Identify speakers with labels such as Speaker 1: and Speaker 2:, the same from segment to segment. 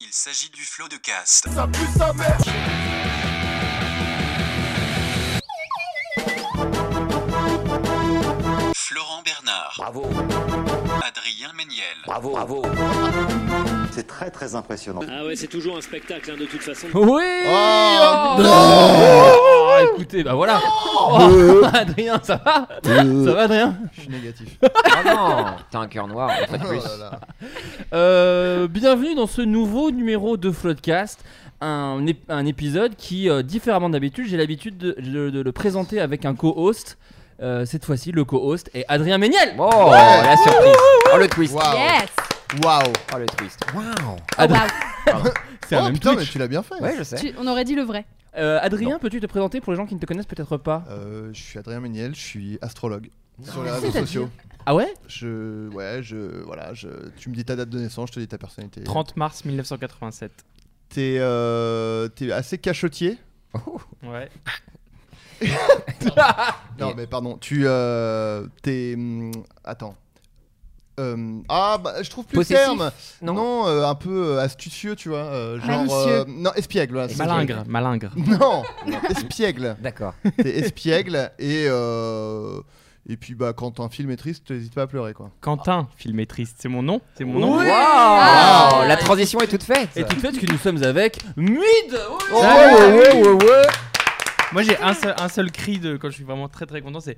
Speaker 1: Il s'agit du flot de cast.
Speaker 2: Ça pue sa mère
Speaker 1: Florent Bernard,
Speaker 3: Bravo,
Speaker 1: Adrien Méniel,
Speaker 3: bravo, bravo.
Speaker 4: C'est très très impressionnant.
Speaker 5: Ah ouais, c'est toujours un spectacle hein, de toute façon.
Speaker 6: Oui Oh, Écoutez, bah voilà Oh, Adrien, ça va Ça va Adrien
Speaker 2: Je suis négatif.
Speaker 7: Ah non, t'as un cœur noir en fait.
Speaker 2: Oh là là.
Speaker 6: Euh, Bienvenue dans ce nouveau numéro de Floodcast. Un, ép- un épisode qui, euh, différemment d'habitude, j'ai l'habitude de, de- de le présenter avec un co-host. Euh, cette fois-ci, le co-host est Adrien Méniel.
Speaker 7: Oh, la surprise. Oh le twist.
Speaker 2: Waouh.
Speaker 8: Yes
Speaker 2: Waouh.
Speaker 7: Oh le twist.
Speaker 2: Waouh.
Speaker 6: Adrien-
Speaker 8: Waouh.
Speaker 6: C'est un
Speaker 2: Oh
Speaker 6: même
Speaker 2: putain, mais
Speaker 6: Twitch.
Speaker 2: tu l'as bien fait.
Speaker 7: Ouais, je sais.
Speaker 8: Tu- On aurait dit le vrai.
Speaker 6: Euh, Adrien, peux-tu te présenter pour les gens qui ne te connaissent peut-être pas
Speaker 2: Euh, je suis Adrien Méniel, je suis astrologue sur les
Speaker 6: Ah,
Speaker 2: réseaux
Speaker 6: c'est-à-dire
Speaker 2: sociaux.
Speaker 6: Ah ouais
Speaker 2: Je, ouais, je, voilà, je, tu me dis ta date de naissance, je te dis ta personnalité.
Speaker 9: 30 mars 1987.
Speaker 2: T'es, euh, t'es assez cachotier.
Speaker 9: Ouais.
Speaker 2: Non,
Speaker 7: Et-
Speaker 2: mais pardon. Tu, euh, t'es, hum, attends. Euh, ah, bah, je trouve plus le
Speaker 7: Possessif
Speaker 2: terme. Non, euh, un peu euh, astucieux, tu vois. euh, genre,
Speaker 8: Malicieux.
Speaker 2: euh, non, espiègle. voilà, c'est ça.
Speaker 9: Malingre, malingre.
Speaker 2: Non, espiègle.
Speaker 7: D'accord.
Speaker 2: T'es espiègle et euh, et puis bah quand un film est triste, t'hésites pas à pleurer quoi.
Speaker 9: Quentin, film est triste, c'est mon nom, c'est mon nom.
Speaker 7: Wow,
Speaker 8: Ah.
Speaker 7: la transition est toute faite.
Speaker 6: Et tout de fait que nous sommes avec Mid
Speaker 2: Oh,
Speaker 9: Salut.
Speaker 2: ouais, ouais, ouais, ouais.
Speaker 9: Moi j'ai un seul, un seul cri de quand je suis vraiment très très content, c'est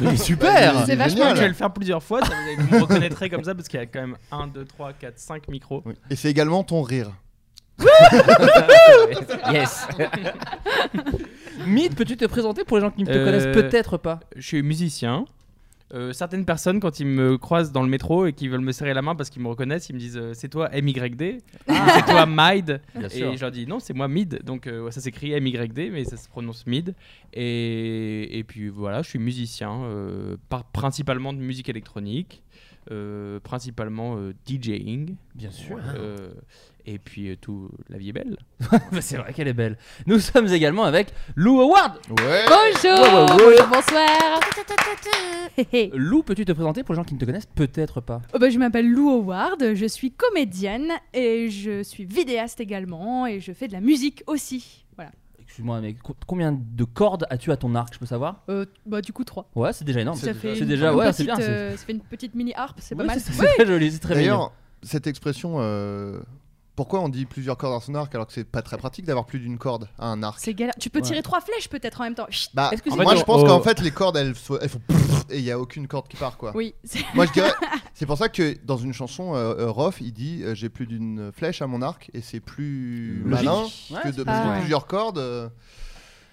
Speaker 2: Il est super.
Speaker 8: C'est vachement
Speaker 9: je vais
Speaker 2: génial.
Speaker 9: le faire plusieurs fois, ça, vous allez- vous me reconnaîtrez comme ça parce qu'il y a quand même 1, 2, 3, 4, 5 micros.
Speaker 2: Oui. Et c'est également ton rire.
Speaker 7: yes.
Speaker 6: Mid, peux-tu te présenter pour les gens qui ne te
Speaker 9: Euh,
Speaker 6: connaissent peut-être pas
Speaker 9: Je suis musicien. Euh, certaines personnes, quand ils me croisent dans le métro et qu'ils veulent me serrer la main parce qu'ils me reconnaissent, ils me disent euh, C'est toi MYD C'est toi MID
Speaker 6: Bien
Speaker 9: Et je leur dis non, c'est moi Mid. Donc euh, ça s'écrit M-Y-D, mais ça se prononce Mid. Et, et puis voilà, je suis musicien, euh, par- principalement de musique électronique, euh, principalement euh, DJing.
Speaker 6: Bien sûr.
Speaker 9: euh, et puis euh, tout, la vie est belle.
Speaker 6: Bah, c'est vrai qu'elle est belle. Nous sommes également avec Lou Howard.
Speaker 2: Ouais.
Speaker 8: Bonjour
Speaker 6: Ouais, ouais, ouais.
Speaker 8: Bonjour, bonsoir Hé, hé.
Speaker 6: Lou, peux-tu te présenter pour les gens qui ne te connaissent peut-être pas
Speaker 8: Oh bah, Je m'appelle Lou Howard, je suis comédienne et je suis vidéaste également et je fais de la musique aussi. Voilà.
Speaker 6: Excuse-moi, mais co- combien de cordes as-tu à ton arc Je peux savoir
Speaker 8: Euh, bah du coup 3.
Speaker 6: Ouais, c'est déjà énorme.
Speaker 2: C'est déjà-
Speaker 6: c'est déjà- ouais, c'est bien, c'est-
Speaker 8: euh, ça fait une petite mini harpe, c'est pas
Speaker 6: Ouais,
Speaker 8: mal.
Speaker 6: C'est c'est très joli, c'est très mignon.
Speaker 2: D'ailleurs, cette expression, euh, pourquoi on dit plusieurs cordes à son arc alors que c'est pas très pratique d'avoir plus d'une corde à un arc
Speaker 8: C'est galère. Tu peux
Speaker 6: Ouais.
Speaker 8: tirer trois flèches peut-être en même temps. Chut.
Speaker 2: Bah,
Speaker 6: Est-ce que c'est
Speaker 2: moi
Speaker 6: pas
Speaker 2: je
Speaker 6: genre-
Speaker 2: pense
Speaker 6: oh.
Speaker 2: qu'en fait les cordes elles, fo- elles font pfff et il y a aucune corde qui part quoi.
Speaker 6: Ah,
Speaker 8: Oui, c'est-
Speaker 2: Moi je dirais, c'est pour ça que dans une chanson, euh, euh, Rof il dit euh, j'ai plus d'une flèche à mon arc et c'est plus
Speaker 6: Logique.
Speaker 2: malin
Speaker 6: Ouais,
Speaker 2: que
Speaker 6: c'est
Speaker 2: de
Speaker 8: pas
Speaker 2: plus-
Speaker 8: mal.
Speaker 2: plusieurs cordes. euh,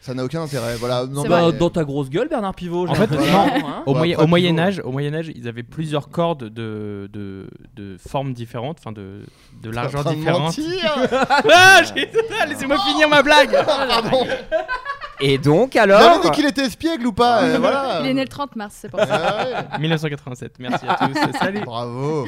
Speaker 2: ça n'a aucun intérêt. Voilà. Non,
Speaker 8: C'est
Speaker 2: mais-
Speaker 6: Bah, dans ta grosse gueule, Bernard Pivot. j'ai
Speaker 9: En fait,
Speaker 6: l'impression,
Speaker 9: non.
Speaker 6: hein.
Speaker 9: Au,
Speaker 2: Bah,
Speaker 9: moyen-
Speaker 2: après,
Speaker 9: au Moyen
Speaker 2: plutôt-
Speaker 9: Âge, au Moyen Âge, ils avaient plusieurs cordes de, de, de formes différentes, enfin de, de
Speaker 2: T'es en
Speaker 9: largeur
Speaker 2: train de
Speaker 9: différente.
Speaker 2: mentir Oh. Ah,
Speaker 9: Ah, j'ai- laissez-moi finir ma blague.
Speaker 2: Pardon.
Speaker 7: Et donc
Speaker 2: J'avais
Speaker 7: alors
Speaker 2: dit qu'il était espiègle ou pas euh, voilà.
Speaker 8: il est né le 30 mars, c'est pour ça.
Speaker 2: Ah
Speaker 9: 1987. Merci à tous. Salut.
Speaker 2: ouais. Bravo.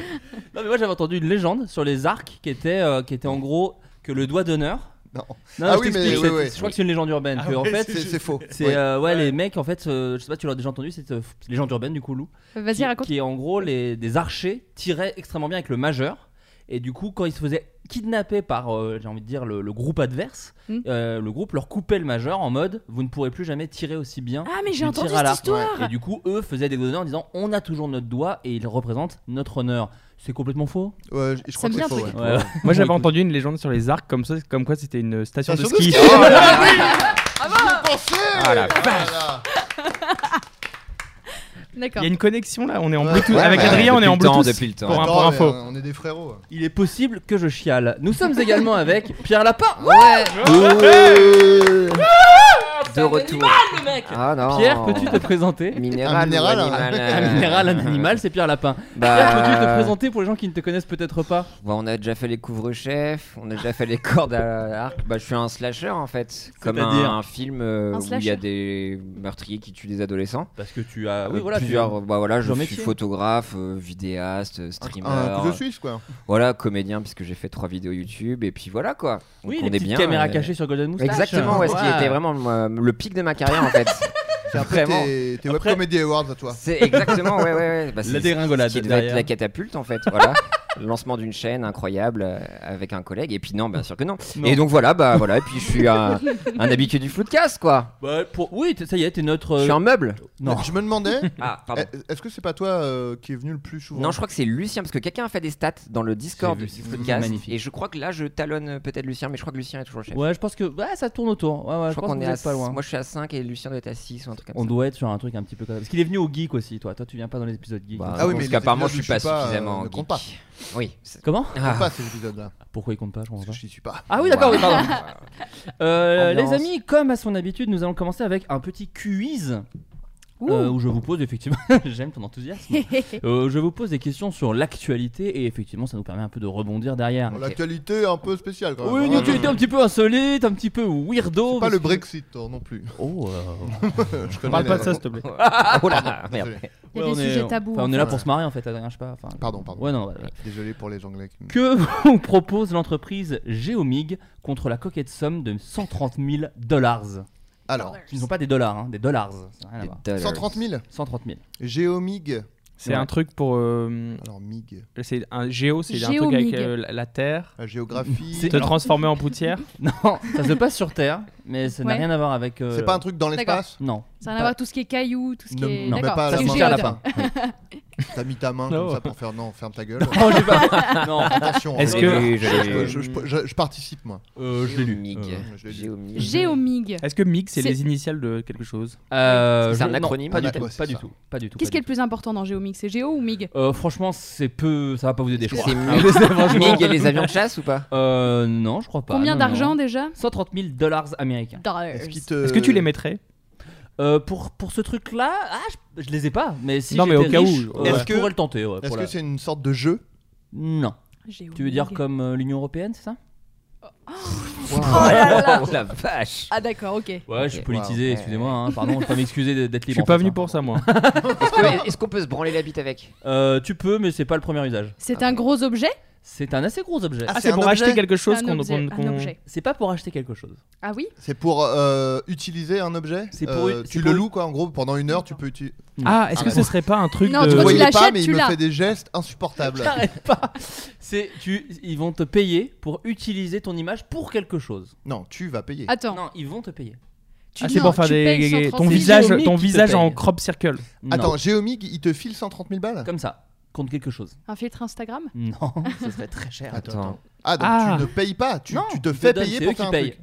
Speaker 6: Non, mais moi j'avais entendu une légende sur les arcs qui était, euh, qui était en gros que le doigt d'honneur.
Speaker 2: Non.
Speaker 6: Non,
Speaker 2: Ah
Speaker 6: je
Speaker 2: oui, mais
Speaker 6: t'explique,
Speaker 2: oui,
Speaker 6: c'est-
Speaker 2: oui.
Speaker 6: je crois que c'est une légende urbaine. que, en fait,
Speaker 2: C'est c'est faux.
Speaker 6: C'est
Speaker 2: Ouais.
Speaker 6: euh, ouais, les mecs en fait, euh, je sais pas, tu l'as déjà entendu, cette euh, légende urbaine du coup, Lou,
Speaker 8: Vas-y,
Speaker 6: qui,
Speaker 8: raconte.
Speaker 6: qui est en gros les des archers tiraient extrêmement bien avec le majeur. Et du coup, quand ils se faisaient kidnapper par, euh, j'ai envie de dire, le, le groupe adverse,
Speaker 8: Mm.
Speaker 6: euh, le groupe leur coupait le majeur en mode vous ne pourrez plus jamais tirer aussi bien.
Speaker 8: Ah, mais j'ai
Speaker 6: du
Speaker 8: entendu
Speaker 6: tir à
Speaker 8: cette
Speaker 6: l'arc.
Speaker 8: histoire
Speaker 6: Et du coup, eux faisaient des honneurs en disant on a toujours notre doigt et il représente notre honneur. C'est complètement faux.
Speaker 2: Ouais, je- je crois
Speaker 8: me
Speaker 2: que
Speaker 8: dit
Speaker 2: c'est
Speaker 8: un
Speaker 2: faux.
Speaker 8: truc.
Speaker 2: ouais.
Speaker 6: Ouais.
Speaker 9: Moi j'avais
Speaker 6: Bon, écoute.
Speaker 9: entendu une légende sur les arcs comme ça, comme quoi c'était une station de
Speaker 2: Station de
Speaker 9: ski.
Speaker 2: ski. Oh là là, oui, J'y ai pensé.
Speaker 7: Ah la
Speaker 2: Voilà.
Speaker 9: Il
Speaker 8: D'accord.
Speaker 9: y a une connexion là, on est en
Speaker 2: Ouais,
Speaker 9: Bluetooth.
Speaker 2: ouais,
Speaker 9: Avec
Speaker 2: ouais.
Speaker 9: Adrien, on est en
Speaker 7: Depuis le temps,
Speaker 9: Bluetooth.
Speaker 7: depuis le temps.
Speaker 9: Pour un
Speaker 2: Attends,
Speaker 9: pour
Speaker 2: mais
Speaker 9: info.
Speaker 2: On est des frérots.
Speaker 6: Il est possible que je chiale. Nous sommes également avec Pierre Lapin.
Speaker 7: de retour. Ah non.
Speaker 6: Pierre, peux-tu te présenter
Speaker 7: Minéral,
Speaker 2: Un minéral,
Speaker 7: ou
Speaker 2: hein.
Speaker 7: animal, euh,
Speaker 6: Un minéral, un animal, c'est Pierre Lapin. Pierre, peux-tu te
Speaker 7: Bah,
Speaker 6: présenter pour les gens qui ne te connaissent peut-être pas
Speaker 7: bah, on a déjà fait les couvre-chefs, on a déjà fait les cordes à arc. Bah, je suis un slasher en fait, comme un,
Speaker 6: C'est-à-dire
Speaker 7: un film euh,
Speaker 8: Un
Speaker 7: où il y
Speaker 8: slasher.
Speaker 7: a des meurtriers qui tuent des adolescents.
Speaker 6: Parce que Ah tu as.
Speaker 7: Euh, plusieurs. Bah voilà, je
Speaker 6: plusieurs
Speaker 7: suis
Speaker 6: métiers.
Speaker 7: photographe, euh, vidéaste, euh, streamer.
Speaker 2: Un couteau suisse quoi.
Speaker 7: Voilà, comédien puisque j'ai fait trois vidéos YouTube et puis voilà quoi. Donc,
Speaker 6: Oui,
Speaker 7: on
Speaker 6: les
Speaker 7: est
Speaker 6: petites
Speaker 7: bien.
Speaker 6: caméras
Speaker 7: euh,
Speaker 6: cachées sur Golden Moustache.
Speaker 7: Exactement, ouais, ce qui
Speaker 6: Ouais.
Speaker 7: était vraiment moi, le pic de ma carrière en fait.
Speaker 2: C'est après
Speaker 7: Vraiment.
Speaker 2: tes tes Web
Speaker 6: Après-
Speaker 2: Comedy Awards à toi.
Speaker 7: C'est exactement, ouais, ouais, ouais. Bah, c'est-
Speaker 6: La dégringolade
Speaker 7: Ce qui devait être
Speaker 6: derrière.
Speaker 7: la catapulte en fait, voilà. le lancement d'une chaîne incroyable euh, avec un collègue. Et puis non, bien sûr que non.
Speaker 6: Non.
Speaker 7: Et donc voilà, bah voilà. Et puis je suis un, un habitué du floodcast, quoi.
Speaker 6: Bah, pour... Oui, t'es- ça y est, t'es notre. euh,
Speaker 7: Je suis un meuble.
Speaker 6: Non.
Speaker 2: Je me demandais,
Speaker 7: Ah, pardon.
Speaker 2: est- Eh, est-ce que c'est pas toi euh, qui est venu le plus souvent
Speaker 7: Non, je crois que c'est Lucien, parce que quelqu'un a fait des stats dans le Discord
Speaker 6: J'ai
Speaker 7: du
Speaker 6: vu, c'est
Speaker 7: podcast.
Speaker 6: magnifique.
Speaker 7: Et je crois que là, je talonne euh, peut-être Lucien, mais je crois que Lucien est toujours le chef.
Speaker 6: Ouais, je pense que ouais, ça tourne autour. Ouais, ouais,
Speaker 7: je crois qu'on
Speaker 6: que
Speaker 7: est
Speaker 6: vous
Speaker 7: à
Speaker 6: êtes pas loin.
Speaker 7: Moi, je suis à 5 et Lucien doit être à 6 ou un truc comme
Speaker 6: On
Speaker 7: ça.
Speaker 6: doit être sur un truc un petit peu comme ça. Parce qu'il est venu au geek aussi, toi. Toi, tu viens pas dans les épisodes geek.
Speaker 7: Bah,
Speaker 2: Ah oui,
Speaker 7: parce
Speaker 2: mais
Speaker 7: qu'apparemment,
Speaker 2: les
Speaker 7: je suis
Speaker 2: épisodes
Speaker 7: pas
Speaker 2: où je suis pas, euh,
Speaker 7: suffisamment
Speaker 2: ne
Speaker 7: geek.
Speaker 2: compte pas.
Speaker 7: Oui. c'est-
Speaker 6: Comment
Speaker 2: J'aime
Speaker 7: Ah.
Speaker 2: pas ces épisodes-là.
Speaker 6: Pourquoi il compte pas Je comprends
Speaker 2: Parce
Speaker 6: pas.
Speaker 2: que je n'y suis pas.
Speaker 6: Ah oui, d'accord, oui,
Speaker 7: Wow.
Speaker 6: pardon. Euh, les
Speaker 7: Ambiance.
Speaker 6: amis, comme à son habitude, nous allons commencer avec un petit quiz euh, où je vous pose effectivement. J'aime ton enthousiasme. Euh, je vous pose des questions sur l'actualité et effectivement, ça nous permet un peu de rebondir derrière.
Speaker 7: Ah,
Speaker 2: Bon, L'actualité est un peu spéciale quand même.
Speaker 6: Oui, une
Speaker 2: hein.
Speaker 6: actualité un petit peu insolite, un petit peu weirdo.
Speaker 2: C'est pas
Speaker 6: parce
Speaker 2: le
Speaker 6: que-
Speaker 2: Brexit toi, non plus.
Speaker 6: Oh, euh,
Speaker 2: Je connais
Speaker 9: Parle
Speaker 2: les-
Speaker 9: pas de ça, s'il te plaît.
Speaker 7: oh là là, merde.
Speaker 2: Désolé.
Speaker 8: Il y a
Speaker 6: ouais,
Speaker 8: des
Speaker 6: on est-
Speaker 8: sujets tabous. hein.
Speaker 6: enfin,
Speaker 8: en
Speaker 6: on est
Speaker 8: fait.
Speaker 6: là pour se marrer en fait, Adrien, je sais pas. enfin-
Speaker 2: Pardon, pardon.
Speaker 6: Ouais, non, bah, ouais, ouais.
Speaker 2: Désolé pour les Anglais. qui me-
Speaker 6: Que vous propose l'entreprise Geomig contre la coquette somme de 130 000 dollars
Speaker 2: Alors,
Speaker 6: Qui ne sont pas des dollars, hein, des dollars. ça n'a rien à
Speaker 7: Les
Speaker 6: voir.
Speaker 7: dollars.
Speaker 2: 130 000
Speaker 6: 130 000.
Speaker 2: Géomig.
Speaker 9: C'est
Speaker 6: Ouais.
Speaker 9: un truc pour. euh,
Speaker 2: Alors, MIG.
Speaker 9: c'est un géo, c'est un truc avec
Speaker 8: Géomig.
Speaker 9: euh, la la terre.
Speaker 2: La géographie.
Speaker 6: C'est-
Speaker 9: Te transformer en poussière.
Speaker 6: Non, ça se passe sur Terre, mais ça n'a
Speaker 8: Ouais.
Speaker 6: rien à voir avec. euh,
Speaker 2: C'est pas un truc dans
Speaker 8: D'accord.
Speaker 2: l'espace
Speaker 6: Non.
Speaker 8: Ça n'a rien à voir tout ce qui est cailloux, tout ce qui
Speaker 6: Ne-
Speaker 8: est.
Speaker 6: non, mais
Speaker 8: D'accord,
Speaker 2: pas à
Speaker 6: Ça
Speaker 2: la
Speaker 8: c'est
Speaker 6: se
Speaker 2: main.
Speaker 6: tient à
Speaker 8: géode.
Speaker 6: lapin.
Speaker 2: T'as mis ta main
Speaker 9: Non.
Speaker 2: comme ça pour faire non, ferme ta gueule.
Speaker 6: Oh, j'ai pas. Non.
Speaker 2: Attention.
Speaker 9: Est-ce
Speaker 2: hein.
Speaker 9: que-
Speaker 7: Oui, je l'ai
Speaker 2: Je,
Speaker 7: lu.
Speaker 2: je- je- je- je participe moi.
Speaker 6: Euh, je l'ai lu.
Speaker 7: Géomig.
Speaker 6: Euh,
Speaker 2: je l'ai lu.
Speaker 7: Géomig.
Speaker 8: Géomig.
Speaker 9: Est-ce que MIG, c'est
Speaker 8: C'est-
Speaker 9: les initiales de quelque chose
Speaker 6: Euh,
Speaker 7: C'est un
Speaker 6: je- non,
Speaker 7: acronyme.
Speaker 6: Pas du
Speaker 2: Ouais,
Speaker 6: tout.
Speaker 2: ouais, c'est
Speaker 6: Pas du
Speaker 2: ça.
Speaker 6: tout. Pas du tout.
Speaker 8: Qu'est-ce
Speaker 6: pas
Speaker 8: qui est
Speaker 6: du
Speaker 8: le plus important dans Géomig C'est Géo ou Mig
Speaker 6: tout. Euh, Franchement, c'est peu. Ça va pas vous aider. je
Speaker 7: Est-ce
Speaker 6: crois.
Speaker 7: que c'est Mig et les avions de chasse ou pas
Speaker 6: Euh, non, je crois pas.
Speaker 8: Combien
Speaker 6: non,
Speaker 8: d'argent
Speaker 6: non.
Speaker 8: déjà
Speaker 6: 130 000 dollars américains.
Speaker 8: Dollars.
Speaker 2: Est-ce qu'il te-
Speaker 9: Est-ce que tu les mettrais
Speaker 6: Euh, pour, pour ce truc-là, ah, je, je les ai pas, mais si
Speaker 9: Non, mais
Speaker 6: j'étais
Speaker 9: au cas
Speaker 6: riche,
Speaker 9: où,
Speaker 6: euh,
Speaker 2: Est-ce
Speaker 6: je
Speaker 2: que-
Speaker 6: pourrais le tenter. ouais,
Speaker 2: Est-ce
Speaker 6: pour
Speaker 2: que
Speaker 6: la-
Speaker 2: c'est une sorte de jeu
Speaker 6: Non.
Speaker 8: Géomig.
Speaker 6: Tu veux dire comme euh, l'Union Européenne, c'est ça
Speaker 8: Oh
Speaker 6: Ah
Speaker 8: là là
Speaker 7: Oh la vache
Speaker 8: Ah d'accord, ok.
Speaker 6: Ouais, je suis
Speaker 7: Ok.
Speaker 6: politisé,
Speaker 7: Wow.
Speaker 6: excusez-moi, hein, pardon, je peux pas m'excuser d'être
Speaker 9: Je
Speaker 6: libre.
Speaker 9: suis
Speaker 6: en
Speaker 9: pas
Speaker 6: fait,
Speaker 9: venu
Speaker 6: hein.
Speaker 9: pour ça, moi. Ah,
Speaker 6: Ah
Speaker 7: Est-ce que- Est-ce qu'on peut se branler la bite avec
Speaker 6: Euh, tu peux, mais c'est pas le premier usage.
Speaker 8: C'est un gros objet
Speaker 6: C'est un assez gros objet.
Speaker 2: Ah,
Speaker 9: Ah,
Speaker 2: c'est
Speaker 9: c'est
Speaker 2: un
Speaker 9: pour
Speaker 2: objet
Speaker 9: acheter quelque chose
Speaker 8: un
Speaker 9: qu'on.
Speaker 8: objet,
Speaker 9: qu'on- qu'on-
Speaker 8: un objet.
Speaker 6: C'est pas pour acheter quelque chose.
Speaker 8: Ah oui
Speaker 2: C'est pour euh, utiliser un objet
Speaker 6: C'est pour-
Speaker 2: Euh,
Speaker 6: c'est
Speaker 2: Tu
Speaker 6: pour- Euh,
Speaker 2: le loues quoi en gros pendant une heure tu peux utiliser.
Speaker 9: Ah, est-ce que ce serait pas un truc
Speaker 8: Non,
Speaker 2: Vous
Speaker 8: tu
Speaker 9: de.
Speaker 8: vois,
Speaker 2: voyez pas
Speaker 8: l'achètes,
Speaker 2: mais
Speaker 8: tu
Speaker 2: il me
Speaker 8: l'as.
Speaker 2: fait des gestes insupportables.
Speaker 6: T'arrêtes pas. C'est tu, ils vont te payer pour utiliser ton image pour quelque chose.
Speaker 2: Non tu vas payer.
Speaker 8: Attends,
Speaker 6: Non, ils vont te payer.
Speaker 8: tu
Speaker 9: Ah, c'est
Speaker 8: non,
Speaker 9: pour faire
Speaker 8: tu payes
Speaker 9: des.
Speaker 8: 130
Speaker 9: Ton
Speaker 8: 000.
Speaker 9: visage,
Speaker 6: Géomig
Speaker 9: ton
Speaker 6: qui te
Speaker 9: visage en
Speaker 6: paye.
Speaker 9: crop circle.
Speaker 6: Non.
Speaker 2: Attends Géomig il te file 130 000 balles.
Speaker 6: Comme ça, contre quelque chose.
Speaker 8: Un filtre Instagram
Speaker 6: Non, ce serait très cher.
Speaker 2: Attends.
Speaker 7: Attends.
Speaker 2: Ah donc
Speaker 9: Ah.
Speaker 2: tu ne payes pas tu,
Speaker 6: non,
Speaker 2: tu
Speaker 6: ils
Speaker 2: te fais
Speaker 6: donnent,
Speaker 2: payer
Speaker 6: c'est
Speaker 2: pour
Speaker 6: eux
Speaker 2: faire
Speaker 6: qui
Speaker 2: un
Speaker 6: payent.
Speaker 2: truc.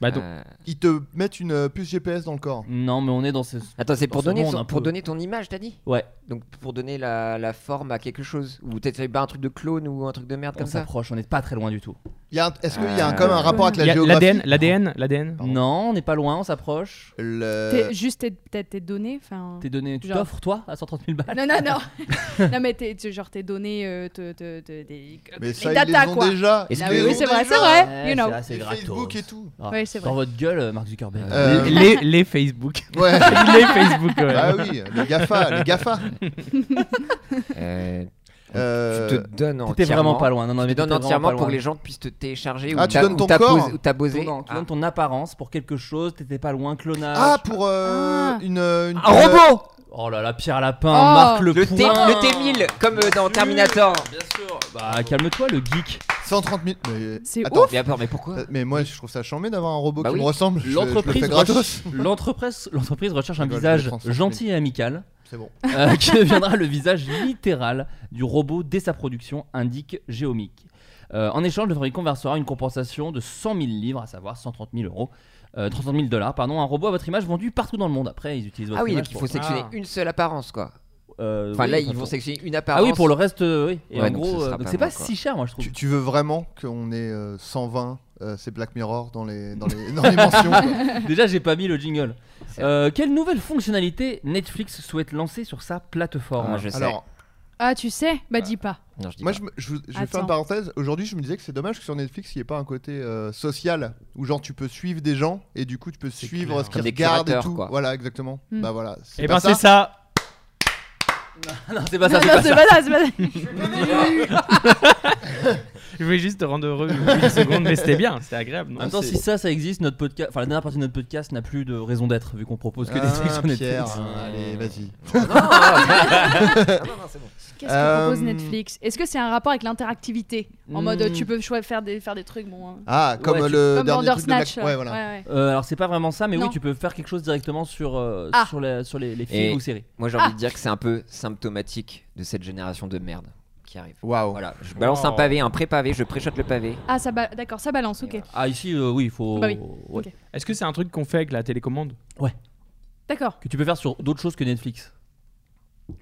Speaker 9: Bah,
Speaker 6: Ah,
Speaker 9: donc,
Speaker 7: Euh,
Speaker 2: Ils te mettent une euh, puce GPS dans le corps.
Speaker 6: Non, mais on est dans ce.
Speaker 7: Attends, c'est pour
Speaker 6: Dans ce
Speaker 7: donner
Speaker 6: monde,
Speaker 7: son-
Speaker 6: un
Speaker 7: pour
Speaker 6: peu.
Speaker 7: donner ton image, t'as dit
Speaker 6: Ouais,
Speaker 7: Donc pour donner la, la forme à quelque chose Ou peut-être pas un truc de clone ou un truc de merde
Speaker 6: on
Speaker 7: comme ça
Speaker 6: s'approche, on n'est pas très loin du tout.
Speaker 2: Y a un- Est-ce qu'il y a un-
Speaker 6: Ah.
Speaker 7: Euh,
Speaker 2: comme un rapport avec
Speaker 9: il
Speaker 2: la
Speaker 9: y a
Speaker 2: géographie
Speaker 9: l'ADN, l'ADN, l'ADN.
Speaker 2: Pardon.
Speaker 6: Non, on n'est pas loin, on s'approche.
Speaker 2: Le-
Speaker 8: T'es- Juste tes- peut-être tes données, enfin...
Speaker 6: T'es donné, tu
Speaker 8: Genre.
Speaker 6: t'offres toi à 130 000 balles.
Speaker 8: Non, non, non Non mais t'es, tu- genre tes données, euh, te- te- te- des...
Speaker 2: Mais
Speaker 8: les
Speaker 2: ça ils
Speaker 8: data
Speaker 2: les ont
Speaker 8: quoi
Speaker 2: déjà.
Speaker 7: Est-ce
Speaker 8: Ah
Speaker 7: que-
Speaker 8: oui,
Speaker 7: Ils
Speaker 8: oui,
Speaker 7: ont
Speaker 8: c'est vrai, c'est
Speaker 2: déjà.
Speaker 8: vrai, you know.
Speaker 6: c'est assez
Speaker 2: Et
Speaker 6: gratos.
Speaker 2: Facebook et tout.
Speaker 6: Ah,
Speaker 8: Ouais, c'est
Speaker 6: Dans
Speaker 8: vrai.
Speaker 6: votre gueule, euh, Mark Zuckerberg.
Speaker 2: Euh,
Speaker 9: Les, les Facebook.
Speaker 2: Ouais.
Speaker 9: les Facebook, ouais.
Speaker 2: Ah oui, les GAFA, les GAFA.
Speaker 7: Euh,
Speaker 2: Euh,
Speaker 7: Tu te donnes entièrement
Speaker 6: T'étais vraiment pas loin. Non, non, mais
Speaker 7: Tu donnes
Speaker 6: t'étais vraiment
Speaker 7: entièrement
Speaker 6: pas
Speaker 7: pour
Speaker 6: loin.
Speaker 7: que les gens puissent te télécharger
Speaker 2: Ah,
Speaker 7: ou
Speaker 2: tu
Speaker 7: t'a-
Speaker 2: donnes
Speaker 7: ou
Speaker 2: ton corps.
Speaker 7: t'apposer- ou t'apposer.
Speaker 6: Non, tu
Speaker 7: Ah.
Speaker 6: donnes ton apparence pour quelque chose, t'étais pas loin, clonage.
Speaker 2: Ah, pour euh,
Speaker 8: Ah.
Speaker 2: une, euh, une-
Speaker 7: Un robot
Speaker 6: Oh là là, Pierre Lapin,
Speaker 8: Oh.
Speaker 6: Marc le,
Speaker 7: Le
Speaker 6: point.
Speaker 7: T- le T1000, comme, euh,
Speaker 6: Bien
Speaker 7: dans
Speaker 6: sûr,
Speaker 7: Terminator.
Speaker 6: Bien sûr. Bah, calme-toi, le geek.
Speaker 2: 130 000. Mais,
Speaker 8: C'est
Speaker 2: attends,
Speaker 7: Mais, attends, mais pourquoi
Speaker 2: euh, mais moi je trouve ça chambé d'avoir un robot
Speaker 7: Bah
Speaker 2: qui
Speaker 7: oui.
Speaker 2: me ressemble. Je- je le
Speaker 6: L'entreprise
Speaker 2: fais gratos.
Speaker 6: reche- L'entreprise l'entreprise recherche un
Speaker 2: Je rigole, je
Speaker 6: visage
Speaker 2: vais prendre 130 000.
Speaker 6: gentil et amical
Speaker 2: C'est bon.
Speaker 6: euh, qui deviendra le visage littéral du robot dès sa production, indique Géomic. Euh, en échange, le fabricant versera une compensation de 100 000 livres, à savoir 130 000 euros, euh, 30 000 dollars, pardon, un robot à votre image vendu partout dans le monde. Après, ils utilisent votre
Speaker 7: Ah oui,
Speaker 6: image
Speaker 7: donc il faut
Speaker 6: pour-
Speaker 7: sectionner
Speaker 9: Ah.
Speaker 7: une seule apparence quoi.
Speaker 6: euh,
Speaker 7: Enfin
Speaker 6: oui,
Speaker 7: là,
Speaker 6: enfin,
Speaker 7: ils vont
Speaker 6: pour-
Speaker 7: sectionner une
Speaker 6: Ah
Speaker 7: apparence.
Speaker 6: oui, pour le reste, euh, oui. Et
Speaker 7: Ouais,
Speaker 6: en
Speaker 7: donc ce
Speaker 6: gros, euh,
Speaker 7: sera
Speaker 6: donc
Speaker 7: pas
Speaker 6: c'est pas
Speaker 7: mal, quoi.
Speaker 6: si cher, moi, je trouve.
Speaker 2: Tu, tu veux vraiment qu'on ait euh, 120 euh, c'est Black Mirror dans les, dans les, dans les mentions. quoi.
Speaker 6: Déjà, j'ai pas mis le jingle.
Speaker 7: C'est-
Speaker 6: Euh, quelle nouvelle fonctionnalité Netflix souhaite lancer sur sa plateforme
Speaker 7: Ah, je sais.
Speaker 2: Alors,
Speaker 8: Ah tu sais Bah dis pas
Speaker 7: Non, je dis
Speaker 2: moi
Speaker 7: pas.
Speaker 2: je, me- je, vous- je vais faire
Speaker 8: Attends.
Speaker 2: une parenthèse. Aujourd'hui, je me disais que c'est dommage que sur Netflix, il n'y ait pas un côté euh, social où genre tu peux suivre des gens et du coup tu peux suivre
Speaker 9: clair.
Speaker 2: ce qu'ils
Speaker 7: Comme des
Speaker 2: regardent et
Speaker 7: curateurs,
Speaker 2: tout.
Speaker 7: quoi.
Speaker 2: Voilà, exactement.
Speaker 8: Hmm.
Speaker 2: Bah voilà.
Speaker 9: Et
Speaker 2: pas
Speaker 9: ben
Speaker 2: ça.
Speaker 9: c'est ça.
Speaker 6: non, c'est pas Ah. ça.
Speaker 8: Non,
Speaker 6: c'est pas ça.
Speaker 8: non, c'est pas ça, c'est pas ça.
Speaker 9: Je voulais juste te rendre heureux une seconde, mais c'était bien, c'était agréable.
Speaker 6: En
Speaker 9: non
Speaker 6: même temps,
Speaker 2: c'est-
Speaker 6: si ça, ça existe, notre podcast, enfin la dernière partie de notre podcast n'a plus de raison d'être vu qu'on propose que des
Speaker 2: Ah,
Speaker 6: trucs sur
Speaker 2: Pierre,
Speaker 6: Netflix. Euh,
Speaker 2: hein, allez, vas-y.
Speaker 8: Qu'est-ce que
Speaker 2: Euh,
Speaker 8: propose Netflix Est-ce que c'est un rapport avec l'interactivité En
Speaker 6: Hmm.
Speaker 8: mode, tu peux choi- faire des, faire des trucs, bon. hein.
Speaker 2: Ah, comme
Speaker 6: Ouais, tu-
Speaker 2: le
Speaker 8: Comme
Speaker 2: dernier
Speaker 8: Bandersnatch.
Speaker 2: truc de Black-
Speaker 8: euh,
Speaker 2: Ouais, voilà.
Speaker 8: ouais, ouais.
Speaker 6: Euh, alors c'est pas vraiment ça, mais
Speaker 8: Non.
Speaker 6: oui, tu peux faire quelque chose directement sur euh,
Speaker 8: Ah.
Speaker 6: sur, la- sur les, les films
Speaker 7: Et-
Speaker 6: ou séries.
Speaker 7: Moi, j'ai envie de dire que c'est un peu symptomatique de cette génération de merde qui arrive.
Speaker 2: Waouh.
Speaker 7: Voilà, je balance un
Speaker 9: Wow.
Speaker 7: pavé, un pré-pavé, je préchote le pavé.
Speaker 8: Ah, ça ba- d'accord, ça balance, ok.
Speaker 6: Ah ici, euh, oui, il faut.
Speaker 8: Bah oui.
Speaker 6: ouais.
Speaker 8: Ok.
Speaker 9: Est-ce que c'est un truc qu'on fait avec la télécommande
Speaker 8: D'accord.
Speaker 6: Que tu peux faire sur d'autres choses que Netflix.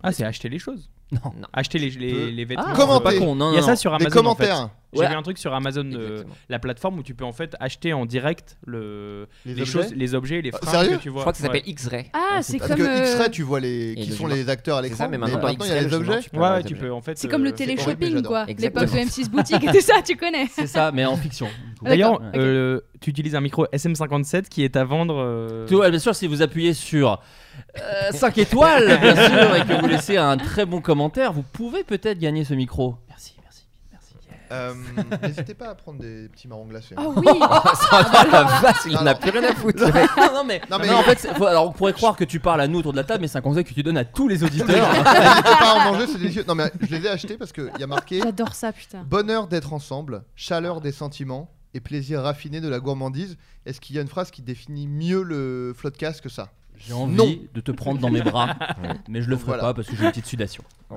Speaker 9: Ah, c'est acheter les choses.
Speaker 6: Non.
Speaker 9: Acheter les, les,
Speaker 2: peux-
Speaker 9: les vêtements.
Speaker 2: Ah,
Speaker 9: c'est
Speaker 2: commenter.
Speaker 9: pas
Speaker 6: Pas
Speaker 9: con.
Speaker 6: con, non,
Speaker 9: Il y a
Speaker 6: non,
Speaker 9: ça
Speaker 6: non.
Speaker 9: sur
Speaker 2: Des
Speaker 9: Amazon. en fait.
Speaker 2: commentaires.
Speaker 9: J'ai
Speaker 6: Ouais.
Speaker 9: vu un truc sur Amazon, euh,
Speaker 7: Exactement.
Speaker 9: la plateforme où tu peux en fait acheter en direct le, les,
Speaker 2: objets Euh,
Speaker 9: choses, les objets, les fringues
Speaker 2: sérieux
Speaker 9: que tu
Speaker 7: Je
Speaker 9: vois.
Speaker 7: crois que ça
Speaker 9: Ouais.
Speaker 7: s'appelle X-Ray.
Speaker 8: Ah,
Speaker 7: Ouais,
Speaker 8: c'est
Speaker 2: Parce
Speaker 8: comme.
Speaker 2: que
Speaker 8: euh,
Speaker 2: X-Ray, tu vois les...
Speaker 7: et
Speaker 2: qui
Speaker 7: le
Speaker 2: sont
Speaker 7: jumeau.
Speaker 2: les acteurs à
Speaker 7: C'est ça,
Speaker 2: l'écran.
Speaker 7: mais maintenant,
Speaker 2: mais
Speaker 7: par
Speaker 2: maintenant, il y a
Speaker 7: X-Ray,
Speaker 2: les
Speaker 7: justement,
Speaker 2: objets.
Speaker 7: tu peux
Speaker 9: Ouais,
Speaker 7: avoir
Speaker 9: ouais,
Speaker 7: des
Speaker 9: tu
Speaker 7: objets.
Speaker 9: peux en fait.
Speaker 8: C'est comme
Speaker 9: euh,
Speaker 8: le
Speaker 2: horrible,
Speaker 8: télé-shopping,
Speaker 2: mais
Speaker 8: quoi.
Speaker 7: j'adore.
Speaker 8: L'époque de M6 Boutique et tout ça, tu connais.
Speaker 6: C'est ça, mais en fiction. du coup.
Speaker 8: Ouais.
Speaker 9: D'ailleurs,
Speaker 6: D'accord,
Speaker 9: euh, tu utilises un micro SM57 qui est à vendre. euh,
Speaker 6: Tu vois, bien sûr, si vous appuyez sur 5 étoiles, bien sûr, et que vous laissez un très bon commentaire, vous pouvez peut-être gagner ce micro. Merci, merci, merci.
Speaker 2: Euh, N'hésitez pas à prendre des petits marrons glacés. hein.
Speaker 8: Ah oui
Speaker 7: Il n'a plus rien à foutre.
Speaker 6: non, non, mais,
Speaker 2: Non, mais-
Speaker 6: non, en fait, c'est- faut- alors on pourrait croire que tu parles à nous autour de la table, mais c'est un conseil que tu donnes à tous les auditeurs.
Speaker 2: N'hésitez pas à en manger, c'est délicieux. Non, mais je les ai achetés parce qu'il y a marqué
Speaker 8: J'adore ça, putain.
Speaker 2: Bonheur d'être ensemble, chaleur des sentiments et plaisir raffiné de la gourmandise. Est-ce qu'il y a une phrase qui définit mieux le floodcast que ça
Speaker 6: J'ai envie
Speaker 2: Non.
Speaker 6: de te prendre dans mes bras, mais je le
Speaker 2: Donc,
Speaker 6: ferai
Speaker 2: voilà.
Speaker 6: pas parce que j'ai une petite sudation.
Speaker 8: Oh.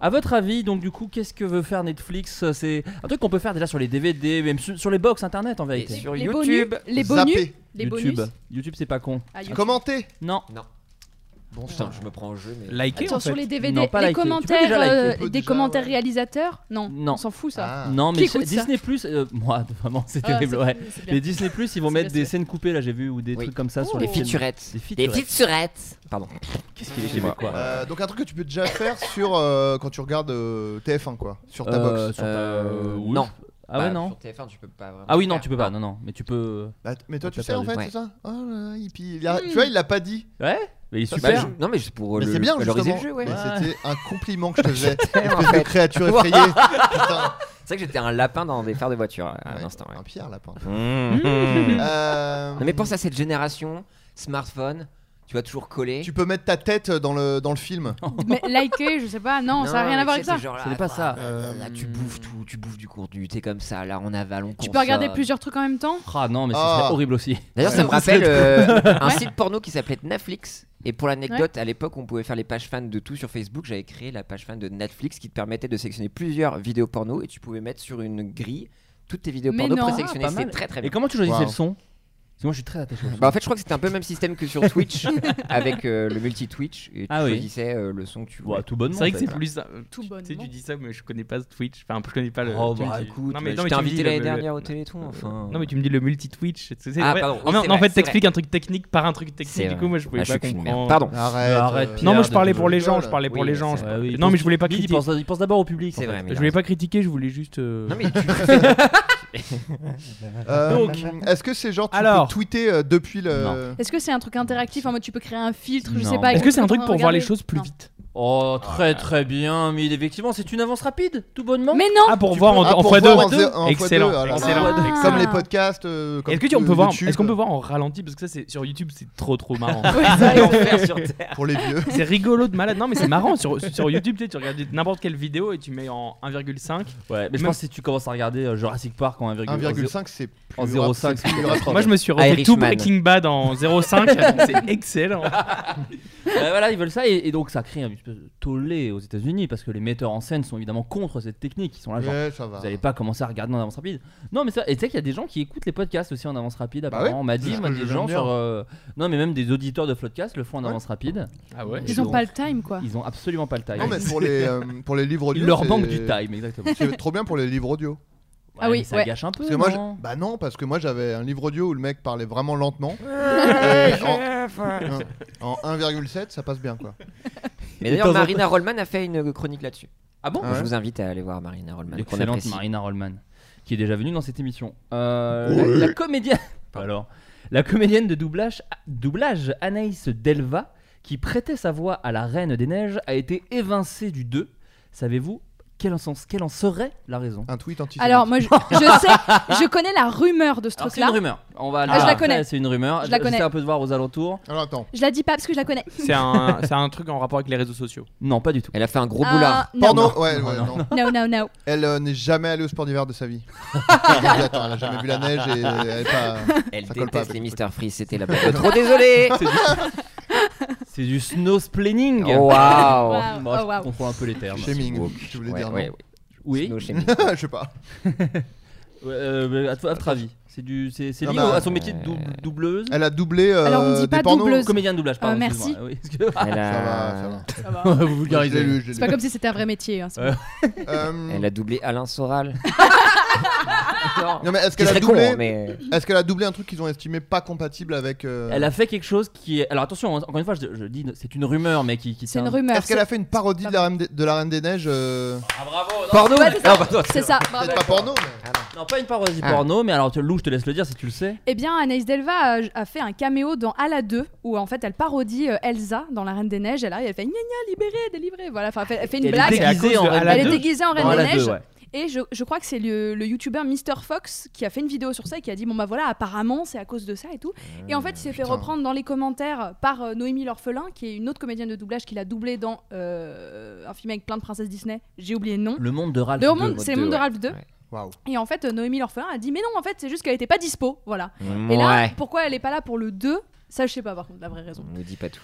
Speaker 6: À votre avis, donc du coup, qu'est-ce que veut faire Netflix C'est un truc qu'on peut faire déjà sur les DVD, même su- sur les box internet en vérité.
Speaker 7: sur
Speaker 8: les
Speaker 7: YouTube.
Speaker 8: bonus, les bonus,
Speaker 2: Zapper,
Speaker 8: les
Speaker 6: YouTube,
Speaker 8: bonus.
Speaker 6: YouTube, c'est pas con.
Speaker 8: Ah, YouTube.
Speaker 2: commenter.
Speaker 6: Non.
Speaker 2: Bon
Speaker 7: Putain, je me prends au jeu, mais.
Speaker 9: Liker
Speaker 8: Attends,
Speaker 9: en
Speaker 8: sur
Speaker 9: fait.
Speaker 8: les DVD,
Speaker 6: Non, pas
Speaker 8: les
Speaker 6: liker. Tu peux
Speaker 8: commentaires,
Speaker 6: déjà liker,
Speaker 8: euh,
Speaker 2: on peut
Speaker 8: des
Speaker 2: déjà,
Speaker 8: commentaires
Speaker 2: ouais.
Speaker 8: réalisateurs Non,
Speaker 6: Non.
Speaker 8: on s'en fout ça.
Speaker 2: Ah.
Speaker 6: Non, mais
Speaker 8: Qui
Speaker 6: sur-
Speaker 8: écoute ça
Speaker 6: Disney Plus, euh, moi, vraiment, c'est
Speaker 8: Ah,
Speaker 6: terrible.
Speaker 8: c'est-
Speaker 6: ouais.
Speaker 8: c'est bien.
Speaker 6: Les Disney Plus, ils vont
Speaker 8: C'est
Speaker 6: mettre
Speaker 8: bien,
Speaker 6: des
Speaker 8: c'est
Speaker 6: scènes coupées là, j'ai vu ou des
Speaker 7: Oui.
Speaker 6: trucs comme ça sur
Speaker 7: Les
Speaker 6: les films.
Speaker 7: featurettes.
Speaker 6: Des featurettes.
Speaker 7: featurettes. Pardon.
Speaker 6: Qu'est-ce qu'il est québécois
Speaker 2: Euh, donc un truc que tu peux déjà faire sur euh, quand tu regardes euh, TF1 quoi, sur ta
Speaker 6: Euh,
Speaker 2: box.
Speaker 6: sur ta-
Speaker 7: Euh,
Speaker 6: oui.
Speaker 7: non.
Speaker 6: Ah ouais
Speaker 7: Bah,
Speaker 6: non.
Speaker 7: Sur TF1, tu peux pas. vraiment
Speaker 6: Ah oui non,
Speaker 7: faire.
Speaker 6: tu peux pas. Non non, mais tu peux.
Speaker 2: Bah, t- mais toi
Speaker 6: on
Speaker 2: tu
Speaker 6: t'a
Speaker 2: sais en
Speaker 6: perdu.
Speaker 2: fait
Speaker 7: Ouais.
Speaker 2: c'est ça. Oh là là, il- puis il
Speaker 8: Hmm.
Speaker 2: a- tu vois il l'a pas dit.
Speaker 6: Ouais. Mais il est
Speaker 2: Ça,
Speaker 7: Bah,
Speaker 6: super.
Speaker 7: je- Non, mais c'est pour euh,
Speaker 2: Mais
Speaker 7: le,
Speaker 2: c'est bien
Speaker 7: valoriser
Speaker 2: justement.
Speaker 7: le jeu, ouais.
Speaker 2: Mais
Speaker 6: Ouais.
Speaker 2: C'était un compliment que je te faisais.
Speaker 7: t'aime, en
Speaker 2: Espèce de
Speaker 7: fait.
Speaker 2: créature effrayée. Putain.
Speaker 7: C'est vrai que j'étais un lapin dans des phares de voiture euh, à
Speaker 2: Ouais,
Speaker 7: l'instant. Mmh.
Speaker 2: Un pierre lapin.
Speaker 7: Hmm. Non,
Speaker 2: Euh,
Speaker 7: mais pense à cette génération, smartphone, tu vas toujours coller.
Speaker 2: Tu peux mettre ta tête dans le dans le film.
Speaker 8: Mais liker, je sais pas, non, ça n'a rien à voir avec ça.
Speaker 6: Ce n'est pas ça.
Speaker 7: Euh,
Speaker 6: Euh,
Speaker 7: Là, tu bouffes tout, tu bouffes du contenu, t'es comme ça, là on avale, on
Speaker 8: Tu
Speaker 7: consomme.
Speaker 8: peux regarder plusieurs trucs en même temps
Speaker 6: Ah non mais ce
Speaker 2: Ah.
Speaker 6: serait horrible aussi.
Speaker 7: D'ailleurs, ça me rappelle euh, un site porno qui s'appelait Netflix. Et pour l'anecdote, à l'époque, on pouvait faire les pages fans de tout sur Facebook. J'avais créé la page fan de Netflix qui te permettait de sélectionner plusieurs vidéos porno et tu pouvais mettre sur une grille toutes tes vidéos
Speaker 8: Mais
Speaker 7: porno
Speaker 8: non.
Speaker 7: présélectionnées.
Speaker 6: Ah, pas
Speaker 7: C'était
Speaker 6: mal.
Speaker 7: très très Eh bien.
Speaker 6: Et comment tu choisissais
Speaker 2: Wow.
Speaker 6: le son Parce que moi je suis très attaché au son.
Speaker 7: Bah en fait je crois que c'était un peu le même système que sur Twitch avec euh, le multi Twitch et tu
Speaker 6: Ah oui.
Speaker 7: choisissais euh, le son que tu voulais.
Speaker 6: Ouais, tout bonnement.
Speaker 9: C'est vrai
Speaker 6: en
Speaker 9: que
Speaker 6: fait.
Speaker 9: c'est plus. euh, tu- Tu
Speaker 8: Tout
Speaker 9: sais,
Speaker 8: bonnement.
Speaker 9: tu dis ça, mais je connais pas Twitch. Enfin, je connais pas le.
Speaker 6: Oh,
Speaker 9: tu me
Speaker 6: bah,
Speaker 9: dis-
Speaker 7: Écoute,
Speaker 9: Non, mais-
Speaker 7: bah,
Speaker 9: non,
Speaker 7: je
Speaker 9: mais
Speaker 7: t'ai
Speaker 9: tu me dis
Speaker 7: invité
Speaker 9: le-
Speaker 7: l'année
Speaker 9: le-
Speaker 7: dernière au Téléthon. Enfin...
Speaker 9: Non mais tu me dis le multi Twitch, tu sais,
Speaker 7: Ah,
Speaker 9: ouais.
Speaker 7: pardon, oui,
Speaker 9: en,
Speaker 7: c'est
Speaker 9: en
Speaker 7: vrai,
Speaker 9: fait
Speaker 7: c'est
Speaker 9: t'expliques un truc technique par un truc
Speaker 7: C'est
Speaker 9: technique. Du
Speaker 7: vrai.
Speaker 9: coup moi je pouvais
Speaker 7: Ah, je
Speaker 9: pas
Speaker 7: suis qu'une merde.
Speaker 9: comprendre.
Speaker 7: Pardon.
Speaker 2: Arrête.
Speaker 6: Arrête,
Speaker 2: euh,
Speaker 6: Pierre.
Speaker 9: Non moi je
Speaker 6: de-
Speaker 9: parlais
Speaker 6: de-
Speaker 9: pour les gens,
Speaker 2: rigole.
Speaker 9: je parlais pour
Speaker 7: Oui,
Speaker 9: les
Speaker 7: c'est
Speaker 9: gens.
Speaker 7: vrai.
Speaker 6: Ouais, Ah oui, il
Speaker 9: Non
Speaker 6: pense-
Speaker 9: mais je voulais pas
Speaker 6: Bid, il
Speaker 9: critiquer.
Speaker 6: pense, il pense d'abord au public.
Speaker 7: C'est
Speaker 6: en fait.
Speaker 7: vrai.
Speaker 9: Je
Speaker 7: mais il a
Speaker 9: voulais
Speaker 7: raison.
Speaker 9: pas critiquer, je voulais juste. euh,
Speaker 7: Non mais tu-
Speaker 2: euh,
Speaker 9: Donc.
Speaker 2: est-ce que c'est genre tu
Speaker 9: Alors.
Speaker 2: peux tweeter euh, depuis
Speaker 6: Non.
Speaker 2: le
Speaker 8: Est-ce que c'est un truc interactif en mode tu peux créer un filtre, je
Speaker 6: Non.
Speaker 8: sais pas
Speaker 9: Est-ce que c'est un truc
Speaker 8: en
Speaker 9: pour voir les
Speaker 8: regarder
Speaker 9: choses plus
Speaker 8: Non.
Speaker 9: vite
Speaker 6: Oh très très bien, mais effectivement c'est une avance rapide, tout bonnement.
Speaker 8: Mais non
Speaker 9: Ah pour
Speaker 6: Tu
Speaker 9: voir
Speaker 6: peux-
Speaker 9: en,
Speaker 2: Ah,
Speaker 9: en
Speaker 2: pour
Speaker 9: fois
Speaker 2: voir en
Speaker 9: deux.
Speaker 2: zé- en fois
Speaker 9: Excellent,
Speaker 2: deux, alors.
Speaker 9: excellent,
Speaker 8: Ah.
Speaker 9: excellent.
Speaker 2: comme les podcasts euh, comme
Speaker 9: Est-ce que tu- on
Speaker 2: euh,
Speaker 9: peut voir
Speaker 2: YouTube,
Speaker 9: Est-ce qu'on peut voir en ralenti parce que ça c'est sur YouTube c'est trop trop marrant.
Speaker 7: l'enfer sur Terre.
Speaker 2: pour les vieux
Speaker 9: c'est rigolo de malade. Non mais c'est marrant sur, sur YouTube tu, sais, tu regardes n'importe quelle vidéo et tu mets en 1,5.
Speaker 6: Ouais, mais je
Speaker 9: Même-
Speaker 6: pense que si tu commences à regarder euh, Jurassic Park en 1,5.
Speaker 2: 1,5 c'est plus
Speaker 6: En
Speaker 2: rap-
Speaker 6: 0,5,
Speaker 2: c'est plus
Speaker 6: c'est
Speaker 2: rap-
Speaker 6: catastrophe.
Speaker 9: Moi je me suis
Speaker 7: Ah,
Speaker 9: refait tout
Speaker 7: Irishman.
Speaker 9: Breaking Bad en 0,5, c'est excellent.
Speaker 6: Ouais, voilà, ils veulent ça et, et donc ça crée un espèce de tollé aux États-Unis parce que les metteurs en scène sont évidemment contre cette technique. Ils sont là, genre,
Speaker 2: Ouais, ça va.
Speaker 6: vous n'allez pas commencer à regarder en avance rapide. Non, mais ça, et tu sais qu'il y a des gens qui écoutent les podcasts aussi en avance rapide.
Speaker 2: Bah
Speaker 6: Apparemment,
Speaker 2: ouais,
Speaker 6: on m'a
Speaker 2: c'est
Speaker 6: dit,
Speaker 2: ce
Speaker 6: moi,
Speaker 2: que
Speaker 6: des
Speaker 2: je viens
Speaker 6: gens
Speaker 2: de
Speaker 6: sur.
Speaker 2: dire.
Speaker 6: euh, non, mais même des auditeurs de Floodcast le font en
Speaker 2: Ouais.
Speaker 6: avance rapide.
Speaker 9: Ah ouais.
Speaker 8: Ils ont pas le time quoi.
Speaker 6: Ils ont absolument pas le time.
Speaker 2: Non mais pour les euh, pour les livres audio
Speaker 6: Il leur
Speaker 2: c'est-
Speaker 6: manque du time, exactement.
Speaker 2: C'est trop bien pour les livres audio.
Speaker 8: Ah oui,
Speaker 6: mais ça
Speaker 8: ouais.
Speaker 6: gâche un peu.
Speaker 2: Parce que moi,
Speaker 6: non
Speaker 2: je- bah non, parce que moi j'avais un livre audio où le mec parlait vraiment lentement. Et en en 1,7, ça passe bien quoi.
Speaker 7: Mais
Speaker 6: De temps
Speaker 7: d'ailleurs
Speaker 6: en temps-
Speaker 7: Marina Rollman a fait une chronique là-dessus.
Speaker 6: Ah bon
Speaker 2: Ah ouais
Speaker 7: Je vous invite à aller voir Marina Rollman qu'on
Speaker 6: L'excellente
Speaker 7: apprécie.
Speaker 6: Bah, Marina Rollman, qui est déjà venue dans cette émission. Euh, la, la comédienne. Alors, la comédienne de doublage, doublage Anaïs Delva, qui prêtait sa voix à la Reine des Neiges, a été évincée du 2. Savez-vous Quelle en, sens- quelle en serait la raison
Speaker 2: Un tweet anti
Speaker 8: Alors, moi, je, je sais, je connais la rumeur de ce
Speaker 6: Alors, C'est une
Speaker 8: truc-là.
Speaker 6: rumeur. On va
Speaker 8: Ah, je la
Speaker 6: après,
Speaker 8: connais.
Speaker 6: C'est une rumeur.
Speaker 8: Je la
Speaker 6: J'essaie
Speaker 8: connais.
Speaker 6: un peu de voir aux alentours.
Speaker 2: Alors attends,
Speaker 8: Je la dis pas parce que je la connais.
Speaker 9: C'est un, c'est un truc en rapport avec les réseaux sociaux.
Speaker 6: Non, pas du tout.
Speaker 7: Elle a fait un gros
Speaker 8: Ah,
Speaker 7: boulard.
Speaker 8: non,
Speaker 2: porno Ouais,
Speaker 6: non,
Speaker 2: ouais,
Speaker 6: non,
Speaker 2: non.
Speaker 8: Non, non, non.
Speaker 2: Elle euh, n'est jamais allée au sport d'hiver de sa vie. attends, elle a jamais vu la neige et elle est pas.
Speaker 7: Elle
Speaker 2: Ça colle pas
Speaker 7: déteste
Speaker 2: avec
Speaker 7: les
Speaker 2: le
Speaker 7: Mister Freeze, c'était la blague. Trop désolé
Speaker 6: C'est du snowsplaining.
Speaker 7: Oh, Waouh
Speaker 8: Waouh,
Speaker 6: Bon, je
Speaker 8: oh, waouh.
Speaker 6: confonds un peu les termes.
Speaker 2: Shaming, tu voulais
Speaker 7: Ouais,
Speaker 2: dire
Speaker 7: ouais,
Speaker 6: Oui.
Speaker 7: Snow shaming.
Speaker 2: non Je sais pas.
Speaker 6: Ouais, euh, à, t- à votre avis, c'est du, c'est, c'est
Speaker 2: Non,
Speaker 6: lié
Speaker 2: bah,
Speaker 6: au- à son métier de dou- doubleuse,
Speaker 2: Elle a doublé. euh,
Speaker 8: Alors, on dit
Speaker 2: des
Speaker 8: pas
Speaker 2: pornos.
Speaker 8: doubleuse.
Speaker 6: comédien de doublage. Pardon,
Speaker 8: Euh, merci.
Speaker 6: excuse-moi. Oui, excuse-
Speaker 7: Elle
Speaker 2: Ça va, ça
Speaker 7: a...
Speaker 2: va.
Speaker 6: Vous
Speaker 2: Je l'ai
Speaker 6: vulgarisez.
Speaker 2: lu, je l'ai
Speaker 8: C'est pas
Speaker 2: lu.
Speaker 8: comme si c'était un vrai métier. hein, c'est bon.
Speaker 2: Euh,
Speaker 7: Elle a doublé Alain Soral. Non.
Speaker 2: Non mais est-ce
Speaker 7: Qui
Speaker 2: qu'elle a
Speaker 7: serait con,
Speaker 2: doublé
Speaker 7: hein, mais...
Speaker 2: Est-ce qu'elle a doublé un truc qu'ils ont estimé pas compatible avec euh,
Speaker 6: Elle a fait quelque chose qui est. Alors attention, hein, encore une fois, je, je dis, c'est une rumeur, mais qui. qui
Speaker 8: C'est une
Speaker 6: un-
Speaker 8: rumeur.
Speaker 2: Est-ce qu'elle a fait une parodie de la Reine des, de la Reine des Neiges euh,
Speaker 6: Ah bravo non,
Speaker 7: Porno
Speaker 8: Ouais, c'est ça.
Speaker 7: Non, pardon.
Speaker 8: C'est ça. bravo.
Speaker 2: Peut-être pas porno, mais.
Speaker 6: Non, pas une parodie
Speaker 7: Ah.
Speaker 6: porno, mais alors tu- Lou, je te laisse le dire si tu le sais.
Speaker 8: Eh bien, Anaïs Delva euh, a, a fait un caméo dans Ala 2, où en fait elle parodie euh, Elsa dans La Reine des Neiges. Elle arrive, elle fait gna gna, libérée, délivrée. Voilà, enfin, elle fait, elle fait une
Speaker 6: Elle
Speaker 8: blague.
Speaker 6: est déguisée
Speaker 9: C'est à
Speaker 6: en
Speaker 9: cause de
Speaker 6: Reine
Speaker 9: Alain
Speaker 8: elle
Speaker 6: des
Speaker 8: est
Speaker 9: deux.
Speaker 6: Neiges.
Speaker 8: déguisée en Reine
Speaker 6: Dans
Speaker 8: des
Speaker 6: Alain deux,
Speaker 8: Neiges.
Speaker 6: ouais.
Speaker 8: Et je, je crois que c'est le, le youtubeur Mister Fox qui a fait une vidéo sur ça et qui a dit Bon, bah voilà, apparemment c'est à cause de ça et tout. Et en fait, il s'est fait
Speaker 2: putain.
Speaker 8: reprendre dans les commentaires par euh, Noémie L'Orphelin, qui est une autre comédienne de doublage qu'il a doublé dans euh, un film avec plein de princesses Disney. J'ai oublié le nom.
Speaker 6: Le monde de Ralph.
Speaker 8: Le
Speaker 6: deux.
Speaker 8: monde, c'est le
Speaker 7: deux,
Speaker 8: monde de
Speaker 7: ouais.
Speaker 8: Ralph 2.
Speaker 7: Ouais.
Speaker 2: Waouh.
Speaker 8: Et en fait, euh, Noémie L'Orphelin a dit Mais non, en fait, c'est juste qu'elle était pas dispo. Voilà. Et là,
Speaker 7: Ouais.
Speaker 8: pourquoi elle est pas là pour le 2 Ça, je sais pas par contre la vraie raison.
Speaker 7: On ne dit pas tout.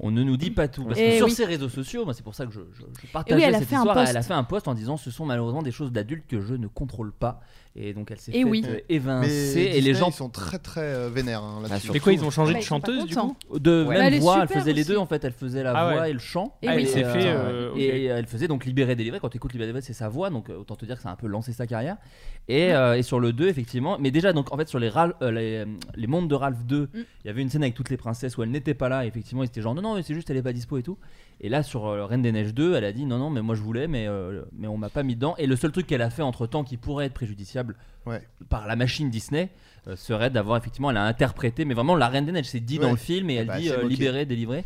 Speaker 6: On ne nous dit pas tout. Parce que
Speaker 8: Et
Speaker 6: sur
Speaker 8: Eh oui.
Speaker 6: ses réseaux sociaux, moi, c'est pour ça que je, je, je partageais
Speaker 8: Et oui, elle a
Speaker 6: cette
Speaker 8: fait un
Speaker 6: histoire.
Speaker 8: post.
Speaker 6: Elle a fait un post en disant ce sont malheureusement des choses d'adultes que je ne contrôle pas. Et donc elle s'est
Speaker 8: Et
Speaker 6: fait
Speaker 8: Eh oui.
Speaker 6: euh,
Speaker 2: Mais
Speaker 6: évincer. Et
Speaker 2: Disney,
Speaker 6: les gens
Speaker 2: ils sont très très euh, vénères hein,
Speaker 7: Ah,
Speaker 2: là-dessus.
Speaker 7: surtout.
Speaker 9: Mais quoi, ils ont changé
Speaker 8: Bah,
Speaker 9: de
Speaker 8: ils sont pas
Speaker 9: chanteuse du
Speaker 8: contents.
Speaker 9: coup
Speaker 6: de
Speaker 7: Ouais.
Speaker 6: même
Speaker 8: Bah, Elle est
Speaker 6: voix, elle
Speaker 8: super
Speaker 6: faisait les
Speaker 8: aussi.
Speaker 6: deux en fait, elle faisait la
Speaker 9: Ah
Speaker 6: voix
Speaker 9: ouais.
Speaker 6: et le chant.
Speaker 8: Et Ah, oui.
Speaker 9: il s'est fait, euh, ok.
Speaker 6: et elle faisait donc Libérée délivrée quand tu écoutes Libérée délivrée, c'est sa voix donc euh, autant te dire que ça a un peu lancé sa carrière. Et, euh, et sur le 2 effectivement, mais déjà donc en fait sur les Ralph- euh, les, euh, les mondes de Ralph 2,
Speaker 8: Mm.
Speaker 6: il y avait une scène avec toutes les princesses où elle n'était pas là et effectivement ils étaient genre non non, mais c'est juste elle est pas dispo et tout. Et là sur euh, Reine des Neiges 2, elle a dit non non, mais moi je voulais mais euh, mais on m'a pas mis dedans et le seul truc qu'elle a fait entre-temps qui pourrait être préjudiciable
Speaker 2: Ouais.
Speaker 6: par la machine Disney euh, serait d'avoir effectivement elle a interprété mais vraiment la Reine des Neiges c'est dit dans
Speaker 2: Ouais.
Speaker 6: le film et elle
Speaker 2: bah,
Speaker 6: dit
Speaker 2: c'est
Speaker 6: euh,
Speaker 2: moqué.
Speaker 6: libérée délivrée.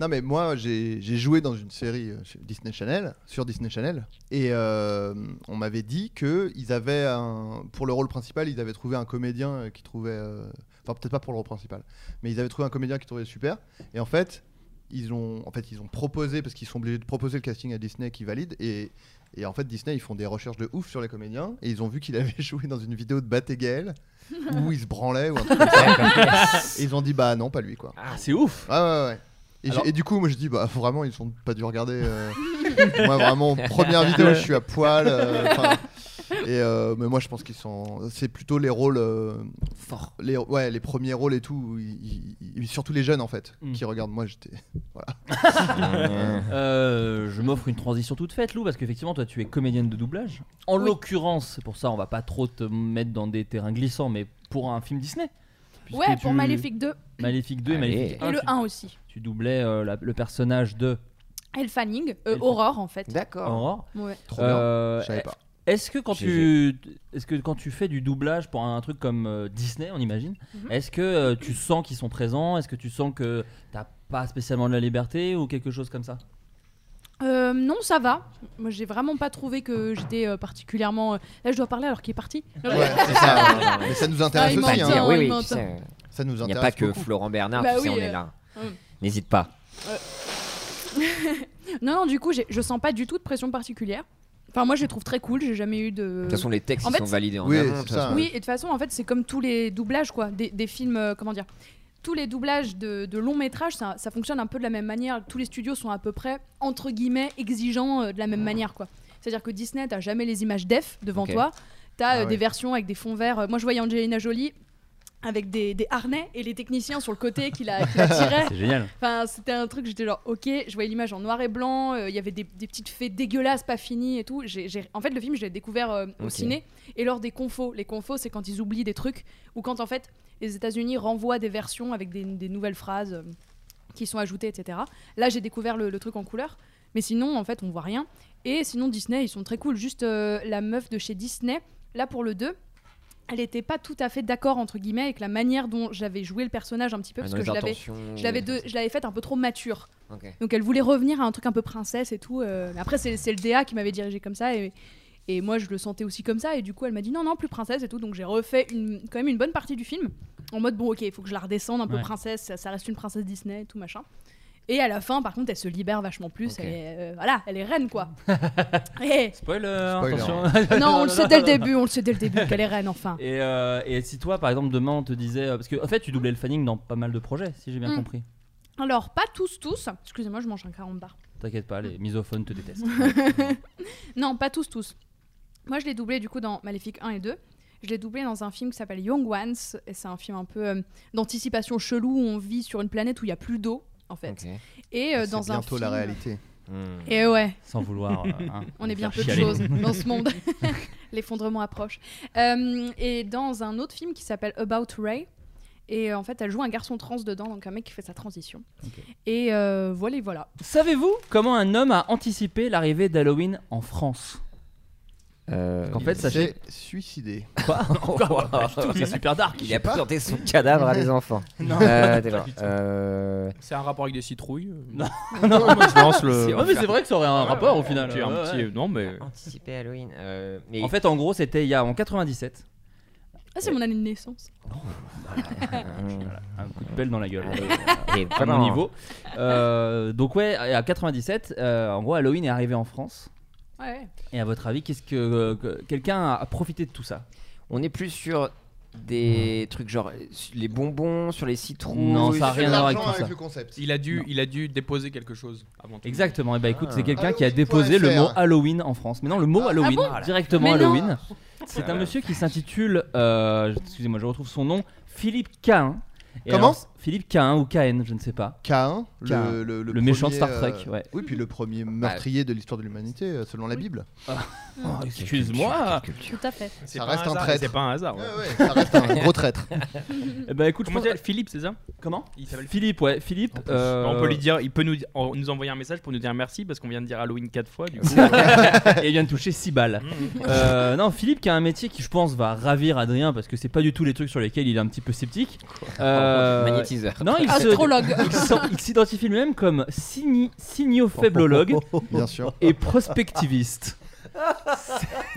Speaker 2: Non mais moi j'ai j'ai joué dans une série euh, chez Disney Channel sur Disney Channel et euh, on m'avait dit que ils avaient un- pour le rôle principal ils avaient trouvé un comédien euh, qui trouvait euh, enfin peut-être pas pour le rôle principal mais ils avaient trouvé un comédien qui trouvait super et en fait ils ont en fait ils ont proposé parce qu'ils sont obligés de proposer le casting à Disney qui valide et et en fait Disney ils font des recherches de ouf sur les comédiens et ils ont vu qu'il avait joué dans une vidéo de Bat et Gaël où il se branlait ou un truc comme ça et ils ont dit bah non pas lui quoi
Speaker 6: Ah, c'est ouf.
Speaker 2: Ouais, ouais, ouais. Et,
Speaker 6: Alors-
Speaker 2: j'ai- et du coup, moi je dis, bah vraiment, ils sont pas dû regarder. euh, moi, vraiment, première vidéo, je suis à poil. euh, enfin, et euh, mais moi, je pense qu'ils sont. C'est plutôt les rôles. euh,
Speaker 7: Fort.
Speaker 2: les, ouais, les premiers rôles et tout. ils- ils- ils- surtout les jeunes, en fait,
Speaker 6: Mm.
Speaker 2: qui regardent. Moi, j'étais.
Speaker 6: Euh, je m'offre une transition toute faite, Lou, parce qu'effectivement, toi, tu es comédienne de doublage. En l'occurrence, c'est pour ça, on va pas trop te mettre dans des terrains glissants, mais pour un film Disney. puisque
Speaker 8: Ouais, pour
Speaker 6: tu-
Speaker 8: Maléfique 2
Speaker 6: Maléfique 2 et
Speaker 7: Allez.
Speaker 6: Maléfique
Speaker 9: Ah,
Speaker 6: 1.
Speaker 8: et le
Speaker 6: tu,
Speaker 8: 1 aussi.
Speaker 6: tu doublais euh, la- le personnage de
Speaker 8: Elle Fanning, euh,
Speaker 6: Elle-
Speaker 8: Aurore en fait.
Speaker 7: D'accord.
Speaker 6: Aurore.
Speaker 8: Ouais.
Speaker 2: Trop bien.
Speaker 6: Euh,
Speaker 2: Je savais pas.
Speaker 6: Est-ce que quand
Speaker 7: GG.
Speaker 6: tu est-ce que quand tu fais du doublage pour un truc comme euh, Disney, on imagine,
Speaker 8: Mhm.
Speaker 6: est-ce que euh, tu sens qu'ils sont présents Est-ce que tu sens que t'as pas spécialement de la liberté ou quelque chose comme ça
Speaker 8: Euh, non, ça va. Moi, j'ai vraiment pas trouvé que j'étais euh, particulièrement. euh, Là, je dois parler alors qu'il est parti.
Speaker 2: Ouais, c'est ça. ouais.
Speaker 7: Ah,
Speaker 2: Mais ça nous
Speaker 8: Ah,
Speaker 2: intéresse
Speaker 8: il
Speaker 7: Pas
Speaker 2: aussi.
Speaker 8: m'entend.
Speaker 2: hein.
Speaker 7: dire, oui, oui,
Speaker 8: m'entend.
Speaker 7: tu sais, euh,
Speaker 2: Ça nous
Speaker 7: Il n'y
Speaker 2: intéresse.
Speaker 7: a pas que
Speaker 2: beaucoup.
Speaker 7: Florent Bernard,
Speaker 8: Bah
Speaker 7: tu sais,
Speaker 8: oui,
Speaker 7: on est
Speaker 8: euh,
Speaker 7: là.
Speaker 8: hum.
Speaker 7: N'hésite pas.
Speaker 8: Non, non, du coup, j'ai- je sens pas du tout de pression particulière. Enfin, moi, je les trouve très cool. J'ai jamais eu de.
Speaker 7: De toute façon, les textes
Speaker 8: en
Speaker 7: ils
Speaker 8: fait,
Speaker 7: sont validés en
Speaker 2: Oui,
Speaker 7: amont. de toute
Speaker 2: c'est ça.
Speaker 7: façon.
Speaker 8: Oui, et de toute façon, en fait, c'est comme tous les doublages, quoi, des, des films, euh, comment dire, tous les doublages de, de longs métrages, ça, ça fonctionne un peu de la même manière. Tous les studios sont à peu près, entre guillemets, exigeants euh, de la même manière, quoi. C'est-à-dire que Disney, t'as jamais les images def devant
Speaker 7: Ok.
Speaker 8: toi, t'as euh,
Speaker 2: Ah ouais.
Speaker 8: des versions avec des fonds verts. Euh, Moi, je voyais Angelina Jolie avec des, des harnais et les techniciens sur le côté qui la, qui la tiraient.
Speaker 6: C'est génial.
Speaker 8: Enfin, c'était un truc, j'étais genre, ok, je voyais l'image en noir et blanc, euh, il y avait des, des petites fées dégueulasses, pas finies et tout. J'ai- j'ai- En fait, le film, je l'ai découvert euh, au
Speaker 7: Ok.
Speaker 8: ciné et lors des confos. Les confos, c'est quand ils oublient des trucs ou quand en fait les États-Unis renvoient des versions avec des, des nouvelles phrases euh, qui sont ajoutées, etc. Là, j'ai découvert le, le truc en couleur, mais sinon, en fait, on voit rien. Et sinon, Disney, ils sont très cool. Juste euh, la meuf de chez Disney, là pour le 2. elle n'était pas tout à fait d'accord entre guillemets avec la manière dont j'avais joué le personnage un petit peu parce que je l'avais
Speaker 7: Mm.
Speaker 8: je l'avais de- je l'avais faite un peu trop mature. Donc elle voulait revenir à un truc un peu princesse et tout. euh, mais après, c'est c'est le DA qui m'avait dirigé comme ça. Et, et moi, je le sentais aussi comme ça. Et du coup, elle m'a dit non, non, plus princesse et tout. Donc j'ai refait une, quand même une bonne partie du film. En mode, bon, ok, il faut que je la redescende un peu
Speaker 6: Ouais.
Speaker 8: princesse. Ça, ça reste une princesse Disney et tout machin. Et à la fin, par contre, elle se libère vachement plus.
Speaker 7: Ok.
Speaker 8: Elle est, euh, voilà, elle est reine, quoi. et,
Speaker 6: Spoiler,
Speaker 2: Spoiler.
Speaker 6: attention.
Speaker 8: non, on le sait
Speaker 6: non,
Speaker 8: dès le
Speaker 6: non.
Speaker 8: début, on le sait dès le début qu'elle est reine, enfin.
Speaker 6: Et, euh, et si toi, par exemple, demain on te disait. euh, Parce que, en fait, tu doublais le fanning dans pas mal de projets, si j'ai bien
Speaker 8: Mm.
Speaker 6: compris.
Speaker 8: Alors, pas tous, tous. Excusez-moi, je mange un 40 bar.
Speaker 6: T'inquiète pas, les misophones te détestent.
Speaker 8: Non, pas tous, tous. Moi, je l'ai doublé du coup dans Maléfique 1 et 2. Je l'ai doublé dans un film qui s'appelle Young Ones. Et c'est un film un peu euh, d'anticipation chelou où on vit sur une planète où il n'y a plus d'eau, en fait. Et euh,
Speaker 2: Ah, C'est
Speaker 8: dans un
Speaker 2: bientôt la
Speaker 8: film-
Speaker 2: réalité.
Speaker 7: Hmm.
Speaker 8: Et ouais,
Speaker 6: Sans vouloir. euh, hein,
Speaker 8: on est
Speaker 6: nous
Speaker 8: bien peu
Speaker 6: faire
Speaker 8: de
Speaker 6: chialer.
Speaker 8: choses dans ce monde. L'effondrement approche. Euh, et dans un autre film qui s'appelle About Ray. Et euh, en fait, elle joue un garçon trans dedans, donc un mec qui fait sa transition.
Speaker 6: Ok.
Speaker 8: Et euh, voilà, voilà.
Speaker 6: Savez-vous comment un homme a anticipé l'arrivée d'Halloween en France En fait,
Speaker 2: C'est
Speaker 6: sachez.
Speaker 2: suicidé.
Speaker 6: Quoi Encore pas du tout, C'est super dark.
Speaker 7: Il a présenté son cadavre à des enfants. Euh, déjà, euh,
Speaker 9: C'est un rapport avec des citrouilles
Speaker 6: Non.
Speaker 9: non, je lance le.
Speaker 6: Ouais, mais c'est vrai que ça aurait un rapport au final.
Speaker 9: Tu as
Speaker 6: Ouais,
Speaker 9: un petit. euh,
Speaker 6: ouais.
Speaker 9: Non, mais.
Speaker 7: Anticiper Halloween. euh, mais
Speaker 6: En fait, en gros, c'était il y a en 97.
Speaker 8: Ah, c'est mon année de naissance.
Speaker 7: Mmh.
Speaker 6: Un coup de pelle dans la gueule.
Speaker 7: et
Speaker 6: à
Speaker 7: hmm. Eh, vraiment
Speaker 6: mon niveau. Euh, donc ouais, à 97, euh, en gros, Halloween est arrivé en France.
Speaker 8: Ouais.
Speaker 6: Et à votre avis, qu'est-ce que, euh, que- quelqu'un a profité de tout ça
Speaker 7: On est plus sur des trucs genre euh, sur les bonbons, sur les citrons.
Speaker 6: Non,
Speaker 2: Oui,
Speaker 6: ça a
Speaker 2: c'est
Speaker 6: rien
Speaker 2: de
Speaker 6: à voir
Speaker 2: l'argent
Speaker 6: avec tout ça.
Speaker 2: le concept.
Speaker 9: Il a, dû,
Speaker 6: Non.
Speaker 9: il a dû déposer quelque chose avant tout.
Speaker 6: Exactement. Et bah écoute,
Speaker 7: Ah.
Speaker 6: c'est quelqu'un qui a
Speaker 2: Halloween.fr.
Speaker 6: déposé le mot Halloween en France. Mais non, le mot Halloween directement
Speaker 8: Mais non.
Speaker 6: Halloween. C'est un monsieur qui s'intitule, euh, excusez-moi, je retrouve son nom, Philippe Cain. Et
Speaker 2: Comment
Speaker 6: alors, Philippe Cain ou Cain, je ne sais pas.
Speaker 2: Cain,
Speaker 6: Cain.
Speaker 2: le, le,
Speaker 6: Le méchant de
Speaker 2: premier, euh,
Speaker 6: Star Trek, ouais.
Speaker 2: Oui, puis le premier meurtrier de l'histoire de l'humanité, euh, selon la Bible.
Speaker 6: Oh, Excuse-moi.
Speaker 8: Tout à fait.
Speaker 9: C'est
Speaker 2: Ça
Speaker 9: pas
Speaker 2: reste un
Speaker 9: hasard,
Speaker 2: traître. Euh,
Speaker 9: C'est pas un hasard. ouais.
Speaker 2: Ouais, ouais, ça reste un gros traître.
Speaker 6: Eh bah écoute, je
Speaker 9: Comment
Speaker 6: pense-
Speaker 9: dire Philippe, c'est ça
Speaker 6: comment
Speaker 9: Il s'appelle
Speaker 6: Philippe, ouais, Philippe. euh,
Speaker 9: On peut lui dire, il peut nous, en- nous envoyer un message pour nous dire merci parce qu'on vient de dire Halloween 4 fois. Du coup,
Speaker 6: et il vient de toucher 6 balles.
Speaker 9: Mm.
Speaker 6: Euh, non, Philippe qui a un métier qui je pense va ravir Adrien parce que c'est pas du tout les trucs sur lesquels il est un petit peu sceptique.
Speaker 9: Oh,
Speaker 6: Euh,
Speaker 7: Magnétiseur.
Speaker 6: Non, il se-
Speaker 8: Astrologue.
Speaker 6: il s'en- il s'identifie lui-même comme signi, signofaiblologue
Speaker 9: Oh,
Speaker 2: Bien sûr.
Speaker 6: et prospectiviste.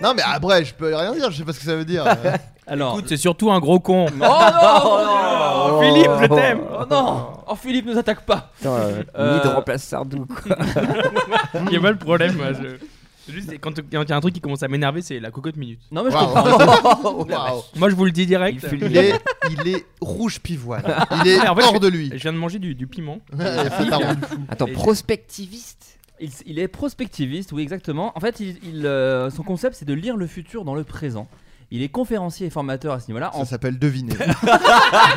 Speaker 2: Non, mais après, je peux rien dire, je sais pas ce que ça veut dire. Euh,
Speaker 6: Alors,
Speaker 9: Écoute, c'est surtout un gros con.
Speaker 6: oh non,
Speaker 7: Oh,
Speaker 9: Philippe, je t'aime.
Speaker 6: Oh non, oh Philippe nous attaque pas.
Speaker 7: Attends, euh,
Speaker 6: Euh,
Speaker 7: Mid remplace Sardou. quoi.
Speaker 9: Il y a pas le problème. moi, je- c'est Juste, quand il y a un truc qui commence à m'énerver, c'est la cocotte minute.
Speaker 6: Non mais je
Speaker 2: Waouh.
Speaker 6: comprends.
Speaker 2: waouh.
Speaker 9: Moi, je vous le dis direct.
Speaker 7: Il fait le
Speaker 2: Oh, Il est, Ah. il est rouge pivoine. Il est
Speaker 9: Ouais, en fait,
Speaker 2: hors de lui.
Speaker 9: Je viens de manger du, du piment.
Speaker 2: Ouais, ça t'a rendu fou.
Speaker 7: Attends, prospectiviste
Speaker 6: Il, il est prospectiviste, oui exactement. En fait, il, il, euh, son concept c'est de lire le futur dans le présent. Il est conférencier et formateur à ce niveau-là. En
Speaker 2: Ça s'appelle deviner.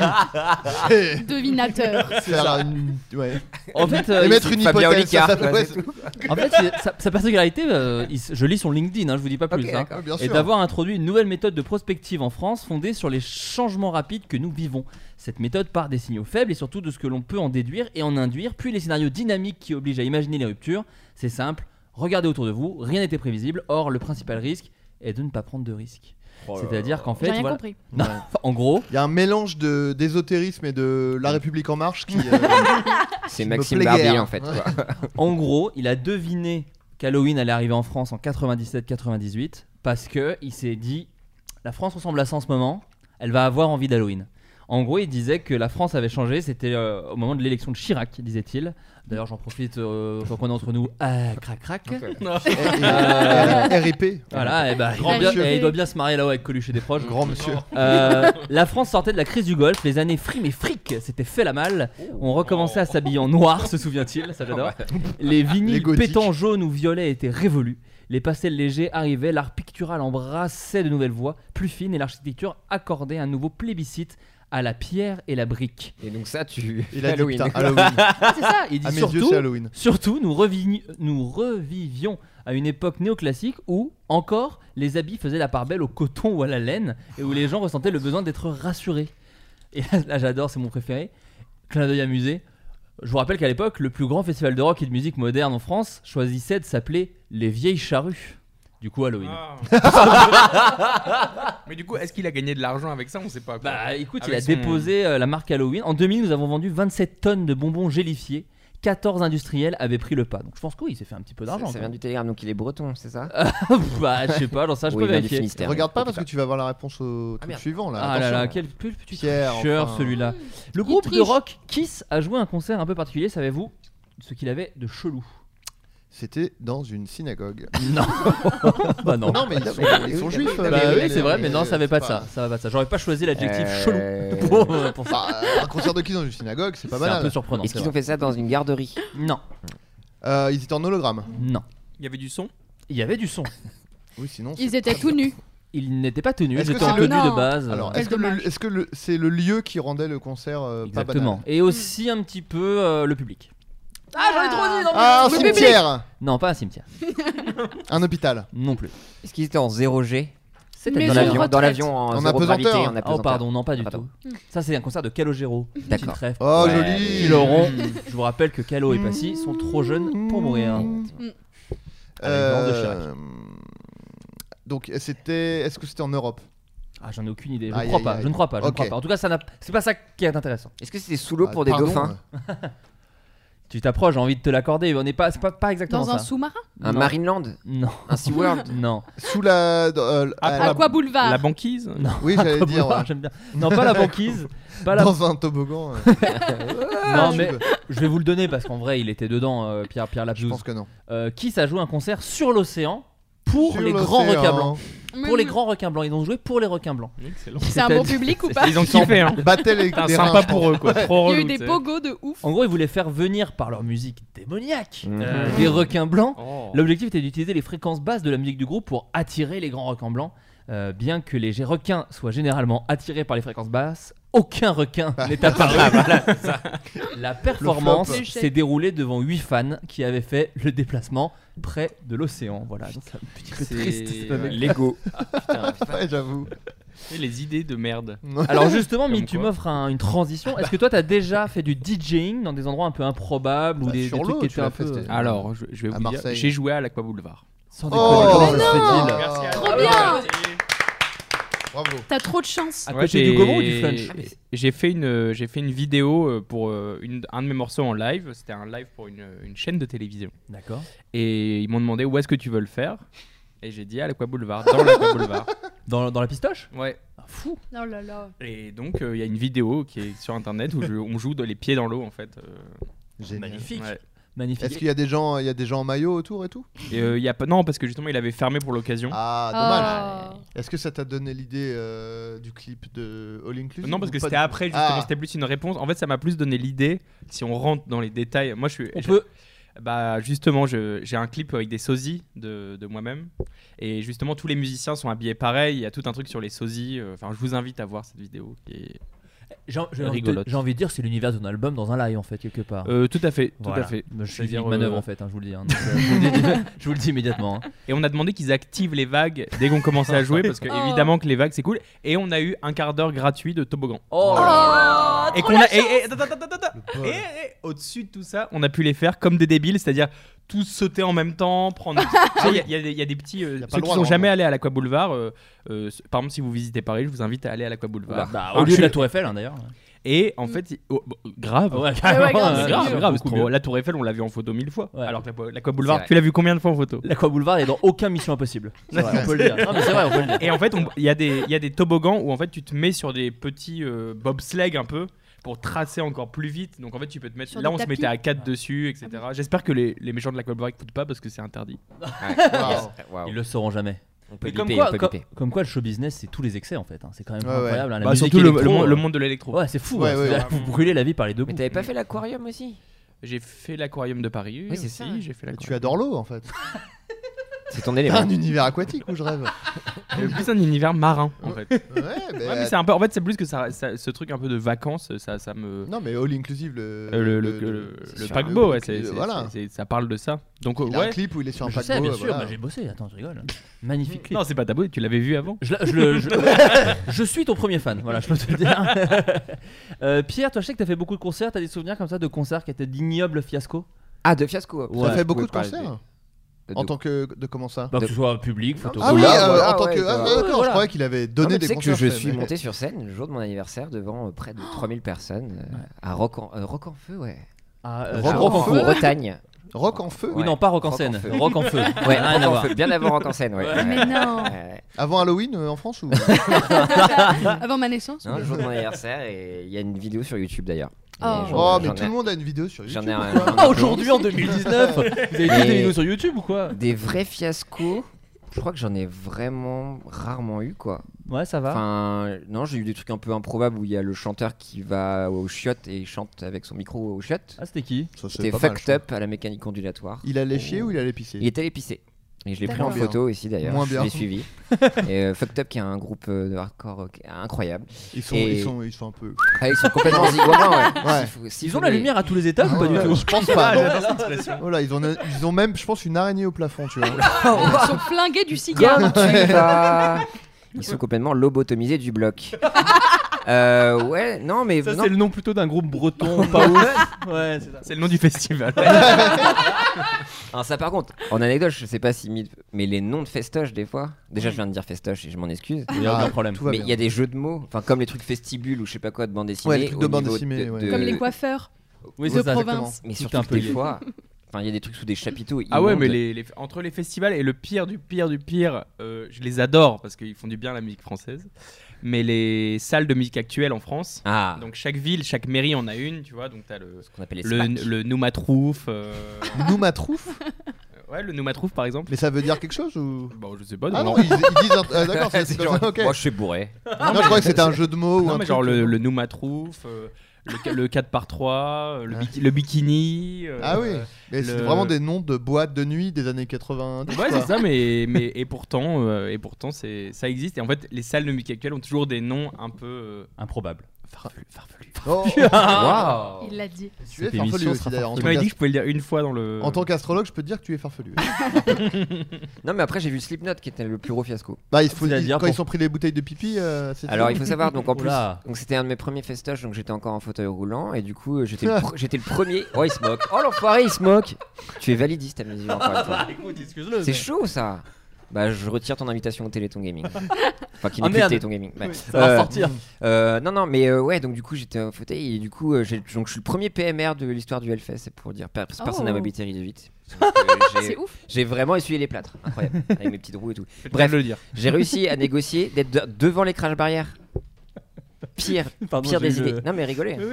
Speaker 2: C'est-
Speaker 8: Devinateur.
Speaker 2: faire une- ouais.
Speaker 6: En fait, euh,
Speaker 2: Émettre une hypothèse.
Speaker 7: Fabien
Speaker 2: ça
Speaker 7: Olicard,
Speaker 2: s'appelle-
Speaker 7: quoi,
Speaker 2: ouais,
Speaker 7: c'est
Speaker 2: c'est-
Speaker 6: en fait, c'est- sa, sa particularité, euh, il s- je lis son LinkedIn, hein, je vous dis pas plus.
Speaker 7: Ok,
Speaker 6: hein.
Speaker 7: d'accord.
Speaker 2: Ouais, bien
Speaker 6: et
Speaker 2: sûr.
Speaker 6: d'avoir introduit une nouvelle méthode de prospective en France fondée sur les changements rapides que nous vivons. Cette méthode part des signaux faibles et surtout de ce que l'on peut en déduire et en induire, puis les scénarios dynamiques qui obligent à imaginer les ruptures. C'est simple, regardez autour de vous, rien n'était prévisible, or le principal risque est de ne pas prendre de risque. C'est-à-dire qu'en
Speaker 8: J'ai
Speaker 6: fait,
Speaker 8: rien
Speaker 6: voilà-
Speaker 8: compris.
Speaker 6: Non, en gros,
Speaker 2: Il y a un mélange de d'ésotérisme et de La République en marche qui. euh,
Speaker 7: C'est
Speaker 2: me
Speaker 7: Maxime
Speaker 2: plaît
Speaker 7: Barbier
Speaker 2: guère.
Speaker 7: en fait. quoi.
Speaker 6: En gros, il a deviné qu'Halloween allait arriver en France en 97-98 parce que il s'est dit la France ressemble à ça en ce moment, elle va avoir envie d'Halloween. En gros, il disait que la France avait changé, c'était euh, au moment de l'élection de Chirac, disait-il. D'ailleurs, j'en profite, euh, tant qu'on est entre nous, ah, crac crac.
Speaker 2: et- et- RIP.
Speaker 6: Voilà, et bah, il,
Speaker 2: Grand
Speaker 6: doit bien-
Speaker 2: monsieur.
Speaker 6: et il doit bien se marier là-haut avec Coluche et des proches.
Speaker 2: Grand monsieur.
Speaker 6: Euh, la France sortait de la crise du Golfe, les années frimes et fric, c'était fait la malle. On recommençait à s'habiller en noir, se souvient-il, ça j'adore. Les
Speaker 2: Les
Speaker 6: vinyles
Speaker 2: gothiques.
Speaker 6: pétants jaunes ou violets étaient révolus. Les pastels légers arrivaient, l'art pictural embrassait de nouvelles voies plus fines et l'architecture accordait un nouveau plébiscite à la pierre et la brique.
Speaker 7: Et donc, ça, tu.
Speaker 2: Il a dit
Speaker 7: Halloween.
Speaker 2: putain, Halloween.
Speaker 6: C'est ça, il dit
Speaker 2: À mes yeux,
Speaker 6: Ah, surtout,
Speaker 2: c'est Halloween.
Speaker 6: surtout nous, revign- nous revivions à une époque néoclassique où, encore, les habits faisaient la part belle au coton ou à la laine et où les gens ressentaient le besoin d'être rassurés. Et là, là, j'adore, c'est mon préféré. Clin d'œil amusé. Je vous rappelle qu'à l'époque, le plus grand festival de rock et de musique moderne en France choisissait de s'appeler les Vieilles Charrues. Du coup, Halloween.
Speaker 9: Ah. Mais du coup, est-ce qu'il a gagné de l'argent avec ça On sait pas. quoi.
Speaker 6: Bah écoute, il
Speaker 9: Avec
Speaker 6: a
Speaker 9: son-
Speaker 6: déposé euh, la marque Halloween. En 2000, nous avons vendu 27 tonnes de bonbons gélifiés. 14 industriels avaient pris le pas. Donc je pense que oui, il s'est fait un petit peu d'argent.
Speaker 7: Ça,
Speaker 6: quand
Speaker 7: ça vient
Speaker 6: même.
Speaker 7: du Telegram, donc il est breton, c'est ça
Speaker 6: bah je sais pas, j'en sais, je peux
Speaker 7: Oui, il vient du
Speaker 6: vérifier.
Speaker 7: Finistère,
Speaker 2: Regarde
Speaker 7: mais
Speaker 2: pas
Speaker 7: pour
Speaker 2: parce que
Speaker 7: plus
Speaker 2: tu vas voir la réponse au truc
Speaker 7: merde.
Speaker 2: suivant là.
Speaker 6: Ah là là,
Speaker 2: Attention.
Speaker 6: quel plus petit
Speaker 2: Pierre,
Speaker 6: tricheur
Speaker 2: enfin.
Speaker 6: celui-là. Le
Speaker 8: Il
Speaker 6: groupe de
Speaker 8: triche.
Speaker 6: rock Kiss a joué un concert un peu particulier, savez-vous ce qu'il avait de chelou
Speaker 2: C'était dans une synagogue.
Speaker 6: Non Bah non.
Speaker 2: Non mais ils sont, ils sont juifs. euh,
Speaker 6: Bah
Speaker 2: les-
Speaker 6: oui,
Speaker 2: les-
Speaker 6: c'est vrai, mais
Speaker 2: les-
Speaker 6: non, ça avait pas de
Speaker 2: c'est
Speaker 6: ça. Ça va pas de ça. J'aurais pas choisi l'adjectif
Speaker 7: Euh,
Speaker 6: chelou pour, euh, pour ça.
Speaker 2: Bah, euh, un concert de qui dans une synagogue, c'est pas
Speaker 6: C'est un peu
Speaker 2: mal.
Speaker 6: surprenant.
Speaker 7: Est-ce
Speaker 6: c'est
Speaker 7: qu'ils ont
Speaker 6: vrai.
Speaker 7: fait ça dans une garderie
Speaker 6: Non,
Speaker 2: Euh, ils étaient en hologramme.
Speaker 6: non.
Speaker 9: Il y avait du son
Speaker 6: Il y avait du son.
Speaker 2: Oui, sinon.
Speaker 8: Ils étaient tout nus.
Speaker 6: Ils n'étaient pas tenus,
Speaker 2: Est-ce
Speaker 6: ils
Speaker 2: que
Speaker 6: étaient en
Speaker 2: c'est
Speaker 6: tenue
Speaker 2: le-
Speaker 6: de
Speaker 8: Non.
Speaker 6: base.
Speaker 2: Alors,
Speaker 8: Quel
Speaker 2: est-ce que, le,
Speaker 8: dommage.
Speaker 2: est-ce que le- c'est le lieu qui rendait le concert euh, pas
Speaker 6: Exactement.
Speaker 2: banal
Speaker 6: Et aussi un petit peu euh, le public.
Speaker 8: Ah, j'en ai trop dit, non mais-
Speaker 2: Ah, un
Speaker 8: Le public.
Speaker 2: cimetière
Speaker 6: Non, pas un cimetière.
Speaker 2: Un hôpital
Speaker 6: Non plus. Oh,
Speaker 7: Est-ce qu'ils étaient en 0G
Speaker 8: Mais
Speaker 7: Dans
Speaker 8: ils ont
Speaker 7: l'avion, dans
Speaker 8: retraite.
Speaker 7: l'avion en
Speaker 2: En
Speaker 7: zéro gravité,
Speaker 2: apesanteur.
Speaker 7: en
Speaker 6: Oh,
Speaker 7: apesanteur.
Speaker 6: pardon, non, pas du
Speaker 7: Ah, pardon.
Speaker 6: tout. Ça, c'est un concert de Calogero. Petite
Speaker 7: D'accord.
Speaker 6: trêve.
Speaker 2: Oh,
Speaker 7: Ouais,
Speaker 2: joli
Speaker 6: Ils auront. Mm. Je vous rappelle que Calo et Passy sont trop jeunes pour mourir.
Speaker 8: Mm.
Speaker 7: Mmh.
Speaker 6: à la différence de
Speaker 2: Mmh. Euh, Donc, c'était. Est-ce que c'était en Europe
Speaker 6: Ah, j'en ai aucune idée. Je ne
Speaker 2: Aïe,
Speaker 6: crois
Speaker 2: aïe,
Speaker 6: pas.
Speaker 2: aïe.
Speaker 6: Je ne crois pas. Je ne
Speaker 2: Ok.
Speaker 6: crois pas. En tout cas, ça n'a. C'est pas ça qui est intéressant.
Speaker 7: Est-ce que c'était sous l'eau
Speaker 2: Ah,
Speaker 7: pour des
Speaker 2: pardon.
Speaker 7: dauphins
Speaker 6: Tu t'approches. J'ai envie de te l'accorder. mais On n'est pas. C'est pas, pas exactement
Speaker 8: Dans un
Speaker 6: ça.
Speaker 8: sous-marin
Speaker 7: Un
Speaker 6: Non.
Speaker 7: Marineland
Speaker 6: Non.
Speaker 7: Un SeaWorld
Speaker 6: Non.
Speaker 2: euh, Sous la. dans- euh,
Speaker 9: Ah,
Speaker 2: la-
Speaker 8: À quoi boulevard
Speaker 9: La banquise Non.
Speaker 2: Oui, j'allais dire. ouais.
Speaker 6: J'aime bien. Non, pas la banquise. Pas la.
Speaker 2: Dans un toboggan. euh,
Speaker 6: Non,
Speaker 2: tube.
Speaker 6: mais je vais vous le donner parce qu'en vrai, il était dedans. euh, Pierre, Pierre
Speaker 2: Je
Speaker 6: Lapjouz.
Speaker 2: pense que non.
Speaker 6: Euh, Qui ça joue un concert sur l'océan pour
Speaker 2: Sur
Speaker 6: les grands
Speaker 2: l'océan.
Speaker 6: requins blancs.
Speaker 8: Mais
Speaker 6: Pour les
Speaker 8: oui.
Speaker 6: grands requins blancs, ils ont joué pour les requins blancs.
Speaker 9: Excellent.
Speaker 8: Mmh. C'est un bon public ou pas
Speaker 9: Ils ont kiffé, hein.
Speaker 2: Battait les.
Speaker 9: Putain,
Speaker 2: les
Speaker 9: sympa
Speaker 2: reins, je
Speaker 9: pour eux, quoi. Trop
Speaker 8: Il y a eu
Speaker 9: relou,
Speaker 8: des
Speaker 9: tu sais.
Speaker 8: pogos de ouf.
Speaker 6: En gros, ils voulaient faire venir par leur musique démoniaque
Speaker 2: Mm.
Speaker 7: Mhm.
Speaker 6: euh, des requins blancs.
Speaker 9: Oh.
Speaker 6: L'objectif était d'utiliser les fréquences basses de la musique du groupe pour attirer les grands requins blancs. Euh, bien que les gé- requins soient généralement attirés par les fréquences basses, aucun requin
Speaker 2: Ah.
Speaker 6: n'est apparu. Voilà, c'est ça. La performance
Speaker 2: Le
Speaker 8: flop.
Speaker 6: s'est déroulée devant 8 fans qui avaient fait le déplacement près de l'océan. Voilà, donc un petit peu
Speaker 9: C'est-
Speaker 6: triste. cet
Speaker 9: ouais.
Speaker 6: anecdote.
Speaker 7: Lego.
Speaker 2: pense. Ouais, j'avoue.
Speaker 9: Et les idées de merde.
Speaker 6: Alors justement,
Speaker 9: Comme
Speaker 6: Mi, tu
Speaker 9: quoi.
Speaker 6: m'offres un- une transition.
Speaker 2: Bah.
Speaker 6: Est-ce que toi, t'as déjà fait du DJing dans des endroits un peu improbables ou
Speaker 2: Bah,
Speaker 6: des, des
Speaker 2: sur
Speaker 6: trucs
Speaker 2: l'eau,
Speaker 6: qui
Speaker 2: tu
Speaker 6: étaient
Speaker 2: l'as
Speaker 6: un
Speaker 2: fait,
Speaker 6: peu
Speaker 2: c'était-
Speaker 9: Alors, je, je vais
Speaker 2: À
Speaker 9: vous dire,
Speaker 2: Marseille.
Speaker 9: j'ai joué à l'Aqua Boulevard.
Speaker 6: sans déconner,
Speaker 2: Oh,
Speaker 6: comment
Speaker 2: mais
Speaker 6: ça se
Speaker 8: non
Speaker 6: fait-il
Speaker 2: Ah,
Speaker 8: Trop bien
Speaker 2: Bravo.
Speaker 8: T'as trop de chance.
Speaker 6: À
Speaker 9: Ouais,
Speaker 6: côté
Speaker 9: j'ai-
Speaker 6: du Gaumont ou du French
Speaker 9: J'ai fait une euh, j'ai fait une vidéo euh, pour euh, une- un de mes morceaux en live. C'était un live pour une, euh, une chaîne de télévision.
Speaker 6: D'accord.
Speaker 9: Et ils m'ont demandé où est-ce que tu veux le faire. Et j'ai dit à l'Aqua Boulevard, dans l'Aqua Boulevard.
Speaker 6: Dans, dans la pistoche
Speaker 9: Ouais.
Speaker 6: Ah, Fou.
Speaker 8: Oh là là.
Speaker 9: Et donc euh, il y a une vidéo qui est sur internet où je- on joue dans les pieds dans l'eau en fait. euh,
Speaker 2: Génial.
Speaker 6: Magnifique.
Speaker 9: ouais.
Speaker 6: Magnifique.
Speaker 2: Est-ce qu'il y a des gens, il y a des gens en maillot autour et tout
Speaker 9: Et euh, il y a pas non parce que justement il avait fermé pour
Speaker 6: Mmh.
Speaker 9: l'occasion.
Speaker 2: Ah, dommage.
Speaker 8: Ah.
Speaker 2: Est-ce que ça t'a donné l'idée euh, du clip de All Inclusive
Speaker 9: Non parce
Speaker 2: ou
Speaker 9: que
Speaker 2: pas
Speaker 9: c'était
Speaker 2: du tout
Speaker 9: après justement
Speaker 2: Ah.
Speaker 9: c'était plus une réponse. En fait ça m'a plus donné l'idée si on rentre dans les détails. Moi je suis
Speaker 6: On
Speaker 9: j'ai-
Speaker 6: peut.
Speaker 9: Bah justement, je- j'ai un clip avec des sosies de, de moi-même. Et justement, tous les musiciens sont habillés pareil. Il y a tout un truc sur les sosies. euh, Enfin, je vous invite à voir cette vidéo. qui est-
Speaker 6: J'ai j'ai envie, de-
Speaker 9: Rigolote.
Speaker 6: j'ai envie de dire, c'est l'univers d'un album dans un live en fait, quelque part.
Speaker 9: Euh, tout à fait, tout
Speaker 6: Voilà.
Speaker 9: à fait.
Speaker 6: Je suis
Speaker 9: C'est-à-dire,
Speaker 6: une manœuvre
Speaker 9: euh,
Speaker 6: en fait, hein, je vous le dis. hein. Donc, euh, je, vous le dis je vous le dis immédiatement. hein.
Speaker 9: Et on a demandé qu'ils activent les vagues dès qu'on commençait à jouer, parce que
Speaker 8: Oh.
Speaker 9: évidemment que les vagues c'est cool. Et on a eu un quart d'heure gratuit de toboggan.
Speaker 6: Oh,
Speaker 9: et qu'on a. Et, et- attends, attends, attends, attends. Et, et au-dessus de tout ça, on a pu les faire comme des débiles, c'est-à-dire tous sauter en même temps, prendre. Tu sais, Il y, a- il y a des- il y a des petits. euh,
Speaker 2: Il y a pas
Speaker 9: ceux
Speaker 2: le
Speaker 9: qui
Speaker 2: droit,
Speaker 9: sont jamais
Speaker 2: normalement.
Speaker 9: allés à l'Aqua Boulevard, euh, euh, c- par exemple, si vous visitez Paris, je vous invite à aller à l'Aqua Boulevard.
Speaker 6: Bah,
Speaker 9: Enfin,
Speaker 6: au lieu
Speaker 9: Ah je-
Speaker 6: de la Tour Eiffel hein, d'ailleurs.
Speaker 9: Et en fait, il- oh, bah, grave.
Speaker 8: ouais, grave,
Speaker 9: C'est
Speaker 8: c'est
Speaker 9: grave,
Speaker 8: sûr.
Speaker 9: grave,
Speaker 6: hein. beaucoup
Speaker 9: parce que
Speaker 6: mieux.
Speaker 9: la Tour Eiffel, on l'a vu en photo mille fois.
Speaker 6: Ouais.
Speaker 9: Alors que l'Aqua- l'Aqua Boulevard,
Speaker 7: vrai.
Speaker 9: tu l'as vu combien de fois en photo
Speaker 6: L'Aqua Boulevard est dans aucun Mission Impossible. C'est vrai, on peut le dire. Non, mais c'est vrai, on peut le dire.
Speaker 9: Et en fait, on- il y, a des- il y a des toboggans où en fait, tu te mets sur des petits euh, bobsleigh un peu pour tracer encore plus vite. Donc en fait, tu peux te mettre.
Speaker 8: Sur
Speaker 9: là,
Speaker 8: des
Speaker 9: on se
Speaker 8: tapis.
Speaker 9: mettait à 4
Speaker 2: Ah.
Speaker 9: dessus, etc. J'espère que les, les méchants de l'Aqua Boulevard n'écoutent pas parce que c'est interdit.
Speaker 2: Wow.
Speaker 7: Waouh.
Speaker 6: Ils le sauront jamais.
Speaker 7: On peut
Speaker 6: Mais comme,
Speaker 7: biper,
Speaker 6: quoi,
Speaker 7: on peut
Speaker 6: comme,
Speaker 7: biper.
Speaker 6: comme quoi, le show business, c'est tous les excès en fait. hein. C'est quand même
Speaker 2: Ouais, ouais.
Speaker 6: incroyable. hein, la
Speaker 9: Bah,
Speaker 6: musique
Speaker 9: surtout le,
Speaker 6: électro,
Speaker 9: le monde,
Speaker 6: euh,
Speaker 9: le monde de l'électro.
Speaker 6: Ouais, c'est fou.
Speaker 2: Ouais,
Speaker 6: hein,
Speaker 2: ouais,
Speaker 6: c'est-à-dire que Vous brûlez la vie par les deux
Speaker 7: Mais
Speaker 6: bouts.
Speaker 7: t'avais pas fait l'aquarium aussi
Speaker 9: J'ai fait l'aquarium de Paris.
Speaker 7: Oui, c'est
Speaker 9: aussi,
Speaker 7: ça.
Speaker 9: J'ai fait
Speaker 2: Mais Tu
Speaker 9: l'aquarium.
Speaker 2: adores l'eau en fait.
Speaker 7: C'est ton
Speaker 2: T'as
Speaker 7: élément.
Speaker 2: un univers aquatique où je rêve.
Speaker 9: Euh, plus un univers marin en fait.
Speaker 2: Ouais,
Speaker 9: Ouais,
Speaker 2: mais, euh,
Speaker 9: mais c'est un peu. En fait, c'est plus que ça, ça- ce truc un peu de vacances. Ça, ça me.
Speaker 2: Non, mais All Inclusive, le,
Speaker 9: Euh, le, le-
Speaker 2: le-
Speaker 9: le- le
Speaker 2: c'est sur
Speaker 9: paquebot,
Speaker 2: le-
Speaker 9: ouais, c'est- c'est-
Speaker 2: voilà.
Speaker 9: c'est- ça parle de ça. Donc,
Speaker 2: Il
Speaker 9: ouais.
Speaker 2: a un clip où il est sur un
Speaker 6: Je sais, bien
Speaker 2: paquebot.
Speaker 6: sûr,
Speaker 2: voilà.
Speaker 6: bah, j'ai bossé. Attends, je rigole. Magnifique clip.
Speaker 9: Non, c'est pas tabou, tu l'avais vu avant.
Speaker 6: Je, la- je le- je- je suis ton premier fan, voilà, je peux te le dire. Euh, Pierre, toi, je sais que t'as fait beaucoup de concerts, t'as des souvenirs comme ça de concerts qui étaient d'ignobles fiascos
Speaker 7: Ah, de fiasco.
Speaker 2: T'as fait beaucoup de concerts
Speaker 7: de-
Speaker 2: En tant que. De comment ça
Speaker 6: Bah, que ce soit public, photo.
Speaker 2: Ah oui,
Speaker 7: Ah,
Speaker 2: euh,
Speaker 7: voilà,
Speaker 2: en tant
Speaker 7: ouais,
Speaker 2: que.
Speaker 7: bah,
Speaker 2: Ah,
Speaker 7: ouais,
Speaker 2: d'accord,
Speaker 6: voilà.
Speaker 2: je croyais qu'il avait
Speaker 7: Non,
Speaker 2: donné des
Speaker 7: mais tu sais que
Speaker 2: concerts.
Speaker 7: je suis
Speaker 2: mais-
Speaker 7: monté sur scène le jour de mon anniversaire devant euh, près de 3000 personnes euh, à Rock en, euh, Rock en Feu, ouais.
Speaker 6: Ah,
Speaker 7: À
Speaker 6: euh,
Speaker 2: Rock
Speaker 6: Rock
Speaker 2: en
Speaker 6: en feu.
Speaker 7: Bretagne.
Speaker 2: Rock en feu
Speaker 6: Oui,
Speaker 7: Ouais.
Speaker 6: non, pas rock en
Speaker 7: Rock en
Speaker 6: scène.
Speaker 7: feu.
Speaker 6: Rock en feu.
Speaker 7: Ouais,
Speaker 6: Rien à
Speaker 7: Rock en
Speaker 6: voir.
Speaker 7: Feu, bien avant Rock en scène, ouais.
Speaker 8: Mais non
Speaker 7: Ouais.
Speaker 2: Avant Halloween euh, en France ou
Speaker 8: Avant ma naissance
Speaker 7: Non, le jour de mon anniversaire, et il y a une vidéo sur YouTube d'ailleurs. Et
Speaker 8: Oh.
Speaker 7: j'en-
Speaker 2: Oh, mais
Speaker 7: j'en
Speaker 2: tout
Speaker 7: ai-
Speaker 2: le monde a une vidéo sur
Speaker 7: J'en
Speaker 2: YouTube.
Speaker 7: ai un. Ah,
Speaker 2: quoi.
Speaker 7: j'en ai un.
Speaker 6: Ah, Aujourd'hui en 2019, vous avez
Speaker 9: Ah,
Speaker 7: Mais-
Speaker 6: vu des vidéos sur YouTube ou quoi
Speaker 7: Des vrais fiascos, je crois que j'en ai vraiment rarement eu quoi.
Speaker 6: Ouais, ça va.
Speaker 7: Enfin, non, j'ai eu des trucs un peu improbables où il y a le chanteur qui va aux chiottes et il chante avec son micro aux chiottes.
Speaker 6: Ah, c'était qui
Speaker 2: Ça, c'est
Speaker 7: C'était
Speaker 2: pas mal,
Speaker 7: fucked
Speaker 2: ça.
Speaker 7: up à la mécanique ondulatoire.
Speaker 2: Il allait chier ou il allait pisser
Speaker 7: Il était épicé. Et je l'ai pris en
Speaker 2: D'accord.
Speaker 7: photo ici d'ailleurs.
Speaker 2: Moins
Speaker 7: Je
Speaker 2: bien.
Speaker 7: l'ai suivi. et euh, Fucked Up qui est un groupe euh, de hardcore euh, qui est incroyable.
Speaker 2: Ils sont,
Speaker 7: Et-
Speaker 2: ils sont, ils sont un peu.
Speaker 7: Ah, ils sont complètement zigouins. Ouais.
Speaker 2: Ouais.
Speaker 7: S'il faut- s'il
Speaker 6: Ils
Speaker 7: faut
Speaker 6: ont la
Speaker 7: les-
Speaker 6: lumière à tous les étages ou Ah, pas du tout
Speaker 2: Je pense pas. non.
Speaker 9: cette expression.
Speaker 2: Voilà, ils ont, ils ont même, je pense, une araignée au plafond, tu vois.
Speaker 7: Oh.
Speaker 8: Ils sont flingués du cigare.
Speaker 7: Tu vas- Ils sont complètement lobotomisés du bloc. Euh, ouais, non mais
Speaker 6: Ça,
Speaker 7: non,
Speaker 6: c'est le nom plutôt d'un groupe breton, pas ouf. Ouais, c'est ça.
Speaker 9: C'est le nom du festival.
Speaker 7: Ah, ça par contre, en anecdote, je sais pas si mythe, mais les noms de festoches des fois. Déjà, je viens de dire festoche et je m'en excuse.
Speaker 6: Il y a
Speaker 2: Ah,
Speaker 6: aucun problème.
Speaker 2: Tout va
Speaker 7: mais il y
Speaker 2: bien.
Speaker 7: a des jeux de mots, enfin comme les trucs festibules ou je sais pas quoi de bande dessinée.
Speaker 2: Ouais, les trucs de
Speaker 7: au
Speaker 2: bande
Speaker 7: niveau
Speaker 2: dessinée, ouais.
Speaker 8: Comme les coiffeurs.
Speaker 6: Oui,
Speaker 8: de
Speaker 6: c'est ça.
Speaker 8: province.
Speaker 2: exactement.
Speaker 7: Mais
Speaker 6: Tout
Speaker 7: surtout
Speaker 6: un
Speaker 7: que
Speaker 6: peu
Speaker 7: des
Speaker 6: lié.
Speaker 7: fois, enfin il y a des trucs sous des chapiteaux.
Speaker 9: Ah ouais, mais
Speaker 7: immondes.
Speaker 9: les, les- entre les festivals et le pire du pire du pire, euh, je les adore parce qu'ils font du bien à la musique française. Mais les salles de musique actuelle en France,
Speaker 7: Ah,
Speaker 9: donc chaque ville, chaque mairie en a une, tu vois. Donc t'as le
Speaker 7: ce qu'on appelle les
Speaker 9: le,
Speaker 7: SPAC.
Speaker 9: le Noumatrouf, euh,
Speaker 2: Noumatrouf
Speaker 9: ouais le Noumatrouf par exemple.
Speaker 2: Mais ça veut dire quelque chose ou
Speaker 9: Bon, je sais pas.
Speaker 2: Ah non,
Speaker 9: donc-
Speaker 2: ils, ils disent. un- Ah, d'accord, c'est
Speaker 7: C'est
Speaker 2: comme
Speaker 7: genre,
Speaker 2: ça, ok.
Speaker 7: Moi je suis bourré.
Speaker 2: Non, je croyais que c'était un jeu de mots ou
Speaker 9: Non,
Speaker 2: un
Speaker 9: mais
Speaker 2: truc. euh,
Speaker 9: genre le, le Noumatrouf, euh, le, ca- le 4x3, euh, le,
Speaker 2: Ah.
Speaker 9: biki- le bikini. euh,
Speaker 2: Ah oui, mais c'est
Speaker 9: le-
Speaker 2: vraiment des noms de boîtes de nuit des années 80.
Speaker 9: Ouais, c'est ça, mais, mais et pourtant, euh, et pourtant c'est, ça existe. Et en fait, les salles de musique actuelles ont toujours des noms un peu euh,
Speaker 6: Improbable.
Speaker 9: farfelus. farfelus.
Speaker 2: Oh,
Speaker 7: euh, Waouh.
Speaker 8: Il l'a dit.
Speaker 2: tu es
Speaker 6: Cette émission
Speaker 2: farfelu aussi
Speaker 6: sera
Speaker 2: d'ailleurs. En
Speaker 9: Tu
Speaker 2: tant
Speaker 9: m'avais dit
Speaker 2: qu'as-
Speaker 9: que je pouvais le dire une fois dans le.
Speaker 2: En tant qu'astrologue, je peux te dire que tu es farfelu.
Speaker 7: Non mais après j'ai vu Slipknot qui était le plus gros fiasco.
Speaker 2: Bah, il faut
Speaker 6: C'est-à-dire
Speaker 2: dire quand
Speaker 6: pour-
Speaker 2: ils sont pris les bouteilles de pipi. euh, c'est
Speaker 7: Alors il
Speaker 2: dur.
Speaker 7: faut savoir donc en plus
Speaker 6: Oula.
Speaker 7: donc c'était un de mes premiers festoches donc j'étais encore en fauteuil roulant et du coup euh, j'étais le, pr- j'étais le premier. Oh il se moque. Oh l'enfoiré il se moque. Tu es validiste à mes yeux encore une fois.
Speaker 6: excuse-le.
Speaker 7: C'est chaud ça Bah je retire ton invitation au Téléthon Gaming. Enfin qui
Speaker 6: Ah,
Speaker 7: n'est plus
Speaker 6: merde.
Speaker 7: Téléthon Gaming. ouais.
Speaker 6: Ça va
Speaker 7: Euh,
Speaker 6: sortir.
Speaker 7: euh, non non mais euh, ouais donc du coup j'étais au fauteuil et du coup euh, j'ai- donc je suis le premier PMR de l'histoire du Hellfest c'est pour dire Per- personne n'a
Speaker 8: Oh.
Speaker 7: m'habité de vite. Donc, euh,
Speaker 8: C'est
Speaker 7: j'ai-
Speaker 8: ouf.
Speaker 7: J'ai vraiment essuyé les plâtres, incroyable, avec mes petites roues et tout.
Speaker 9: Peut-être
Speaker 7: Bref.
Speaker 9: le dire.
Speaker 7: J'ai réussi à négocier d'être de- devant les crash barrières. Pire,
Speaker 6: Pardon,
Speaker 7: pire
Speaker 6: j'ai
Speaker 7: des
Speaker 6: eu le-
Speaker 7: idées. Non mais rigolez. Non,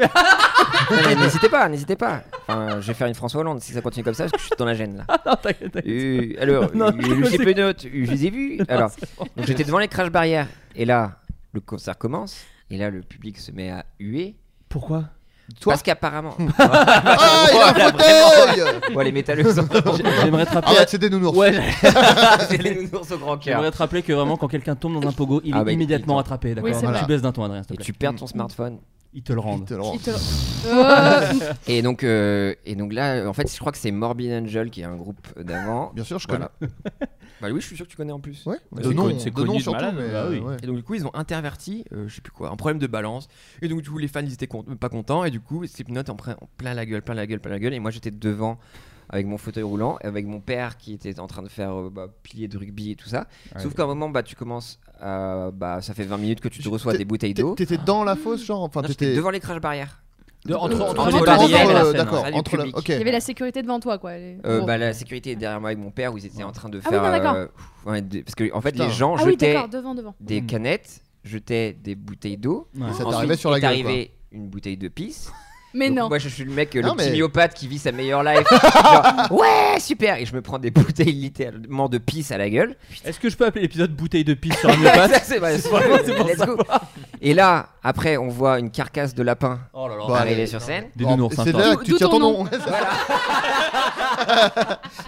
Speaker 7: mais n'hésitez pas, n'hésitez pas. Enfin, je vais faire une François Hollande si ça continue comme ça parce que je suis dans la gêne là.
Speaker 6: Non, t'inquiète, t'inquiète.
Speaker 7: Euh, alors,
Speaker 6: Non,
Speaker 7: euh, je
Speaker 6: mais
Speaker 7: sais
Speaker 6: c'est-
Speaker 7: pas note, je les ai vus. Alors, donc j'étais devant les crash barrières et là, le concert commence et là, le public se met à huer.
Speaker 6: Pourquoi
Speaker 2: Toi
Speaker 7: parce qu'apparemment,
Speaker 2: Ah, il a un fauteuil
Speaker 7: Ouais, les métalleux sont
Speaker 6: J'aimerais te rappeler.
Speaker 2: Arrête, c'est des nounours.
Speaker 6: Ouais,
Speaker 7: c'est les nounours au grand cœur.
Speaker 6: J'aimerais te rappeler que vraiment, quand quelqu'un tombe dans un pogo, il
Speaker 7: Ah
Speaker 6: est
Speaker 7: bah, il-
Speaker 6: immédiatement
Speaker 7: il-
Speaker 6: rattrapé. D'accord
Speaker 8: Oui, c'est
Speaker 2: vrai.
Speaker 6: Tu baisses d'un ton, Adrien, s'il
Speaker 7: Et
Speaker 6: te plaît.
Speaker 7: tu perds ton smartphone.
Speaker 6: Ils te le
Speaker 2: Ils
Speaker 6: rendent.
Speaker 2: te le rendent.
Speaker 8: Il te-
Speaker 7: Oh. Ah.
Speaker 8: Euh,
Speaker 7: Et donc, euh, et donc là, en fait, je crois que c'est Morbid Angel qui est un groupe d'avant.
Speaker 2: Bien sûr, je connais.
Speaker 7: Voilà. bah oui, je suis sûr que tu connais en plus.
Speaker 2: Ouais,
Speaker 7: Ouais,
Speaker 2: de
Speaker 7: c'est
Speaker 2: nom,
Speaker 9: connu- c'est
Speaker 2: de
Speaker 9: connu
Speaker 2: nom
Speaker 9: de
Speaker 2: surtout,
Speaker 9: malade,
Speaker 2: mais
Speaker 9: bah
Speaker 2: euh,
Speaker 9: oui.
Speaker 2: ouais.
Speaker 7: Et donc du coup ils ont interverti, euh, je sais plus quoi, un problème de balance. Et donc du coup les fans ils étaient con- pas contents et du coup Slipknot en, pre- en plein la gueule, plein la gueule, plein la gueule. Et moi j'étais devant avec mon fauteuil roulant, avec mon père qui était en train de faire euh, bah, pilier de rugby et tout ça. Sauf qu'à un moment bah tu commences, à- bah ça fait 20 minutes que tu te
Speaker 2: Je-
Speaker 7: reçois
Speaker 2: t'es-
Speaker 7: des bouteilles
Speaker 2: T'é-
Speaker 7: d'eau.
Speaker 2: T'étais dans la fosse, genre Enfin,
Speaker 7: Non, j'étais
Speaker 2: t'étais.
Speaker 7: devant les crash barrières.
Speaker 6: De- entre,
Speaker 7: Euh,
Speaker 6: entre
Speaker 7: entre
Speaker 6: les
Speaker 7: les
Speaker 6: barrières et
Speaker 7: barrières,
Speaker 6: la
Speaker 2: euh,
Speaker 6: scène,
Speaker 2: D'accord,
Speaker 6: hein.
Speaker 7: Salut,
Speaker 2: entre la.
Speaker 7: public.
Speaker 2: Ok.
Speaker 8: Il y avait la sécurité devant toi, quoi. Les-
Speaker 7: Euh,
Speaker 2: Oh.
Speaker 8: Bon.
Speaker 7: bah, la sécurité est derrière moi avec mon père où ils étaient en train de
Speaker 8: Ah oui,
Speaker 7: faire.
Speaker 8: non, d'accord.
Speaker 7: euh, pff, ouais, de- parce que en fait
Speaker 2: Putain. Hmm.
Speaker 7: les gens
Speaker 8: Ah oui,
Speaker 7: jetaient
Speaker 8: d'accord, devant, devant.
Speaker 7: des
Speaker 6: Mm.
Speaker 7: canettes, jetaient des bouteilles d'eau.
Speaker 6: Ouais.
Speaker 2: Ça
Speaker 7: Ensuite,
Speaker 2: t'arrivait sur la
Speaker 7: est
Speaker 2: gueule.
Speaker 7: arrivée une bouteille de pisse.
Speaker 8: Mais
Speaker 7: Donc,
Speaker 8: non.
Speaker 7: Moi, je suis le mec, euh,
Speaker 2: Non,
Speaker 7: le petit
Speaker 2: mais-
Speaker 7: myopathe qui vit sa meilleure life. Genre, ouais, super. Et je me prends des bouteilles littéralement de pisse à la gueule.
Speaker 6: Est-ce que je peux appeler l'épisode bouteille de pisse sur un
Speaker 7: Ça,
Speaker 6: myopath
Speaker 7: c'est vrai,
Speaker 6: C'est vraiment- c'est pour
Speaker 7: let's go. Et là, après, on voit une carcasse de lapin
Speaker 6: Oh là là.
Speaker 2: Bah,
Speaker 7: arriver sur scène.
Speaker 6: Des
Speaker 2: Bon,
Speaker 6: nounours, hein,
Speaker 2: C'est
Speaker 6: toi.
Speaker 2: là
Speaker 8: D'où-
Speaker 2: que tu
Speaker 8: d'où
Speaker 2: tiens
Speaker 8: ton
Speaker 2: ton nom.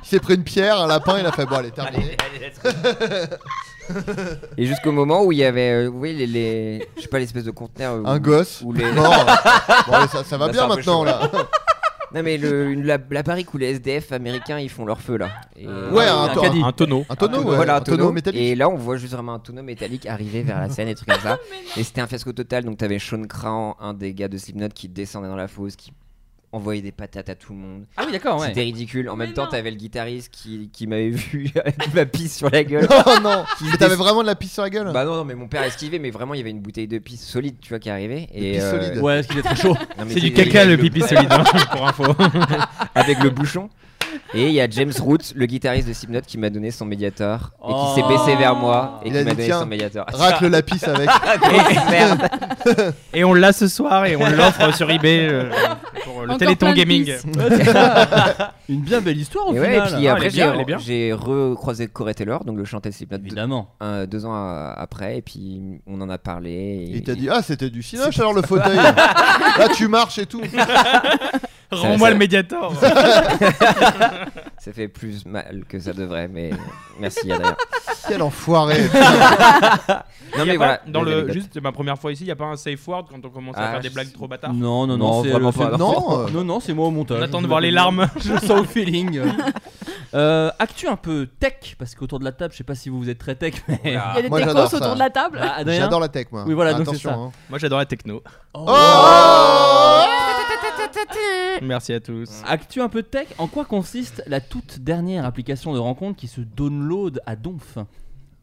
Speaker 2: Il s'est pris une pierre, un lapin, il a fait bon, allez, terminé.
Speaker 7: Et jusqu'au moment où il y avait, euh, vous voyez, les, les- je sais pas, l'espèce de conteneur. euh,
Speaker 2: Un
Speaker 7: où-
Speaker 2: gosse.
Speaker 7: Ou les-
Speaker 2: Mort. Bon, allez, ça, ça va
Speaker 7: Bah, c'est
Speaker 2: bien
Speaker 7: un peu
Speaker 2: maintenant
Speaker 7: chaud.
Speaker 2: là.
Speaker 7: Non, mais le- une- la, la barrique où les SDF américains ils font leur feu là. Et- euh,
Speaker 2: Ouais,
Speaker 6: Un
Speaker 2: un, to-
Speaker 6: caddie.
Speaker 9: Un tonneau.
Speaker 2: un tonneau, ouais,
Speaker 7: voilà,
Speaker 2: un tonneau métallique.
Speaker 7: Et là, on voit juste vraiment un tonneau métallique arriver vers la scène et trucs comme ça.
Speaker 6: Oh,
Speaker 7: et c'était un fiasco total. Donc, t'avais Sean Cran, un des gars de Slipknot, qui descendait dans la fosse, qui envoyer des patates à tout le monde.
Speaker 6: Ah oui, d'accord, ouais.
Speaker 7: C'était ridicule. En
Speaker 8: Mais
Speaker 7: même temps,
Speaker 8: non.
Speaker 7: t'avais le guitariste qui, qui m'avait vu avec ma pisse sur la gueule.
Speaker 2: Oh non
Speaker 7: Qui
Speaker 2: Mais t'avais vraiment de la pisse sur la gueule
Speaker 7: Bah non, non, mais mon père esquivait, mais vraiment, il y avait une bouteille de pisse solide, tu vois, qui arrivait. Et
Speaker 2: pisse solide.
Speaker 6: Ouais, parce qu'il est très chaud.
Speaker 7: non, mais
Speaker 9: C'est du
Speaker 7: t'es-
Speaker 9: caca le
Speaker 7: avec
Speaker 9: pipi solide, hein, pour info.
Speaker 7: Avec le bouchon. Et il y a James Root, le guitariste de Slipknot, qui m'a donné son médiator et qui s'est
Speaker 6: Oh.
Speaker 7: baissé vers moi et
Speaker 2: Il
Speaker 7: qui
Speaker 2: a
Speaker 7: m'a
Speaker 2: dit,
Speaker 7: donné
Speaker 2: tiens,
Speaker 7: son médiator.
Speaker 2: Racle la pisse avec.
Speaker 7: Merde.
Speaker 9: Et on l'a ce soir et on l'offre sur eBay euh, pour le
Speaker 8: Encore
Speaker 9: Téléthon
Speaker 8: plein de
Speaker 9: Gaming.
Speaker 8: pisse.
Speaker 6: Une bien belle histoire au
Speaker 7: Et ouais, et
Speaker 6: final.
Speaker 7: puis
Speaker 9: Ah,
Speaker 7: après,
Speaker 9: elle est bien, elle est
Speaker 7: j'ai-
Speaker 9: bien.
Speaker 7: j'ai recroisé Corey Taylor, donc le chanteur de Slipknot, deux,
Speaker 6: Évidemment.
Speaker 7: un- deux ans euh, après, et puis on en a parlé. et-
Speaker 2: Il t'a dit Ah, c'était du cinoche alors le fauteuil. Là, tu marches et tout.
Speaker 9: Rends-moi le Mediator.
Speaker 7: Ça fait plus mal que ça devrait, mais merci à d'ailleurs.
Speaker 2: Quel enfoiré.
Speaker 7: Non,
Speaker 9: Y a
Speaker 7: mais
Speaker 9: pas-
Speaker 7: voilà.
Speaker 9: Dans
Speaker 7: les
Speaker 9: le,
Speaker 7: anecdotes.
Speaker 9: juste ma première fois ici, il n'y a pas un safe word quand on commence à
Speaker 7: Ah,
Speaker 9: faire des
Speaker 7: je-
Speaker 9: blagues trop bâtards.
Speaker 6: Non, non,
Speaker 7: Non,
Speaker 6: non, c'est-
Speaker 7: vraiment
Speaker 6: c'est-
Speaker 7: pas, non.
Speaker 6: non, non, non, c'est moi au montage.
Speaker 9: On attend de
Speaker 6: Je
Speaker 9: voir
Speaker 6: le-
Speaker 9: les larmes.
Speaker 6: Je le sens au feeling. Euh, actu un peu tech, parce qu'autour de la table, je sais pas si vous vous êtes très tech, mais.
Speaker 8: Il y a des
Speaker 2: Moi,
Speaker 8: techos
Speaker 2: j'adore ça.
Speaker 8: autour de la table.
Speaker 6: Ah, Adrien
Speaker 2: J'adore la tech, moi.
Speaker 6: Oui, voilà, donc c'est
Speaker 2: Attention.
Speaker 6: ça.
Speaker 2: hein.
Speaker 9: Moi j'adore la techno.
Speaker 2: Oh
Speaker 9: Merci à tous.
Speaker 6: Actu un peu tech, en quoi consiste la toute dernière application de rencontre qui se download à Donf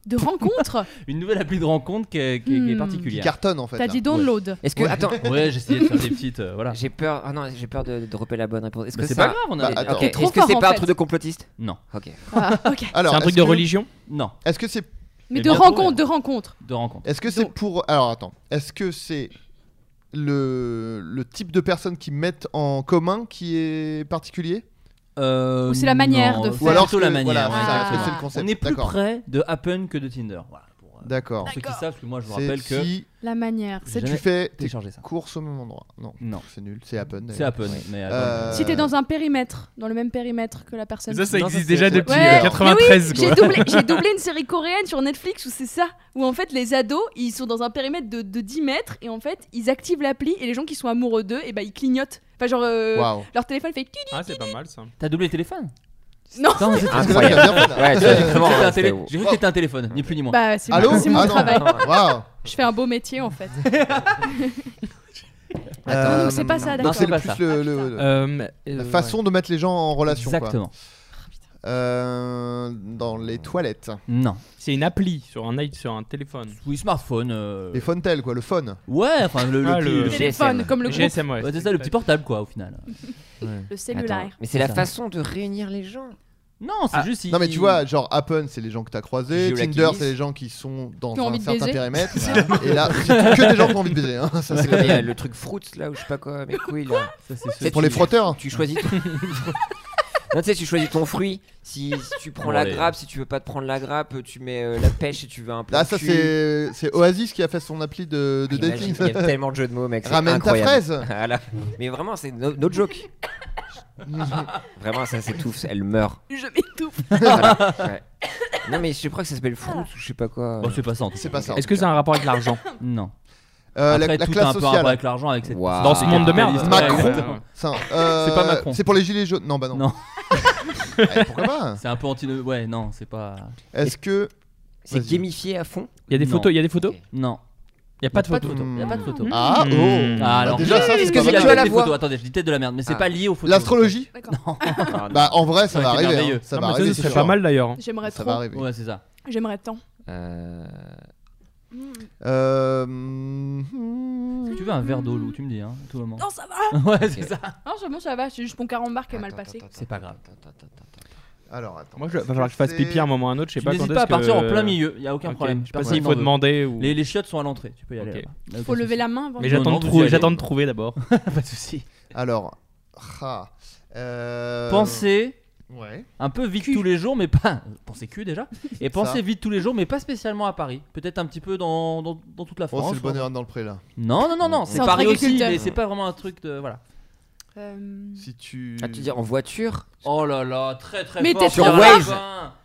Speaker 8: De rencontres
Speaker 6: Une nouvelle appli de rencontre qui est, qui est- qui est
Speaker 8: Hmm.
Speaker 2: Qui
Speaker 6: particulière.
Speaker 2: cartonne en fait.
Speaker 8: T'as
Speaker 2: là.
Speaker 8: dit download.
Speaker 7: Est-ce que, attends,
Speaker 6: Ouais, j'essayais de faire des petites. euh, voilà.
Speaker 7: j'ai peur. Ah non, j'ai peur de, de dropper la bonne réponse. Est-ce
Speaker 6: Bah,
Speaker 7: que
Speaker 6: c'est
Speaker 7: ça-
Speaker 6: pas grave, on a.
Speaker 2: Bah,
Speaker 6: des-
Speaker 2: attends.
Speaker 7: Ok,
Speaker 2: T'es
Speaker 8: trop
Speaker 7: Est-ce que
Speaker 8: fort,
Speaker 7: c'est
Speaker 8: en
Speaker 7: pas un
Speaker 8: fait.
Speaker 7: truc de complotiste
Speaker 6: Non,
Speaker 7: Ok.
Speaker 8: Ah, ok.
Speaker 2: Alors,
Speaker 9: C'est un
Speaker 2: est-ce
Speaker 9: truc de
Speaker 2: que-
Speaker 9: religion
Speaker 6: non,
Speaker 2: Est-ce que c'est
Speaker 8: Mais
Speaker 6: Et
Speaker 8: de
Speaker 6: bientôt,
Speaker 8: rencontres,
Speaker 6: ouais.
Speaker 8: de rencontres.
Speaker 6: de rencontre.
Speaker 2: est-ce que c'est pour alors attends est-ce que c'est le, le type de personnes qui mettent en commun qui est particulier
Speaker 6: Euh,
Speaker 8: Ou c'est la manière
Speaker 6: non,
Speaker 8: de
Speaker 6: c'est
Speaker 8: faire. Ou
Speaker 2: alors
Speaker 6: plutôt
Speaker 2: que-
Speaker 6: la manière.
Speaker 2: voilà,
Speaker 6: ouais,
Speaker 8: c'est ça,
Speaker 6: exactement.
Speaker 8: c'est le
Speaker 2: concept,
Speaker 6: On est plus
Speaker 2: d'accord.
Speaker 6: près de Happen que de Tinder. Voilà, pour, euh,
Speaker 2: D'accord.
Speaker 6: pour ceux qui savent, parce que moi je vous
Speaker 2: C'est
Speaker 6: rappelle que.
Speaker 2: si
Speaker 8: La manière.
Speaker 6: J'ai
Speaker 8: C'est
Speaker 2: tu
Speaker 6: jamais
Speaker 2: fais tes
Speaker 6: téléchargé ça.
Speaker 2: courses au même endroit. Non,
Speaker 6: Non,
Speaker 2: c'est nul, c'est Happen.
Speaker 6: c'est Happen. Mais
Speaker 2: Euh,
Speaker 8: Si t'es dans un périmètre, dans le même périmètre que la personne.
Speaker 9: Ça, ça
Speaker 6: Non, ça,
Speaker 9: existe
Speaker 6: c'est-
Speaker 9: déjà
Speaker 6: c'est-
Speaker 9: depuis
Speaker 8: Ouais,
Speaker 9: euh,
Speaker 8: mais
Speaker 9: 93.
Speaker 8: J'ai
Speaker 9: quoi.
Speaker 8: doublé, j'ai doublé une série coréenne sur Netflix où c'est ça, où en fait les ados ils sont dans un périmètre de, de 10 mètres et en fait ils activent l'appli et les gens qui sont amoureux d'eux et bah ils clignotent. Enfin genre euh,
Speaker 2: Waouh.
Speaker 8: leur téléphone fait tut.
Speaker 9: Ah, c'est pas mal ça.
Speaker 6: T'as doublé le téléphone
Speaker 8: Non.
Speaker 6: Attends, c'est-
Speaker 2: Parce que là, il a
Speaker 7: Incroyable.
Speaker 2: bien fait, là.
Speaker 7: Ouais, tu vois,
Speaker 6: J'ai cru
Speaker 7: justement,
Speaker 6: que c'était un
Speaker 7: hein,
Speaker 6: télé-
Speaker 7: c'est-
Speaker 6: j'ai cru que c'était un téléphone, ni plus ni moins.
Speaker 8: Bah c'est
Speaker 2: Allô
Speaker 8: mon, c'est mon
Speaker 2: Ah non.
Speaker 8: travail.
Speaker 2: Waouh.
Speaker 8: Je fais un beau métier en fait.
Speaker 2: Euh,
Speaker 8: non, c'est pas
Speaker 2: Non,
Speaker 8: ça, d'accord.
Speaker 2: Euh, c'est le
Speaker 6: Pas
Speaker 2: plus
Speaker 6: ça.
Speaker 2: le- le- le-
Speaker 9: Euh,
Speaker 2: la
Speaker 9: euh,
Speaker 2: façon de mettre les gens en relation. quoi.
Speaker 6: Exactement.
Speaker 2: Euh, dans les toilettes.
Speaker 6: Non.
Speaker 9: ouais. C'est une appli sur un i- sur un téléphone.
Speaker 6: Oui, smartphone. euh,
Speaker 2: Les phonetels, quoi, le phone.
Speaker 6: Ouais, enfin le. le
Speaker 9: Ah,
Speaker 6: petit-
Speaker 9: le-
Speaker 6: le-
Speaker 7: GSM.
Speaker 8: téléphone comme le groupe,
Speaker 9: GSM, ouais.
Speaker 6: Ouais, c'est ça, le petit portable quoi, au final.
Speaker 8: le
Speaker 7: Attends,
Speaker 8: cellulaire.
Speaker 7: mais c'est
Speaker 6: C'est
Speaker 7: la
Speaker 6: ça.
Speaker 7: façon de réunir les gens.
Speaker 6: Non, c'est
Speaker 9: Ah,
Speaker 6: juste. il-
Speaker 2: Non, mais tu vois, genre Happen, c'est les gens que t'as croisés.
Speaker 7: Geolac
Speaker 2: Tinder,
Speaker 7: Kiss.
Speaker 2: c'est les gens qui sont dans
Speaker 8: Qui ont
Speaker 2: un
Speaker 8: envie de
Speaker 2: certain
Speaker 8: baiser.
Speaker 2: périmètre. Et là, c'est que des gens qui ont envie de baiser. hein. Ça,
Speaker 7: C'est
Speaker 2: c'est-
Speaker 7: comme il y a le truc Fruits là ou je sais pas quoi, mais couilles là.
Speaker 6: Ça, c'est-
Speaker 2: c'est pour les frotteurs.
Speaker 7: Tu choisis. ton- Non, tu sais, tu choisis ton fruit. Si, si tu prends
Speaker 6: Bon,
Speaker 7: la
Speaker 6: allez.
Speaker 7: grappe, si tu veux pas te prendre la grappe, tu mets euh, la pêche si tu veux un peu.
Speaker 2: Là, Ah, ça, c'est c'est Oasis qui a fait son appli de, de dating.
Speaker 7: Imagine, Il y a tellement de jeux de mots, mec. c'est
Speaker 2: Ramène ta
Speaker 7: incroyable.
Speaker 2: fraise.
Speaker 7: Voilà. Mais vraiment, c'est no, no joke. vraiment, ça s'étouffe, elle meurt.
Speaker 8: Je m'étouffe.
Speaker 7: Voilà. Ouais. Non, mais je crois que ça s'appelle
Speaker 8: Ah.
Speaker 7: Fruits ou je sais pas quoi.
Speaker 6: Bon, c'est pas ça. en tout cas.
Speaker 2: C'est pas ça.
Speaker 9: Est-ce que c'est un rapport avec l'argent
Speaker 6: Non.
Speaker 2: Euh, la,
Speaker 6: Après,
Speaker 2: la
Speaker 6: tout a un
Speaker 2: classe
Speaker 6: peu un rapport
Speaker 2: sociale.
Speaker 6: avec l'argent, avec cette.
Speaker 7: Waouh.
Speaker 9: Dans ce monde de merde.
Speaker 6: Ouais,
Speaker 2: Macron.
Speaker 9: ouais, ouais.
Speaker 2: C'est un- euh,
Speaker 6: C'est pas Macron.
Speaker 2: C'est pour les gilets jaunes. Non, bah non.
Speaker 6: Non.
Speaker 2: Eh, pourquoi pas
Speaker 6: C'est un peu anti. Ouais, non, c'est pas.
Speaker 2: Est-ce que.
Speaker 7: C'est
Speaker 2: Vas-y.
Speaker 7: gamifié à fond.
Speaker 9: Il y a des
Speaker 6: Non.
Speaker 9: photos, il y a des photos.
Speaker 7: Ok.
Speaker 6: Non.
Speaker 9: Il y a pas de
Speaker 6: Pas de
Speaker 9: photos.
Speaker 6: photo. Il y a pas de photo.
Speaker 9: Hmm.
Speaker 2: Ah,
Speaker 9: Mmh.
Speaker 2: oh
Speaker 9: Ah,
Speaker 2: Bah,
Speaker 6: alors.
Speaker 2: Déjà, ça, c'est
Speaker 7: Est-ce que
Speaker 2: pas
Speaker 7: c'est
Speaker 6: Il a
Speaker 7: la
Speaker 2: mal.
Speaker 7: nouvelle
Speaker 6: fait des
Speaker 7: voix
Speaker 6: photos. Attendez, je dis peut-être de la merde, mais c'est
Speaker 7: Ah.
Speaker 6: pas lié aux photos.
Speaker 2: L'astrologie
Speaker 8: D'accord.
Speaker 7: Ah, non.
Speaker 2: Bah, en vrai,
Speaker 6: Ça
Speaker 2: ça va
Speaker 6: aurait été
Speaker 2: arriver. hein.
Speaker 6: merveilleux.
Speaker 2: Ça
Speaker 9: Non,
Speaker 2: va
Speaker 9: mais
Speaker 2: arriver,
Speaker 9: ça,
Speaker 2: c'est
Speaker 9: c'est
Speaker 2: sûr.
Speaker 9: pas mal d'ailleurs.
Speaker 8: J'aimerais
Speaker 2: Ça
Speaker 8: trop.
Speaker 2: va arriver.
Speaker 6: Ouais, c'est ça.
Speaker 8: J'aimerais tant.
Speaker 7: Euh,
Speaker 2: Euh, hmm.
Speaker 6: Si tu veux un verre d'eau, Lou, tu me dis, hein, à tout moment.
Speaker 8: Non ça va.
Speaker 6: ouais, c'est
Speaker 7: Ok.
Speaker 6: ça.
Speaker 8: Non c'est bon ça va. C'est juste mon carambar qui est mal
Speaker 7: attends,
Speaker 8: passé.
Speaker 7: attends, attends,
Speaker 6: C'est pas grave.
Speaker 7: attends, attends, attends, attends.
Speaker 2: Alors, attends.
Speaker 9: Moi, je va falloir que je fasse pipi à un moment ou à un autre. Je sais
Speaker 6: Tu
Speaker 9: pas quand
Speaker 6: n'hésites pas à
Speaker 9: est-ce que-
Speaker 6: partir en plein milieu, il y a aucun
Speaker 9: Ok,
Speaker 6: problème.
Speaker 9: Je sais pas
Speaker 6: Personne
Speaker 9: s'il
Speaker 6: n'en
Speaker 9: faut
Speaker 6: veut.
Speaker 9: demander ou.
Speaker 6: Les, les chiottes sont à l'entrée, tu peux y aller.
Speaker 9: Ok.
Speaker 6: là-bas.
Speaker 8: Faut lever la main avant.
Speaker 9: Mais
Speaker 6: Non,
Speaker 9: j'attends
Speaker 6: non,
Speaker 9: de
Speaker 6: vous y
Speaker 9: trouver-
Speaker 6: allez.
Speaker 9: j'attends de trouver d'abord.
Speaker 6: Pas de soucis.
Speaker 2: Alors. ra, euh,
Speaker 6: Pensez
Speaker 2: Ouais.
Speaker 6: un peu vite tous les jours, mais pas. Pensez cul déjà. Et pensez
Speaker 2: Ça.
Speaker 6: vite tous les jours, mais pas spécialement à Paris. Peut-être un petit peu dans, dans, dans toute la
Speaker 2: Oh,
Speaker 6: France.
Speaker 2: c'est le bonheur dans le pré là.
Speaker 6: Non, non, non, non, c'est
Speaker 8: C'est
Speaker 6: Paris
Speaker 8: entre
Speaker 6: aussi,
Speaker 8: agriculteurs.
Speaker 6: mais c'est pas vraiment un truc de. Voilà.
Speaker 8: Euh,
Speaker 2: Si tu.
Speaker 7: Ah, tu dis en voiture
Speaker 6: Oh là là, très très
Speaker 8: Mais
Speaker 6: fort.
Speaker 8: t'es
Speaker 6: sur
Speaker 7: trop
Speaker 6: Waze
Speaker 7: fort.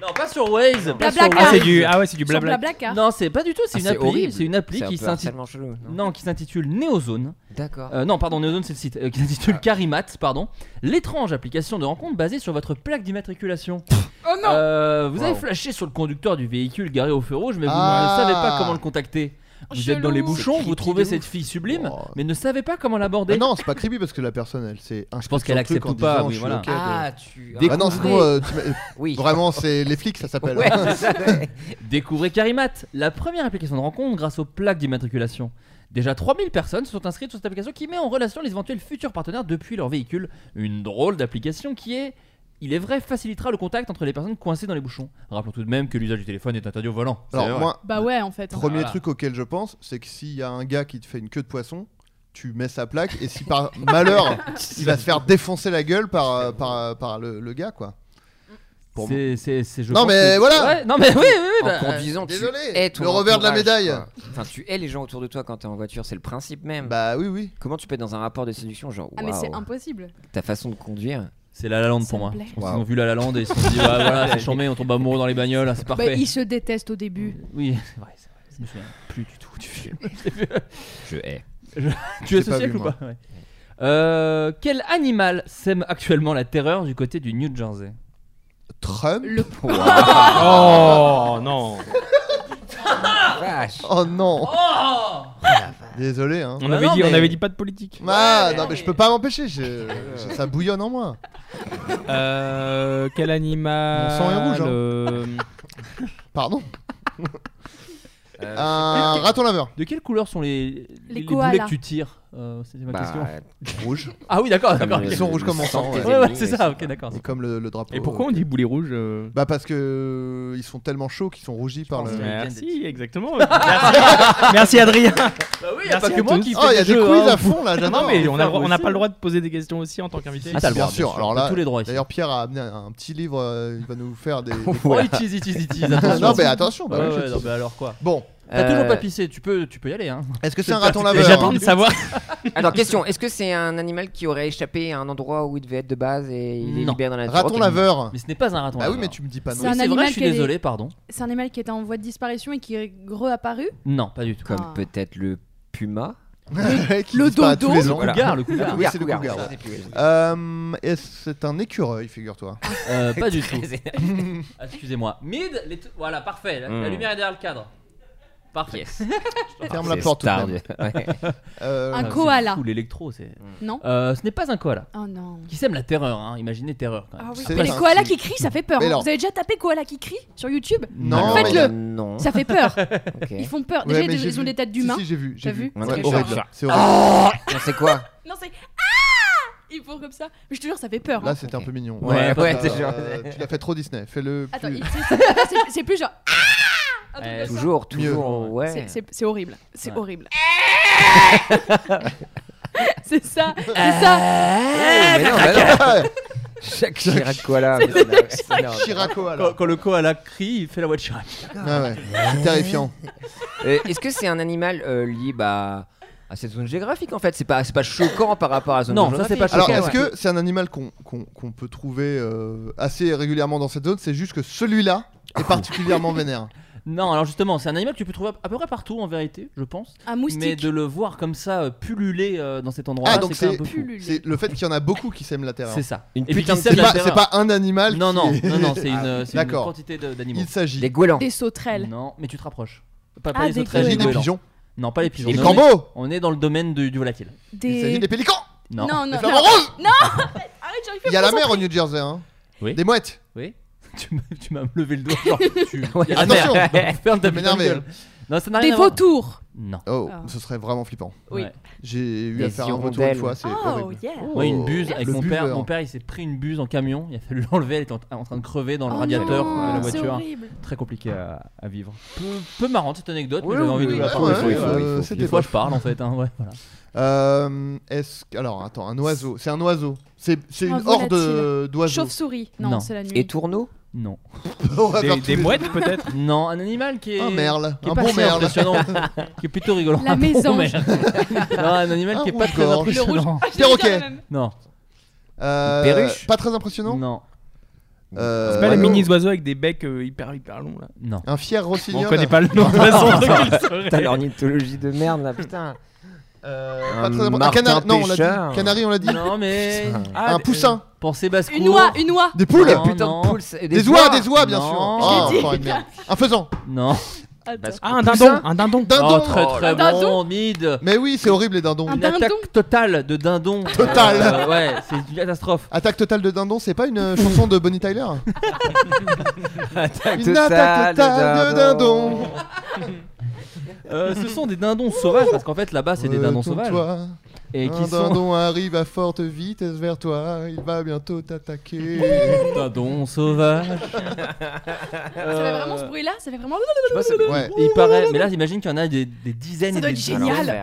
Speaker 6: Non, pas sur Waze pas sur
Speaker 8: Blablacar.
Speaker 9: Ah, c'est
Speaker 6: Waze.
Speaker 9: du. Ah ouais, c'est du
Speaker 8: sur
Speaker 9: blabla.
Speaker 8: Blablacar.
Speaker 6: Non, c'est pas du tout, c'est
Speaker 7: Ah,
Speaker 6: une
Speaker 7: c'est
Speaker 6: appli,
Speaker 7: horrible.
Speaker 6: c'est une appli
Speaker 7: C'est un
Speaker 6: qui
Speaker 7: peu
Speaker 6: s'intitule.
Speaker 7: harcèlement chelou. Non.
Speaker 6: Non, qui s'intitule Neozone.
Speaker 7: D'accord.
Speaker 6: Euh, non, pardon, Neozone c'est le site. euh, qui
Speaker 7: Ah.
Speaker 6: s'intitule Carimat, pardon. L'étrange application de rencontre basée sur votre plaque d'immatriculation.
Speaker 8: Oh non.
Speaker 6: Euh, vous avez
Speaker 7: Wow.
Speaker 6: flashé sur le conducteur du véhicule garé au feu rouge, mais vous
Speaker 2: Ah.
Speaker 6: ne savez pas comment le contacter. Vous êtes dans les
Speaker 8: Chelou.
Speaker 6: bouchons,
Speaker 7: C'est
Speaker 6: vous
Speaker 7: creepy
Speaker 6: trouvez
Speaker 7: de
Speaker 6: cette fille sublime,
Speaker 2: Oh.
Speaker 6: mais ne savez pas comment
Speaker 2: Ah
Speaker 6: l'aborder.
Speaker 2: non, c'est pas creepy parce que la personne, elle s'est Je
Speaker 6: pense qu'elle accepte ou pas, oui, voilà.
Speaker 7: Ah, tu.
Speaker 2: Ah non, sinon, euh, tu mets-
Speaker 7: oui.
Speaker 2: vraiment, c'est les flics, ça s'appelle.
Speaker 7: Ouais, c'est ça, ouais.
Speaker 6: Découvrez Carimat, la première application de rencontre grâce aux plaques d'immatriculation. Déjà 3000 personnes se sont inscrites sur cette application qui met en relation les éventuels futurs partenaires depuis leur véhicule. Une drôle d'application qui est, il est vrai, facilitera le contact entre les personnes coincées dans les bouchons. Rappelons tout de même que l'usage du téléphone est interdit au volant.
Speaker 2: Alors, moi,
Speaker 8: Bah ouais, en fait.
Speaker 2: premier
Speaker 6: Voilà.
Speaker 2: truc auquel je pense, c'est que s'il y a un gars qui te fait une queue de poisson, tu mets sa plaque et si par malheur, il va se faire défoncer la gueule par, euh, par, euh, par le, le gars, quoi. Pour moi.
Speaker 6: C'est, c'est, c'est- je
Speaker 2: Non,
Speaker 6: pense
Speaker 2: mais
Speaker 6: que-
Speaker 2: voilà.
Speaker 6: Ouais, Non mais oui, oui, oui,
Speaker 7: en
Speaker 6: bah,
Speaker 7: conduisant, tu
Speaker 2: désolé,
Speaker 7: hais ton
Speaker 2: le revers de la
Speaker 7: entourage,
Speaker 2: médaille.
Speaker 7: quoi. Enfin, tu hais les gens autour de toi quand t'es en voiture, c'est le principe même.
Speaker 2: Bah oui, oui.
Speaker 7: Comment tu peux être dans un rapport de séduction, genre,
Speaker 8: Ah, mais c'est
Speaker 7: waouh,
Speaker 8: impossible.
Speaker 7: ta façon de conduire
Speaker 6: c'est la La Land pour
Speaker 8: Ça
Speaker 6: moi.
Speaker 8: me plaît.
Speaker 6: Je pense
Speaker 2: Wow.
Speaker 6: Ils ont vu la La Land et ils se sont dit bah, voilà, c'est chambé, on tombe amoureux dans les bagnoles, c'est
Speaker 8: Bah,
Speaker 6: parfait.
Speaker 8: ils se détestent au
Speaker 2: Mm.
Speaker 8: début.
Speaker 6: Oui, c'est vrai, c'est vrai. Je me souviens plus du tout du film.
Speaker 7: Je hais.
Speaker 6: Tu es
Speaker 2: J'ai pas
Speaker 6: sociable
Speaker 2: vu,
Speaker 6: ou
Speaker 2: moi.
Speaker 6: pas Ouais. Euh, Quel animal sème actuellement la terreur du côté du New Jersey
Speaker 2: Trump
Speaker 8: Le
Speaker 9: Oh non
Speaker 7: Vache.
Speaker 2: Oh non Désolé, hein.
Speaker 9: on,
Speaker 6: Bah
Speaker 9: avait
Speaker 6: non,
Speaker 9: dit, on
Speaker 6: mais-
Speaker 9: avait dit pas de politique.
Speaker 2: Ah
Speaker 6: mais-
Speaker 2: non, mais je peux pas m'empêcher, je- je- ça bouillonne en moi.
Speaker 9: Euh, quel animal
Speaker 2: Mon sang est rouge, hein.
Speaker 9: euh,
Speaker 2: Pardon.
Speaker 7: Euh,
Speaker 2: Un raton laveur.
Speaker 6: De quelle couleur sont les,
Speaker 8: koalas.
Speaker 6: boulets que tu tires Euh, C'était ma
Speaker 7: bah,
Speaker 6: question.
Speaker 2: Rouge.
Speaker 6: Ah oui, d'accord, d'accord.
Speaker 2: Ils
Speaker 6: ok.
Speaker 2: sont rouges comme mon sang,
Speaker 6: Ouais,
Speaker 2: les
Speaker 6: ouais, c'est ça, ok, d'accord.
Speaker 8: Bah
Speaker 2: Et comme le, le drapeau.
Speaker 9: Et pourquoi on dit boulet rouge euh
Speaker 2: Bah parce que euh, ils sont tellement chauds qu'ils sont rougis par
Speaker 6: pense
Speaker 2: le.
Speaker 6: que-
Speaker 9: Merci, exactement. Merci, Merci, Adrien.
Speaker 6: Bah oui,
Speaker 9: Merci à tous.
Speaker 2: Oh, il y a des
Speaker 6: hein.
Speaker 8: hein.
Speaker 2: quiz
Speaker 6: Ah,
Speaker 2: à fond là, j'adore.
Speaker 9: Non, mais on n'a
Speaker 6: faire
Speaker 9: on n'a
Speaker 6: aussi.
Speaker 9: pas le droit de poser des questions aussi en tant qu'invité.
Speaker 6: Ah, t'as le
Speaker 2: Bien
Speaker 6: droit,
Speaker 2: sûr, alors
Speaker 6: t'as
Speaker 2: là,
Speaker 6: tous les droits ici.
Speaker 2: D'ailleurs, Pierre a amené un petit livre, euh, il va nous faire des. des-
Speaker 6: Oh, il tease, il tease, il tease, attention.
Speaker 2: non, mais attention, bah
Speaker 6: Ouais,
Speaker 2: oui, je
Speaker 6: ouais,
Speaker 2: te-
Speaker 6: non, mais alors quoi
Speaker 2: Bon,
Speaker 6: T'as
Speaker 7: euh,
Speaker 6: toujours pas pissé, tu peux, tu peux y aller. Hein.
Speaker 2: est-ce que c'est
Speaker 6: C'est
Speaker 2: un raton
Speaker 6: parti.
Speaker 9: Et
Speaker 2: laveur
Speaker 9: J'attends de savoir.
Speaker 7: Alors, question est-ce que c'est un animal qui aurait échappé à un endroit où il devait être de base et il est
Speaker 6: Non.
Speaker 7: libéré dans la nature
Speaker 2: Raton
Speaker 7: Ok.
Speaker 2: laveur.
Speaker 6: Mais ce n'est pas un raton.
Speaker 2: Bah oui,
Speaker 6: laveur.
Speaker 2: mais tu me dis pas
Speaker 8: C'est
Speaker 2: non.
Speaker 8: un
Speaker 6: C'est vrai,
Speaker 8: animal
Speaker 6: je suis
Speaker 8: qu'elle est-
Speaker 6: désolé, pardon.
Speaker 8: C'est un animal qui était en voie de disparition et qui est reapparu.
Speaker 6: Non, pas du tout.
Speaker 7: Comme
Speaker 8: Ah.
Speaker 7: peut-être le puma.
Speaker 2: Qui
Speaker 8: le
Speaker 2: disparaît tous
Speaker 8: dodo.
Speaker 2: les ans.
Speaker 6: Le cougar, le
Speaker 2: Ah
Speaker 6: cougar.
Speaker 2: oui, c'est le
Speaker 7: Cougar,
Speaker 2: cougar,
Speaker 7: cougar,
Speaker 2: ouais.
Speaker 7: je sais plus, ouais, je sais plus.
Speaker 2: Euh, est-ce que c'est un écureuil, figure-toi
Speaker 6: Euh, pas du tout.
Speaker 7: Très-
Speaker 6: Ah, Excusez-moi. Mid, les t- voilà, parfait. La,
Speaker 2: Hmm.
Speaker 6: la
Speaker 7: Mm.
Speaker 6: lumière est derrière le cadre. Parfait.
Speaker 7: Yes.
Speaker 2: Ferme la
Speaker 7: C'est
Speaker 2: porte. tout de
Speaker 7: star
Speaker 2: même.
Speaker 7: du- ouais.
Speaker 2: Euh,
Speaker 8: Un
Speaker 6: Ah,
Speaker 8: koala.
Speaker 6: c'est fou, l'électro, c'est.
Speaker 2: Hmm.
Speaker 8: Non
Speaker 6: Euh, ce n'est pas un koala.
Speaker 8: Oh non.
Speaker 6: Qui sème la terreur, hein. Imaginez terreur quand même.
Speaker 8: Ah oui.
Speaker 2: C'est
Speaker 8: Mais les
Speaker 2: ça,
Speaker 8: koalas
Speaker 2: c'est-
Speaker 8: qui crient, ça fait peur.
Speaker 2: Mais
Speaker 8: hein.
Speaker 2: alors-
Speaker 8: Vous avez déjà tapé koala qui crie sur YouTube
Speaker 2: Non, mais-
Speaker 8: Faites-le.
Speaker 7: Non.
Speaker 8: Ça fait peur.
Speaker 7: Ok.
Speaker 8: Ils font peur.
Speaker 2: Ouais,
Speaker 8: Déjà,
Speaker 2: mais
Speaker 8: ils-
Speaker 2: j'ai
Speaker 8: ils ont
Speaker 2: vu.
Speaker 8: des têtes
Speaker 2: Si,
Speaker 8: d'humains.
Speaker 2: si, j'ai vu. J'ai
Speaker 8: T'as
Speaker 2: vu.
Speaker 8: vu
Speaker 7: Ouais,
Speaker 2: Ouais,
Speaker 7: c'est
Speaker 2: horrible.
Speaker 7: horrible.
Speaker 2: C'est horrible.
Speaker 7: Non, c'est quoi
Speaker 8: Non, c'est. Ah Ils font comme ça. Mais je te jure, ça fait peur. hein.
Speaker 2: Là, c'était un peu mignon.
Speaker 7: Ouais,
Speaker 6: Ouais,
Speaker 7: ouais,
Speaker 2: Euh,
Speaker 7: c'est genre-
Speaker 2: Tu l'as fait trop Disney. Fais-le.
Speaker 8: Attends,
Speaker 2: plus-
Speaker 8: il- c'est- c'est- c'est- c'est plus genre. Ah Un truc
Speaker 6: Eh,
Speaker 8: comme ça.
Speaker 7: Toujours,
Speaker 2: Mieux.
Speaker 7: toujours, ouais. Eh,
Speaker 8: C'est- C'est c'est horrible. C'est
Speaker 6: Ouais.
Speaker 8: horrible. c'est ça. C'est
Speaker 2: Eh.
Speaker 8: ça.
Speaker 7: Mais non, bah non. Chaque Chirac Koala. mais c'est- c'est énorme.
Speaker 2: Chiracoa,
Speaker 6: Quand,
Speaker 2: là.
Speaker 6: quand le koala crie, il fait la voix de Chirac.
Speaker 2: Ah ouais, c'est terrifiant.
Speaker 7: Euh, Est-ce que c'est un animal euh, lié bah, à cette zone géographique en fait C'est pas, c'est pas choquant par rapport à la zone
Speaker 6: Non, ça,
Speaker 7: géographique.
Speaker 6: c'est pas
Speaker 2: Alors,
Speaker 6: Ok,
Speaker 2: est-ce que c'est un animal qu'on qu'on- qu'on peut trouver euh, assez régulièrement dans cette zone C'est juste que celui-là est particulièrement vénère.
Speaker 6: Non, alors justement, c'est un animal que tu peux trouver à peu près partout en vérité, je pense.
Speaker 8: Un
Speaker 6: Mais
Speaker 8: moustique.
Speaker 6: de le voir comme ça euh, pulluler euh, dans cet endroit-là,
Speaker 2: Ah, donc
Speaker 6: c'est quand même
Speaker 2: c'est-
Speaker 6: un peu fou.
Speaker 8: Pullule.
Speaker 2: C'est le fait qu'il y en a beaucoup qui sèment la terreur.
Speaker 6: C'est ça.
Speaker 7: Une
Speaker 6: Et puis
Speaker 7: putain
Speaker 6: qui
Speaker 7: de
Speaker 6: sème
Speaker 2: C'est
Speaker 6: la
Speaker 2: pas,
Speaker 6: terreur.
Speaker 2: c'est pas un animal.
Speaker 6: Non,
Speaker 2: qui
Speaker 6: non,
Speaker 2: est-
Speaker 6: non, non, c'est une, c'est une
Speaker 2: Ah, D'accord.
Speaker 6: quantité de- d'animaux.
Speaker 2: Il s'agit.
Speaker 7: Des goélands.
Speaker 8: Des sauterelles.
Speaker 6: Non, mais tu te rapproches. Pas, pas
Speaker 8: Ah,
Speaker 6: les
Speaker 8: des
Speaker 2: Il
Speaker 6: sauterelles,
Speaker 2: s'agit
Speaker 6: les
Speaker 2: des
Speaker 6: goélands.
Speaker 2: pigeons.
Speaker 6: Non, pas les pigeons. On
Speaker 2: Des
Speaker 6: est-
Speaker 2: corbeaux.
Speaker 6: On est dans le domaine du, du volatile.
Speaker 2: Il
Speaker 8: Des.
Speaker 2: s'agit des pélicans.
Speaker 6: Non.
Speaker 8: Non, non,
Speaker 2: Des flamants
Speaker 8: non.
Speaker 2: roses.
Speaker 8: Arrête, j'arrive
Speaker 2: Il y a la mer au New Jersey. hein.
Speaker 6: Oui.
Speaker 2: Des mouettes.
Speaker 6: Oui Tu m'as- tu m'as levé le doigt. Genre, tu...
Speaker 7: Ouais.
Speaker 6: y a la mer.
Speaker 2: Attention.
Speaker 6: Donc, Ferme ta
Speaker 2: Mais
Speaker 6: putain
Speaker 2: non,
Speaker 6: de
Speaker 2: mais-
Speaker 6: gueule. Non, ça n'a
Speaker 8: pas. Des
Speaker 6: rien à voir.
Speaker 8: vautours.
Speaker 6: Non.
Speaker 2: Oh,
Speaker 8: Ah.
Speaker 2: ce serait vraiment flippant.
Speaker 8: Oui.
Speaker 6: Ouais.
Speaker 2: J'ai eu
Speaker 7: Des
Speaker 2: à faire un retour
Speaker 7: hirondelles.
Speaker 2: une fois, c'est
Speaker 8: Oh
Speaker 2: horrible.
Speaker 8: yeah.
Speaker 6: Moi, une buse
Speaker 2: Oh,
Speaker 6: avec
Speaker 2: le
Speaker 6: mon père.
Speaker 2: buveur.
Speaker 6: Mon père, il s'est pris une buse en camion. Il a fallu l'enlever. Elle était en, en train de crever dans le
Speaker 8: Oh
Speaker 6: radiateur
Speaker 8: non,
Speaker 6: de la
Speaker 8: C'est
Speaker 6: voiture.
Speaker 8: horrible.
Speaker 6: Très compliqué à, à vivre. Peu, peu marrante cette anecdote, mais
Speaker 7: Oui,
Speaker 6: j'avais
Speaker 7: oui,
Speaker 6: envie de
Speaker 7: oui,
Speaker 6: vous la
Speaker 7: ouais,
Speaker 6: partager.
Speaker 7: ouais, il faut, il faut, il faut.
Speaker 2: euh,
Speaker 6: Des
Speaker 2: c'était
Speaker 6: fois,
Speaker 2: pas
Speaker 6: je parle en fait. hein, ouais, voilà.
Speaker 2: Euh, est-ce que- alors attends, un oiseau, c'est un oiseau. C'est c'est
Speaker 8: Un
Speaker 2: une horde
Speaker 8: volatile.
Speaker 2: euh, d'oiseaux.
Speaker 8: Chauve-souris.
Speaker 6: Non.
Speaker 8: Non, c'est la nuit.
Speaker 7: Et tourneaux
Speaker 6: Non.
Speaker 2: On va faire
Speaker 9: Des,
Speaker 2: tous
Speaker 9: des
Speaker 2: les-
Speaker 9: mouettes peut-être
Speaker 6: Non, un animal qui est.
Speaker 2: Un merle,
Speaker 6: qui est
Speaker 2: un
Speaker 6: pas
Speaker 2: bon
Speaker 6: si
Speaker 2: merle.
Speaker 6: impressionnant, qui est plutôt rigolant.
Speaker 8: La
Speaker 6: Un bon
Speaker 8: mésange.
Speaker 6: merle. non, un animal
Speaker 2: Un
Speaker 6: qui est pas très
Speaker 2: rouge-gorge.
Speaker 6: impressionnant.
Speaker 2: Perroquet.
Speaker 6: Non,
Speaker 2: Euh,
Speaker 7: Perruche.
Speaker 2: Pas très impressionnant.
Speaker 6: non,
Speaker 2: Euh,
Speaker 9: C'est pas les
Speaker 2: allô
Speaker 9: mini oiseaux avec des becs euh, hyper hyper longs là.
Speaker 6: non.
Speaker 2: Un fier
Speaker 9: Bon, on
Speaker 2: rossignol.
Speaker 9: connaît pas le nom de la
Speaker 7: T'as
Speaker 9: zone.
Speaker 7: l'ornithologie de merde là, putain.
Speaker 2: Euh,
Speaker 7: Un
Speaker 2: pas très important.
Speaker 7: Martin
Speaker 2: canari, non, on l'a
Speaker 7: Pêcheur.
Speaker 2: dit. Canari, on l'a dit.
Speaker 6: Non, mais.
Speaker 9: Ah,
Speaker 2: un
Speaker 9: des-
Speaker 2: poussin.
Speaker 6: Pensez basse
Speaker 8: Une oie, une oie.
Speaker 2: Des poules.
Speaker 6: Non,
Speaker 7: putain
Speaker 6: non.
Speaker 7: de poules. c'est-
Speaker 2: Des oies, des oies, bien
Speaker 6: Non.
Speaker 2: sûr.
Speaker 6: Je l'ai
Speaker 2: Ah,
Speaker 8: dit.
Speaker 2: encore une merde. Un faisan.
Speaker 6: Non,
Speaker 8: Attends.
Speaker 9: Ah, un dindon, un dindon.
Speaker 2: Dindon
Speaker 6: Oh, très très
Speaker 8: Un
Speaker 6: bon,
Speaker 8: dindon
Speaker 6: mid
Speaker 2: Mais oui, c'est horrible les dindons.
Speaker 8: Un
Speaker 6: Une
Speaker 8: dindon
Speaker 6: attaque totale de dindon.
Speaker 2: Totale.
Speaker 6: Euh, Ouais, c'est une catastrophe.
Speaker 2: Attaque totale de dindon, c'est pas une euh, chanson de Bonnie Tyler
Speaker 7: Attaque
Speaker 2: Une attaque totale de dindon.
Speaker 6: Euh, ce sont des dindons sauvages parce qu'en fait là-bas Ah, c'est des dindons sauvages.
Speaker 2: Retourne-toi.
Speaker 6: Et qui
Speaker 2: Euh, un
Speaker 6: sont.
Speaker 2: dindon arrive à forte vitesse vers toi, il va bientôt t'attaquer.
Speaker 6: Dindons sauvages.
Speaker 8: Ça
Speaker 6: Euh.
Speaker 8: fait vraiment ce bruit-là Ça fait vraiment.
Speaker 2: ouais.
Speaker 6: Et il paraît. Mais là j'imagine qu'il y en a des, des dizaines
Speaker 8: Ça
Speaker 6: et
Speaker 8: doit
Speaker 6: des
Speaker 8: être
Speaker 6: dizaines.
Speaker 8: Génial.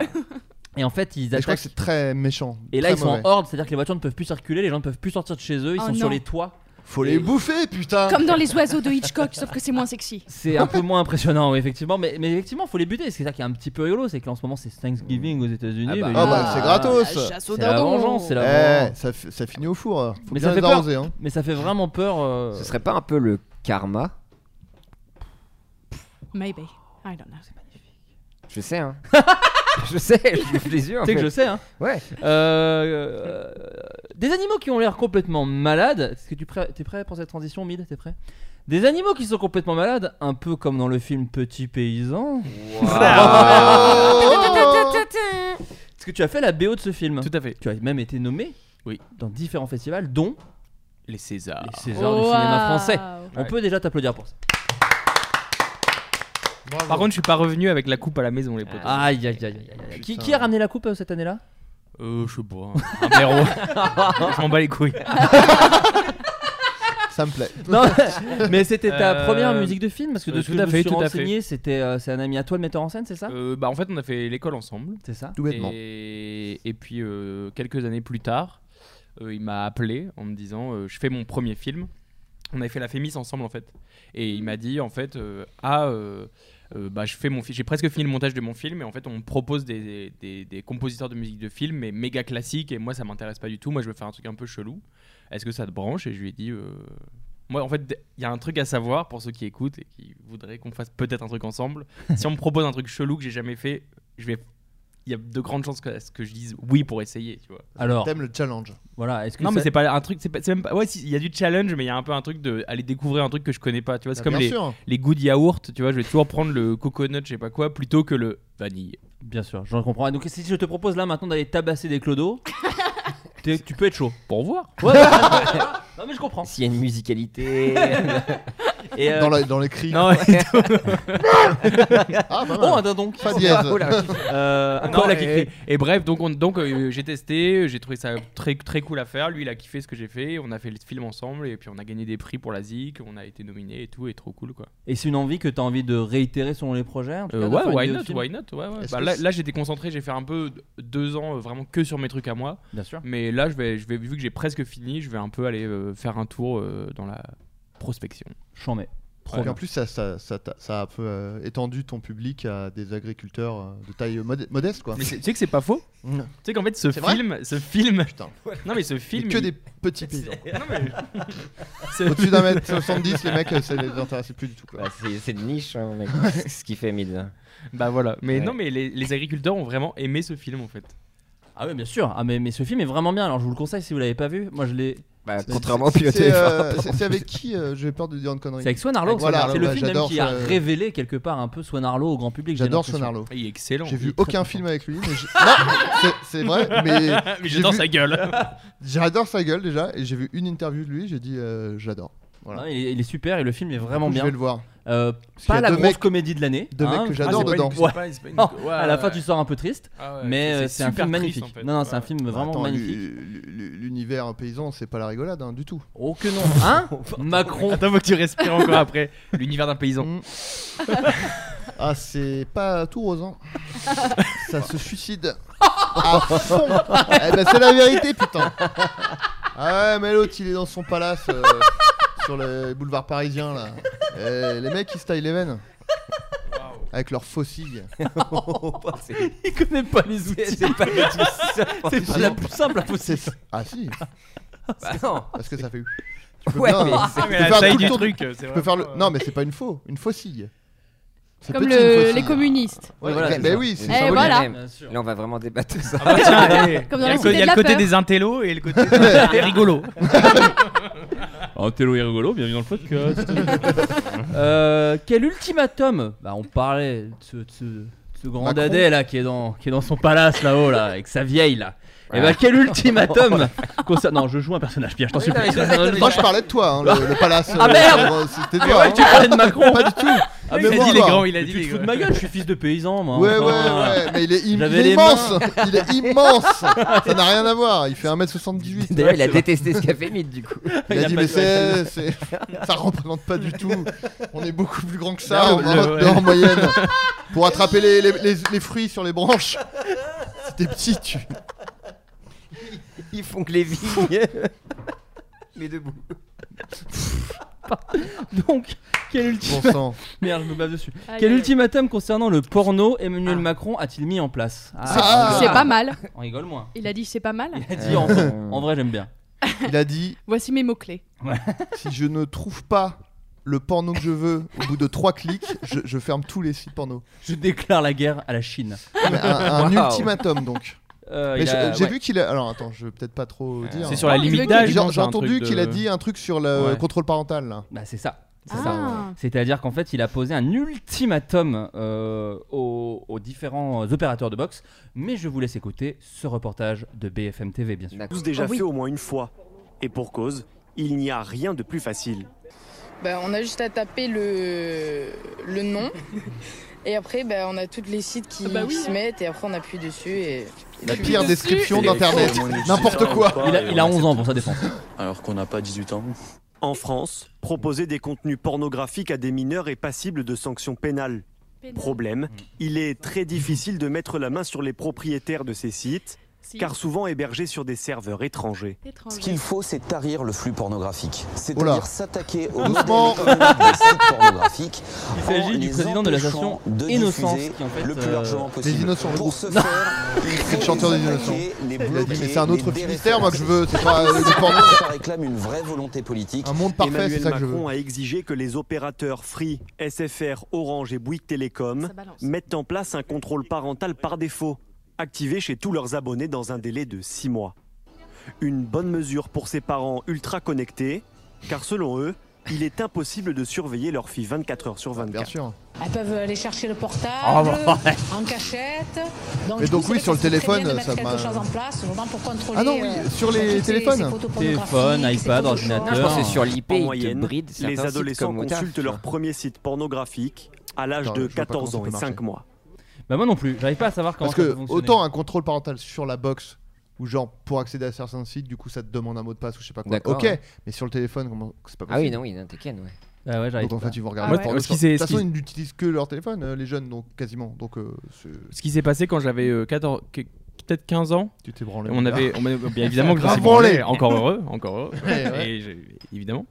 Speaker 6: Et en fait ils
Speaker 2: Et je crois que
Speaker 6: attaquent.
Speaker 2: c'est très méchant.
Speaker 6: Et là
Speaker 2: très
Speaker 6: ils sont en
Speaker 2: mauvais.
Speaker 6: horde, c'est-à-dire que les voitures ne peuvent plus circuler, les gens ne peuvent plus sortir de chez eux, ils
Speaker 8: Oh
Speaker 6: sont sur
Speaker 8: non.
Speaker 6: les toits.
Speaker 2: Faut les bouffer, putain
Speaker 8: Comme dans les oiseaux de Hitchcock, sauf que c'est moins sexy.
Speaker 6: C'est un peu moins impressionnant, oui, effectivement. Mais, mais effectivement, faut les buter. C'est ça qui est un petit peu rigolo, c'est que là, en ce moment c'est Thanksgiving aux États-Unis.
Speaker 7: Ah
Speaker 6: mais-
Speaker 2: Ah bah, c'est gratos
Speaker 8: La chasse au
Speaker 6: C'est la
Speaker 8: dindon.
Speaker 6: vengeance, c'est la
Speaker 2: Eh,
Speaker 6: vengeance.
Speaker 2: ça, fi- ça finit au four. hein. Faut
Speaker 6: Mais ça
Speaker 2: bien les
Speaker 6: fait peur.
Speaker 2: arroser, hein.
Speaker 6: Mais ça fait vraiment peur. euh,
Speaker 7: Ce serait pas un peu le karma
Speaker 8: Maybe. I don't know.
Speaker 7: Je sais, hein. je sais, je ouvre les yeux. en
Speaker 6: Tu sais que
Speaker 7: fait.
Speaker 6: je sais, hein.
Speaker 7: Ouais.
Speaker 6: Euh, euh, des animaux qui ont l'air complètement malades. Est-ce que tu prêt, es prêt pour cette transition, Mid T'es prêt Des animaux qui sont complètement malades, un peu comme dans le film Petit Paysan. Ah.
Speaker 2: Oh
Speaker 6: Est-ce que tu as fait la BO de ce film
Speaker 9: Tout à fait.
Speaker 6: Tu as même été nommé
Speaker 9: Oui.
Speaker 6: dans différents festivals, dont
Speaker 9: Les Césars.
Speaker 6: les Césars du cinéma français. On peut déjà t'applaudir pour ça.
Speaker 9: Par contre, je suis pas revenu avec la coupe à la maison, les potes.
Speaker 6: Aïe aïe aïe aïe, aïe. aïe. Qui,
Speaker 2: Putain.
Speaker 6: qui a ramené la coupe euh, cette année-là
Speaker 9: Euh, je sais pas. Ah. Un blaireau. je m'en bats les couilles.
Speaker 2: Ça me plaît.
Speaker 6: Non, mais c'était ta
Speaker 9: Euh,
Speaker 6: première musique de film parce que de
Speaker 9: euh,
Speaker 6: ce que
Speaker 9: tout
Speaker 6: je
Speaker 9: à
Speaker 6: me
Speaker 9: fait,
Speaker 6: suis
Speaker 9: tout à fait.
Speaker 6: renseigné, c'était euh, c'est un ami à toi le metteur en scène, c'est ça
Speaker 9: Euh, bah, en fait, on a fait l'école ensemble.
Speaker 6: C'est ça.
Speaker 2: Tout bêtement.
Speaker 9: Et, et puis, euh, quelques années plus tard, euh, il m'a appelé en me disant euh, Je fais mon premier film. On avait fait la Fémis ensemble, en fait. Et il m'a dit, en fait, euh, ah. euh, euh, bah, je fais mon fi- j'ai presque fini le montage de mon film et en fait on me propose des, des, des- des compositeurs de musique de film mais méga classiques et moi ça m'intéresse pas du tout moi je veux faire un truc un peu chelou est-ce que ça te branche et je lui ai dit euh, moi en fait d- il y a un truc à savoir pour ceux qui écoutent et qui voudraient qu'on fasse peut-être un truc ensemble si on me propose un truc chelou que j'ai jamais fait je vais il y a de grandes chances que, que je dise oui pour essayer tu vois
Speaker 6: Alors,
Speaker 2: T'aimes le challenge.
Speaker 6: voilà, est-ce que
Speaker 9: non, mais
Speaker 6: ça-
Speaker 9: c'est pas un truc, c'est pas- c'est même pas. Ouais, si, il y a du challenge, mais il y a un peu un truc de aller découvrir un truc que je connais pas. Tu vois, c'est
Speaker 2: Bah,
Speaker 9: comme
Speaker 2: bien
Speaker 9: les,
Speaker 2: sûr.
Speaker 9: les goûts de yaourt, tu vois, je vais toujours prendre le coconut, je sais pas quoi, plutôt que le vanille.
Speaker 6: Bien sûr, je comprends. Donc si je te propose là maintenant d'aller tabasser des clodos, t'es- tu peux être chaud.
Speaker 9: Pour voir.
Speaker 6: Ouais. non mais je comprends.
Speaker 7: S'il y a une musicalité.
Speaker 6: Et, euh,
Speaker 2: Dans, la- dans les cris.
Speaker 9: Non,
Speaker 2: Ah, pas mal.
Speaker 6: Oh un dindon. qui
Speaker 2: Pas
Speaker 6: sort.
Speaker 2: dièse.
Speaker 7: Oh là.
Speaker 6: Euh, un
Speaker 9: Non,
Speaker 6: koala qui
Speaker 9: et,
Speaker 6: crie.
Speaker 9: et bref, donc, on- donc euh, j'ai testé, j'ai trouvé ça très, très cool à faire. Lui, il a kiffé ce que j'ai fait. On a fait le film ensemble et puis on a gagné des prix pour la ZIC. On a été nominé et tout, et trop cool quoi.
Speaker 6: Et c'est une envie que t'as envie de réitérer selon les projets. en tout
Speaker 9: Euh,
Speaker 6: cas, de
Speaker 9: ouais,
Speaker 6: faire une
Speaker 9: why
Speaker 6: vidéo
Speaker 9: not,
Speaker 6: de film
Speaker 9: why not, ouais, ouais.
Speaker 2: Est-ce
Speaker 9: Bah,
Speaker 2: que
Speaker 9: là,
Speaker 2: c'est-
Speaker 9: là, j'étais concentré, j'ai fait un peu deux ans euh, vraiment que sur mes trucs à moi.
Speaker 6: Bien sûr.
Speaker 9: Mais là, je vais, je vais, vu que j'ai presque fini, je vais un peu aller euh, faire un tour euh, dans la prospection.
Speaker 6: Chant mais. Trop
Speaker 2: Donc,
Speaker 6: bien.
Speaker 2: en plus, ça, ça, ça, t'a- ça a un peu euh, étendu ton public à des agriculteurs euh, de taille modeste, modeste quoi.
Speaker 9: Mais c'est- tu sais que c'est pas faux Tu
Speaker 2: Non.
Speaker 9: sais qu'en fait, ce
Speaker 2: Ah. C'est vrai
Speaker 9: film, ce film,
Speaker 2: Putain.
Speaker 9: non mais ce film,
Speaker 2: que
Speaker 9: il-
Speaker 2: des petits paysans.
Speaker 9: Non, mais- Ce-
Speaker 2: Au-dessus d'un mètre 70, les mecs, euh, ça les intéressait plus du tout. Quoi.
Speaker 7: Bah, c'est c'est une niche, hein, mec. C'est ce qui fait hein. mille.
Speaker 9: Bah voilà. Mais
Speaker 7: Ouais.
Speaker 9: non, mais les, les agriculteurs ont vraiment aimé ce film en fait.
Speaker 6: Ah oui bien sûr. Ah mais, mais ce film est vraiment bien. Alors je vous le conseille si vous l'avez pas vu. Moi je l'ai.
Speaker 7: Bah,
Speaker 2: C'est-
Speaker 7: contrairement au
Speaker 2: c'est-
Speaker 7: pilote
Speaker 2: c'est,
Speaker 7: téléphone,
Speaker 2: euh,
Speaker 7: apparemment.
Speaker 2: c'est- c'est avec qui euh, J'ai peur de dire une connerie.
Speaker 6: C'est avec Swan Arlo.
Speaker 2: Avec Swan
Speaker 6: c'est le
Speaker 2: Arlo,
Speaker 6: film
Speaker 2: ouais,
Speaker 6: même qui a
Speaker 2: j'adore ça.
Speaker 6: révélé quelque part un peu Swan Arlo au grand public. j'ai
Speaker 2: J'adore
Speaker 6: l'impression.
Speaker 2: Sean Arlo.
Speaker 9: Il est excellent.
Speaker 2: J'ai
Speaker 6: il
Speaker 2: vu
Speaker 6: est très,
Speaker 2: aucun
Speaker 6: très
Speaker 2: film avec lui. Mais j'ai- non, c'est- c'est vrai, mais
Speaker 9: mais
Speaker 2: j'ai
Speaker 9: j'adore
Speaker 2: vu-
Speaker 9: sa gueule. Ah,
Speaker 2: j'adore sa gueule déjà. Et j'ai vu une interview de lui, j'ai dit euh, j'adore. Voilà.
Speaker 6: Non, il, est, il est super et le film est vraiment
Speaker 2: Je
Speaker 6: bien.
Speaker 2: vais le voir.
Speaker 6: Euh,
Speaker 2: Parce qu'il y
Speaker 6: pas
Speaker 2: a
Speaker 6: la
Speaker 2: deux
Speaker 6: grosse
Speaker 2: mecs-
Speaker 6: comédie de l'année.
Speaker 2: deux mecs
Speaker 6: hein,
Speaker 2: que
Speaker 6: je-
Speaker 2: j'adore
Speaker 6: Ah,
Speaker 2: dedans.
Speaker 6: Ouais. à la fin tu sors un peu triste,
Speaker 9: Ah
Speaker 6: mais euh, c'est un film magnifique. Non, non, c'est un film vraiment
Speaker 2: Attends,
Speaker 6: magnifique.
Speaker 2: l'u- l'u- L'univers paysan, c'est pas la rigolade hein, du tout.
Speaker 6: Oh que non, hein Macron.
Speaker 9: Attends, faut que tu respires encore après. L'univers d'un paysan.
Speaker 2: Mm. ah, c'est pas tout rose. hein. Ça se suicide. À fond. Eh ben, c'est la vérité, putain. Ah ouais, mais l'autre, il est dans son palace euh, sur le boulevard parisien là. Eh, les mecs, ils se taillent les veines. Avec leurs fossiles.
Speaker 6: Il connaît pas les outils.
Speaker 7: C'est pas du tout ça.
Speaker 6: C'est
Speaker 2: Ah
Speaker 6: la
Speaker 2: non.
Speaker 6: plus simple possible.
Speaker 2: Ah si,
Speaker 7: Bah, non.
Speaker 2: parce que ça fait. Tu peux,
Speaker 7: Ouais,
Speaker 2: non,
Speaker 7: mais
Speaker 2: tu
Speaker 7: c'est-
Speaker 9: Ah, mais la
Speaker 2: faire
Speaker 9: taille
Speaker 2: tout le
Speaker 9: du
Speaker 2: tour-
Speaker 9: truc. c'est
Speaker 2: peux faire le.
Speaker 9: vraiment, euh,
Speaker 2: Non, mais c'est pas une faux, une faucille. C'est
Speaker 8: Comme
Speaker 2: petit, une
Speaker 8: le-
Speaker 2: faucille.
Speaker 8: les communistes.
Speaker 2: Ouais,
Speaker 6: Ouais, voilà,
Speaker 2: mais-
Speaker 6: c'est
Speaker 2: mais
Speaker 6: ça.
Speaker 2: oui, c'est
Speaker 8: Eh,
Speaker 2: symbolique.
Speaker 8: voilà.
Speaker 6: Bien sûr.
Speaker 7: Là, on va vraiment débattre de ça.
Speaker 9: Ah bah tiens, allez.
Speaker 8: Comme dans
Speaker 9: Il y a
Speaker 8: la
Speaker 9: le co- il
Speaker 8: cité
Speaker 9: y a
Speaker 8: de
Speaker 9: le
Speaker 8: la
Speaker 9: côté
Speaker 8: peur.
Speaker 9: des intellos et le côté des rigolos.
Speaker 6: Oh, Tello et rigolo, bienvenue dans le podcast. Euh, quel ultimatum Bah, on parlait de ce, de ce- de ce grand
Speaker 2: Macron.
Speaker 6: dadais là qui est dans, qui est dans son palace là-haut là, avec sa vieille là. Et bah, quel ultimatum concer- Non, je joue un personnage, Pierre, je t'en
Speaker 7: Oui,
Speaker 6: supplie.
Speaker 7: non, mais je sais,
Speaker 6: C'est un
Speaker 7: mais-
Speaker 6: autre-
Speaker 2: Moi je parlais de toi, hein, le, le palace.
Speaker 6: Ah, merde
Speaker 2: euh, C'était
Speaker 6: Mais
Speaker 2: toi.
Speaker 6: ouais,
Speaker 2: hein.
Speaker 6: tu parlais de Macron
Speaker 2: Pas du tout. Ah,
Speaker 9: il
Speaker 2: mais
Speaker 9: a dit
Speaker 2: moi,
Speaker 9: les
Speaker 2: bah,
Speaker 9: grands, il a
Speaker 6: Mais
Speaker 9: dit
Speaker 6: Tu te
Speaker 9: les
Speaker 6: fous de
Speaker 9: grands.
Speaker 6: ma gueule, je suis fils de paysan moi.
Speaker 2: Ouais, ouais,
Speaker 6: Enfin,
Speaker 2: ouais, mais il est, im-
Speaker 6: J'avais
Speaker 2: il est
Speaker 6: les
Speaker 2: immense! Il est immense! Ça n'a rien à voir, il fait 1m78.
Speaker 7: D'ailleurs, il a détesté ce qu'a fait Mid du coup.
Speaker 2: Il,
Speaker 6: Il
Speaker 2: a
Speaker 6: a
Speaker 2: dit,
Speaker 6: pas
Speaker 2: mais
Speaker 6: de
Speaker 2: c'est, c'est- ça représente pas du tout. On est beaucoup plus grand que ça
Speaker 9: Non,
Speaker 2: en,
Speaker 9: le-
Speaker 2: en-
Speaker 9: ouais.
Speaker 2: en moyenne. Pour attraper les, les- les- les fruits sur les branches. C'était petit, tu.
Speaker 7: Ils font que les vignes. Mais debout.
Speaker 6: Donc, quel
Speaker 2: Bon
Speaker 6: ultimatum
Speaker 2: sang.
Speaker 6: Merde, je me bave dessus.
Speaker 8: Aïe,
Speaker 6: Quel
Speaker 8: aïe.
Speaker 6: ultimatum concernant le porno Emmanuel
Speaker 7: Ah.
Speaker 6: Macron a-t-il mis en place
Speaker 2: Ah.
Speaker 8: C'est pas mal.
Speaker 6: On rigole moins.
Speaker 8: Il a dit c'est pas mal.
Speaker 6: Il a dit en, en vrai, j'aime bien.
Speaker 2: Il a dit
Speaker 8: Voici mes mots-clés.
Speaker 2: si je ne trouve pas le porno que je veux au bout de 3 clics, je, je ferme tous les sites porno.
Speaker 6: Je déclare la guerre à la Chine.
Speaker 2: Mais un, un
Speaker 7: Wow.
Speaker 2: ultimatum donc.
Speaker 6: Euh,
Speaker 2: Mais
Speaker 6: il
Speaker 2: je-
Speaker 6: a-
Speaker 2: j'ai
Speaker 6: ouais.
Speaker 2: vu qu'il a. Alors attends, je vais peut-être pas trop dire.
Speaker 9: Euh, C'est sur la
Speaker 8: Non, il veut
Speaker 9: limite
Speaker 8: qu'il-
Speaker 9: d'âge.
Speaker 2: J'ai
Speaker 9: non, c'est
Speaker 2: j'ai
Speaker 9: un
Speaker 2: entendu
Speaker 9: truc
Speaker 2: qu'il a
Speaker 9: de-
Speaker 2: dit un truc sur le
Speaker 9: Ouais.
Speaker 2: contrôle parental là.
Speaker 6: Bah, c'est ça. C'est ça.
Speaker 8: Ah.
Speaker 6: C'est-à-dire qu'en fait, il a posé un ultimatum euh, aux, aux différents opérateurs de boxe. Mais je vous laisse écouter ce reportage de BFM TV, bien sûr.
Speaker 7: D'accord.
Speaker 3: tous déjà
Speaker 8: Ah oui.
Speaker 3: fait au moins une fois. Et pour cause, il n'y a rien de plus facile.
Speaker 10: Bah, on a juste à taper le, le nom. Et après, bah, on a tous les sites qui,
Speaker 8: Ah bah oui,
Speaker 10: qui se
Speaker 8: hein.
Speaker 10: mettent et après on appuie dessus. Et...
Speaker 2: La
Speaker 10: Puis
Speaker 2: pire
Speaker 10: dessus,
Speaker 2: description d'internet. N'importe quoi.
Speaker 6: Il a, il a 11 ans pour sa défense.
Speaker 11: Alors qu'on n'a pas 18 ans.
Speaker 3: En France, proposer des contenus pornographiques à des mineurs est passible de sanctions pénales. Problème, il est très difficile de mettre la main sur les propriétaires de ces sites,
Speaker 8: Si.
Speaker 3: car souvent hébergés sur des serveurs étrangers.
Speaker 8: Étrange.
Speaker 11: Ce qu'il faut, c'est tarir le flux pornographique.
Speaker 2: Oula.
Speaker 11: C'est-à-dire s'attaquer au
Speaker 2: Doucement.
Speaker 11: modèle économique des sites pornographiques.
Speaker 6: Il
Speaker 11: en
Speaker 6: s'agit du
Speaker 11: les
Speaker 6: président de l'association
Speaker 11: empêchant de
Speaker 6: Innocence
Speaker 11: diffuser
Speaker 6: qui, en fait,
Speaker 11: le plus
Speaker 6: euh,
Speaker 11: largement possible.
Speaker 2: Innocents, le
Speaker 11: Pour
Speaker 2: groupe.
Speaker 11: ce faire, il faut
Speaker 2: le chanteur
Speaker 11: les
Speaker 2: des
Speaker 11: attaquer, les
Speaker 2: Il a dit,
Speaker 11: bloquer,
Speaker 2: mais c'est un
Speaker 11: les
Speaker 2: autre
Speaker 11: déréférencer.
Speaker 2: Finistère, moi que je veux, c'est pas euh, le porno.
Speaker 11: Ça réclame une vraie volonté politique.
Speaker 2: Un monde parfait, c'est
Speaker 3: Emmanuel
Speaker 2: ça que je veux.
Speaker 3: Macron a exigé que les opérateurs Free, SFR, Orange et Bouygues Télécom
Speaker 8: Ça balance.
Speaker 3: mettent en place un contrôle parental par défaut, activé chez tous leurs abonnés dans un délai de 6 mois. Une bonne mesure pour ces parents ultra connectés, car selon eux, il est impossible de surveiller leur fille 24 heures sur
Speaker 2: Bah, Bien
Speaker 3: 24.
Speaker 2: sûr.
Speaker 10: Elles peuvent aller chercher le portable
Speaker 9: Ah,
Speaker 10: en cachette. Donc,
Speaker 2: Mais
Speaker 10: je
Speaker 2: donc
Speaker 10: pense
Speaker 2: oui,
Speaker 10: que
Speaker 2: sur le
Speaker 10: c'est très
Speaker 2: téléphone,
Speaker 10: bien de mettre
Speaker 2: ça
Speaker 10: quelque
Speaker 2: m'a-
Speaker 10: chose en place, vraiment pour contrôler.
Speaker 2: Ah non, oui,
Speaker 10: euh,
Speaker 2: sur les
Speaker 10: toutes ces-
Speaker 2: téléphones.
Speaker 10: ces photos
Speaker 6: Téléphone,
Speaker 10: pornographiques, ces
Speaker 6: iPad,
Speaker 10: photos
Speaker 6: ordinateur.
Speaker 10: choses.
Speaker 7: Je pense que c'est sur l'IP,
Speaker 3: En
Speaker 7: ils te
Speaker 3: moyenne,
Speaker 7: brident certains
Speaker 3: Les
Speaker 7: sites
Speaker 3: adolescents
Speaker 7: comme Motard,
Speaker 3: consultent
Speaker 7: tu vois.
Speaker 3: leur premier site pornographique à l'âge
Speaker 2: Attends,
Speaker 3: de
Speaker 2: je vois pas
Speaker 3: 14
Speaker 2: comment
Speaker 3: ans
Speaker 2: ça
Speaker 3: et
Speaker 2: peut
Speaker 3: 5
Speaker 2: marcher.
Speaker 3: mois.
Speaker 6: Bah, moi non plus. J'arrive pas à savoir comment
Speaker 2: Parce que
Speaker 6: ça peut fonctionner.
Speaker 2: autant un contrôle parental sur la box ou genre pour accéder à certains sites, du coup ça te demande un mot de passe ou je sais pas quoi.
Speaker 7: D'accord,
Speaker 2: Ok,
Speaker 7: ouais.
Speaker 2: mais sur le téléphone, comment c'est pas
Speaker 7: Ah oui,
Speaker 2: possible.
Speaker 7: non, oui, non, t'es ken, ouais.
Speaker 6: Ah ouais, j'arrive
Speaker 2: Donc en
Speaker 6: pas.
Speaker 2: fait ils vont regarder
Speaker 8: Ah
Speaker 2: le
Speaker 8: ouais.
Speaker 2: porno.
Speaker 9: Parce
Speaker 2: sur-
Speaker 9: qu'il s'est-
Speaker 2: De toute façon
Speaker 9: qu'il-
Speaker 2: ils n'utilisent que leur téléphone, euh, les jeunes, donc quasiment. Donc euh, c'est-
Speaker 9: Ce qui s'est passé quand j'avais euh, 14, que- peut-être 15 ans,
Speaker 2: tu t'es branlé.
Speaker 9: on avait, on avait- bien évidemment que je me suis
Speaker 2: Bravo,
Speaker 9: branlé,
Speaker 2: les.
Speaker 9: encore heureux, encore heureux,
Speaker 2: Ouais, ouais.
Speaker 9: Et j'ai- évidemment.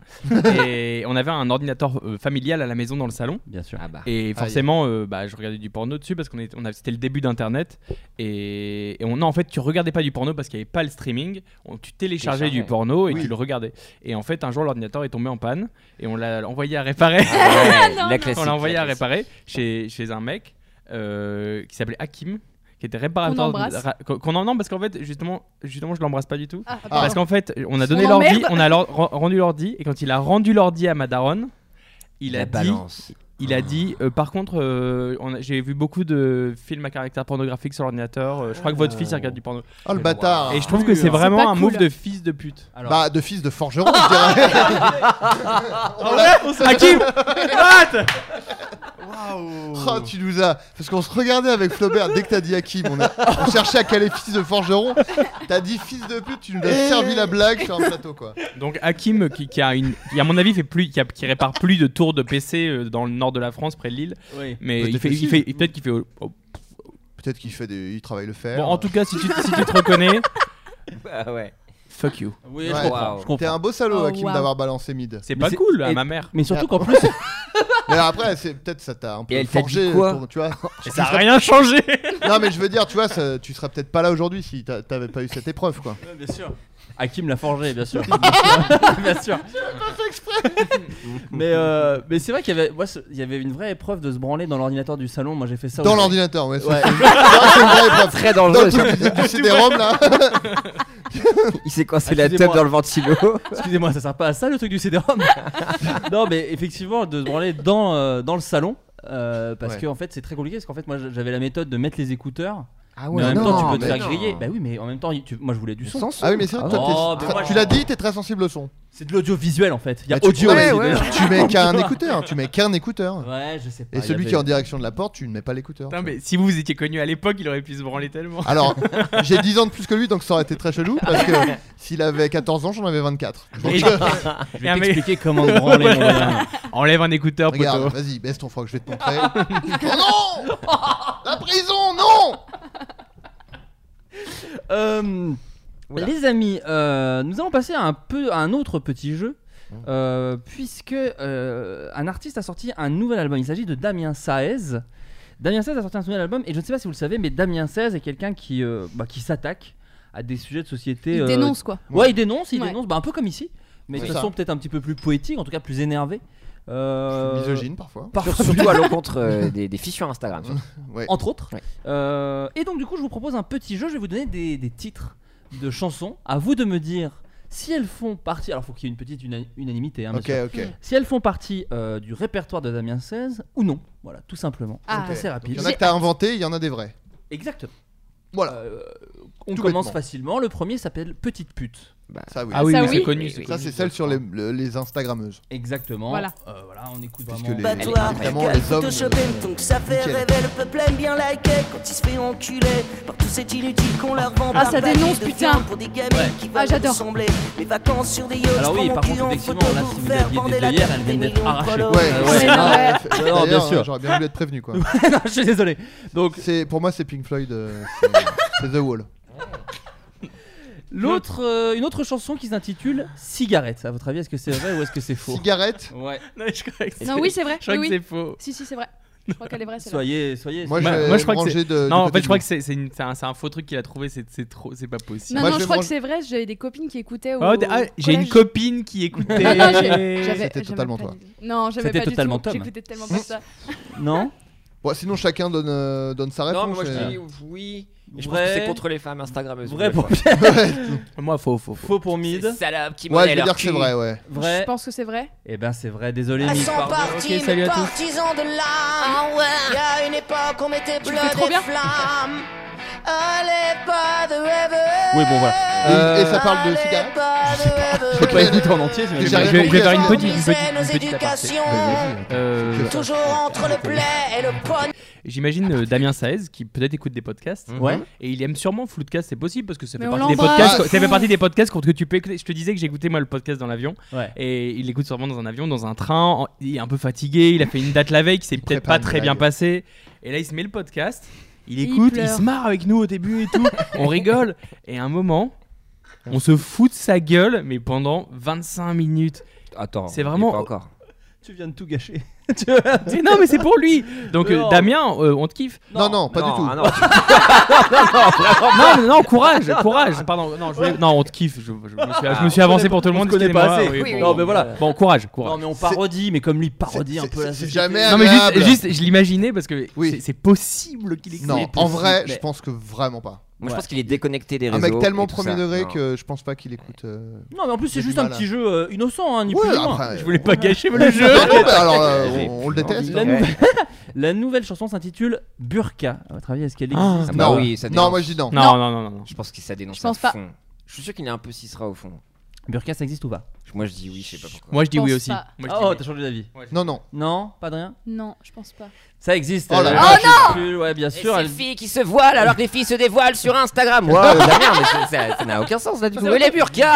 Speaker 9: et on avait un ordinateur euh, familial à la maison dans le salon.
Speaker 6: Bien sûr.
Speaker 7: Ah bah.
Speaker 9: Et forcément, euh, bah, je regardais du porno dessus parce qu'on est- on a- c'était le début d'Internet. Et, et on, non, en fait, tu regardais pas du porno parce qu'il n'y avait pas le streaming. On- tu téléchargeais
Speaker 7: Téléchargeais.
Speaker 9: du porno et
Speaker 2: Oui.
Speaker 9: tu le regardais. Et en fait, un jour, l'ordinateur est tombé en panne et on l'a envoyé à réparer.
Speaker 7: Ah, la classique.
Speaker 9: on l'a envoyé
Speaker 7: la
Speaker 9: à
Speaker 7: classique.
Speaker 9: réparer chez, chez un mec euh, qui s'appelait Hakim, qui était réparateur.
Speaker 8: Qu'on embrasse.
Speaker 9: de- ra- Qu'on qu'on en non, parce qu'en fait, justement, justement, je l'embrasse pas du tout.
Speaker 8: Ah,
Speaker 2: Ah.
Speaker 9: Parce
Speaker 8: pardon.
Speaker 9: qu'en fait, on a donné
Speaker 8: On
Speaker 9: l'ordi,
Speaker 8: l'emmerde.
Speaker 9: on a l'or- rendu l'ordi, et quand il a rendu l'ordi à Madaron, il
Speaker 7: La
Speaker 9: a dit
Speaker 7: balance.
Speaker 9: il a dit, euh, par contre, euh, on a- j'ai vu beaucoup de films à caractère pornographique sur l'ordinateur. euh, je crois que votre fils il regarde du porno.
Speaker 2: Oh le bâtard
Speaker 9: Et je trouve que c'est
Speaker 8: C'est
Speaker 9: vraiment
Speaker 8: pas
Speaker 9: un
Speaker 8: cool.
Speaker 9: move de fils de pute.
Speaker 6: Alors,
Speaker 2: Bah de fils de forgeron je dirais
Speaker 9: Hakim
Speaker 2: Oh, tu nous as Parce qu'on se regardait avec Flaubert dès que t'as dit Hakim on, a... on cherchait à caler fils de forgeron T'as dit fils de pute tu nous as servi la blague sur un plateau quoi
Speaker 9: Donc Hakim, qui, qui a une, qui, à mon avis, fait plus, qui, a- qui répare plus de tours de PC euh, dans le nord de la France, près de Lille,
Speaker 6: oui.
Speaker 9: mais
Speaker 2: Peut-être
Speaker 9: il fait, il
Speaker 2: aussi.
Speaker 9: fait, il- peut-être qu'il fait. oh, oh.
Speaker 2: Peut-être qu'il fait des... Il travaille le fer
Speaker 9: Bon, en tout cas, si tu, si tu te reconnais,
Speaker 7: Ah ouais.
Speaker 9: fuck you.
Speaker 6: Oui,
Speaker 2: Ouais.
Speaker 6: je comprends.
Speaker 7: Wow.
Speaker 6: je
Speaker 2: T'es
Speaker 6: comprends.
Speaker 2: un beau salaud
Speaker 8: Oh,
Speaker 2: Hakim
Speaker 8: wow.
Speaker 2: d'avoir balancé mid
Speaker 9: C'est
Speaker 6: Mais
Speaker 9: pas
Speaker 6: c'est-
Speaker 9: cool à
Speaker 6: et-
Speaker 9: ma mère.
Speaker 6: Mais surtout qu'en plus,
Speaker 2: Mais après, c'est peut-être ça t'a un peu
Speaker 7: Et elle t'a
Speaker 2: forgé,
Speaker 7: dit quoi
Speaker 2: ton- tu vois.
Speaker 9: Et ça a rien changé.
Speaker 2: non, mais je veux dire, tu vois, ça- tu serais peut-être pas là aujourd'hui si t'a- t'avais pas eu cette épreuve, quoi.
Speaker 6: Bien sûr. Hakim l'a forgé, bien sûr. bien sûr. mais euh, mais c'est vrai qu'il y avait, moi, ce- il y avait une vraie épreuve de se branler dans l'ordinateur du salon. Moi, j'ai fait ça.
Speaker 2: Dans
Speaker 6: aussi.
Speaker 2: l'ordinateur, ouais. c'est-
Speaker 6: Ouais.
Speaker 2: c'est une vraie épreuve.
Speaker 7: Très
Speaker 2: Dans le
Speaker 7: dangereux.
Speaker 2: truc du, du CD-ROM, là.
Speaker 7: Il s'est coincé la tête dans le ventilo.
Speaker 6: Excusez-moi, ça sert pas à ça le truc du CD-ROM Non, mais effectivement, de se branler dans, euh, dans le salon. euh, parce
Speaker 7: Ouais.
Speaker 6: que en fait c'est très compliqué parce qu'en fait moi j'avais la méthode de mettre les écouteurs
Speaker 7: Ah ouais,
Speaker 6: mais en même
Speaker 7: non,
Speaker 6: temps tu peux te faire
Speaker 7: mais non.
Speaker 6: griller bah oui mais en même temps tu- moi je voulais du son
Speaker 7: sans
Speaker 2: Ah oui, mais c'est vrai, toi, t'es-
Speaker 6: Oh, mais
Speaker 2: t'as-
Speaker 6: moi,
Speaker 2: tu l'as dit, t'es très sensible au son.
Speaker 6: C'est de l'audiovisuel en fait. Il y a
Speaker 2: Bah, tu-
Speaker 6: audio.
Speaker 2: ouais,
Speaker 6: et
Speaker 2: ouais.
Speaker 6: vidéo.
Speaker 2: Tu mets qu'un écouteur, hein. tu mets qu'un écouteur.
Speaker 6: Ouais, je sais pas,
Speaker 2: Et
Speaker 6: il y
Speaker 2: celui
Speaker 6: avait-
Speaker 2: qui est en direction de la porte, tu ne mets pas l'écouteur.
Speaker 9: Putain, mais si vous étiez connu à l'époque, il aurait pu se branler tellement.
Speaker 2: Alors, j'ai 10 ans de plus que lui, donc ça aurait été très chelou parce que s'il avait 14 ans, j'en avais 24. Donc,
Speaker 9: Et-
Speaker 2: euh,
Speaker 9: Je vais Et un mec- t'expliquer comment te branler, mon
Speaker 2: Voilà.
Speaker 9: gars. Enlève un écouteur,
Speaker 2: Regarde,
Speaker 9: poteau.
Speaker 2: Vas-y, baisse ton froc, je vais te montrer. oh non La prison, non
Speaker 6: Euh,
Speaker 2: Oula.
Speaker 6: les amis, euh, nous allons passer à un, peu, à un autre petit jeu. euh, puisque euh, un artiste a sorti un nouvel album, il s'agit de Damien Saez. Damien Saez a sorti un nouvel album et je ne sais pas si vous le savez, mais Damien Saez est quelqu'un qui, euh, bah, qui s'attaque à des sujets de société.
Speaker 8: Il
Speaker 6: euh,
Speaker 8: dénonce, quoi.
Speaker 6: Ouais, il dénonce, il
Speaker 8: Ouais.
Speaker 6: dénonce, bah, un peu comme ici, mais de
Speaker 7: C'est
Speaker 6: façon
Speaker 7: ça.
Speaker 6: peut-être un petit peu plus poétique, en tout cas plus énervée. Euh,
Speaker 2: Misogyne, parfois.
Speaker 7: Surtout à l'encontre euh, des, des fiches sur Instagram. surtout.
Speaker 6: entre autres. Euh, et donc du coup, je vous propose un petit jeu. Je vais vous donner des, des titres de chansons. À vous de me dire si elles font partie. Alors, faut qu'il y ait une petite una- unanimité. hein, bien
Speaker 2: Ok,
Speaker 6: sûr.
Speaker 2: ok.
Speaker 6: Si elles font partie euh, du répertoire de Damien 16 ou non. Voilà, tout simplement.
Speaker 2: Ah.
Speaker 6: Donc, assez
Speaker 2: Ok.
Speaker 6: rapide.
Speaker 2: Il y en a que t'as inventé, il y en a des vrais.
Speaker 6: Exactement. Euh,
Speaker 2: Voilà.
Speaker 6: on
Speaker 2: Tout
Speaker 6: commence
Speaker 2: bêtement.
Speaker 6: facilement. Le premier s'appelle Petite pute.
Speaker 2: Ça oui.
Speaker 6: Ah oui, Ça, mais c'est oui.
Speaker 9: connu, c'est
Speaker 2: Ça
Speaker 9: connu,
Speaker 2: c'est
Speaker 9: ça.
Speaker 2: celle sur les, le- les Instagrammeuses.
Speaker 6: Exactement.
Speaker 12: Voilà.
Speaker 6: Euh, voilà, on écoute
Speaker 2: Parce
Speaker 6: vraiment.
Speaker 2: que les-
Speaker 12: Bah toi,
Speaker 2: évidemment,
Speaker 12: qu'elle
Speaker 2: les hommes,
Speaker 12: photoshopée,
Speaker 2: euh,
Speaker 12: donc ça fait
Speaker 2: nickel.
Speaker 12: rêver le peuple aime bien liker quand il se fait enculer par tous ces inutiles qu'on leur vend
Speaker 8: Ah,
Speaker 12: par
Speaker 8: ça
Speaker 12: paquet
Speaker 8: dénonce,
Speaker 12: de
Speaker 8: putain.
Speaker 12: viande pour des gamines
Speaker 6: Ouais.
Speaker 12: qui
Speaker 8: Ah,
Speaker 12: veulent
Speaker 8: j'adore.
Speaker 12: ressembler. Mes vacances sur des yachts,
Speaker 6: Alors
Speaker 12: je prends
Speaker 6: oui,
Speaker 12: mon
Speaker 6: par
Speaker 12: cul
Speaker 6: contre,
Speaker 12: en
Speaker 6: effectivement,
Speaker 12: photo
Speaker 6: là,
Speaker 12: pour
Speaker 6: si vous
Speaker 12: faire
Speaker 6: aviez
Speaker 12: bander
Speaker 6: des
Speaker 12: la
Speaker 6: œillères,
Speaker 12: tête
Speaker 6: elles
Speaker 12: des
Speaker 6: viennent d'être
Speaker 12: millions de
Speaker 6: arrachées.
Speaker 12: prolos.
Speaker 2: Ouais,
Speaker 6: Euh,
Speaker 2: ouais.
Speaker 6: ouais.
Speaker 2: Ah,
Speaker 6: Ouais.
Speaker 2: ouais.
Speaker 6: Non, bien
Speaker 2: D'ailleurs,
Speaker 6: sûr.
Speaker 2: J'aurais bien voulu être prévenu quoi.
Speaker 6: Non, euh, je suis désolé.
Speaker 2: Mmh.
Speaker 6: Donc
Speaker 2: c'est pour moi c'est Pink Floyd, euh, c'est- c'est The Wall.
Speaker 6: L'autre, euh, une autre chanson qui s'intitule Cigarette. À votre avis, est-ce que c'est vrai ou est-ce que c'est faux
Speaker 2: Cigarette
Speaker 6: Ouais.
Speaker 9: Non, je crois que
Speaker 8: Non, oui, c'est vrai.
Speaker 9: Je crois
Speaker 8: Oui,
Speaker 9: que
Speaker 8: oui.
Speaker 9: c'est faux.
Speaker 8: Si, si, c'est vrai. Je crois qu'elle est vraie. celle-là.
Speaker 6: Soyez, soyez.
Speaker 2: Moi,
Speaker 9: Bah,
Speaker 2: je vais
Speaker 9: moi, je crois que
Speaker 2: manger
Speaker 9: c'est.
Speaker 2: de- du
Speaker 9: non, en
Speaker 2: côté
Speaker 9: fait,
Speaker 2: du
Speaker 9: je crois
Speaker 2: loup.
Speaker 9: que c'est c'est une- c'est un, c'est un faux truc qu'il a trouvé. C'est c'est trop, c'est pas possible.
Speaker 8: Non, non, je crois que c'est vrai. J'avais des copines qui écoutaient. Au...
Speaker 9: Ah, t'es- ah, j'ai une
Speaker 8: collège.
Speaker 9: copine qui écoutait.
Speaker 8: Non, non, Ah, j'ai- j'avais-
Speaker 2: C'était
Speaker 8: j'avais
Speaker 2: totalement
Speaker 8: pas
Speaker 2: toi.
Speaker 8: du tout. Non, j'avais
Speaker 6: C'était
Speaker 8: pas
Speaker 6: totalement
Speaker 8: du tout.
Speaker 6: Tom.
Speaker 8: J'écoutais tellement pas ça.
Speaker 6: Non.
Speaker 2: Bon, sinon chacun donne euh, donne sa réponse.
Speaker 7: Non, mais moi je
Speaker 2: et-
Speaker 7: dis oui.
Speaker 6: Vrai.
Speaker 7: Je pense que c'est contre les femmes Instagrammeuses.
Speaker 6: Vrai pour
Speaker 9: Moi, faux, faux, faux.
Speaker 6: Faux pour Mid.
Speaker 7: Ces salopes qui
Speaker 2: Ouais,
Speaker 7: monnaient
Speaker 2: je veux
Speaker 7: leur
Speaker 2: dire que c'est
Speaker 7: cul.
Speaker 2: vrai, ouais.
Speaker 6: Vrai.
Speaker 8: Je pense que c'est vrai.
Speaker 6: Eh ben, c'est vrai. Désolé,
Speaker 12: Ah,
Speaker 6: Mid.
Speaker 12: sans
Speaker 6: Pardon.
Speaker 12: parti,
Speaker 6: Ok, salut à tous.
Speaker 12: partisans de l'âme. Il y a une époque on mettait
Speaker 8: Tu
Speaker 12: bleu
Speaker 8: le fais trop
Speaker 12: des
Speaker 8: bien.
Speaker 12: flammes. Allez pas de rêve.
Speaker 6: Oui, bon, voilà.
Speaker 2: Et, et ça
Speaker 6: Euh,
Speaker 2: parle de cigarettes
Speaker 6: Je vais pas écouter en entier.
Speaker 2: J'ai
Speaker 9: Je vais-
Speaker 2: rien
Speaker 9: je vais
Speaker 2: compris à
Speaker 9: faire
Speaker 2: ça.
Speaker 9: une petite, une petite,
Speaker 12: Nos
Speaker 9: une petite aparté.
Speaker 12: éducations.
Speaker 9: Euh,
Speaker 12: Toujours entre le plaid et le pognon.
Speaker 9: J'imagine euh, Damien Saez qui peut-être écoute des podcasts.
Speaker 6: Ouais.
Speaker 9: Et il aime sûrement Floodcast, c'est possible parce que ça
Speaker 8: Mais
Speaker 9: fait,
Speaker 8: on
Speaker 9: partie des,
Speaker 8: l'embrasse,
Speaker 9: podcasts,
Speaker 8: Fou.
Speaker 9: ça fait partie des podcasts contre que tu peux écouter. Je te disais que j'écoutais moi le podcast dans l'avion.
Speaker 6: Ouais.
Speaker 9: Et il l'écoute sûrement dans un avion, dans un train. en- Il est un peu fatigué, il a fait une date la veille qui s'est peut-être
Speaker 2: prépare
Speaker 9: pas
Speaker 2: une
Speaker 9: très bien
Speaker 2: blague.
Speaker 9: passée. Et là, il se met le podcast, il
Speaker 8: Il
Speaker 9: écoute, il,
Speaker 8: pleure.
Speaker 9: se marre avec nous au début et tout. on rigole. Et à un moment, on se fout de sa gueule, mais pendant 25 minutes.
Speaker 7: Attends.
Speaker 9: C'est vraiment-
Speaker 7: il est pas encore.
Speaker 6: Tu viens de tout gâcher.
Speaker 9: Mais non, mais c'est pour lui. Donc, euh,
Speaker 6: Non.
Speaker 9: Damien, euh, on te kiffe.
Speaker 2: Non, non, pas du
Speaker 7: Non,
Speaker 2: tout.
Speaker 7: ah non, tu-
Speaker 9: Non, mais non, courage, courage. Pardon, non, je voulais- non, on te kiffe. Je, je me suis, je me suis avancé pour tout le monde.
Speaker 6: connaît pas assez.
Speaker 9: excusez-moi. Oui,
Speaker 7: Oui,
Speaker 9: bon,
Speaker 6: Non, mais voilà.
Speaker 9: Bon, courage,
Speaker 6: Non,
Speaker 9: courage.
Speaker 6: mais on parodie, mais comme lui parodie un
Speaker 2: C'est-
Speaker 6: peu la
Speaker 2: c'est- c'est
Speaker 6: société.
Speaker 2: jamais
Speaker 9: Non, mais
Speaker 2: agréable.
Speaker 9: juste, juste, je l'imaginais parce que
Speaker 2: Oui.
Speaker 9: c'est- c'est possible qu'il écoute.
Speaker 2: Non,
Speaker 9: C'est
Speaker 2: en
Speaker 9: possible,
Speaker 2: vrai,
Speaker 9: mais-
Speaker 2: je pense que vraiment pas.
Speaker 7: Moi, je
Speaker 6: Ouais.
Speaker 7: pense qu'il est déconnecté des
Speaker 2: Un
Speaker 7: réseaux.
Speaker 2: mec tellement
Speaker 7: et tout
Speaker 2: premier
Speaker 7: ça.
Speaker 2: degré
Speaker 7: Non.
Speaker 2: que je pense pas qu'il écoute. euh,
Speaker 6: Non, mais en plus, c'est
Speaker 2: J'ai
Speaker 6: juste
Speaker 2: du
Speaker 6: un
Speaker 2: mal,
Speaker 6: petit
Speaker 2: hein.
Speaker 6: jeu euh, innocent, hein, ni
Speaker 2: Ouais,
Speaker 6: plus ni moins.
Speaker 2: après,
Speaker 9: Je voulais pas gâcher le jeu.
Speaker 2: Non, non, bah alors, euh,
Speaker 7: J'ai
Speaker 2: on, on le
Speaker 7: plus envie
Speaker 2: déteste.
Speaker 7: de
Speaker 2: hein.
Speaker 6: La,
Speaker 7: Ouais.
Speaker 6: nouvelle... la nouvelle chanson s'intitule Burka. À votre avis, est-ce qu'elle
Speaker 9: Ah,
Speaker 6: existe
Speaker 7: Ah
Speaker 6: ou
Speaker 7: bah
Speaker 6: pas
Speaker 7: oui, ça
Speaker 2: Non,
Speaker 7: dénonce.
Speaker 2: moi je dis non.
Speaker 9: Non, non, non, non. non.
Speaker 7: Je pense qu'il ça dénonce
Speaker 8: Je pense
Speaker 7: à
Speaker 8: pas.
Speaker 7: fond. Je suis sûr qu'il est un peu cisra au fond.
Speaker 6: Burka, ça existe ou pas
Speaker 7: Moi, je dis oui, je sais pas pourquoi.
Speaker 9: Moi, je dis
Speaker 8: pense
Speaker 9: oui aussi.
Speaker 8: pas.
Speaker 9: Moi, je dis
Speaker 6: Oh,
Speaker 9: oui.
Speaker 6: t'as changé d'avis.
Speaker 2: Non, non.
Speaker 6: Non, pas de rien.
Speaker 8: Non, je pense pas.
Speaker 6: Ça existe.
Speaker 2: Oh là
Speaker 6: euh,
Speaker 2: là.
Speaker 6: je sais plus, Ouais, bien
Speaker 7: Et
Speaker 6: sûr.
Speaker 7: ces
Speaker 6: elle-
Speaker 7: filles qui se voilent alors que les filles se dévoilent sur Instagram. Moi, la merde, mais c'est- ça ça n'a aucun sens là du coup. Et les burkas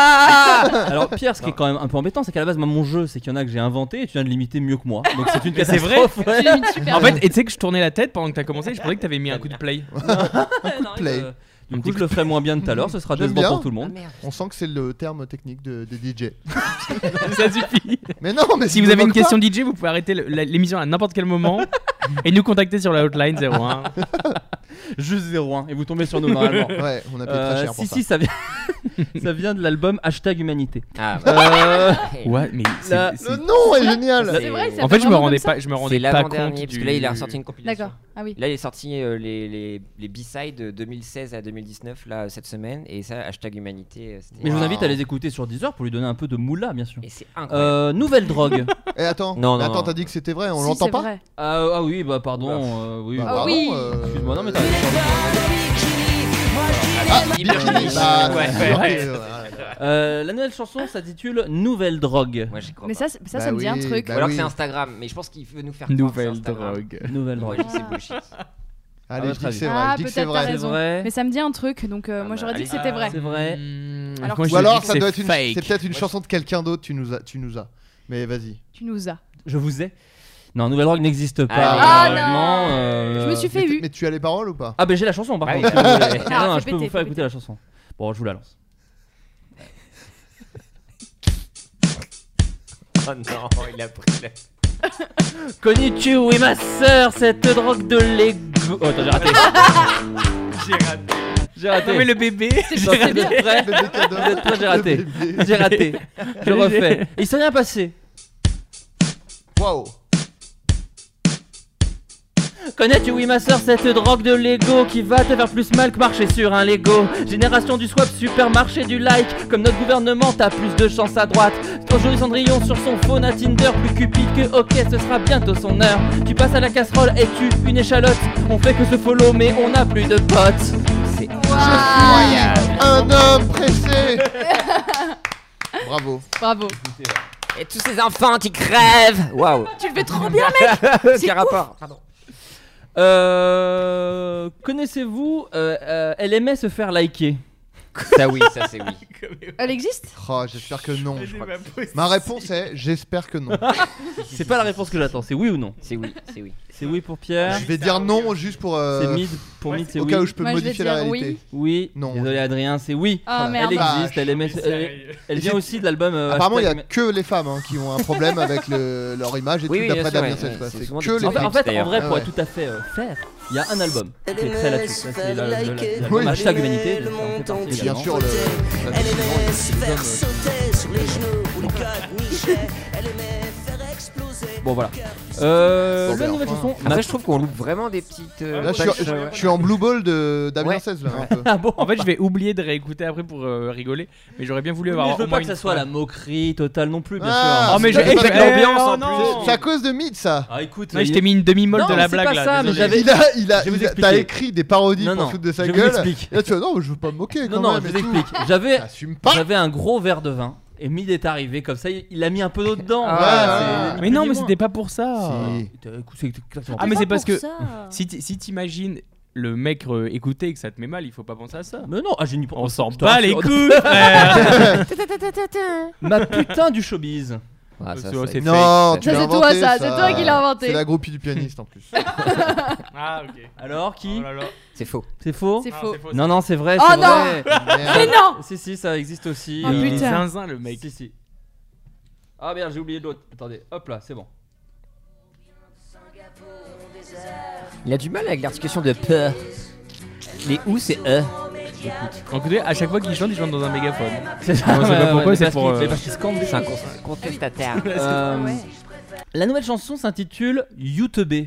Speaker 6: Alors Pierre, ce qui est quand même un peu embêtant, c'est qu'à la base, moi, mon jeu, c'est qu'il y en a que j'ai inventé et tu viens de l'imiter mieux que moi. Donc c'est une
Speaker 9: Mais c'est vrai.
Speaker 6: catastrophe.
Speaker 8: J'ai une super.
Speaker 9: En fait, et tu sais que je tournais la tête pendant que t'as commencé, je pensais que t'avais mis un coup de play.
Speaker 6: Non, mais,
Speaker 2: play.
Speaker 6: euh, Du coup, je le ferai moins bien de tout à l'heure. Ce sera
Speaker 2: J'aime
Speaker 6: décevant
Speaker 2: bien.
Speaker 6: pour tout le monde.
Speaker 2: On sent que c'est le terme technique de, des DJ.
Speaker 9: Ça suffit.
Speaker 2: Mais non, mais
Speaker 9: Si vous avez une question DJ, vous pouvez arrêter le- la- l'émission à n'importe quel moment et nous contacter sur la hotline 01.
Speaker 6: Juste 01 et vous tombez sur nous normalement.
Speaker 2: Ouais, on a payé
Speaker 6: Euh,
Speaker 2: très cher pour
Speaker 6: si
Speaker 2: ça.
Speaker 6: si ça vient ça vient de l'album Hashtag Humanité.
Speaker 7: Ah,
Speaker 9: bah. Ouais, mais c'est-
Speaker 6: la-
Speaker 9: c'est- Le
Speaker 2: nom est génial.
Speaker 6: C'est vrai,
Speaker 9: En fait, je me rendais pas, je me rendais
Speaker 7: C'est
Speaker 9: pas compte
Speaker 7: l'avant-dernier, parce que
Speaker 9: du-
Speaker 7: là, il a ressorti une compilation.
Speaker 8: D'accord. Ah oui.
Speaker 7: Là, il est sorti euh, les, les, les B-sides de 2016 à 2019, là, cette semaine. Et ça, hashtag humanité. euh, c'était-
Speaker 6: Mais je vous invite à les écouter sur Deezer pour lui donner un peu de moula, bien sûr.
Speaker 7: incroyable.
Speaker 6: Euh, nouvelle drogue.
Speaker 2: Et attends,
Speaker 7: Non, non,
Speaker 2: attends,
Speaker 7: non.
Speaker 2: t'as dit que c'était vrai, on
Speaker 8: Si,
Speaker 2: l'entend
Speaker 8: c'est
Speaker 2: pas
Speaker 8: vrai.
Speaker 6: Ah, ah oui, bah pardon. euh, oui,
Speaker 2: Bah,
Speaker 6: bah,
Speaker 2: pardon,
Speaker 8: oui.
Speaker 2: euh,
Speaker 6: Excuse-moi, non mais t'as
Speaker 2: Ah, Bikini, bah,
Speaker 6: Ouais,
Speaker 2: c'est
Speaker 6: ouais,
Speaker 2: vrai,
Speaker 6: ouais.
Speaker 2: voilà.
Speaker 6: Euh, la nouvelle chanson s'intitule Nouvelle drogue.
Speaker 7: Moi, j'y crois
Speaker 8: Mais ça,
Speaker 7: pas.
Speaker 8: c'est- ça, ça me dit un truc.
Speaker 7: Ou alors c'est Instagram, mais je pense qu'il veut nous faire croire que c'est
Speaker 9: Nouvelle
Speaker 7: Instagram.
Speaker 9: drogue.
Speaker 6: Nouvelle drogue.
Speaker 7: Ouais, c'est bullshit.
Speaker 2: Allez,
Speaker 6: À votre
Speaker 2: je dis que
Speaker 6: avis.
Speaker 2: c'est vrai,
Speaker 8: Ah,
Speaker 2: je dis que
Speaker 8: peut-être
Speaker 2: c'est
Speaker 8: t'as
Speaker 2: vrai.
Speaker 6: C'est
Speaker 8: raison.
Speaker 6: vrai.
Speaker 8: Mais ça me dit un truc, donc euh,
Speaker 7: Ah
Speaker 8: moi
Speaker 7: bah,
Speaker 8: j'aurais dit que
Speaker 7: allez.
Speaker 8: c'était vrai.
Speaker 6: C'est vrai.
Speaker 9: Alors,
Speaker 2: Ou alors ça doit être une, c'est peut-être une chanson de quelqu'un d'autre. Tu nous as, tu nous as. Mais vas-y.
Speaker 8: Tu nous as.
Speaker 6: Je vous ai. Non, Nouvelle drogue n'existe pas.
Speaker 7: Ah,
Speaker 6: malheureusement, euh,
Speaker 8: Je me suis
Speaker 2: Mais,
Speaker 8: fait
Speaker 2: t-
Speaker 8: eu.
Speaker 2: mais tu as les paroles ou pas
Speaker 6: Ah, ben j'ai la chanson par
Speaker 7: Ah oui.
Speaker 6: contre. si vous voulez.
Speaker 8: Ah,
Speaker 6: non, non,
Speaker 8: faut
Speaker 6: je peux
Speaker 8: péter,
Speaker 6: vous faire
Speaker 8: faut
Speaker 6: écouter la chanson. Bon, je vous la lance.
Speaker 7: Oh non, il a pris la.
Speaker 6: Connais-tu, oui, ma sœur, cette drogue de l'ego. Oh, attends, j'ai raté.
Speaker 9: J'ai raté.
Speaker 6: J'ai raté.
Speaker 9: Non, mais le bébé.
Speaker 6: Vous êtes prêts
Speaker 2: Le bébé cadeau.
Speaker 6: Vous êtes prêts J'ai
Speaker 2: Le
Speaker 6: raté.
Speaker 2: bébé.
Speaker 6: J'ai raté. Je refais. Il s'est rien passé.
Speaker 2: Waouh.
Speaker 6: Connais-tu, oui, ma sœur, cette drogue de Lego qui va te faire plus mal que marcher sur un Lego Génération du swap, supermarché du like. Comme notre gouvernement, t'as plus de chance à droite. Aujourd'hui, Cendrillon sur son phone à Tinder, plus cupide que ok, ce sera bientôt son heure. Tu passes à la casserole et tu une échalote. On fait que se follow, mais on a plus de potes.
Speaker 7: C'est
Speaker 2: Un homme pressé. Bravo.
Speaker 8: Bravo.
Speaker 7: Et tous ces enfants qui crèvent Waouh
Speaker 8: Tu le fais trop bien, mec.
Speaker 7: Quel rapport Pardon.
Speaker 6: Euh. Connaissez-vous euh, euh, Elle aimait se faire liker.
Speaker 7: Ça oui, ça c'est oui.
Speaker 8: Elle existe
Speaker 2: Oh, j'espère que non. je crois. Ma réponse est j'espère que
Speaker 8: Ah,
Speaker 2: non.
Speaker 6: C'est pas la réponse que j'attends, c'est oui ou non
Speaker 7: C'est oui, c'est oui.
Speaker 6: C'est oui pour Pierre.
Speaker 2: je vais dire non juste pour. euh,
Speaker 6: C'est mid. Pour mid, c'est
Speaker 2: Au
Speaker 6: oui.
Speaker 2: cas où je peux
Speaker 8: Moi, je vais
Speaker 2: modifier la
Speaker 8: dire oui.
Speaker 2: réalité.
Speaker 6: Oui.
Speaker 2: Non.
Speaker 6: Désolé Adrien, c'est oui.
Speaker 8: Ah
Speaker 2: Voilà.
Speaker 8: merde.
Speaker 6: Elle
Speaker 2: Bah,
Speaker 6: existe, elle aimait. se- Elle, elle vient
Speaker 2: J'ai-
Speaker 6: aussi de l'album.
Speaker 7: Ah,
Speaker 6: euh,
Speaker 2: Apparemment, il y a
Speaker 6: Hashtag-
Speaker 2: que les femmes hein, qui ont un problème avec le- leur image et
Speaker 7: Oui, oui,
Speaker 2: tout. D'après
Speaker 7: bien sûr,
Speaker 2: Damien,
Speaker 7: ouais,
Speaker 2: Seiff,
Speaker 7: ouais,
Speaker 2: quoi.
Speaker 7: c'est
Speaker 2: c'est
Speaker 7: souvent
Speaker 2: que les
Speaker 7: des
Speaker 6: En fait, en
Speaker 2: femmes.
Speaker 6: fait, en
Speaker 7: d'ailleurs.
Speaker 6: vrai, pour
Speaker 2: Ouais.
Speaker 6: être tout à fait euh, faire, il y a un album qui est très là-dessus. Ça, C'est la- le- la- l'album
Speaker 2: Oui.
Speaker 6: hashtag humanité. ça en fait partie
Speaker 2: Et bien
Speaker 6: également.
Speaker 2: sûr, le. la
Speaker 12: Elle
Speaker 2: décision
Speaker 12: aimait
Speaker 2: est
Speaker 12: se
Speaker 2: des
Speaker 12: faire
Speaker 2: hommes, euh,
Speaker 12: sauter sur les genoux ou les codes Michel. Elle aimait faire exploser.
Speaker 6: Bon, voilà. Euh,
Speaker 2: Bon,
Speaker 6: la
Speaker 2: ben,
Speaker 6: nouvelle
Speaker 2: enfin.
Speaker 6: chanson.
Speaker 7: Après, je trouve qu'on loupe vraiment des petites. euh,
Speaker 2: Là, je suis,
Speaker 7: tâches,
Speaker 2: je-
Speaker 7: euh,
Speaker 2: je suis en blue ball de Damien
Speaker 7: Ouais.
Speaker 2: 16 là. un peu.
Speaker 6: Ah bon
Speaker 9: En fait, je vais oublier de réécouter après pour euh, rigoler, mais j'aurais bien voulu avoir.
Speaker 6: Mais je veux
Speaker 9: au moins
Speaker 6: pas que
Speaker 9: une
Speaker 6: ça soit
Speaker 9: fois.
Speaker 6: la moquerie totale non plus, bien
Speaker 2: Ah,
Speaker 6: sûr.
Speaker 9: Oh, mais
Speaker 2: c'est
Speaker 9: j'ai
Speaker 2: pas-
Speaker 9: j'ai-
Speaker 2: l'ambiance,
Speaker 9: oh,
Speaker 2: en
Speaker 9: non.
Speaker 2: C'est- C'est à cause de Mid ça.
Speaker 6: Ah écoute,
Speaker 9: Non, je
Speaker 6: il-
Speaker 9: t'ai mis une demi-molle
Speaker 6: Non,
Speaker 9: de la
Speaker 6: c'est pas
Speaker 9: blague là.
Speaker 6: ça, mais
Speaker 9: désolé.
Speaker 6: j'avais-
Speaker 2: Il a, il a,
Speaker 6: Je vais vous
Speaker 2: il a-
Speaker 6: expliquer.
Speaker 2: t'as écrit des parodies
Speaker 6: Non,
Speaker 2: pour
Speaker 6: non,
Speaker 2: foutre de sa
Speaker 6: je vous
Speaker 2: gueule.
Speaker 6: explique.
Speaker 2: Et Là, tu vois, non, je veux pas me moquer.
Speaker 6: Non,
Speaker 2: quand
Speaker 6: non,
Speaker 2: même,
Speaker 6: je
Speaker 2: et
Speaker 6: vous
Speaker 2: tout.
Speaker 6: explique. J'avais,
Speaker 2: T'assumes pas.
Speaker 6: j'avais un gros verre de vin et Mid est arrivé comme ça, il il a mis un peu d'eau dedans.
Speaker 7: Ah,
Speaker 6: Voilà,
Speaker 2: ouais.
Speaker 6: c'est-
Speaker 9: Mais non, mais c'était pas pour ça.
Speaker 2: Si.
Speaker 6: Euh, écoute, c'est exactement-
Speaker 9: Ah, mais c'est parce
Speaker 8: pour
Speaker 9: que
Speaker 8: ça.
Speaker 9: si t'i- si t'imagines le mec euh, écouter et que ça te met mal, il faut pas penser à ça.
Speaker 6: Mais non, ah, j'ai ni
Speaker 9: On s'en
Speaker 6: Je te
Speaker 9: bat les
Speaker 6: rassure.
Speaker 9: couilles, frère.
Speaker 6: Ma putain du showbiz.
Speaker 7: Ah, ça,
Speaker 9: C'est-
Speaker 7: ça-
Speaker 9: c'est
Speaker 2: Non,
Speaker 7: fake,
Speaker 2: tu
Speaker 8: Ça,
Speaker 2: l'as
Speaker 8: c'est toi,
Speaker 2: inventé,
Speaker 8: ça, c'est toi qui l'as inventé.
Speaker 2: C'est la groupie du pianiste en plus.
Speaker 9: Ah, ok.
Speaker 6: Alors qui
Speaker 9: Oh là là.
Speaker 7: C'est faux.
Speaker 6: C'est faux
Speaker 8: C'est
Speaker 9: Ah,
Speaker 8: faux.
Speaker 9: c'est faux,
Speaker 6: Non, non, c'est vrai.
Speaker 8: Oh
Speaker 7: Ah.
Speaker 6: c'est
Speaker 8: non
Speaker 6: vrai.
Speaker 8: Mais
Speaker 2: Merde.
Speaker 8: non
Speaker 6: Si, si, ça existe aussi.
Speaker 8: Oh,
Speaker 9: Il est
Speaker 8: putain.
Speaker 9: zinzin le mec.
Speaker 6: Si, si. Ah merde, j'ai oublié l'autre. Attendez, hop là, c'est bon.
Speaker 7: Il a du mal avec l'articulation de peur. Les ou c'est e.
Speaker 9: Donc, écoutez, à chaque fois qu'il chante, il chante dans un mégaphone.
Speaker 6: C'est ça.
Speaker 9: Moi, je sais pas pourquoi, c'est
Speaker 6: mais parce
Speaker 9: pour,
Speaker 6: qu'il-
Speaker 9: euh,
Speaker 6: mais parce qu'il scande des
Speaker 7: C'est un
Speaker 6: choses.
Speaker 7: con- contestataire.
Speaker 6: Euh,
Speaker 8: Ouais.
Speaker 6: La nouvelle chanson s'intitule YouTube.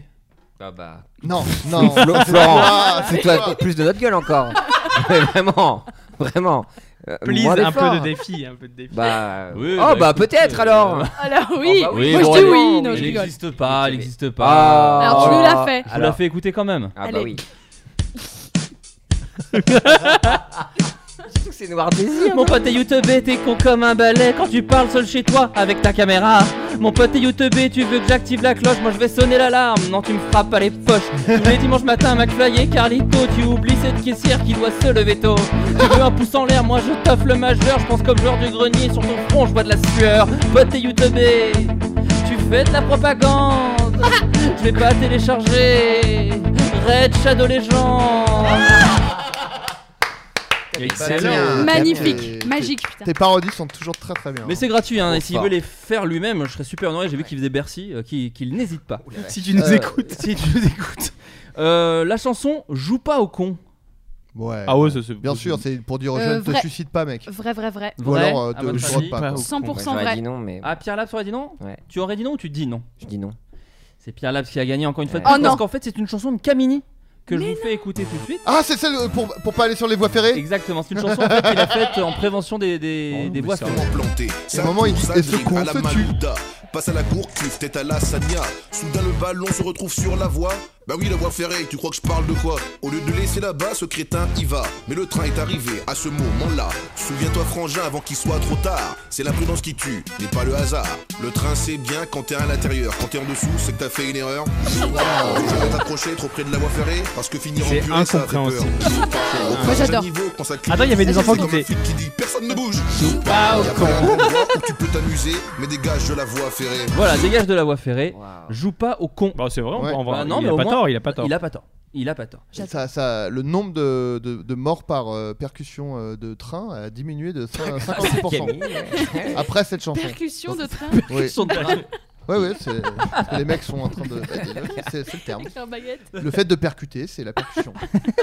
Speaker 7: Ah bah.
Speaker 2: Non, non.
Speaker 7: Flo- Florent,
Speaker 2: Ah,
Speaker 7: c'est toi plus de notre gueule encore. Mais vraiment, vraiment. Euh,
Speaker 9: Please,
Speaker 7: moins
Speaker 9: un peu de
Speaker 7: d'efforts.
Speaker 9: défi, un peu de défi.
Speaker 7: Bah.
Speaker 6: Oui,
Speaker 7: oh bah,
Speaker 6: bah, écoute,
Speaker 7: peut-être
Speaker 6: euh,
Speaker 7: alors.
Speaker 8: Alors oui,
Speaker 7: bah
Speaker 6: oui,
Speaker 8: moi
Speaker 6: bon,
Speaker 8: je dis
Speaker 6: allez.
Speaker 8: oui, non, je
Speaker 6: Elle
Speaker 8: rigole.
Speaker 6: n'existe pas, elle
Speaker 7: YouTube.
Speaker 6: n'existe
Speaker 7: Ah.
Speaker 6: pas.
Speaker 8: Alors tu nous l'as fait.
Speaker 6: Je la fais écouter quand même.
Speaker 7: Ah bah
Speaker 8: Allez.
Speaker 7: oui. Surtout que c'est Noir Désir.
Speaker 6: Mon pote est youtubé, t'es con comme un balai quand tu parles seul chez toi avec ta caméra. Mon pote est youtubé, tu veux que j'active la cloche, moi je vais sonner l'alarme. Non, tu me frappes à les poches. Tous les dimanches matin, McFly et Carlito, tu oublies cette caissière qui doit se lever tôt. Tu veux un pouce en l'air, moi je toffe le majeur. Je pense comme joueur du grenier, sur ton front je vois de la sueur. Pote est youtubé, tu fais de la propagande. Je vais pas télécharger Red Shadow Legends.
Speaker 2: Damien,
Speaker 8: Magnifique,
Speaker 2: tes-
Speaker 8: magique, putain.
Speaker 2: euh, Tes parodies sont toujours très très bien.
Speaker 6: Mais c'est gratuit, hein,
Speaker 7: Trop
Speaker 6: et s'il
Speaker 7: fort.
Speaker 6: veut les faire lui-même, je serais super honoré. J'ai vu qu'il faisait Bercy, euh, qu'il qu'il n'hésite pas.
Speaker 9: Si tu nous
Speaker 6: Euh,
Speaker 9: écoutes.
Speaker 6: Si tu nous écoutes. Euh, la chanson Joue pas au con.
Speaker 2: Ouais.
Speaker 9: Ah ouais, ça, c'est-
Speaker 2: Bien sûr, c'est pour dire aux
Speaker 8: Euh,
Speaker 2: jeunes, te
Speaker 8: vrai.
Speaker 2: suicide pas, mec.
Speaker 8: Vrai, vrai, vrai.
Speaker 2: Ou alors, euh, te
Speaker 6: à votre
Speaker 2: je
Speaker 6: avis
Speaker 2: crois pas. quoi.
Speaker 8: 100% vrai.
Speaker 6: Ah, Pierre Laps aurait dit non
Speaker 7: Ouais.
Speaker 6: Tu aurais dit non ou tu dis non
Speaker 7: Je dis non.
Speaker 6: C'est Pierre Laps qui a gagné encore une fois. de
Speaker 7: Ouais.
Speaker 6: plus,
Speaker 7: Oh non.
Speaker 6: parce qu'en fait, c'est une chanson de Camini que je vous fais écouter tout de suite.
Speaker 2: Ah, c'est celle pour, pour pas aller sur les voies ferrées
Speaker 6: Exactement, c'est une chanson en fait, qu'il a faite en prévention des, des,
Speaker 9: Oh,
Speaker 6: des voies ferrées.
Speaker 13: C'est un moment, il
Speaker 2: "Eh,
Speaker 13: dit à la Malouda. Passe à la cour, cuve, tête à la Sania. Soudain, le ballon se retrouve sur la voie. Bah oui, la voie ferrée, tu crois que je parle de quoi Au lieu de laisser là-bas, ce crétin y va. Mais le train est arrivé à ce moment-là. Souviens-toi, frangin, avant qu'il soit trop tard. C'est la prudence qui tue, n'est pas le hasard. Le train, c'est bien quand t'es à l'intérieur. Quand t'es en dessous, c'est que t'as fait une erreur. Tu vas t'accrocher trop près de la voie ferrée parce que finir en
Speaker 9: C'est
Speaker 13: purée, ça fait peur.
Speaker 9: incompréhensible.
Speaker 13: Au
Speaker 9: Moi,
Speaker 13: prochain
Speaker 9: j'adore.
Speaker 13: niveau, quand ça crie,
Speaker 9: Attends, il y avait des
Speaker 13: c'est
Speaker 9: enfants
Speaker 13: comme
Speaker 9: qui
Speaker 13: un
Speaker 9: étaient-
Speaker 13: flic dit, personne ne bouge.
Speaker 6: pas au
Speaker 13: Il y a
Speaker 6: camp.
Speaker 13: plein d'endroits où tu peux t'amuser, mais dégage de la voie ferrée.
Speaker 6: Voilà, dégage de la voie ferrée, joue pas au con.
Speaker 9: Bah, c'est vrai,
Speaker 2: Ouais. en vrai,
Speaker 6: non,
Speaker 2: il
Speaker 6: mais
Speaker 2: a
Speaker 6: au
Speaker 2: pas
Speaker 6: moins,
Speaker 2: tort, il a pas tort.
Speaker 6: Il a pas tort. Il a pas tort.
Speaker 2: Ça, ça- le nombre de, de- de morts par euh, percussion euh, de train a diminué de cin- 56%
Speaker 7: Ah,
Speaker 2: après cette chanson.
Speaker 8: Percussion de train
Speaker 2: Oui.
Speaker 8: Percussion de train.
Speaker 2: Ouais, ouais, c'est- parce que les mecs sont en train de. C'est c'est le terme.
Speaker 8: Avec leur baguette.
Speaker 2: Le fait de percuter, c'est la percussion.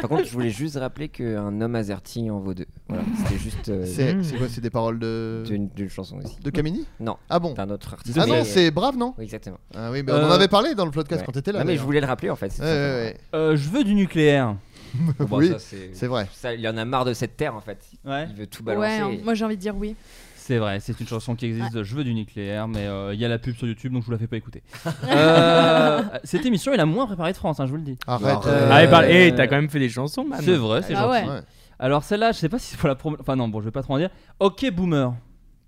Speaker 7: Par contre, je voulais juste rappeler qu'un homme azerty en vaut deux. Voilà, c'était juste. euh,
Speaker 2: C'est c'est quoi C'est des paroles de.
Speaker 7: D'une d'une chanson aussi.
Speaker 2: De Kamini
Speaker 7: Non.
Speaker 2: Ah bon
Speaker 7: D'un autre artiste.
Speaker 2: Ah non,
Speaker 7: Mais-
Speaker 2: c'est Brave, non
Speaker 7: Oui, exactement.
Speaker 2: Ah oui, mais on en avait parlé dans le podcast
Speaker 7: Euh, Ouais.
Speaker 2: quand t'étais là.
Speaker 7: Non, mais je
Speaker 2: d'ailleurs.
Speaker 7: voulais hein. le rappeler en fait. c'est
Speaker 2: Ouais,
Speaker 7: simplement.
Speaker 2: ouais, ouais.
Speaker 6: Euh, je veux du nucléaire.
Speaker 7: Bon, bah,
Speaker 2: Oui,
Speaker 7: ça,
Speaker 2: c'est vrai.
Speaker 7: Ça, il en a marre de cette terre en fait.
Speaker 6: Ouais.
Speaker 7: Il veut tout
Speaker 8: Ouais,
Speaker 7: balancer.
Speaker 8: hein, moi j'ai envie de dire oui.
Speaker 6: C'est vrai, c'est une chanson qui existe, Je veux du nucléaire, mais euh, il y a la pub sur YouTube donc je vous la fais pas écouter. Euh, cette émission est la moins préparée de France, hein, je vous le dis.
Speaker 2: Arrête.
Speaker 9: Euh,
Speaker 7: Ah,
Speaker 9: Allez,
Speaker 7: bah,
Speaker 9: parle- eh, t'as quand même fait des chansons, man.
Speaker 6: C'est vrai, c'est
Speaker 8: Ah
Speaker 6: gentil.
Speaker 8: ouais. Ouais.
Speaker 6: Alors celle-là, je sais pas si c'est pour la promo. Enfin non, bon, je vais pas trop en dire. Ok, boomer.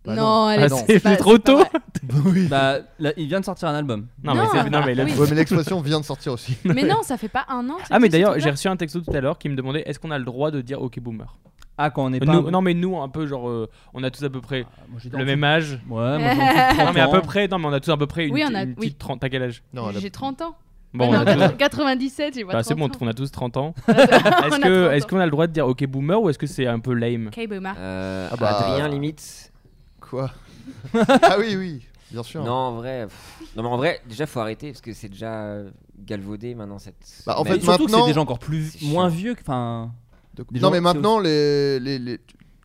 Speaker 8: Bah non. Non, elle est- Ah, c'est- c'est pas-
Speaker 9: trop tôt.
Speaker 2: Oui.
Speaker 6: Bah, là, il vient de sortir un album.
Speaker 9: Non, mais Non, c'est- non, mais là- oui.
Speaker 2: Ouais, mais l'expression vient de sortir aussi.
Speaker 8: Mais non, ça fait pas un an. que
Speaker 9: Ah mais
Speaker 8: c'est tout
Speaker 9: d'ailleurs
Speaker 8: ce
Speaker 9: j'ai
Speaker 8: truc-là.
Speaker 9: reçu un texto tout à l'heure qui me demandait est-ce qu'on a le droit de dire ok boomer
Speaker 6: Ah quand on est pas
Speaker 9: Nous-
Speaker 6: un-
Speaker 9: Non mais nous un peu genre euh, on a tous à peu près
Speaker 6: j'étais en
Speaker 9: le
Speaker 6: dessous-
Speaker 9: même âge.
Speaker 6: Ouais,
Speaker 8: moi, j'étais en dessous de
Speaker 9: Non mais à
Speaker 6: 30 ans.
Speaker 9: peu près non mais on a tous à peu près une,
Speaker 8: Oui, on
Speaker 9: petite-
Speaker 8: a-
Speaker 9: une petite
Speaker 8: oui.
Speaker 9: 30 t'as quel âge
Speaker 8: J'ai 30 ans.
Speaker 9: Bon,
Speaker 8: Ouais,
Speaker 9: on
Speaker 8: Ah non,
Speaker 9: a tous-
Speaker 8: 97, j'ai pas
Speaker 9: Bah, c'est
Speaker 8: 30
Speaker 9: bon,
Speaker 8: ans.
Speaker 9: on a tous 30 ans.
Speaker 8: On
Speaker 9: est-ce
Speaker 8: a
Speaker 9: que
Speaker 8: 30
Speaker 9: est-ce qu'on a le droit de dire OK boomer ou est-ce que c'est un peu lame
Speaker 8: Ok, boomer.
Speaker 7: Euh,
Speaker 9: Ah bah,
Speaker 7: Adrien limite.
Speaker 2: Quoi Ah oui, oui, bien sûr.
Speaker 7: Non, en vrai. pff, Non, mais en vrai, déjà, faut arrêter parce que c'est déjà euh, galvaudé maintenant cette.
Speaker 2: Bah, en
Speaker 7: Mais
Speaker 2: fait,
Speaker 7: surtout que
Speaker 2: maintenant-
Speaker 7: c'est
Speaker 6: Déjà encore plus,
Speaker 7: C'est
Speaker 6: moins vieux que. Enfin. des
Speaker 2: non,
Speaker 6: gens-
Speaker 2: mais maintenant, les, les, les,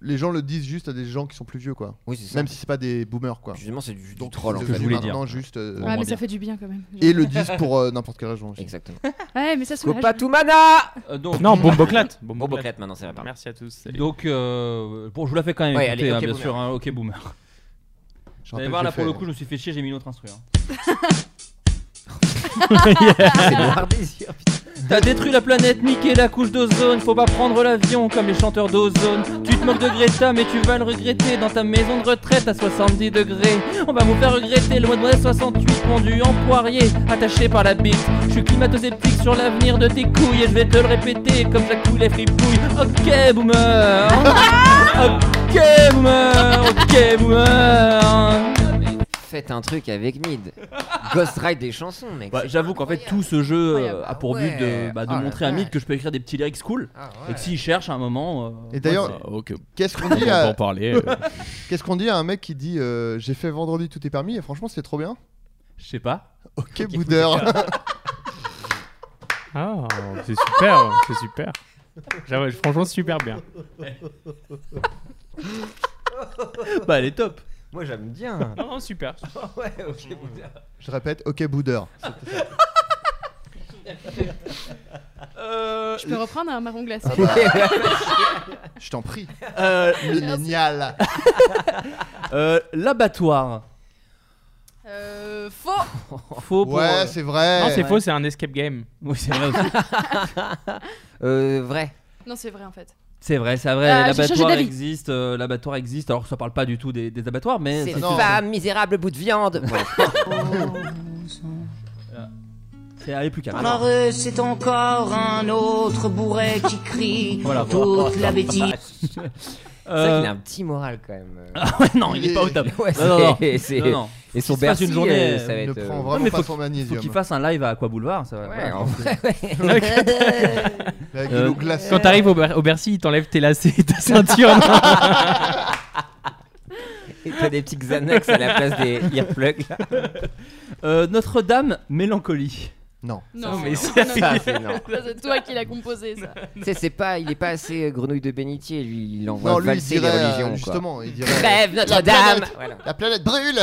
Speaker 2: les gens le disent juste à des gens qui sont plus vieux, quoi.
Speaker 7: Oui, c'est ça.
Speaker 2: Même si c'est pas des boomers, quoi.
Speaker 7: Justement, c'est du- du
Speaker 2: Donc,
Speaker 7: troll, en
Speaker 2: c'est
Speaker 7: fait.
Speaker 2: devenu
Speaker 7: Je voulais dire.
Speaker 2: maintenant juste. euh,
Speaker 8: Ouais, mais ça fait du bien quand même.
Speaker 2: Et le disent pour euh, n'importe quelle raison.
Speaker 7: Exactement.
Speaker 8: Ouais, mais ça soulage.
Speaker 7: Kopatoumana
Speaker 6: Euh, donc-
Speaker 9: Non, Bomboclate.
Speaker 7: Bomboclate maintenant, c'est la parole.
Speaker 9: Merci à tous. salut.
Speaker 6: Donc, euh, bon, je vous la fais quand même
Speaker 7: Ouais,
Speaker 6: écouter,
Speaker 7: allez,
Speaker 6: hein,
Speaker 7: ok,
Speaker 6: bien
Speaker 7: boomer.
Speaker 6: sûr. hein, ok, boomer.
Speaker 2: Je
Speaker 6: Vous allez
Speaker 2: rappelle
Speaker 6: voir,
Speaker 2: que
Speaker 6: là,
Speaker 2: j'ai
Speaker 6: pour le
Speaker 2: fait-
Speaker 6: coup, je me suis fait chier, j'ai mis une autre instru. hein.
Speaker 7: C'est noir des yeux, putain.
Speaker 6: T'as détruit la planète, niqué la couche d'ozone. Faut pas prendre l'avion comme les chanteurs d'ozone. Tu te moques de Greta, mais tu vas le regretter dans ta maison de retraite à 70 degrés. On va vous faire regretter le mois de mai 68 pendu en poirier, attaché par la bite. Je suis climato-sceptique sur l'avenir de tes couilles et je vais te le répéter comme Jacques Coulet fripouille. Ok, boomer. ok, boomer. Ok, boomer.
Speaker 7: Faites un truc avec Mid. Ghost Ride des chansons, mec.
Speaker 6: Bah,
Speaker 7: C'est
Speaker 6: J'avoue qu'en fait, tout ce jeu euh, a pour but de,
Speaker 7: Ouais.
Speaker 6: bah, de
Speaker 7: Ah, la
Speaker 6: montrer à
Speaker 7: vache.
Speaker 6: Mid que je peux écrire des petits lyrics cool. Et que s'il cherche à un moment. euh,
Speaker 2: Et
Speaker 6: moi,
Speaker 2: d'ailleurs,
Speaker 6: c'est-
Speaker 2: qu'est-ce qu'on
Speaker 9: On
Speaker 2: dit
Speaker 9: va
Speaker 2: à
Speaker 9: en parler, euh.
Speaker 2: Qu'est-ce qu'on dit à un mec qui dit euh, j'ai fait vendredi tout est permis et franchement c'était trop bien.
Speaker 6: Je sais pas.
Speaker 2: Ok boudeur.
Speaker 9: Ah, c'est super, c'est super. J'avoue, franchement, super bien.
Speaker 6: bah, elle est top.
Speaker 7: Moi, j'aime bien.
Speaker 9: Non, non, super.
Speaker 7: ouais, ok, putain.
Speaker 2: Je répète ok boudeur.
Speaker 6: Euh,
Speaker 8: Je peux reprendre un marron glacé.
Speaker 2: Ah bah. Je t'en prie.
Speaker 6: Euh,
Speaker 2: Millénial.
Speaker 6: Euh, L'abattoir.
Speaker 8: Euh, faux
Speaker 6: Faux pour, euh,
Speaker 2: Ouais c'est vrai.
Speaker 9: Non, c'est faux, c'est un escape game.
Speaker 6: Oui, c'est vrai aussi.
Speaker 7: Euh, vrai.
Speaker 8: Non, c'est vrai en fait.
Speaker 6: C'est vrai, c'est vrai.
Speaker 8: Ah, j'ai changé
Speaker 6: L'abattoir
Speaker 8: d'avis.
Speaker 6: existe. euh, L'abattoir existe. Alors que ça parle pas du tout des, des abattoirs, mais.
Speaker 7: C'est
Speaker 6: c'est-
Speaker 7: femme, misérable bout de viande.
Speaker 6: C'est aller plus calme.
Speaker 12: Alors euh, c'est encore un autre bourret qui crie
Speaker 6: Voilà,
Speaker 12: toute la bêtise.
Speaker 7: C'est vrai
Speaker 6: Euh,
Speaker 7: qu'il a un petit moral quand même.
Speaker 6: Ah ouais, non, il est pas au top.
Speaker 7: Ouais,
Speaker 6: non, non,
Speaker 7: c'est-
Speaker 6: non.
Speaker 7: c'est-
Speaker 6: Non, non.
Speaker 7: et
Speaker 6: S'il se
Speaker 7: son
Speaker 6: passe
Speaker 7: Bercy,
Speaker 6: une journée,
Speaker 7: euh,
Speaker 6: euh,
Speaker 7: ça va
Speaker 2: Il ne
Speaker 7: être. euh,
Speaker 2: prend
Speaker 6: Non,
Speaker 2: vraiment
Speaker 6: mais
Speaker 2: pas
Speaker 6: faut,
Speaker 2: son
Speaker 6: faut
Speaker 2: magnésium.
Speaker 6: qu'il fasse un live à Aqua Boulevard, ça va.
Speaker 7: Ouais,
Speaker 6: voilà.
Speaker 7: en vrai, ouais.
Speaker 2: Avec de
Speaker 9: Euh,
Speaker 2: l'eau glacée.
Speaker 9: Quand t'arrives au, Ber- au Bercy, ils t'enlèvent tes lacets et ta ceinture. non
Speaker 7: Et t'as des petits Xanax à la place des earplugs. là.
Speaker 6: Euh, Notre-Dame, mélancolie.
Speaker 2: Non.
Speaker 7: Non, mais
Speaker 8: ça,
Speaker 7: c'est-
Speaker 8: non.
Speaker 7: c'est- non.
Speaker 8: Ça, c'est toi qui l'as composé, ça.
Speaker 7: Tu sais, c'est pas, il est pas assez euh, grenouille de bénitier, lui, il envoie
Speaker 2: Non, lui, il
Speaker 7: valser
Speaker 2: dirait,
Speaker 7: les
Speaker 2: euh,
Speaker 7: religions. quoi.
Speaker 2: justement, il dirait,
Speaker 7: Crève
Speaker 2: euh,
Speaker 7: Notre-Dame
Speaker 2: la planète-
Speaker 7: Voilà.
Speaker 2: La planète brûle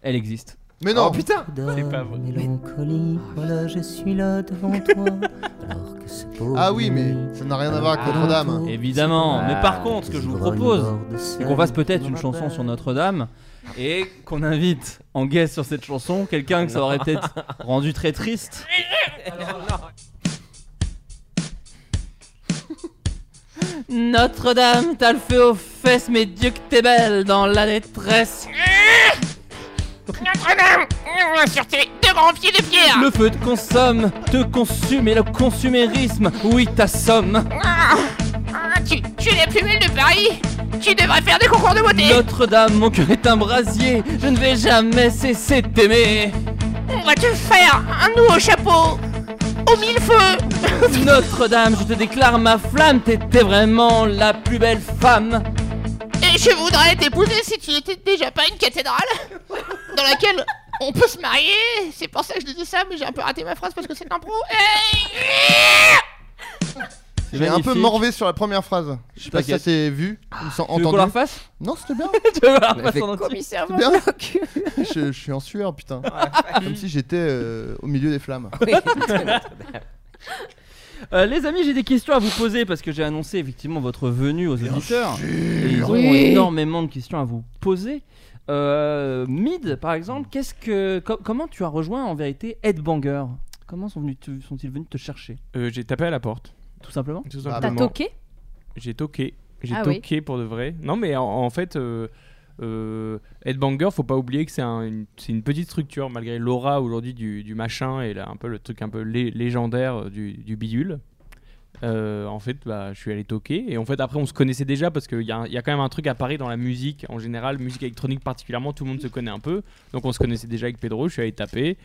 Speaker 6: Elle existe.
Speaker 2: Mais non
Speaker 7: Oh, putain
Speaker 2: C'est pas vrai.
Speaker 12: Mélancolique, voilà, je suis là devant toi. Alors que ce pauvre
Speaker 2: Ah oui, mais ça n'a rien à voir avec
Speaker 11: Ah,
Speaker 2: Notre-Dame.
Speaker 6: Évidemment, mais par contre, ce que je vous propose, c'est qu'on fasse peut-être une chanson sur Notre-Dame et qu'on invite en guest sur cette chanson quelqu'un que ça aurait peut-être rendu très triste. Notre-Dame, t'as le feu aux fesses, mais Dieu que t'es belle dans la détresse.
Speaker 12: Notre-Dame Sur tes deux grands pieds de pierre
Speaker 6: Le feu te consomme, te consume et le consumérisme, oui, t'assomme.
Speaker 12: Ah, ah, tu, tu es la plus belle de Paris Tu devrais faire des concours de beauté
Speaker 6: Notre-Dame, mon cœur est un brasier, je ne vais jamais cesser de t'aimer.
Speaker 12: On va te faire un nouveau chapeau Au mille feux
Speaker 6: Notre-Dame, je te déclare ma flamme, t'étais vraiment la plus belle femme.
Speaker 12: Et je voudrais t'épouser si tu n'étais déjà pas une cathédrale Dans laquelle on peut se marier C'est pour ça que je dis ça, mais j'ai un peu raté ma phrase parce que c'est un pro
Speaker 2: J'ai un peu
Speaker 6: magnifique.
Speaker 2: morvé sur la première phrase. Je sais pas si ça
Speaker 6: T'inquiète.
Speaker 2: s'est vu
Speaker 6: Ah,
Speaker 2: ou s'en
Speaker 6: Tu veux
Speaker 2: entendu.
Speaker 6: qu'on la refasse
Speaker 2: Non, c'était bien.
Speaker 6: Tu veux la
Speaker 2: Mais
Speaker 6: refasse
Speaker 2: avec
Speaker 6: en entier
Speaker 12: Commissaire
Speaker 2: C'est bien. je, je suis en sueur, putain. Comme si j'étais euh, au milieu des flammes.
Speaker 6: Euh, les amis, j'ai des questions à vous poser parce que j'ai annoncé effectivement votre venue aux auditeurs. Et ils ont
Speaker 12: Oui.
Speaker 6: énormément de questions à vous poser. Euh, Mid, par exemple, qu'est-ce que, co- comment tu as rejoint en vérité Headbanger Comment sont venus, te- sont-ils venus te chercher
Speaker 9: Euh, j'ai tapé à la porte.
Speaker 6: Tout simplement
Speaker 9: Tout
Speaker 8: T'as
Speaker 9: simplement.
Speaker 8: toqué
Speaker 9: J'ai toqué. J'ai
Speaker 8: Ah oui.
Speaker 9: toqué pour de vrai. Non, mais en, en fait, euh, euh, Headbanger, faut pas oublier que c'est un- une, c'est une petite structure, malgré l'aura aujourd'hui du, du machin et là, un peu le truc un peu lé- légendaire euh, du, du bidule. Euh, en fait, bah, je suis allé toquer et en fait après on se connaissait déjà parce qu'il y, a un- il y a quand même un truc à Paris dans la musique en général, musique électronique particulièrement, tout le monde se connaît un peu. Donc on se connaissait déjà avec Pedro, je suis allé taper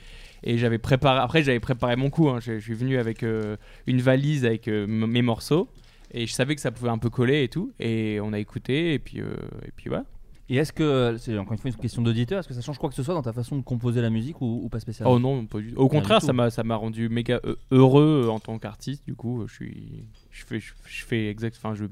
Speaker 9: et j'avais préparé. Après j'avais préparé mon coup, hein. je, je suis venu avec euh, une valise avec euh, m- mes morceaux et je savais que ça pouvait un peu coller et tout et on a écouté et puis euh, et puis voilà.
Speaker 6: Et est-ce que, c'est encore une fois une question d'auditeur, est-ce que ça change quoi que ce soit dans ta façon de composer la musique ou, ou pas spécialement
Speaker 9: Oh non, pas du- Au
Speaker 6: Rien du
Speaker 9: contraire,
Speaker 6: tout.
Speaker 9: ça m'a ça m'a rendu méga euh, heureux euh, en tant qu'artiste. Du coup, euh, je suis je fais je, je fais exact enfin je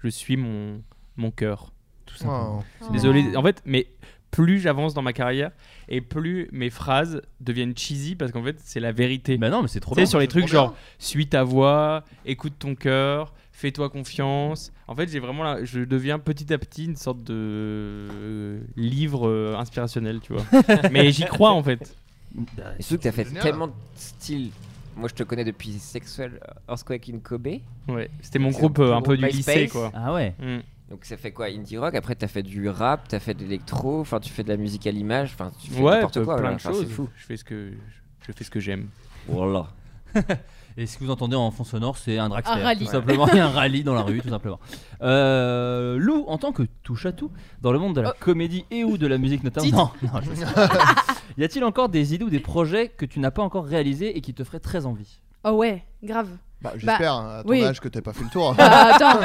Speaker 9: je suis mon mon cœur tout simplement.
Speaker 2: Oh.
Speaker 9: C'est Désolé, en fait, mais plus j'avance dans ma carrière et plus mes phrases deviennent cheesy parce qu'en fait, c'est la vérité.
Speaker 6: Bah non, mais c'est trop
Speaker 9: Tu sais,
Speaker 6: bien.
Speaker 9: sur les
Speaker 6: C'est
Speaker 9: trucs
Speaker 6: trop bien.
Speaker 9: genre suis ta voix, écoute ton cœur, fais-toi confiance. En fait, j'ai vraiment la- je deviens petit à petit une sorte de euh, livre euh, inspirationnel, tu vois. mais j'y crois en fait.
Speaker 6: Bah,
Speaker 7: Et surtout que t'as fait
Speaker 9: Génial.
Speaker 7: tellement de styles. Moi, je te connais depuis Sexual Earthquake in Kobe.
Speaker 9: Ouais, c'était mon
Speaker 7: C'est
Speaker 9: groupe,
Speaker 7: ton
Speaker 9: euh, un peu du
Speaker 7: MySpace.
Speaker 9: lycée, quoi. Mm.
Speaker 6: Ah ouais.
Speaker 7: Donc ça fait quoi Indie rock, après t'as fait du rap, t'as fait de l'électro, enfin tu fais de la musique à l'image, enfin tu fais
Speaker 9: ouais,
Speaker 7: n'importe
Speaker 9: plein
Speaker 7: quoi. voilà.
Speaker 9: de
Speaker 7: Enfin,
Speaker 9: choses.
Speaker 7: c'est fou.
Speaker 9: Je fais ce que je fais ce que j'aime.
Speaker 6: Voilà. Et ce que vous entendez en fond sonore, c'est un dragster,
Speaker 8: Un rallye.
Speaker 6: tout simplement, et un rallye dans la rue, tout simplement. Euh, Lou, en tant que touche à tout, dans le monde de
Speaker 8: Oh.
Speaker 6: la comédie et ou de la musique notamment,
Speaker 12: Titre.
Speaker 6: non, non, je sais. y a-t-il encore des idées ou des projets que tu n'as pas encore réalisés et qui te feraient très envie
Speaker 8: Oh ouais, grave.
Speaker 2: Bah, j'espère, à ton
Speaker 8: oui.
Speaker 2: âge, que t'as pas fait le tour.
Speaker 8: Bah, attends.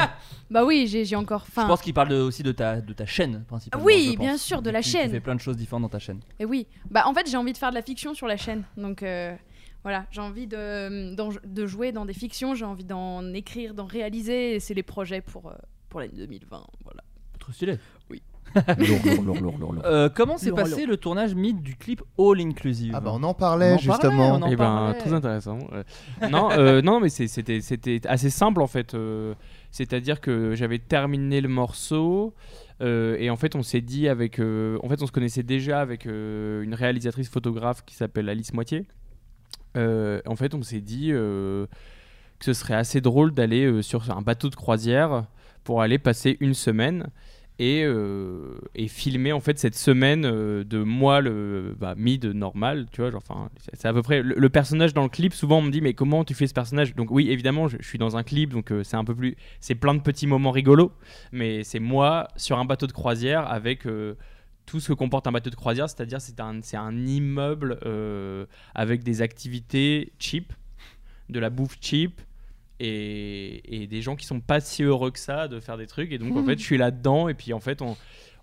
Speaker 8: Bah oui, j'ai j'ai encore faim.
Speaker 6: Je pense qu'il parle de- aussi de ta, de ta chaîne principalement.
Speaker 8: Oui,
Speaker 6: je pense.
Speaker 8: bien sûr, de la
Speaker 6: Tu-
Speaker 8: chaîne.
Speaker 6: Tu fais plein de choses différentes dans ta chaîne.
Speaker 8: Et oui, bah en fait j'ai envie de faire de la fiction sur la chaîne, donc euh, voilà, j'ai envie de, d'en- de jouer dans des fictions, j'ai envie d'en écrire, d'en réaliser, et c'est les projets pour, euh, pour l'année 2020, voilà.
Speaker 6: Trop stylé.
Speaker 8: Oui.
Speaker 6: Euh, comment s'est
Speaker 8: Lourd,
Speaker 6: passé
Speaker 8: lourd.
Speaker 6: le tournage mythe du clip All Inclusive
Speaker 2: Ah bah, on en parlait,
Speaker 6: On en
Speaker 2: justement.
Speaker 6: on en
Speaker 9: Eh ben,
Speaker 6: parlait.
Speaker 9: très intéressant. Euh, non, euh, non, mais c'est- c'était c'était assez simple en fait. Euh, C'est-à-dire que j'avais terminé le morceau euh, et en fait on s'est dit avec, euh, en fait on se connaissait déjà avec euh, une réalisatrice photographe qui s'appelle Alice Moitié. Euh, en fait on s'est dit euh, que ce serait assez drôle d'aller euh, sur un bateau de croisière pour aller passer une semaine et, euh, et filmer en fait cette semaine euh, de moi le bah, mid normal tu vois genre, enfin c'est- c'est à peu près le, le personnage dans le clip souvent on me dit mais comment tu fais ce personnage donc oui évidemment je, je suis dans un clip donc euh, c'est un peu plus c'est plein de petits moments rigolos mais c'est moi sur un bateau de croisière avec euh, tout ce que comporte un bateau de croisière, c'est-à-dire c'est un, c'est un immeuble euh, avec des activités cheap, de la bouffe cheap, et, et des gens qui sont pas si heureux que ça de faire des trucs. Et donc en
Speaker 11: Mhm.
Speaker 9: fait, je suis là-dedans, et puis en fait, on,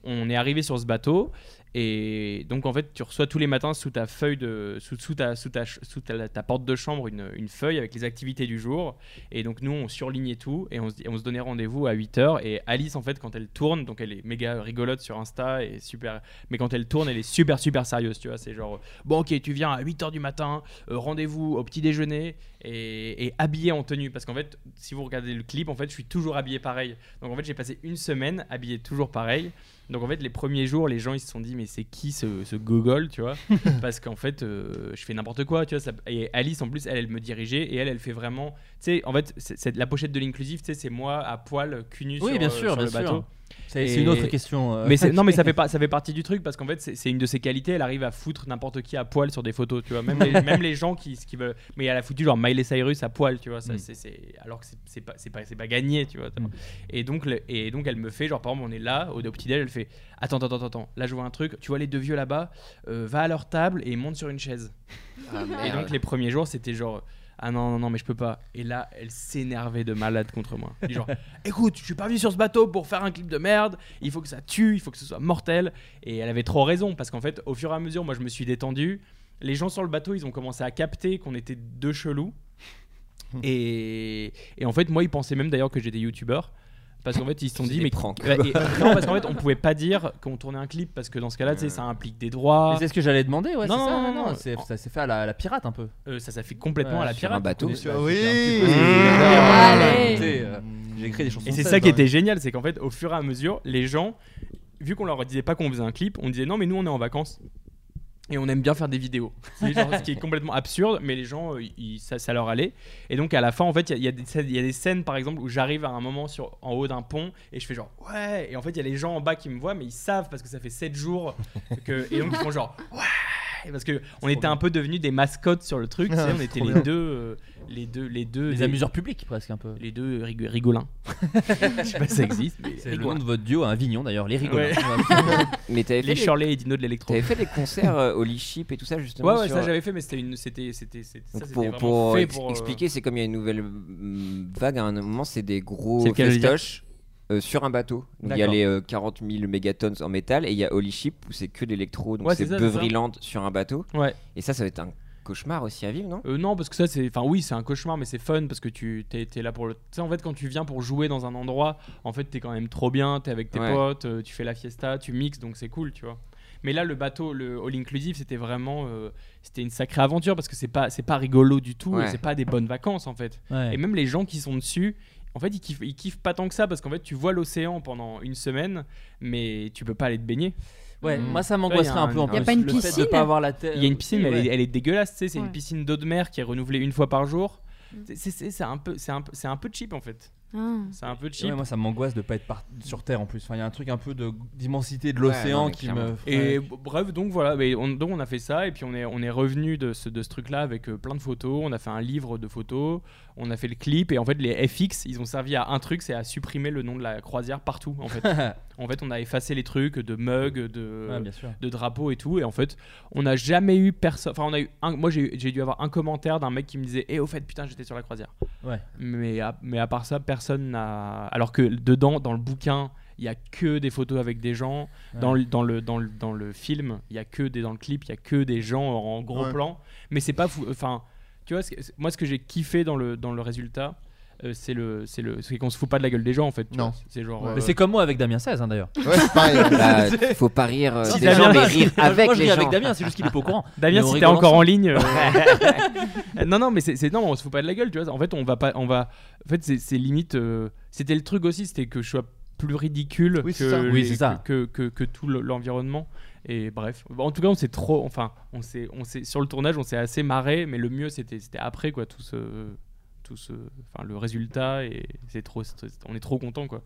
Speaker 9: on est arrivé sur ce bateau, Et donc en fait, tu reçois tous les matins sous ta feuille de sous, sous ta sous ta ch- sous ta, ta porte de chambre une, une feuille avec les activités du jour. Et donc nous, on surlignait tout et on se, on se donnait rendez-vous à 8h et Alice en fait quand elle tourne, donc elle est méga rigolote sur Insta et super mais quand elle tourne, elle est super super sérieuse, tu vois, c'est genre euh, bon OK, tu viens à 8h du matin, euh, rendez-vous au petit déjeuner et, et habillée en tenue parce qu'en fait, si vous regardez le clip, en fait, je suis toujours habillé pareil. Donc en fait, j'ai passé une semaine habillé toujours pareil. Donc en fait, les premiers jours, les gens ils se sont dit mais c'est qui ce, ce gogol, tu vois Parce qu'en fait, euh, je fais n'importe quoi, tu vois. ça- Et Alice en plus, elle, elle me dirigeait et elle, elle fait vraiment, tu sais, en fait, c'est c'est- la pochette de l'inclusive, tu sais, c'est moi à poil, cul nu
Speaker 6: Oui,
Speaker 9: sur,
Speaker 6: bien
Speaker 9: euh,
Speaker 6: sûr,
Speaker 9: sur
Speaker 6: bien
Speaker 9: le
Speaker 6: sûr.
Speaker 9: bateau.
Speaker 6: C'est-
Speaker 9: Et-
Speaker 6: c'est une autre question, euh.
Speaker 9: Mais c'est- non, mais ça fait pas, ça fait partie du truc parce qu'en fait, c'est c'est une de ses qualités. Elle arrive à foutre n'importe qui à poil sur des photos, tu vois. Même les, même les gens qui, qui veulent, mais elle a foutu genre Miley Cyrus à poil, tu vois. Ça,
Speaker 6: Mm.
Speaker 9: c'est- c'est- alors que c'est- c'est pas, c'est pas, c'est pas gagné, tu vois. Et donc, le- et donc elle me fait genre par exemple, on est là au, au petit déj, elle fait attends, attends, attends, attends. Là, je vois un truc. Tu vois les deux vieux là-bas. euh, va à leur table et monte sur une chaise.
Speaker 6: Ah,
Speaker 9: et
Speaker 6: merde.
Speaker 9: donc les premiers jours, c'était genre. Ah non, non, non, mais je peux pas. Et là, elle s'énervait de malade contre moi. Du Genre, écoute, je suis pas venu sur ce bateau pour faire un clip de merde, il faut que ça tue, il faut que ce soit mortel. Et elle avait trop raison, parce qu'en fait, au fur et à mesure, moi je me suis détendu. Les gens sur le bateau, ils ont commencé à capter qu'on était deux chelous. Et, et en fait, moi, ils pensaient même d'ailleurs que j'étais youtubeur. Parce qu'en fait, ils se sont
Speaker 7: C'est
Speaker 9: dit,
Speaker 7: des
Speaker 9: mais.
Speaker 7: pranks.
Speaker 9: Ouais, et- non, parce qu'en fait, on pouvait pas dire qu'on tournait un clip, parce que dans ce cas-là, tu sais, ça implique des droits.
Speaker 6: Mais C'est ce que j'allais demander, ouais.
Speaker 9: Non,
Speaker 6: c'est
Speaker 9: non,
Speaker 6: ça,
Speaker 9: non, non,
Speaker 6: c'est- Ça s'est fait à la, à la pirate un peu.
Speaker 9: euh, ça s'est fait complètement à la pirate.
Speaker 2: Mmh.
Speaker 6: Oui. euh, J'ai écrit des chansons.
Speaker 9: Et c'est
Speaker 6: de
Speaker 9: ça
Speaker 6: Seb,
Speaker 9: qui
Speaker 6: hein.
Speaker 9: était génial, c'est qu'en fait, au fur et à mesure, les gens, vu qu'on leur disait pas qu'on faisait un clip, on disait non, mais nous on est en vacances. Et on aime bien faire des vidéos. C'est genre ce qui est complètement absurde, mais les gens, euh, ils- ça, ça leur allait. Et donc à la fin, en fait, il y a- il y, a des scènes- il y a des scènes, par exemple, où j'arrive à un moment sur, en haut d'un pont et je fais genre ouais. Et en fait, il y a les gens en bas qui me voient, mais ils savent parce que ça fait 7 jours que. Et donc ils font genre ouais. Parce que on était un peu devenus des mascottes sur le truc. tu sais,
Speaker 6: Ah,
Speaker 9: on
Speaker 6: c'est
Speaker 9: était
Speaker 6: trop
Speaker 9: les
Speaker 6: bien.
Speaker 9: deux, euh, les deux, les deux.
Speaker 6: Les
Speaker 9: les-
Speaker 6: amuseurs publics presque un peu.
Speaker 9: Les deux rigo- rigolins. Je sais pas si ça existe. mais
Speaker 6: C'est le
Speaker 9: rigolins.
Speaker 6: nom de votre duo à Avignon d'ailleurs, les rigolins.
Speaker 9: Ouais.
Speaker 7: mais t'avais
Speaker 9: les
Speaker 7: fait des-
Speaker 9: Shirley et Dino de l'électro.
Speaker 7: T'avais fait des concerts euh, au Lichip et tout ça justement.
Speaker 9: Ouais, ouais,
Speaker 7: sur-
Speaker 9: ça j'avais fait, mais c'était une, c'était, c'était, c'était- ça,
Speaker 7: Donc,
Speaker 9: c'était
Speaker 7: pour,
Speaker 9: vraiment
Speaker 7: pour
Speaker 9: fait
Speaker 7: ex-
Speaker 9: pour, euh,
Speaker 7: expliquer, c'est comme il y a une nouvelle mm, vague à un moment, c'est des
Speaker 9: C'est
Speaker 7: gros
Speaker 9: le cas de le dire.
Speaker 7: festoches euh, sur un bateau. Donc, il y a
Speaker 9: D'accord.
Speaker 7: les euh, 40 000 mégatons en métal et il y a Holy Ship où c'est que de l'électro, donc
Speaker 9: Ouais,
Speaker 7: c'est
Speaker 9: c'est ça, c'est ça.
Speaker 7: beuvrillante sur un bateau.
Speaker 9: Ouais.
Speaker 7: Et ça, ça va être un cauchemar aussi à vivre, non
Speaker 9: Euh, non, parce que ça, c'est. Enfin, oui, c'est un cauchemar, mais c'est fun parce que tu t'es, t'es là pour le. Tu sais, en fait, quand tu viens pour jouer dans un endroit, en fait, t'es quand même trop bien, t'es avec tes
Speaker 7: Ouais.
Speaker 9: potes, euh, tu fais la fiesta, tu mixes, donc c'est cool, tu vois. Mais là, le bateau, le all inclusive, c'était vraiment, euh, c'était une sacrée aventure parce que c'est pas, c'est pas rigolo du tout,
Speaker 6: Ouais.
Speaker 9: et c'est pas des bonnes vacances en fait.
Speaker 6: Ouais.
Speaker 9: Et même les gens qui sont dessus, en fait, ils kiffent, ils kiffent pas tant que ça parce qu'en fait, tu vois l'océan pendant une semaine, mais tu peux pas aller te baigner.
Speaker 6: Ouais,
Speaker 9: Mm.
Speaker 6: moi, ça
Speaker 9: Ouais,
Speaker 6: m'angoisserait
Speaker 9: y a
Speaker 6: un peu, en
Speaker 9: un-
Speaker 6: plus, Y a pas une le fait de piscine pas avoir la tête-
Speaker 9: Il y a une piscine, mais elle, est,
Speaker 6: Euh, Ouais.
Speaker 9: elle est dégueulasse, tu sais, c'est
Speaker 6: Ouais.
Speaker 9: une piscine d'eau de mer qui est renouvelée une fois par jour. C'est- c'est- C'est c'est un peu, c'est un, peu- c'est un peu cheap en fait.
Speaker 6: Ah.
Speaker 9: C'est un peu cheap.
Speaker 6: Ouais, moi ça m'angoisse de pas être par- sur Terre en plus. Enfin, il y a un truc un peu de d'immensité de l'océan qui me.
Speaker 9: Et b- bref, donc voilà, mais on, donc on a fait ça, et puis on est, on est revenu de ce, de ce truc-là avec euh, plein de photos, on a fait un livre de photos, on a fait le clip, et en fait les FX, ils ont servi à un truc, c'est à supprimer le nom de la croisière partout, en fait. en fait, on a effacé les trucs de mugs, de,
Speaker 6: Ouais, bien sûr.
Speaker 9: de drapeaux et tout, et en fait, on n'a jamais eu personne, enfin on a eu, un- moi j'ai eu- j'ai dû avoir un commentaire d'un mec qui me disait, eh au fait, putain, j'étais sur la croisière.
Speaker 6: Ouais.
Speaker 9: Mais à, mais à part ça, personne n'a. Alors que dedans, dans le bouquin, il y a que des photos avec des gens. Dans,
Speaker 6: Ouais.
Speaker 9: le, dans, le, dans, le, dans le film, il y a que des dans le clip, il y a que des gens en gros
Speaker 6: Ouais.
Speaker 9: plan. Mais c'est pas fou. Enfin, tu vois, ce que- moi ce que j'ai kiffé dans le dans le résultat. euh, c'est le c'est le c'est qu'on se fout pas de la gueule des gens en fait tu
Speaker 6: Non.
Speaker 9: vois. c'est genre euh,
Speaker 6: Mais c'est comme moi avec Damien 16 d'ailleurs.
Speaker 9: Ouais, c'est pareil. Bah, faut pas rire, euh, des gens, mais rire avec
Speaker 6: moi, je
Speaker 9: les
Speaker 6: ris
Speaker 9: gens.
Speaker 6: avec Damien, c'est juste qu'il est pas au courant.
Speaker 9: Damien,
Speaker 6: Mais on
Speaker 9: si t'es
Speaker 6: rigole
Speaker 9: encore en
Speaker 6: ensemble.
Speaker 9: ligne. euh, non, non, mais c'est c'est- non, on se fout pas de la gueule, tu vois. En fait, on va pas, on va. En fait, c'est- c'est limite. euh, C'était le truc aussi, c'était que je sois plus ridicule
Speaker 6: Oui, c'est ça.
Speaker 9: que,
Speaker 6: Oui,
Speaker 9: les-
Speaker 6: c'est ça.
Speaker 9: que, que, que tout le- l'environnement. Et bref, en tout cas, on s'est trop. Enfin, on s'est, on s'est sur le tournage, on s'est assez marré, mais le mieux, c'était, c'était après, quoi, tout ce, tout ce, enfin, le résultat et c'est trop, c'est- on est trop content, quoi.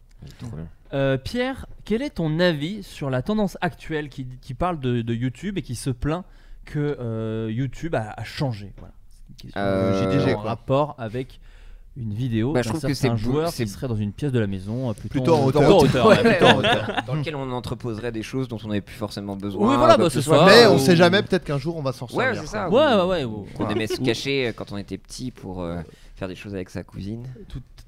Speaker 6: Euh, Pierre, quel est ton avis sur la tendance actuelle qui, qui parle de, de YouTube et qui se plaint que euh, YouTube a, a changé voilà. C'est une question,
Speaker 7: Euh,
Speaker 6: en
Speaker 7: JDG, quoi.
Speaker 6: rapport avec une vidéo
Speaker 7: Bah, je
Speaker 6: d'un
Speaker 7: trouve que
Speaker 6: certain
Speaker 7: c'est beau-
Speaker 6: joueur
Speaker 7: c'est-
Speaker 6: qui serait dans une pièce de la maison, euh, plutôt,
Speaker 7: Plutôt en hauteur.
Speaker 6: plutôt en hauteur, ouais,
Speaker 7: Ouais,
Speaker 6: plutôt en
Speaker 7: ouais.
Speaker 6: hauteur.
Speaker 7: Dans lequel on entreposerait des choses dont on n'avait plus forcément besoin.
Speaker 6: Oui, voilà,
Speaker 7: ou quoi
Speaker 6: bah,
Speaker 7: que
Speaker 6: c'est
Speaker 7: soit. euh,
Speaker 6: ça. Mais
Speaker 2: on sait jamais, peut-être qu'un jour, on va s'en
Speaker 7: Ouais,
Speaker 2: servir,
Speaker 7: c'est ça.
Speaker 6: quoi. Ouais, ouais,
Speaker 7: ou-
Speaker 6: ouais,
Speaker 7: ou
Speaker 6: ou-
Speaker 7: qu'on aimait se
Speaker 6: ou-
Speaker 7: cacher euh, quand on était petit pour euh, faire des choses avec sa cousine.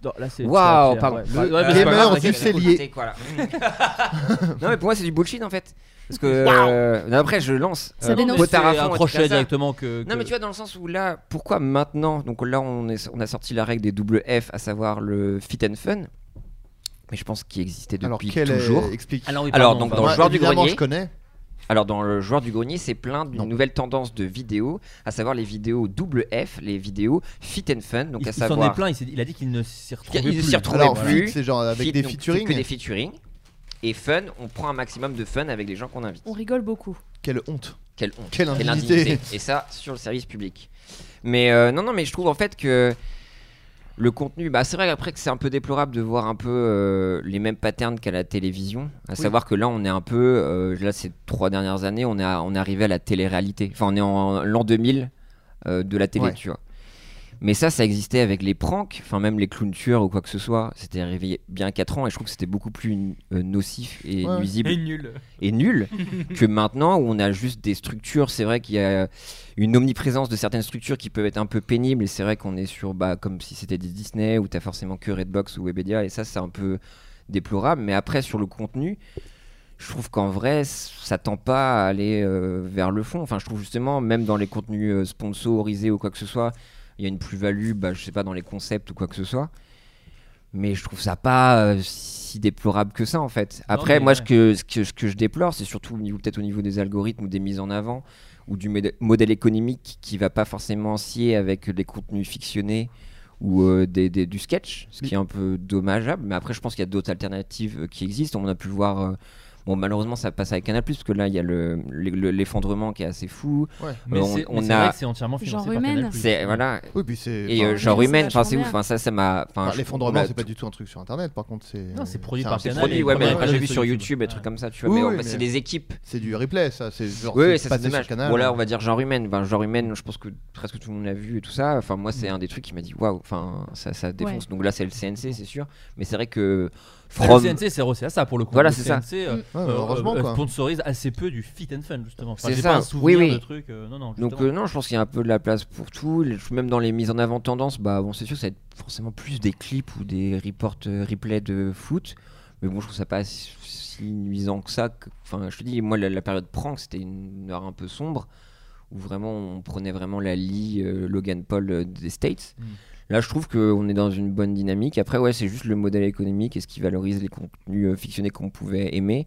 Speaker 6: non, là, c'est-
Speaker 7: Waouh,
Speaker 6: c'est la pierre,
Speaker 7: pardon.
Speaker 6: hein. ouais. Le Ouais, mais c'est pas gamer grave, du t'inquiète. cellier.
Speaker 7: Voilà. non, mais pour moi, c'est du bullshit en fait. Parce que. euh, non, après, je lance. euh,
Speaker 6: Ça dénonce.
Speaker 7: potard à
Speaker 6: C'est
Speaker 7: fond,
Speaker 6: un
Speaker 7: truc
Speaker 6: crochet
Speaker 7: comme ça.
Speaker 6: directement que-
Speaker 7: Non,
Speaker 6: que-
Speaker 7: mais tu vois, dans le sens où là, pourquoi maintenant Donc là, on, est, on a sorti la règle des double F, à savoir le fit and fun. Mais je pense qu'il existait depuis
Speaker 2: Alors, quel est-
Speaker 7: toujours.
Speaker 2: explique.
Speaker 7: Alors,
Speaker 2: Alors oui, pardon,
Speaker 6: hein.
Speaker 7: donc, dans
Speaker 2: pardon.
Speaker 7: le
Speaker 2: Moi,
Speaker 7: joueur du
Speaker 2: évidemment,
Speaker 7: grenier.
Speaker 2: je connais.
Speaker 7: Alors dans le joueur du grenier, c'est plein d'une nouvelle tendance de vidéos, à savoir les vidéos double F, les vidéos fit and fun, donc à
Speaker 6: il s'en
Speaker 7: savoir
Speaker 6: est plein, il, s'est dit- il a dit qu'il ne s'y retrouvait
Speaker 7: il
Speaker 6: plus.
Speaker 7: s'y retrouvait plus.
Speaker 6: Voilà.
Speaker 7: Fit, donc, c'est que des featuring. Et fun, on prend un maximum de fun avec les gens qu'on invite.
Speaker 8: On rigole beaucoup.
Speaker 2: Quelle honte.
Speaker 7: Quelle honte.
Speaker 2: Quelle indignité.
Speaker 7: indignité. Et ça, sur le service public. Mais euh, non, non, mais je trouve en fait que le contenu, bah c'est vrai après que c'est un peu déplorable de voir un peu euh, les mêmes patterns qu'à la télévision. À
Speaker 6: Oui.
Speaker 7: savoir que là, on est un peu, euh, là ces trois dernières années, on est, à- on est arrivé à la télé-réalité. Enfin, on est en l'an 2000 euh, de la télé,
Speaker 6: Ouais.
Speaker 7: tu vois. Mais ça, ça existait avec les pranks, enfin même les clowns tueurs ou quoi que ce soit. C'était arrivé il y a bien 4 ans et je trouve que c'était beaucoup plus euh, nocif et
Speaker 9: Ouais.
Speaker 7: nuisible
Speaker 9: Et nul.
Speaker 7: et nul que maintenant où on a juste des structures. C'est vrai qu'il y a une omniprésence de certaines structures qui peuvent être un peu pénibles et c'est vrai qu'on est sur bah, comme si c'était des Disney où t'as forcément que Redbox ou Webedia et ça c'est un peu déplorable. Mais après sur le contenu, je trouve qu'en vrai c- ça tend pas à aller euh, vers le fond. Enfin je trouve justement même dans les contenus euh, sponsorisés ou quoi que ce soit, il y a une plus-value, bah, je sais pas dans les concepts ou quoi que ce soit. Mais je trouve ça pas euh, si déplorable que ça en fait.
Speaker 6: Non,
Speaker 7: Après,
Speaker 6: mais
Speaker 7: moi,
Speaker 6: ouais.
Speaker 7: ce que, ce, que, ce que je déplore, c'est surtout au niveau- peut-être au niveau des algorithmes ou des mises en avant ou du modè- modèle économique qui va pas forcément scier avec les contenus fictionnés ou euh, des, des- du sketch, ce qui est un peu dommageable. Mais après, je pense qu'il y a d'autres alternatives euh, qui existent. On a pu le voir. euh, Bon, malheureusement, ça passe avec Canal, parce que là, il y a le- le- le- l'effondrement qui est assez fou.
Speaker 2: Ouais.
Speaker 7: Euh,
Speaker 6: Mais c'est- mais c'est vrai que c'est entièrement financé Genre par Canal+. humaine.
Speaker 7: C'est- Voilà.
Speaker 2: Oui, puis c'est-
Speaker 7: Et euh,
Speaker 2: enfin,
Speaker 7: genre
Speaker 2: c'est
Speaker 7: humaine, enfin,
Speaker 2: vachement
Speaker 7: c'est ouf.
Speaker 2: bien.
Speaker 7: Enfin, ça, ça m'a. enfin,
Speaker 2: Enfin,
Speaker 7: je-
Speaker 2: l'effondrement,
Speaker 7: on a
Speaker 2: c'est pas du tout un truc sur internet, par contre, c'est.
Speaker 6: Non, c'est produit
Speaker 2: un
Speaker 6: par
Speaker 2: truc
Speaker 6: Canal,
Speaker 7: produit, ouais, mais après, j'ai vu sur YouTube,
Speaker 2: des
Speaker 7: des trucs comme ça, tu vois, mais en fait, c'est des équipes.
Speaker 2: C'est du replay, ça. C'est genre.
Speaker 7: Oui,
Speaker 2: c'est
Speaker 7: oui, ça
Speaker 2: passé
Speaker 7: c'est
Speaker 2: sur
Speaker 7: dommage.
Speaker 2: Canal.
Speaker 7: Voilà, on va dire genre humaine. Ben, genre humaine, je pense que presque tout le monde l'a vu et tout ça. Enfin, moi,
Speaker 2: Mm.
Speaker 7: c'est un des trucs qui m'a dit waouh, enfin, ça, ça défonce.
Speaker 6: Ouais.
Speaker 7: Donc là, c'est le CNC, c'est sûr. Mais c'est vrai que.
Speaker 6: Le CNC c'est aussi à ça pour le coup.
Speaker 7: Voilà,
Speaker 6: Le
Speaker 7: c'est ça.
Speaker 6: CNC, euh,
Speaker 7: Mm.
Speaker 6: euh,
Speaker 7: Ouais, heureusement,
Speaker 6: euh,
Speaker 7: quoi.
Speaker 6: sponsorise assez peu du fit and fun justement. Enfin,
Speaker 7: C'est
Speaker 6: j'ai
Speaker 7: ça.
Speaker 6: pas un
Speaker 7: oui,
Speaker 6: souvenir
Speaker 7: oui.
Speaker 6: de truc. euh, non, non.
Speaker 7: Donc euh, non, je pense qu'il y a un peu de la place pour tout. Les- Même dans les mises en avant tendance, bah bon, c'est sûr, que ça va être forcément plus des clips ou des reports euh, replays de foot. Mais bon, je trouve ça pas si si nuisant que ça. que- Enfin, je te dis, moi, la, la période prank, c'était une heure un peu sombre où vraiment on prenait vraiment la Lee euh, Logan Paul euh, des States.
Speaker 6: Mm.
Speaker 7: Là, je trouve qu'on est dans une bonne dynamique. Après, ouais, c'est juste le modèle économique et ce qui valorise les contenus euh, fictionnés qu'on pouvait aimer.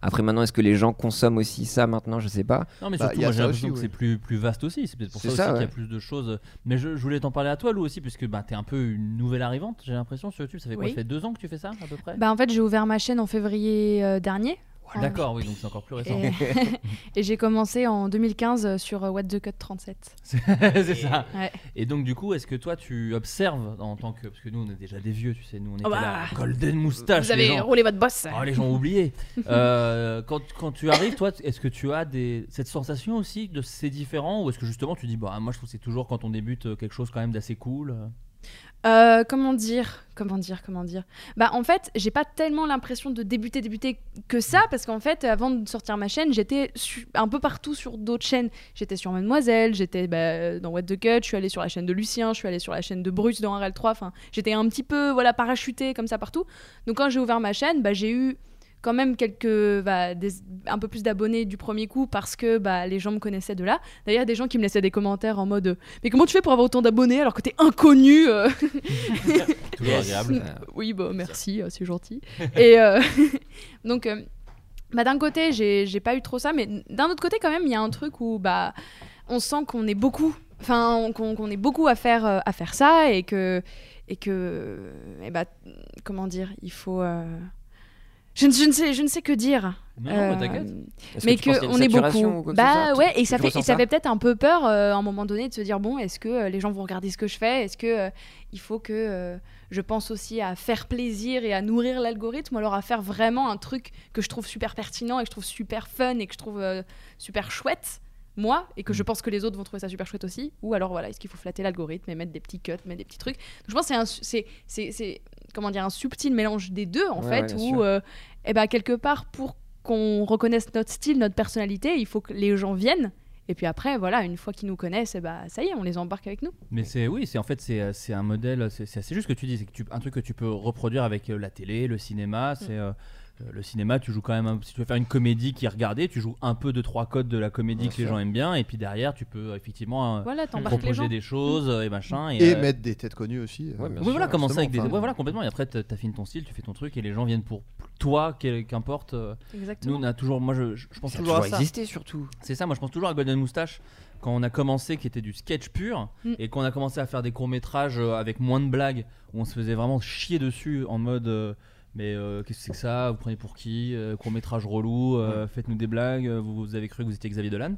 Speaker 7: Après, maintenant, est-ce que les gens consomment aussi ça maintenant Je sais pas.
Speaker 6: Non, mais surtout, moi j'ai l'impression que c'est plus, plus vaste aussi. C'est peut-être pour ça,
Speaker 7: C'est
Speaker 6: aussi
Speaker 7: ça,
Speaker 6: qu'il y a
Speaker 7: ouais.
Speaker 6: plus de choses. euh, Mais je, je voulais t'en parler à toi, Lou, aussi, puisque bah, t'es un peu une nouvelle arrivante, j'ai l'impression, sur YouTube. Ça fait quoi
Speaker 8: Oui.
Speaker 6: Ça fait deux ans que tu fais ça, à peu près
Speaker 8: Bah en fait, j'ai ouvert ma chaîne en février euh, dernier.
Speaker 6: Ouais, Oh, D'accord, oui, donc c'est encore plus récent.
Speaker 8: Et, et j'ai commencé en 2015 sur euh, What the Cut 37.
Speaker 6: c'est ça.
Speaker 8: Ouais.
Speaker 6: Et donc, du coup, est-ce que toi, tu observes en tant que. Parce que nous, on est déjà des vieux, tu sais, nous, on était
Speaker 12: Ah bah,
Speaker 6: là. Golden moustache.
Speaker 12: vous avez
Speaker 6: les gens.
Speaker 12: roulé votre bosse.
Speaker 6: Oh, les gens ont oublié. Euh, quand, quand tu arrives, toi, est-ce que tu as des, cette sensation aussi de c'est différent Ou est-ce que justement, tu dis, bah, moi, je trouve que c'est toujours quand on débute euh, quelque chose quand même d'assez cool euh.
Speaker 8: Euh, comment dire Comment dire Comment dire Bah en fait, j'ai pas tellement l'impression de débuter débuter que ça parce qu'en fait, avant de sortir ma chaîne, j'étais su- un peu partout sur d'autres chaînes. J'étais sur Mademoiselle, j'étais bah, dans What the Cut, je suis allée sur la chaîne de Lucien, je suis allée sur la chaîne de Bruce dans RL3. Enfin, j'étais un petit peu voilà parachutée comme ça partout. Donc quand j'ai ouvert ma chaîne, bah j'ai eu quand même quelques bah, des- un peu plus d'abonnés du premier coup parce que bah, les gens me connaissaient de là. D'ailleurs, il y a des gens qui me laissaient des commentaires en mode euh, mais comment tu fais pour avoir autant d'abonnés alors que t'es inconnu euh
Speaker 12: Toujours agréable.
Speaker 8: Oui, bah merci, euh, c'est gentil. Et euh, donc euh, bah, d'un côté, j'ai j'ai pas eu trop ça, mais d'un autre côté, quand même, il y a un truc où bah, on sent qu'on est beaucoup, enfin, on- qu'on qu'on est beaucoup à faire, euh, à faire ça et que, et que, eh bah, comment dire, il faut. euh, Je, ne- je ne sais, je ne sais que dire. Euh,
Speaker 12: Non, non, mais t'inquiète. Est-ce
Speaker 8: mais
Speaker 12: que tu penses qu'il y a
Speaker 8: qu'on
Speaker 12: une
Speaker 8: est
Speaker 12: saturation
Speaker 8: beaucoup.
Speaker 12: ou quoi que ce
Speaker 8: bah
Speaker 12: soit Tu-
Speaker 8: ouais, et ça
Speaker 12: tu
Speaker 8: fait,
Speaker 12: ressens
Speaker 8: et ça
Speaker 12: ça
Speaker 8: fait peut-être un peu peur euh, à un moment donné de se dire bon, est-ce que euh, les gens vont regarder ce que je fais Est-ce que euh, il faut que euh, je pense aussi à faire plaisir et à nourrir l'algorithme, ou alors à faire vraiment un truc que je trouve super pertinent et que je trouve super fun et que je trouve euh, super chouette moi et que je pense que les autres vont trouver ça super chouette aussi ou alors voilà est-ce qu'il faut flatter l'algorithme et mettre des petits cuts mettre des petits trucs Donc, je pense que c'est un su- c'est c'est c'est comment dire un subtil mélange des deux en
Speaker 12: Ouais, ouais,
Speaker 8: fait
Speaker 12: bien sûr.
Speaker 8: où euh, eh ben quelque part pour qu'on reconnaisse notre style notre personnalité il faut que les gens viennent Et puis après, voilà, une fois qu'ils nous connaissent, et bah, ça y est, on les embarque avec nous.
Speaker 6: Mais c'est oui, c'est en fait c'est euh, c'est un modèle, c'est c'est assez juste ce que tu dis, c'est que tu- un truc que tu peux reproduire avec euh, la télé, le cinéma, c'est euh, le cinéma, tu joues quand même un- si tu veux faire une comédie qui est regardée, tu joues un peu de trois codes de la comédie
Speaker 2: Bien
Speaker 6: que les
Speaker 2: sûr.
Speaker 6: gens aiment bien et puis derrière tu peux euh, effectivement euh,
Speaker 8: Voilà, t'embarques les
Speaker 6: proposer
Speaker 8: gens.
Speaker 6: des choses euh, et machin
Speaker 2: Et
Speaker 6: euh,
Speaker 2: mettre des têtes connues aussi. euh,
Speaker 6: oui, voilà, commencer avec des.
Speaker 2: justement,
Speaker 6: ouais,
Speaker 2: enfin.
Speaker 6: voilà, complètement. Et après, t'a- t'affines ton style, tu fais ton truc, et les gens viennent pour toi, quel- qu'importe. euh,
Speaker 7: Exactement.
Speaker 6: Nous, on a toujours. Moi, je, je je pense
Speaker 7: Ça a
Speaker 6: toujours, à
Speaker 7: toujours
Speaker 6: ça.
Speaker 7: existé, surtout.
Speaker 6: C'est ça, moi, je pense toujours à Golden Moustache quand on a commencé, qui était du sketch pur,
Speaker 7: Mm.
Speaker 6: et qu'on a commencé à faire des courts métrages avec moins de blagues, où on se faisait vraiment chier dessus en mode. euh, mais euh, qu'est-ce que c'est que ça Vous prenez pour qui Court métrage relou, euh, faites-nous des blagues, euh, vous, vous avez cru que vous étiez Xavier Dolan.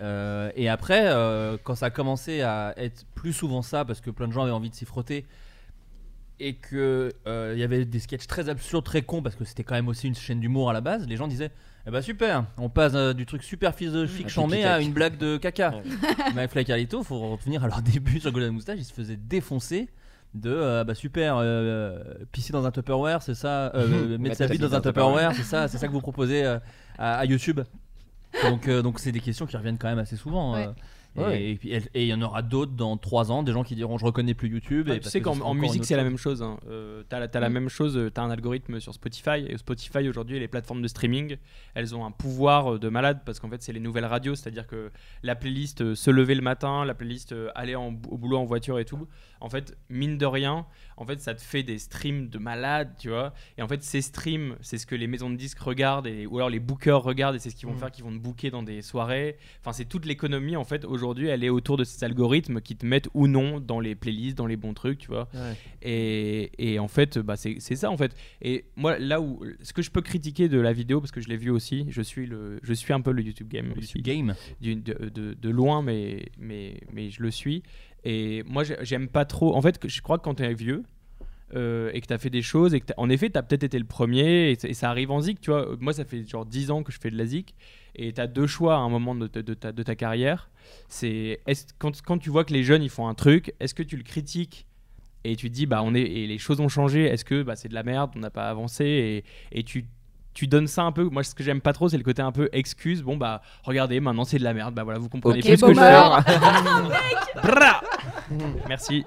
Speaker 6: Euh, et après, euh, quand ça a commencé à être plus souvent ça, parce que plein de gens avaient envie de s'y frotter, et que euh, il y avait des sketchs très absurdes, très cons, parce que c'était quand même aussi une chaîne d'humour à la base, les gens disaient Eh bah super, on passe euh, du truc super philosophique
Speaker 7: Un
Speaker 6: chambé à
Speaker 7: tiki-tac.
Speaker 6: une blague de caca. Avec Fly Carlito, faut revenir à leur début sur Golden Moustache, ils se faisaient défoncer de euh, bah super euh, pisser dans un Tupperware c'est ça euh,
Speaker 7: Mettre
Speaker 6: mettre sa
Speaker 7: sa
Speaker 6: vie
Speaker 7: bite
Speaker 6: dans un
Speaker 7: dans un Tupperware.
Speaker 6: Tupperware c'est ça c'est ça que vous proposez euh, à, à YouTube donc euh, donc c'est des questions qui reviennent quand même assez souvent
Speaker 9: Ouais.
Speaker 6: euh,
Speaker 9: Ouais.
Speaker 6: et- Et puis, elle- et il y en aura d'autres dans 3 ans, des gens qui diront je reconnais plus YouTube.
Speaker 9: Ah,
Speaker 6: et
Speaker 9: tu
Speaker 6: parce
Speaker 9: sais
Speaker 6: que
Speaker 9: qu'en
Speaker 6: ce sera
Speaker 9: en
Speaker 6: encore une
Speaker 9: musique,
Speaker 6: autre
Speaker 9: c'est la
Speaker 6: chose.
Speaker 9: même chose. hein. Euh, t'as la- t'as la
Speaker 6: Mm.
Speaker 9: même chose, euh, t'as un algorithme sur Spotify. Et Spotify, aujourd'hui, les plateformes de streaming, elles ont un pouvoir euh, de malade parce qu'en fait, c'est les nouvelles radios. C'est-à-dire que la playlist euh, se lever le matin, la playlist euh, aller en- au boulot en voiture et tout, en fait, mine de rien, en fait, ça te fait des streams de malade, tu vois. Et en fait, ces streams, c'est ce que les maisons de disques regardent et, ou alors les bookers regardent et c'est ce qu'ils vont
Speaker 6: Mm.
Speaker 9: faire, qu'ils vont te booker dans des soirées. Enfin, c'est toute l'économie, en fait, aujourd'hui, elle est autour de ces algorithmes qui te mettent ou non dans les playlists, dans les bons trucs, tu vois.
Speaker 6: Ouais.
Speaker 9: Et, et en fait, bah, c'est c'est ça en fait. Et moi, là où ce que je peux critiquer de la vidéo, parce que je l'ai vu aussi, je suis le, je suis un peu le YouTube game. aussi.
Speaker 6: game.
Speaker 9: Du- de, de- de loin, mais, mais, mais je le suis. Et moi, j'ai- j'aime pas trop. En fait, que- je crois que quand t'es vieux. euh, et que t'as fait des choses et que t'as- en effet t'as peut-être été le premier et, c'est- et ça arrive en zik tu vois moi ça fait genre 10 ans que je fais de la zik et t'as deux choix à un moment de, ta- de ta, de ta carrière c'est est-ce- quand, quand tu vois que les jeunes ils font un truc est-ce que tu le critiques et tu te dis bah on est et les choses ont changé est-ce que bah, c'est de la merde on n'a pas avancé et, et tu tu donnes ça un peu moi ce que j'aime pas trop c'est le côté un peu excuse bon bah regardez maintenant c'est de la merde bah voilà vous comprenez
Speaker 6: Ok,
Speaker 9: plus ce que je
Speaker 6: boomer.
Speaker 9: fais Bra merci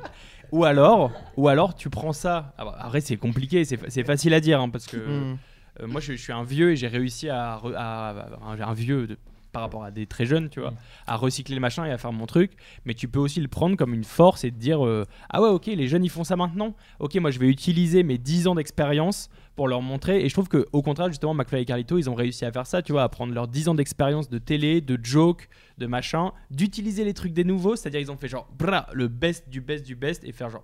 Speaker 9: ou alors ou alors tu prends ça Ah bah, après c'est compliqué c'est fa- c'est facile à dire hein, parce que
Speaker 2: Hmm.
Speaker 6: Mm.
Speaker 9: euh, moi je, je suis un vieux et j'ai réussi à, re- à- à- un, un vieux de- par rapport à des très jeunes tu vois à recycler le machin et à faire mon truc mais tu peux aussi le prendre comme une force et te dire euh, ah ouais ok les jeunes ils font ça maintenant ok moi je vais utiliser mes 10 ans d'expérience pour leur montrer et je trouve que au contraire justement McFly et Carlito ils ont réussi à faire ça tu vois à prendre leurs 10 ans d'expérience de télé de joke de machin d'utiliser les trucs des nouveaux c'est à dire ils ont fait genre Bra, le best du best du best et faire genre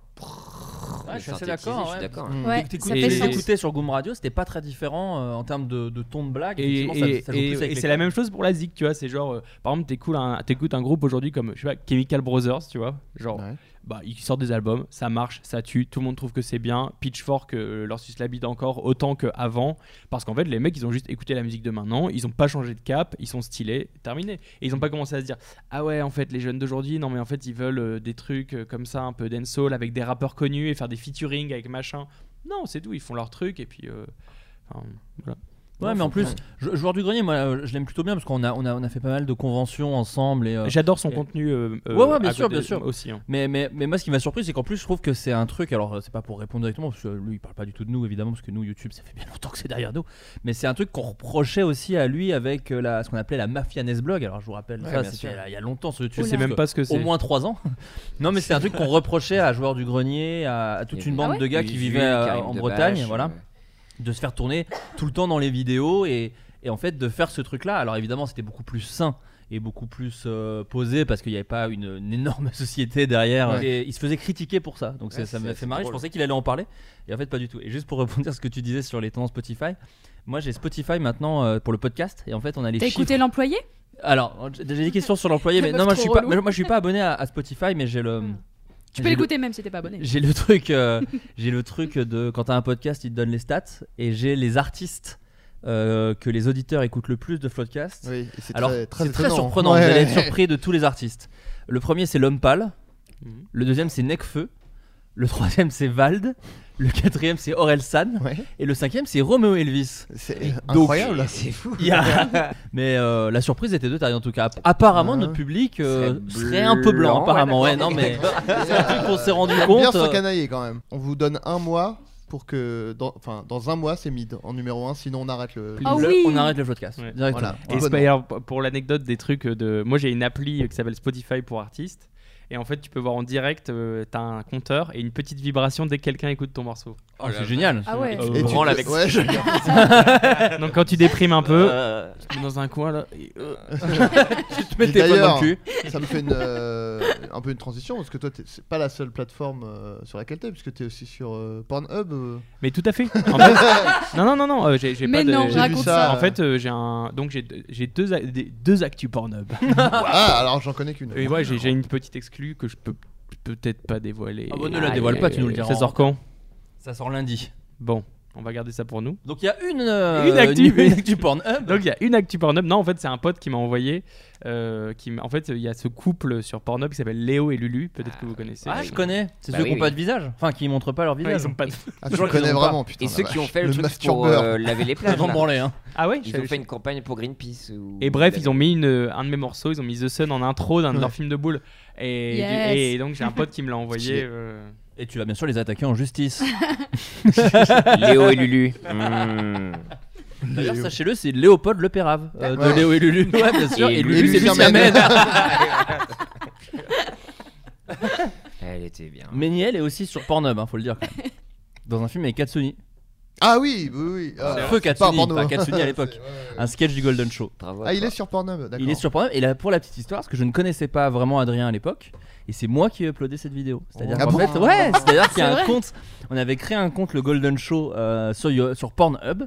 Speaker 6: Ouais, je suis assez
Speaker 7: synthétiser,
Speaker 6: d'accord.
Speaker 7: je suis d'accord.
Speaker 6: Mm.
Speaker 7: Ouais,
Speaker 6: T'éc-
Speaker 7: ça fait
Speaker 6: T'écoutais
Speaker 7: sens.
Speaker 6: t'écoutais sur Goom Radio, c'était pas très différent euh, en termes de, de ton de blague.
Speaker 9: Et,
Speaker 6: effectivement, ça-
Speaker 9: et-
Speaker 6: ça joue plus
Speaker 9: et-
Speaker 6: avec
Speaker 9: et
Speaker 6: les
Speaker 9: c'est la même chose pour la zik, tu vois. C'est genre, euh, par exemple, t'écoutes un, t'écoutes un groupe aujourd'hui comme, je sais pas, Chemical Brothers, tu vois. Genre, bah, ils sortent des albums, ça marche, ça tue, tout le monde trouve que c'est bien. Pitchfork euh, leur suce la bite encore autant qu'avant. Parce qu'en fait, les mecs, ils ont juste écouté la musique de maintenant, ils ont pas changé de cap, ils sont stylés, terminé. Et ils ont pas commencé à se dire, ah ouais, en fait, les jeunes d'aujourd'hui, non, mais en fait, ils veulent euh, des trucs euh, comme ça, un peu dancehall avec des rappeurs connus et faire des featuring avec machin. Non, c'est tout, ils font leur truc et puis. euh, enfin, voilà.
Speaker 6: Ouais, mais en plus, je- joueur du grenier, moi, euh, je l'aime plutôt bien parce qu'on a, on a, on a fait pas mal de conventions ensemble. et euh,
Speaker 9: J'adore son
Speaker 6: et-
Speaker 9: contenu, euh, euh,
Speaker 6: ouais, ouais, bien
Speaker 9: à
Speaker 6: sûr,
Speaker 9: côté-
Speaker 6: bien sûr.
Speaker 9: aussi, hein.
Speaker 6: Mais, mais, mais moi, ce qui m'a surpris, c'est qu'en plus, je trouve que c'est un truc. Alors, euh, c'est pas pour répondre directement parce que lui, il parle pas du tout de nous, évidemment, parce que nous, YouTube, ça fait bien longtemps que c'est derrière nous. Mais c'est un truc qu'on reprochait aussi à lui avec euh, la, ce qu'on appelait la mafia blog. Alors, je vous rappelle,
Speaker 9: Ouais,
Speaker 6: ça,
Speaker 9: bien sûr.
Speaker 6: c'était là, il y a longtemps sur YouTube.
Speaker 9: Je sais même pas ce que
Speaker 6: Au
Speaker 9: c'est.
Speaker 6: moins 3 ans. non, mais c'est un truc qu'on reprochait à joueur du grenier, à, à toute
Speaker 7: Il
Speaker 6: une
Speaker 7: y avait-
Speaker 6: bande
Speaker 7: Ah ouais
Speaker 6: de gars qui
Speaker 7: Usu,
Speaker 6: vivaient euh,
Speaker 7: Karim
Speaker 6: en
Speaker 7: Debache,
Speaker 6: Bretagne.
Speaker 7: euh,
Speaker 6: Voilà de se faire tourner tout le temps dans les vidéos et, et en fait de faire ce truc là. Alors évidemment c'était beaucoup plus sain et beaucoup plus euh, posé parce qu'il n'y avait pas une, une énorme société derrière
Speaker 7: Ouais.
Speaker 6: et il se faisait critiquer pour ça. Donc
Speaker 7: Ouais,
Speaker 6: c'est- ça
Speaker 7: c'est
Speaker 6: m'a
Speaker 7: assez
Speaker 6: fait marrer,
Speaker 7: drôle.
Speaker 6: je pensais qu'il allait en parler et en fait pas du tout. Et juste pour répondre à ce que tu disais sur les tendances Spotify, moi j'ai Spotify maintenant euh, pour le podcast et en fait on a les
Speaker 8: T'as
Speaker 6: chiffres.
Speaker 8: écouté l'employé
Speaker 6: Alors j'ai des questions sur l'employé mais
Speaker 8: La meuf
Speaker 6: non moi je
Speaker 8: trop
Speaker 6: suis pas
Speaker 8: relou. Hmm.
Speaker 6: moi je suis pas abonné à, à Spotify mais j'ai le
Speaker 8: Tu
Speaker 6: j'ai
Speaker 8: peux
Speaker 6: le-
Speaker 8: l'écouter même si t'es pas abonné.
Speaker 6: j'ai le truc, euh, j'ai le truc de quand t'as un podcast, il te donne les stats et j'ai les artistes. euh, que les auditeurs écoutent le plus de Floodcast.
Speaker 2: Oui, et c'est
Speaker 6: Alors,
Speaker 2: très- très
Speaker 6: c'est très
Speaker 2: étonnant.
Speaker 6: surprenant.
Speaker 2: Ouais.
Speaker 6: Vous allez être surpris de tous les artistes. Le premier, c'est L'Homme Pâle.
Speaker 9: Mhm.
Speaker 6: Le deuxième, c'est Necfeu. Le troisième, c'est Vald. Le quatrième, c'est Aurel San. Et le cinquième, c'est Romeo Elvis.
Speaker 2: C'est
Speaker 7: incroyable. C'est fou.
Speaker 6: il y a- Mais euh, la surprise était de taille en tout cas. Apparemment, notre public euh, serait un peu blanc. apparemment, ouais, non mais. C'est un truc qu'on s'est rendu
Speaker 2: Faut
Speaker 6: compte.
Speaker 2: Bien se
Speaker 6: euh,
Speaker 2: canailler quand même. On vous donne un mois pour que, dans, enfin, dans un mois, c'est mid en numéro 1 Sinon, on arrête le.
Speaker 6: Ah Le- oui. on arrête le podcast,
Speaker 9: Ouais.
Speaker 6: directement.
Speaker 2: Voilà.
Speaker 9: Et c'est pas d'ailleurs p- pour l'anecdote des trucs de. Moi j'ai une appli euh, qui s'appelle Spotify pour artistes. Et en fait, tu peux voir en direct, euh, t'as un compteur et une petite vibration dès que quelqu'un écoute ton morceau.
Speaker 6: Oh, c'est génial.
Speaker 9: Et
Speaker 6: Ah ouais.
Speaker 9: tu
Speaker 6: Et
Speaker 9: te
Speaker 6: tu
Speaker 9: branles
Speaker 6: peux-
Speaker 9: avec-
Speaker 6: ouais, je-
Speaker 9: Donc quand tu déprimes un peu,
Speaker 6: Euh.
Speaker 9: tu te mets dans un coin là. et, euh,
Speaker 2: Tu te mets le téléphone dans le cul. ça me fait une, euh, un peu une transition parce que toi, t'es- c'est pas la seule plateforme euh, sur laquelle t'es, puisque t'es aussi sur euh, Pornhub. euh.
Speaker 9: Mais tout à fait. En fait- non, non, non, non. euh, j'ai, j'ai
Speaker 2: Mais
Speaker 9: pas
Speaker 2: non,
Speaker 9: de...
Speaker 2: J'ai raconte vu ça. ça.
Speaker 9: En fait, euh, j'ai un. Donc j'ai, j'ai deux, a- des- deux actus Pornhub.
Speaker 2: Ah, alors j'en connais qu'une.
Speaker 9: Et ouais, j'ai, j'ai une petite exclue que je peux peut-être pas dévoiler.
Speaker 6: Ah bah, ne la dévoile pas, tu nous le diras.
Speaker 9: Ça sort quand
Speaker 6: Ça sort lundi.
Speaker 9: Bon, on va garder ça pour nous.
Speaker 6: Donc il y a une. euh,
Speaker 9: une actu,
Speaker 6: une actu Euh, Pornhub.
Speaker 9: Donc il y a une actu Pornhub. Non, en fait, c'est un pote qui m'a envoyé. euh, qui m'a- en fait, il y a ce couple sur Pornhub qui s'appelle Léo et Lulu. Peut-être que vous connaissez.
Speaker 6: Ah, je connais. C'est ceux qui n'ont pas de visage. Enfin, qui montrent pas leur visage.
Speaker 9: ils ont pas de-
Speaker 7: Ah, tu Ceux qui connais ont pas. vraiment, putain, Et la ceux qui vache. ont fait le Le truc pour, euh, masturbeur. laver les plages,
Speaker 6: Ils ont
Speaker 7: là.
Speaker 6: branlé, hein.
Speaker 9: Ah ouais
Speaker 7: Ils
Speaker 9: je-
Speaker 7: ont fait
Speaker 9: je-
Speaker 7: une campagne pour Greenpeace. ou-
Speaker 9: Et bref, ils ont mis une- un de mes morceaux, ils ont mis The Sun en intro d'un de
Speaker 6: Ouais.
Speaker 9: leurs films de boules. Et,
Speaker 6: Yes.
Speaker 9: et donc j'ai un pote qui me l'a envoyé. euh,
Speaker 6: Stylé. Et tu vas bien sûr les attaquer en justice.
Speaker 7: Léo et Lulu.
Speaker 6: D'ailleurs, sachez-le, c'est Léopold Le Pérave euh, de
Speaker 7: Ouais.
Speaker 6: Léo et Lulu. Ouais, bien sûr. Et, Lulu, c'est
Speaker 7: Firmin.
Speaker 6: Firmin.
Speaker 7: Elle était bien.
Speaker 6: Méniel est aussi sur Pornhub, hein, faut le dire. quand même. Dans un film avec Katsuni.
Speaker 2: Ah oui, oui, oui. ah, c'est
Speaker 6: Euh, Feu
Speaker 2: pas
Speaker 6: Katsuni,
Speaker 2: porno.
Speaker 6: pas Katsuni à l'époque.
Speaker 2: C'est- ouais, ouais.
Speaker 6: Un sketch du Golden Show.
Speaker 2: Ah, il est sur Pornhub, d'accord.
Speaker 6: Il est sur Pornhub. Et là, pour la petite histoire, parce que je ne connaissais pas vraiment Adrien à l'époque, et c'est moi qui ai uploadé cette vidéo. C'est-à-dire
Speaker 2: Ah
Speaker 6: qu'en
Speaker 2: bon
Speaker 6: fait, ouais, c'est-à-dire qu'il y a un
Speaker 2: C'est vrai
Speaker 6: compte. On avait créé un compte, le Golden Show, euh, sur, Yo- sur Pornhub.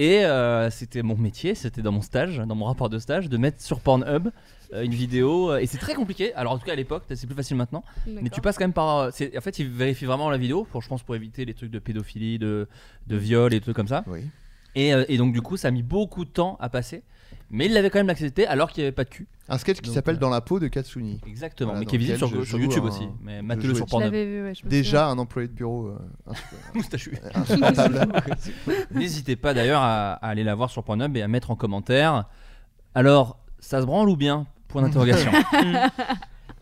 Speaker 6: Et euh, c'était mon métier, c'était dans mon stage, dans mon rapport de stage, de mettre sur Pornhub euh, une vidéo. euh, et c'est très compliqué. Alors, en tout cas, à l'époque, c'est plus facile maintenant. Mais tu
Speaker 3: D'accord.
Speaker 6: passes quand même par. euh, c'est- En fait, ils vérifient vraiment la vidéo, pour, je pense, pour éviter les trucs de pédophilie, de, de viol et tout comme ça. Et, euh, et donc, du coup, ça a mis beaucoup de temps à passer. Mais il l'avait quand même accepté alors qu'il n'y avait pas de cul.
Speaker 2: Un sketch qui
Speaker 6: Donc,
Speaker 2: s'appelle
Speaker 6: euh,
Speaker 2: Dans la peau de Katsuni.
Speaker 6: Exactement,
Speaker 2: Voilà,
Speaker 6: mais
Speaker 2: dans
Speaker 6: qui est visible
Speaker 2: lequel
Speaker 6: sur-
Speaker 2: je
Speaker 6: sur
Speaker 2: joue
Speaker 6: YouTube
Speaker 2: un-
Speaker 6: aussi. Mais
Speaker 2: je
Speaker 6: matez-le
Speaker 2: joue
Speaker 6: sur
Speaker 2: un-
Speaker 6: Pornhub.
Speaker 8: Je l'avais vu, ouais, je me
Speaker 2: Déjà
Speaker 8: souviens.
Speaker 2: un employé de bureau. euh, insupportable.
Speaker 6: Moustachu.
Speaker 2: Insupportable.
Speaker 6: N'hésitez pas d'ailleurs à, à aller la voir sur Pornhub et à mettre en commentaire. Alors, ça se branle ou bien Point d'interrogation.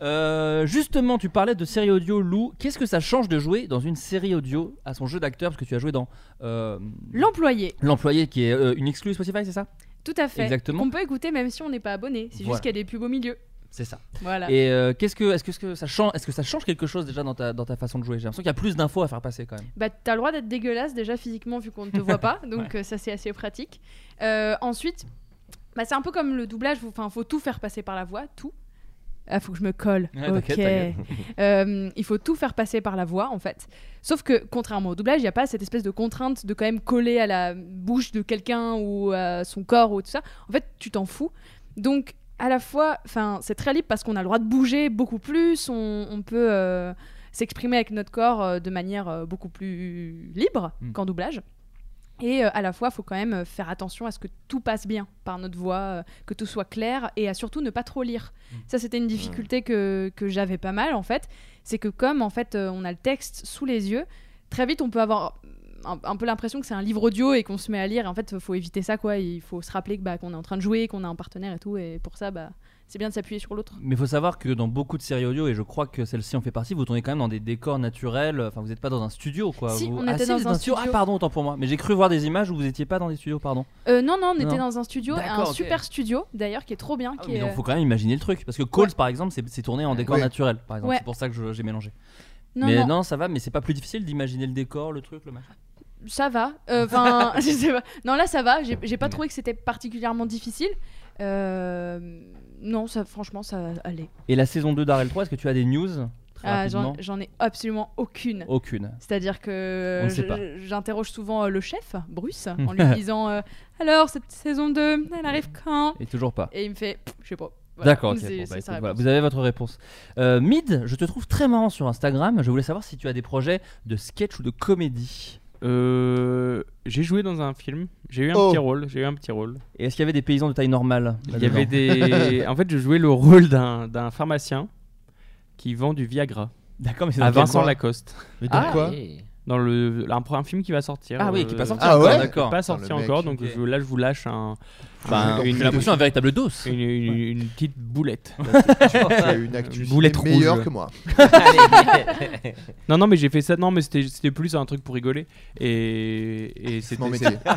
Speaker 6: Euh, justement, tu parlais de série audio, Lou. Qu'est-ce que ça change de jouer dans une série audio à son jeu d'acteur Parce que tu as joué dans euh,
Speaker 8: L'employé.
Speaker 6: L'employé, qui est euh, une exclue Spotify, c'est ça
Speaker 8: Tout à fait.
Speaker 6: Exactement.
Speaker 8: Qu'on peut écouter même si on n'est pas abonné. C'est
Speaker 6: Voilà.
Speaker 8: juste qu'il y a des pubs au milieu.
Speaker 6: C'est ça.
Speaker 8: Voilà.
Speaker 6: Et euh, qu'est-ce que, est-ce que, est-ce que ça change, est-ce que ça change quelque chose déjà dans ta, dans ta façon de jouer J'ai l'impression qu'il y a plus d'infos à faire passer quand même.
Speaker 8: Bah, t'as le droit d'être dégueulasse déjà physiquement vu qu'on ne te voit pas, donc euh, ça c'est assez pratique. Euh, ensuite, bah, c'est un peu comme le doublage, faut- enfin faut tout faire passer par la voix, tout. Ah, faut que je me colle.
Speaker 6: Ouais,
Speaker 8: ok.
Speaker 6: t'inquiète, t'inquiète.
Speaker 8: Euh, il faut tout faire passer par la voix en fait. Sauf que contrairement au doublage, il n'y a pas cette espèce de contrainte de quand même coller à la bouche de quelqu'un ou à son corps ou tout ça. En fait, tu t'en fous. Donc à la fois, enfin c'est très libre parce qu'on a le droit de bouger beaucoup plus, on, on peut euh, s'exprimer avec notre corps euh, de manière euh, beaucoup plus libre
Speaker 6: Mm.
Speaker 8: qu'en doublage. Et euh, à la fois, il faut quand même euh, faire attention à ce que tout passe bien par notre voix, euh, que tout soit clair et à surtout ne pas trop lire. Ça, c'était une difficulté que, que j'avais pas mal en fait. C'est que comme en fait euh, on a le texte sous les yeux, très vite on peut avoir un, un peu l'impression que c'est un livre audio et qu'on se met à lire. En fait, il faut éviter ça quoi. Il faut se rappeler que, bah, qu'on est en train de jouer, qu'on a un partenaire et tout. Et pour ça, bah, c'est bien de s'appuyer sur l'autre.
Speaker 6: Mais il faut savoir que dans beaucoup de séries audio, et je crois que celle-ci en fait partie, vous tournez quand même dans des décors naturels. Enfin, vous n'êtes pas dans un studio, quoi.
Speaker 8: Si,
Speaker 6: Vous-
Speaker 8: on
Speaker 6: Ah,
Speaker 8: était dans
Speaker 6: vous êtes
Speaker 8: un
Speaker 6: Ah,
Speaker 8: studio.
Speaker 6: pardon, autant pour moi. Mais j'ai cru voir des images où vous n'étiez pas dans des studios, pardon.
Speaker 8: Euh, non, non, on était
Speaker 6: Non.
Speaker 8: dans un studio, un
Speaker 6: D'accord, ok. Ah,
Speaker 8: super studio d'ailleurs qui est trop bien. qui
Speaker 6: Mais
Speaker 8: est, euh,
Speaker 6: donc, faut quand même imaginer le truc. Parce que Calls, par exemple, c'est c'est tourné en décor
Speaker 8: Ouais.
Speaker 6: naturel, par exemple.
Speaker 8: Ouais.
Speaker 6: C'est pour ça que je- j'ai mélangé.
Speaker 8: Non,
Speaker 6: mais non.
Speaker 8: non.
Speaker 6: ça va, mais c'est pas plus difficile d'imaginer le décor, le truc, le machin.
Speaker 8: ça va. Euh, Enfin, je sais pas. Non, là, ça va. J'ai j'ai pas trouvé que c'était particulièrement difficile. Euh, non, ça, franchement, ça allait.
Speaker 6: Et la saison 2 d'Arel 3, est-ce que tu as des news très
Speaker 8: Ah, J'en
Speaker 6: rapidement
Speaker 8: j'en ai absolument aucune.
Speaker 6: Aucune.
Speaker 8: C'est-à-dire que
Speaker 6: On ne
Speaker 8: je-
Speaker 6: sait pas.
Speaker 8: je- j'interroge souvent euh, le chef, Bruce, en lui disant euh, Alors, cette saison 2, elle arrive quand
Speaker 6: Et toujours pas.
Speaker 8: Et il me fait Pff, Je sais pas. Voilà.
Speaker 6: D'accord, ok.
Speaker 8: C'est-
Speaker 6: Bon, bah,
Speaker 8: c'est sa
Speaker 6: écoute,
Speaker 8: réponse.
Speaker 6: voilà, vous avez votre réponse. Euh, Mid, je te trouve très marrant sur Instagram. Je voulais savoir si tu as des projets de sketch ou de comédie.
Speaker 9: euh, j'ai joué dans un film. J'ai eu un
Speaker 6: Oh.
Speaker 9: petit rôle. J'ai eu un petit rôle.
Speaker 6: Et est-ce qu'il y avait des paysans de taille normale
Speaker 9: Il y avait des. en fait, je jouais le rôle d'un d'un pharmacien qui vend du Viagra.
Speaker 6: D'accord, mais c'est
Speaker 9: à
Speaker 6: dans quel
Speaker 9: Vincent
Speaker 6: coin
Speaker 9: Lacoste.
Speaker 6: Mais dans Ah, quoi
Speaker 9: oui. Dans le, un, pro- un film qui va sortir. euh,
Speaker 6: Ah oui, qui est pas sorti
Speaker 9: qui est
Speaker 6: encore, d'accord.
Speaker 9: Pas
Speaker 6: Putain,
Speaker 9: sorti
Speaker 6: le mec,
Speaker 9: encore, donc
Speaker 6: ok.
Speaker 9: je- là je vous lâche un.
Speaker 6: Bah, j'ai l'impression un véritable dos.
Speaker 9: Une, une- une petite boulette.
Speaker 2: Je pense qu'il y a une actu ciné meilleure que moi. Allez.
Speaker 9: non, non, mais j'ai fait ça. Non, mais c'était c'était plus un truc pour rigoler. Et, et c'était.
Speaker 2: Mon
Speaker 9: c'est-
Speaker 2: métier.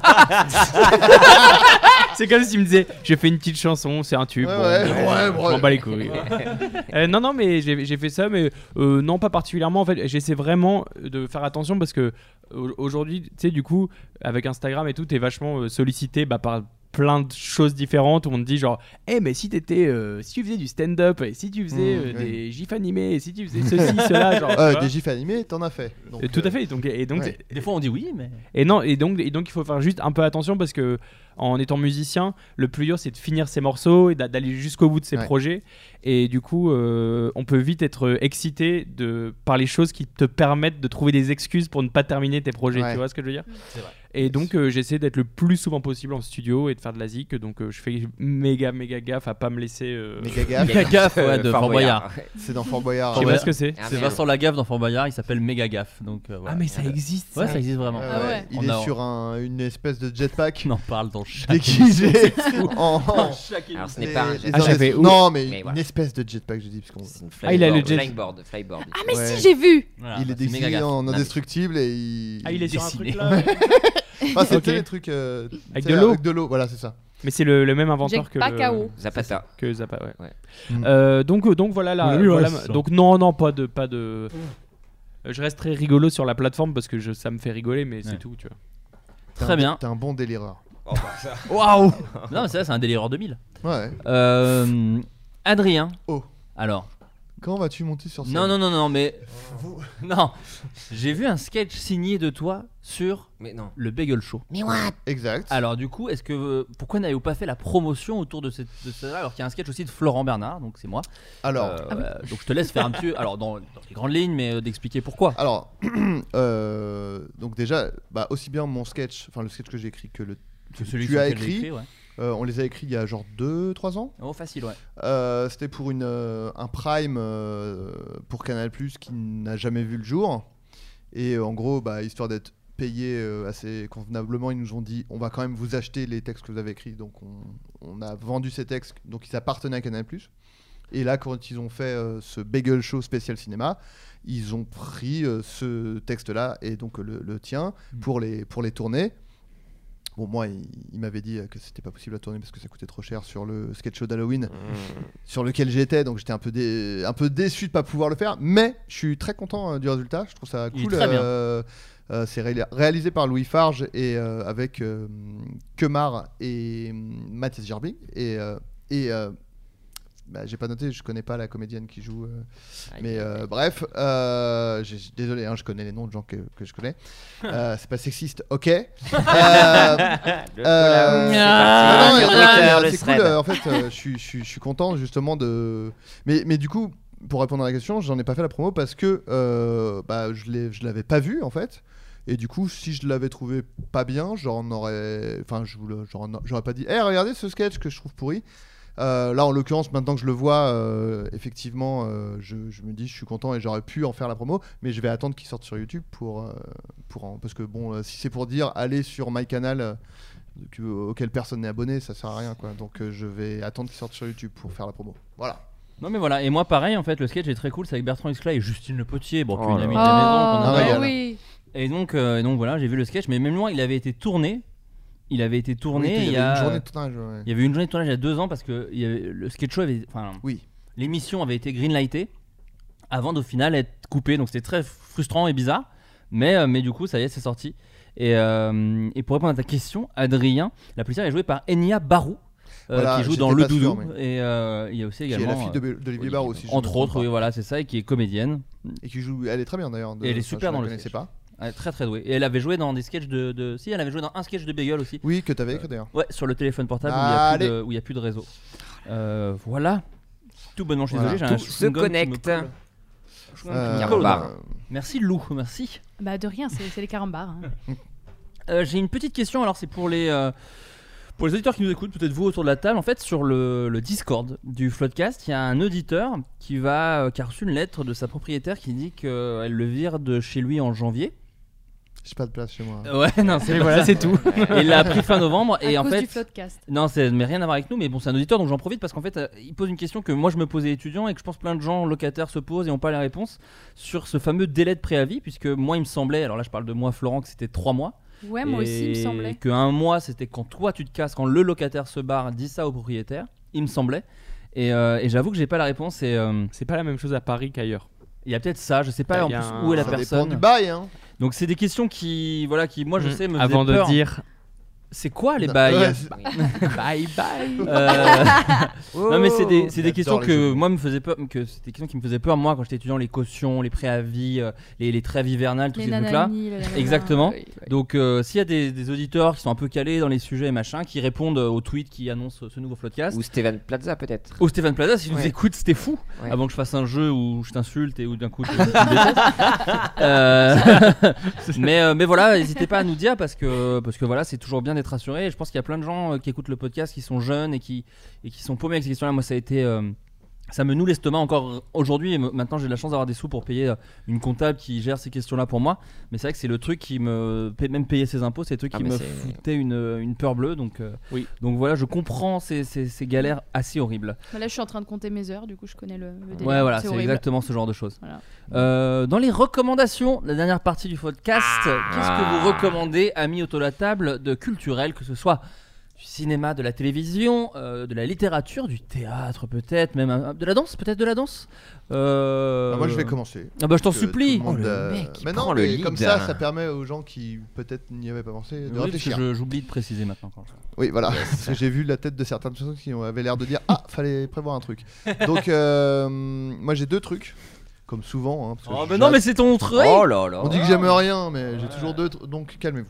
Speaker 9: C'est comme s'il me disait j'ai fait une petite chanson, c'est un tube.
Speaker 2: Ouais,
Speaker 9: bon, bah,
Speaker 2: ouais, ouais,
Speaker 9: je
Speaker 2: ouais.
Speaker 9: m'en bats les couilles. Euh, non, non, mais j'ai j'ai fait ça, mais euh, non, pas particulièrement. En fait, j'essaie vraiment de faire attention parce que au- aujourd'hui, tu sais, du coup, avec Instagram et tout, t'es vachement euh, sollicité bah, par plein de choses différentes où on te dit genre eh mais si t'étais euh, si tu faisais du stand-up et si tu faisais
Speaker 2: Mmh,
Speaker 9: euh,
Speaker 2: oui.
Speaker 9: des gifs animés et si tu faisais ceci cela genre, tu
Speaker 2: Euh,
Speaker 9: vois.
Speaker 2: des gifs animés, t'en as fait. Donc,
Speaker 9: Euh, tout
Speaker 2: euh,
Speaker 9: à fait. Donc, et donc,
Speaker 2: ouais.
Speaker 9: c'est-
Speaker 6: Des fois, on dit oui, mais.
Speaker 9: Et non, et donc, et donc il faut faire juste un peu attention parce que en étant musicien, le plus dur c'est de finir ses morceaux et d'a- d'aller jusqu'au bout de ses
Speaker 2: Ouais.
Speaker 9: projets. Et du coup, euh, on peut vite être excité de par les choses qui te permettent de trouver des excuses pour ne pas terminer tes projets.
Speaker 2: Ouais.
Speaker 9: Tu vois ce que je veux dire
Speaker 6: C'est vrai.
Speaker 9: Et donc, euh, j'essaie d'être le plus souvent possible en studio et de faire de la zik. Donc, euh, je fais méga méga gaffe à pas me laisser. euh,
Speaker 2: Méga gaffe.
Speaker 6: Méga gaffe, ouais, de Fort Boyard.
Speaker 2: C'est dans Fort Boyard.
Speaker 9: Je sais pas ce que c'est.
Speaker 6: C'est Vincent Lagaffe dans Fort Boyard, il s'appelle Méga Gaffe. Donc, euh, voilà.
Speaker 9: Ah, mais ça existe,
Speaker 6: Ah Ouais,
Speaker 9: ça.
Speaker 6: ça existe vraiment.
Speaker 2: Ouais, ouais. Il
Speaker 6: On
Speaker 2: est
Speaker 6: a-
Speaker 2: sur un- une espèce de jetpack.
Speaker 6: On en parle dans chaque émission,
Speaker 2: Déguisé
Speaker 6: c'est fou.
Speaker 2: en.
Speaker 6: Dans chaque émission. Alors, ce n'est
Speaker 2: les-
Speaker 6: pas un
Speaker 2: les
Speaker 6: jetpack. Ah,
Speaker 2: indices-
Speaker 6: j'avais-
Speaker 2: Non, mais,
Speaker 6: Mais
Speaker 2: une
Speaker 6: voilà.
Speaker 2: espèce de jetpack, je dis. Parce qu'on...
Speaker 7: Ah, il a le jet- flyboard, flyboard.
Speaker 2: Ah,
Speaker 7: mais si,
Speaker 8: j'ai vu.
Speaker 6: Voilà,
Speaker 2: Il est
Speaker 6: Ah, c'est méga
Speaker 2: déguisé
Speaker 6: gaffe.
Speaker 2: en
Speaker 6: Non, mais-
Speaker 2: indestructible et il.
Speaker 9: Ah, il est sur un truc
Speaker 2: Décidé.
Speaker 9: là, ouais.
Speaker 2: Ah, c'était
Speaker 9: Ok.
Speaker 2: les trucs. euh,
Speaker 9: Avec
Speaker 2: tu sais,
Speaker 9: de l'eau
Speaker 2: Avec de l'eau, voilà, c'est ça.
Speaker 9: Mais c'est le, le même inventeur
Speaker 2: Jack
Speaker 9: que
Speaker 2: Pacao.
Speaker 9: le-
Speaker 7: Zapata.
Speaker 9: Que Zappa, ouais.
Speaker 2: Mm.
Speaker 9: Euh, donc, euh, donc voilà, la,
Speaker 2: Oui, ouais,
Speaker 9: voilà
Speaker 2: c'est
Speaker 9: ma-
Speaker 2: ça.
Speaker 9: donc non, non, pas de, pas de.
Speaker 6: Mm.
Speaker 9: Euh, Je reste très rigolo sur la plateforme parce que je- ça me fait rigoler, mais c'est tout, tu vois.
Speaker 2: T'es
Speaker 6: Très
Speaker 2: un-
Speaker 6: bien.
Speaker 2: T'es un bon délireur.
Speaker 6: Waouh Non, mais c'est vrai, c'est un délire hors 2000.
Speaker 2: Ouais.
Speaker 6: Euh, Adrien.
Speaker 2: Oh.
Speaker 6: Alors.
Speaker 2: Comment vas-tu monter sur scène
Speaker 6: Non, non, non, non, mais. Non. J'ai vu un sketch signé de toi sur
Speaker 7: Mais non.
Speaker 6: le Bagel Show.
Speaker 7: Mais what
Speaker 2: Exact.
Speaker 6: Alors, du coup, est-ce que. euh, Pourquoi n'avez-vous pas fait la promotion autour de cette. De cela, alors qu'il y a un sketch aussi de Florent Bernard, donc c'est moi.
Speaker 2: Alors.
Speaker 6: Euh, euh, donc je te laisse faire un petit. Alors, dans, dans les grandes lignes, mais euh, d'expliquer pourquoi.
Speaker 2: Alors. Euh, donc déjà, bah, aussi bien mon sketch, enfin le sketch que j'ai écrit que le
Speaker 6: Que celui
Speaker 2: tu
Speaker 6: sur
Speaker 2: as
Speaker 6: lequel j'ai
Speaker 2: écrit,
Speaker 6: écrit, ouais.
Speaker 2: euh, on les a écrits il y a genre 2-3 ans.
Speaker 6: Oh, facile, ouais.
Speaker 2: Euh, C'était pour une, euh, un prime euh, pour Canal qui n'a jamais vu le jour. Et euh, en gros, bah, histoire d'être payé euh, assez convenablement, ils nous ont dit on va quand même vous acheter les textes que vous avez écrits. Donc on, on a vendu ces textes, donc ils appartenaient à Canal Et là, quand ils ont fait euh, ce Bagel Show spécial cinéma, ils ont pris euh, ce texte-là et donc euh, le, le tien
Speaker 6: Mm.
Speaker 2: pour les, pour les tourner. Bon, moi, il, il m'avait dit euh, que c'était pas possible à tourner parce que ça coûtait trop cher sur le sketch show d'Halloween sur lequel j'étais, donc j'étais un peu, dé- un peu déçu de pas pouvoir le faire, mais je suis très content euh, du résultat. Je trouve ça
Speaker 6: Il est
Speaker 2: cool.
Speaker 6: très bien.
Speaker 2: euh, euh, c'est ré- réalisé par Louis Farge et euh, avec euh, Kemar et euh, Mathis Gerbling et euh, et euh, bah, j'ai pas noté, je connais pas la comédienne qui joue. euh,
Speaker 7: Ah,
Speaker 2: mais euh, bref, euh, j'ai- j'ai- désolé, hein, je connais les noms de gens que, que je connais. Euh, c'est pas sexiste, ok. Euh,
Speaker 7: Le collab, c'est
Speaker 2: non,
Speaker 7: parti. Ah,
Speaker 2: non,
Speaker 7: Le
Speaker 2: mais
Speaker 7: Twitter,
Speaker 2: c'est-
Speaker 7: le
Speaker 2: c'est cool.
Speaker 7: thread.
Speaker 2: euh, En fait, euh, je suis- je suis je suis content justement de. Mais, mais du coup, pour répondre à la question, j'en ai pas fait la promo parce que euh, bah, je l'ai- je l'avais pas vu en fait. Et du coup, si je l'avais trouvé pas bien, j'en aurais. Enfin, je vous le- j'en- j'aurais pas dit. Eh, regardez ce sketch que je trouve pourri. Euh, là, en l'occurrence, maintenant que je le vois, euh, effectivement, euh, je, je me dis, je suis content et j'aurais pu en faire la promo, mais je vais attendre qu'il sorte sur YouTube pour, euh, pour en- parce que bon, euh, si c'est pour dire, allez sur my canal euh, que- auquel personne n'est abonné, ça sert à rien, quoi. Donc, euh, je vais attendre qu'il sorte sur YouTube pour faire la promo. Voilà.
Speaker 6: Non mais voilà, et moi pareil en fait, le sketch est très cool, c'est avec Bertrand Iscla et Justine Le Potier, bon,
Speaker 7: Oh
Speaker 6: qu'une
Speaker 7: là
Speaker 6: amie de la
Speaker 7: là. Oh,
Speaker 2: Ah,
Speaker 6: maison qu'on
Speaker 7: un
Speaker 6: adore.
Speaker 7: régal. Oui.
Speaker 6: Et donc, euh, et donc voilà, j'ai vu le sketch, mais même loin, il avait été tourné. Il avait été tourné
Speaker 2: Oui, il y
Speaker 6: il y
Speaker 2: avait
Speaker 6: a.
Speaker 2: une journée de tournage, ouais.
Speaker 6: Il y avait une journée de tournage il y a deux ans parce que il y avait- le sketch show avait. Enfin,
Speaker 2: oui.
Speaker 6: L'émission avait été greenlightée avant d'au final être coupée, donc c'était très frustrant et bizarre. Mais, euh, mais du coup, ça y est, c'est sorti. Et, euh, et pour répondre à ta question, Adrien, la policière est jouée par Enya Barou. euh,
Speaker 2: Voilà,
Speaker 6: qui joue
Speaker 2: j'étais
Speaker 6: dans Le
Speaker 2: pas sûr,
Speaker 6: Doudou
Speaker 2: mais-
Speaker 6: et euh, il y a aussi
Speaker 2: Qui est
Speaker 6: également
Speaker 2: la fille de-
Speaker 6: euh,
Speaker 2: d'Olivier Barou aussi, je me
Speaker 6: entre
Speaker 2: trompe
Speaker 6: autres oui voilà c'est ça et qui est comédienne
Speaker 2: Et qui joue, elle est très bien d'ailleurs. de-
Speaker 6: et elle est
Speaker 2: enfin,
Speaker 6: super
Speaker 2: je
Speaker 6: dans
Speaker 2: la
Speaker 6: le
Speaker 2: connaissais
Speaker 6: sketch.
Speaker 2: pas.
Speaker 6: Elle est très très douée. Et elle avait joué dans des sketchs de, de- Si, elle avait joué dans un sketch de Bagel aussi.
Speaker 2: Oui, que t'avais écrit d'ailleurs.
Speaker 6: Ouais, sur le téléphone portable où il y a plus
Speaker 2: Allez.
Speaker 6: de- où il n'y a plus de réseau. Euh, voilà. Tout bonnement, je suis
Speaker 2: Voilà.
Speaker 6: désolé, j'ai un
Speaker 7: Tout se
Speaker 6: chewing-gum qui me
Speaker 7: connecte.
Speaker 6: colle. Chewing-gum qui me
Speaker 7: Euh,
Speaker 6: colle au
Speaker 7: Barre.
Speaker 6: doigt. Merci Lou, merci.
Speaker 8: Bah de rien, c'est c'est les carambars. hein.
Speaker 6: Euh, j'ai une petite question, alors c'est pour les. euh, Pour les auditeurs qui nous écoutent, peut-être vous autour de la table, en fait, sur le, le Discord du Floodcast, il y a un auditeur qui, va, euh, qui a reçu une lettre de sa propriétaire qui dit qu'elle le vire de chez lui en janvier.
Speaker 2: J'ai pas de place chez moi.
Speaker 6: Ouais, non, c'est
Speaker 2: Et
Speaker 6: pas
Speaker 2: voilà,
Speaker 6: ça.
Speaker 2: c'est tout.
Speaker 6: Et il l'a appris fin novembre.
Speaker 2: À
Speaker 6: et en
Speaker 2: cause
Speaker 6: fait,
Speaker 2: du Floodcast.
Speaker 6: non, c'est mais rien à voir avec nous. Mais bon, c'est un auditeur, donc j'en profite parce qu'en fait, euh, il pose une question que moi je me posais étudiant et que je pense plein de gens locataires se posent et n'ont pas la réponse sur ce fameux délai de préavis, puisque moi il me semblait, alors là je parle de moi Florent, que c'était trois mois.
Speaker 8: Ouais, moi aussi, il me
Speaker 6: Et
Speaker 8: semblait.
Speaker 6: Que un mois, c'était quand toi tu te casses, quand le locataire se barre, dis ça au propriétaire. Il me semblait. Et, euh, et j'avoue que j'ai pas la réponse. Et euh,
Speaker 9: c'est pas la même chose à Paris qu'ailleurs.
Speaker 6: Il y a peut-être ça. Je sais pas en
Speaker 9: Bah, Il y a
Speaker 6: plus
Speaker 9: un-
Speaker 6: où est la
Speaker 9: Ça dépend
Speaker 6: personne.
Speaker 9: du
Speaker 2: bail, hein.
Speaker 6: Donc c'est des questions qui, voilà, qui moi je
Speaker 9: Mm.
Speaker 6: sais me
Speaker 9: Avant
Speaker 6: faisaient
Speaker 9: de
Speaker 6: peur.
Speaker 9: dire-
Speaker 6: C'est quoi les
Speaker 9: Non,
Speaker 6: bails
Speaker 9: ouais,
Speaker 6: Bye bye.
Speaker 9: Oh.
Speaker 6: Euh, non mais c'est des, c'est des questions
Speaker 9: J'adore les
Speaker 6: que moi me faisait peur, que c'était des questions qui me faisaient peur moi quand j'étais étudiant les cautions, les préavis, euh, les, les trêves hivernales, tous
Speaker 8: Les
Speaker 6: ces trucs là.
Speaker 8: nanani, le nanana.
Speaker 6: Exactement.
Speaker 8: Oui,
Speaker 6: Donc euh, s'il y a des, des auditeurs qui sont un peu calés dans les sujets et machin, qui répondent euh, aux tweets qui annoncent ce nouveau podcast.
Speaker 7: Ou Stéphane Plaza peut-être.
Speaker 6: Ou Stéphane Plaza, si tu nous
Speaker 7: Ouais.
Speaker 6: écoutes, c'était fou.
Speaker 7: Ouais.
Speaker 6: Avant que je fasse un jeu où je t'insulte et où d'un coup tu, tu me détestes. Euh, mais, euh, mais voilà, n'hésitez pas à nous dire parce que, parce que voilà, c'est toujours bien d'être rassuré. Et je pense qu'il y a plein de gens euh, qui écoutent le podcast, qui sont jeunes et qui, et qui sont paumés avec ces questions-là. Moi, ça a été. euh, ça me noue l'estomac encore aujourd'hui. Et me- Maintenant, j'ai de la chance d'avoir des sous pour payer euh, une comptable qui gère ces questions-là pour moi. Mais c'est vrai que c'est le truc qui me. paie- Même payer ses impôts, c'est le truc
Speaker 7: Ah,
Speaker 6: qui
Speaker 7: mais
Speaker 6: me
Speaker 7: c'est-
Speaker 6: foutait une, une peur bleue. Donc, euh, donc voilà, je comprends ces, ces- ces galères assez horribles.
Speaker 8: Bah là, je suis en train de compter mes heures, du coup, je connais le, le délai.
Speaker 6: Ouais, voilà, c'est
Speaker 8: horrible.
Speaker 6: exactement ce genre de choses.
Speaker 8: Voilà.
Speaker 6: Euh, dans les recommandations, la dernière partie du podcast,
Speaker 2: Ah.
Speaker 6: qu'est-ce que vous recommandez, amis autour de la table, de culturel, que ce soit du cinéma, de la télévision, euh, de la littérature, du théâtre peut-être, même euh, de la danse, peut-être de la danse Euh,
Speaker 2: Ah, moi, je vais commencer.
Speaker 6: Ah bah je t'en
Speaker 2: Parce que
Speaker 6: supplie
Speaker 2: tout le monde, euh, mais non, mais comme ça, ça permet aux gens qui peut-être n'y avaient pas pensé
Speaker 6: hein. Oui,
Speaker 2: de
Speaker 6: parce
Speaker 2: réfléchir. Oh,
Speaker 6: que je- j'oublie de préciser maintenant. quand je-
Speaker 2: Oui, voilà. Parce que J'ai vu la tête de certaines personnes qui avaient l'air de dire Ah, fallait prévoir un truc. Donc, euh, moi, j'ai deux trucs. Comme souvent. hein, parce que
Speaker 6: Oh,
Speaker 2: je-
Speaker 6: mais non,
Speaker 2: j'a-
Speaker 6: mais c'est ton truc Oh là là.
Speaker 2: On dit que j'aime rien, mais j'ai toujours deux. tr- Donc, calmez-vous.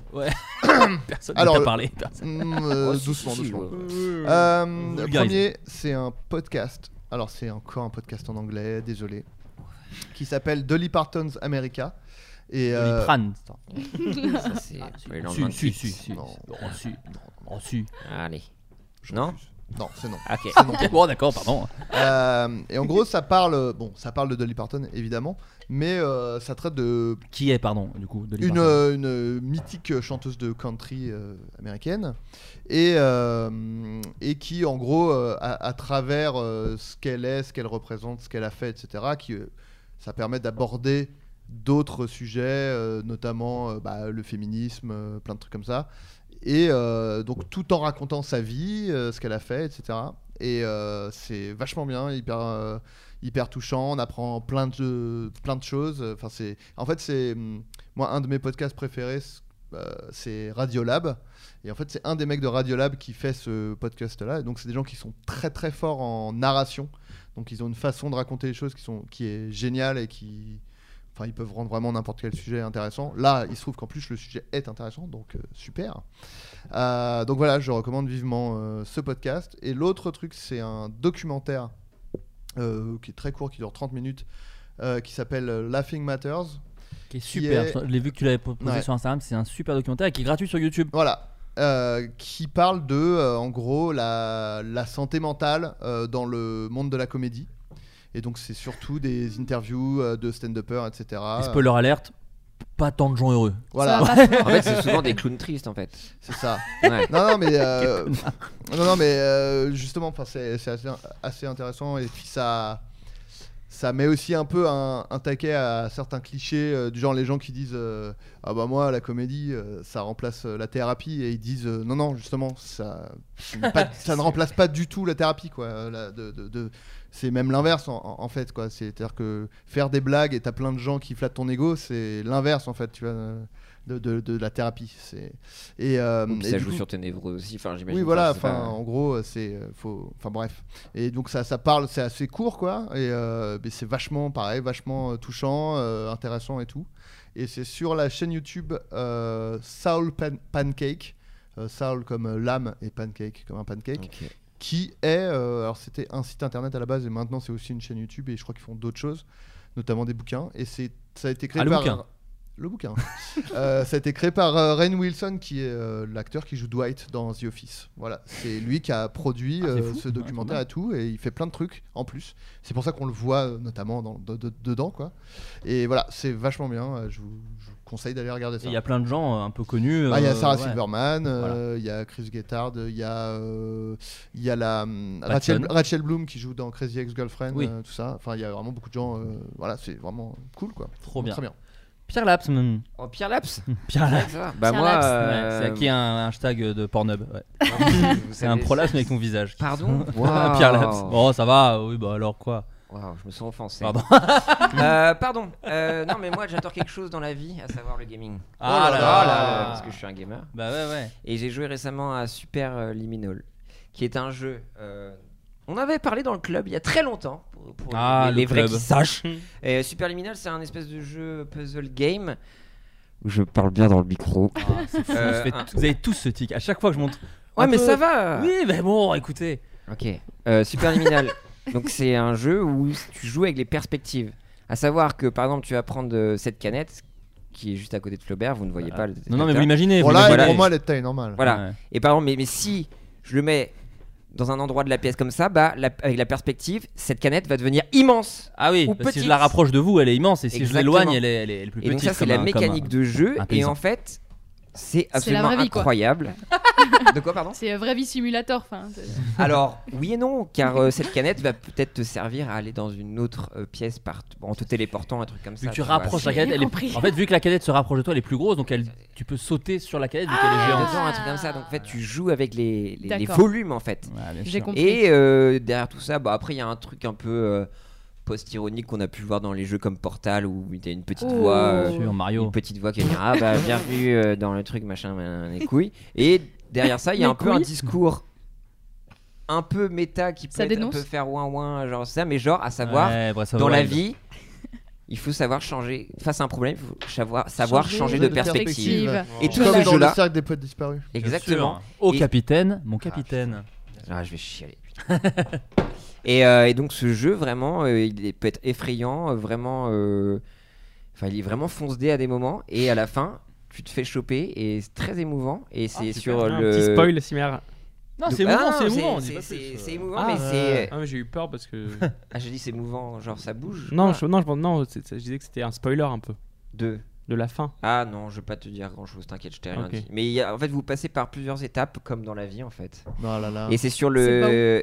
Speaker 6: Personne ne
Speaker 2: Alors,
Speaker 6: t'a parlé, personne.
Speaker 2: mm, euh,
Speaker 6: Oh, si,
Speaker 2: doucement,
Speaker 6: si, si,
Speaker 2: doucement.
Speaker 6: ouais, ouais.
Speaker 2: Euh, le
Speaker 6: Vulgarisez.
Speaker 2: premier, c'est un podcast. Alors, c'est encore un podcast en anglais, désolé. Qui s'appelle Dolly Parton's America. Et, euh,
Speaker 6: Pran, attends.
Speaker 7: Ça, c'est pour les lendemains de
Speaker 6: si,
Speaker 7: cuite.
Speaker 6: si, si.
Speaker 2: Non.
Speaker 6: Oh, si. Oh, si.
Speaker 7: Allez. Non
Speaker 2: Non, c'est non.
Speaker 7: Ok.
Speaker 2: C'est non.
Speaker 6: Bon, d'accord, pardon.
Speaker 2: Euh, et en gros, ça parle, euh, bon, ça parle de Dolly Parton évidemment, mais euh, ça traite de
Speaker 6: Qui est, pardon, du coup Dolly
Speaker 2: une,
Speaker 6: Parton
Speaker 2: euh, une, euh, mythique chanteuse de country euh, américaine et euh, et qui, en gros, euh, à, à travers euh, ce qu'elle est, ce qu'elle représente, ce qu'elle a fait, etc., qui euh, ça permet d'aborder d'autres sujets, euh, notamment euh, bah, le féminisme, euh, plein de trucs comme ça. Et euh, donc tout en racontant sa vie, euh, ce qu'elle a fait, etc. Et euh, c'est vachement bien, hyper, euh, hyper touchant. On apprend plein de, plein de choses. Enfin, c'est, en fait, c'est hum, moi un de mes podcasts préférés. c- euh, c'est Radiolab et en fait c'est un des mecs de Radiolab qui fait ce podcast là et donc c'est des gens qui sont très très forts en narration donc ils ont une façon de raconter les choses qui, sont, qui est géniale et qui. Enfin, ils peuvent rendre vraiment n'importe quel sujet intéressant. Là, il se trouve qu'en plus, le sujet est intéressant, donc euh, super. Euh, donc voilà, je recommande vivement euh, ce podcast. Et l'autre truc, c'est un documentaire euh, qui est très court, qui dure 30 minutes, euh, qui s'appelle euh, Laughing Matters.
Speaker 6: Qui est super. Je l'ai vu que tu l'avais proposé
Speaker 2: Ouais.
Speaker 6: sur Instagram. C'est un super documentaire et qui est gratuit sur YouTube.
Speaker 2: Voilà. Euh, qui parle de, euh, en gros, la, la santé mentale euh, dans le monde de la comédie. Et donc, c'est surtout des interviews euh, de stand-uppers, etc.
Speaker 6: Et spoiler alerte, pas tant de gens heureux.
Speaker 2: Voilà.
Speaker 7: en fait, c'est souvent des clowns tristes en fait.
Speaker 2: C'est ça.
Speaker 7: Ouais.
Speaker 2: Non, non, mais, euh,
Speaker 7: Quel connard.
Speaker 2: non, non, mais euh, justement, enfin, c'est c'est assez, assez intéressant et puis ça, ça met aussi un peu un, un taquet à certains clichés euh, du genre les gens qui disent euh, ah bah moi la comédie euh, ça remplace euh, la thérapie et ils disent euh, non non justement ça, ce n'est pas- ça ne remplace pas du tout la thérapie quoi. euh, la- de- de- de- c'est même l'inverse en, en- en fait quoi. C'est-à-dire que faire des blagues et t'as plein de gens qui flattent ton ego, c'est l'inverse en fait. Tu vois. euh, De, de- de la thérapie c'est et, euh,
Speaker 7: Ou puis
Speaker 2: et
Speaker 7: ça
Speaker 2: du
Speaker 7: joue
Speaker 2: coup-
Speaker 7: sur tes névroses aussi, enfin, j'imagine,
Speaker 2: oui voilà
Speaker 7: enfin, c'est
Speaker 2: enfin
Speaker 7: pas-
Speaker 2: en gros euh, c'est euh, faut enfin bref et donc ça ça parle c'est assez court quoi et euh, mais c'est vachement pareil vachement euh, touchant euh, intéressant et tout et c'est sur la chaîne YouTube euh, Soul Pan- Pancake euh, Soul comme euh, l'âme et pancake comme un pancake qui est euh, alors c'était un site internet à la base et maintenant c'est aussi une chaîne YouTube et je crois qu'ils font d'autres choses notamment des bouquins et c'est ça a été créé
Speaker 6: Ah, le
Speaker 2: par
Speaker 6: bouquin.
Speaker 2: le bouquin. Euh, ça a été créé par euh, Rainn Wilson, qui est euh, l'acteur qui joue Dwight dans The Office. Voilà, c'est lui qui a produit
Speaker 6: Ah,
Speaker 14: c'est
Speaker 2: euh,
Speaker 14: fou.
Speaker 2: ce documentaire
Speaker 14: Ouais,
Speaker 2: à tout, et il fait plein de trucs en plus. C'est pour ça qu'on le voit euh, notamment dans- de- de- dedans, quoi. Et voilà, c'est vachement bien. euh, Je vous, je vous conseille d'aller regarder ça.
Speaker 6: Il y a plein de gens euh, un peu connus.
Speaker 2: Ah, il y a
Speaker 6: euh,
Speaker 2: Sarah
Speaker 6: ouais.
Speaker 2: Silverman, euh,
Speaker 6: Voilà.
Speaker 2: il y a Chris Gethard, il y a, euh, il y a la hum,
Speaker 6: Batson.
Speaker 2: Rachel, Rachel Bloom qui joue dans Crazy Ex-Girlfriend,
Speaker 6: Oui.
Speaker 2: euh, tout ça. Enfin, il y a vraiment beaucoup de gens. euh, voilà, c'est vraiment cool, quoi.
Speaker 6: Trop bien.
Speaker 2: Très bien.
Speaker 6: Pierre Laps. même.
Speaker 7: En Pierre Laps
Speaker 6: Pierre Laps.
Speaker 7: Ouais, ça va. Bah moi,
Speaker 6: Ouais,
Speaker 7: euh,
Speaker 6: c'est qui un hashtag de Pornhub. ouais.
Speaker 7: vous
Speaker 6: c'est un
Speaker 7: savez,
Speaker 6: prolapse mais avec ton visage.
Speaker 7: Pardon
Speaker 6: Ah, Pierre Laps. Oh, ça va. Oui, bah alors quoi
Speaker 7: Waouh, je me sens offensé.
Speaker 6: Pardon.
Speaker 7: Euh, pardon. Euh, non, mais moi j'adore quelque chose dans la vie, à savoir le gaming.
Speaker 6: Ah
Speaker 7: Oh
Speaker 6: là là.
Speaker 7: parce que je suis un gamer.
Speaker 6: Bah ouais, ouais.
Speaker 7: Et j'ai joué récemment à Super euh, Liminal, qui est un jeu. euh, on avait parlé dans le club il y a très longtemps pour, pour
Speaker 6: Ah,
Speaker 7: les, les
Speaker 6: le
Speaker 7: vrais
Speaker 6: club.
Speaker 7: qui sachent. Et Super Liminal, c'est un espèce de jeu puzzle game. Je parle bien dans le micro.
Speaker 6: C'est fou,
Speaker 7: Euh,
Speaker 6: je fais
Speaker 7: un-
Speaker 6: tout- Vous avez tous ce tic. À chaque fois que je montre.
Speaker 7: Ouais,
Speaker 6: un
Speaker 7: mais
Speaker 6: peu-
Speaker 7: ça va.
Speaker 6: Oui, mais bon, écoutez.
Speaker 7: Ok. Euh, Superliminal. Donc c'est un jeu où tu joues avec les perspectives. À savoir que par exemple tu vas prendre euh, cette canette qui est juste à côté de Flaubert, vous ne voyez pas. le
Speaker 6: Non, non, mais
Speaker 7: détecteur.
Speaker 6: vous l'imaginez,
Speaker 2: Voilà, vous l'imaginez. pour moi, elle est de taille normale.
Speaker 7: Voilà.
Speaker 2: Ouais.
Speaker 7: Et par exemple, mais, mais si je le mets dans un endroit de la pièce comme ça, bah la- avec la perspective, cette canette va devenir immense.
Speaker 6: Ah oui.
Speaker 7: ou
Speaker 6: parce que si
Speaker 7: petite.
Speaker 6: je la rapproche de vous, elle est immense. Et si je
Speaker 7: Exactement.
Speaker 6: l'éloigne, elle est, elle est- elle est plus
Speaker 7: Et
Speaker 6: petite.
Speaker 7: donc ça c'est
Speaker 6: comme
Speaker 7: la
Speaker 6: un- comme un-
Speaker 7: mécanique de jeu.
Speaker 6: un
Speaker 7: Et
Speaker 6: paysan.
Speaker 7: en fait, c'est
Speaker 8: C'est la
Speaker 7: absolument
Speaker 8: vraie vie, quoi.
Speaker 7: incroyable. de quoi pardon
Speaker 8: C'est vrai vie simulator. Enfin, c'est-
Speaker 7: Alors, oui et non, car euh, cette canette va peut-être te servir à aller dans une autre euh, pièce par en te téléportant, un truc comme
Speaker 6: Vu
Speaker 7: ça.
Speaker 6: que tu
Speaker 7: vois,
Speaker 6: rapproches
Speaker 7: c'est-
Speaker 6: la cadette, elle est... en fait, vu que la cadette se rapproche de toi, elle est plus grosse, donc elle... tu peux sauter sur la cadette vu qu'elle est géante.
Speaker 7: Dedans, un truc comme ça. Donc, en fait, tu joues avec les, les- les
Speaker 6: D'accord.
Speaker 7: volumes, en fait.
Speaker 6: bien J'ai sûr. compris.
Speaker 7: Et euh, derrière tout ça, bah, après, il y a un truc un peu euh, post-ironique qu'on a pu voir dans les jeux comme Portal, où il y a une petite
Speaker 6: Oh.
Speaker 7: voix. euh,
Speaker 6: Bien sûr, Mario.
Speaker 7: Une petite voix qui dit Ah, bah, bienvenue euh, dans le truc, machin, machin, les couilles. Et derrière ça, il y a
Speaker 6: Les
Speaker 7: un peu un
Speaker 6: couilles.
Speaker 7: discours un peu méta qui peut,
Speaker 6: Ça
Speaker 7: être-
Speaker 6: dénonce
Speaker 7: peut faire ouin ouin, genre ça, mais genre à savoir,
Speaker 6: Ouais, Breath of
Speaker 7: dans la
Speaker 6: Wild.
Speaker 7: vie, il faut savoir changer, face à un problème, il faut savoir, savoir changer, de, perspective.
Speaker 6: Ah,
Speaker 2: Et
Speaker 7: Et tout
Speaker 2: comme
Speaker 7: comme
Speaker 2: dans
Speaker 7: jeu
Speaker 2: le
Speaker 7: là.
Speaker 2: cercle des poètes disparus.
Speaker 7: Exactement.
Speaker 6: Au
Speaker 7: Et-
Speaker 6: capitaine, mon capitaine.
Speaker 7: Ah, je vais chialer. putain. et, euh, et donc ce jeu vraiment, euh, il est- peut être effrayant, euh, vraiment. euh, Enfin, il est vraiment fonce-dé à des moments et à la fin, tu te fais choper et c'est très émouvant. Et c'est
Speaker 6: Ah,
Speaker 7: sur
Speaker 9: Ah, Un
Speaker 7: le.
Speaker 9: petit spoil, Simère.
Speaker 6: Non,
Speaker 7: Donc-
Speaker 6: c'est
Speaker 7: Ah,
Speaker 6: émouvant,
Speaker 7: non,
Speaker 6: c'est émouvant, on dit pas
Speaker 7: c'est-
Speaker 6: plus,
Speaker 7: c'est-
Speaker 6: euh.
Speaker 7: C'est émouvant,
Speaker 9: Ah,
Speaker 7: mais
Speaker 9: ouais.
Speaker 7: c'est.
Speaker 9: Ah, mais j'ai eu peur parce que.
Speaker 7: Ah, j'ai dit c'est mouvant, genre ça bouge.
Speaker 6: Ah.
Speaker 9: Non, je, non, je, non c'est- c'est- je disais que c'était un spoiler un peu.
Speaker 7: De
Speaker 9: De la fin.
Speaker 7: Ah non, je vais pas te dire grand chose, t'inquiète, je t'ai rien
Speaker 9: Ok.
Speaker 7: dit. Mais il y a- en fait, vous passez par plusieurs étapes, comme dans la vie en fait.
Speaker 2: Non, là,
Speaker 9: Ah.
Speaker 2: là.
Speaker 7: Et c'est sur
Speaker 2: C'est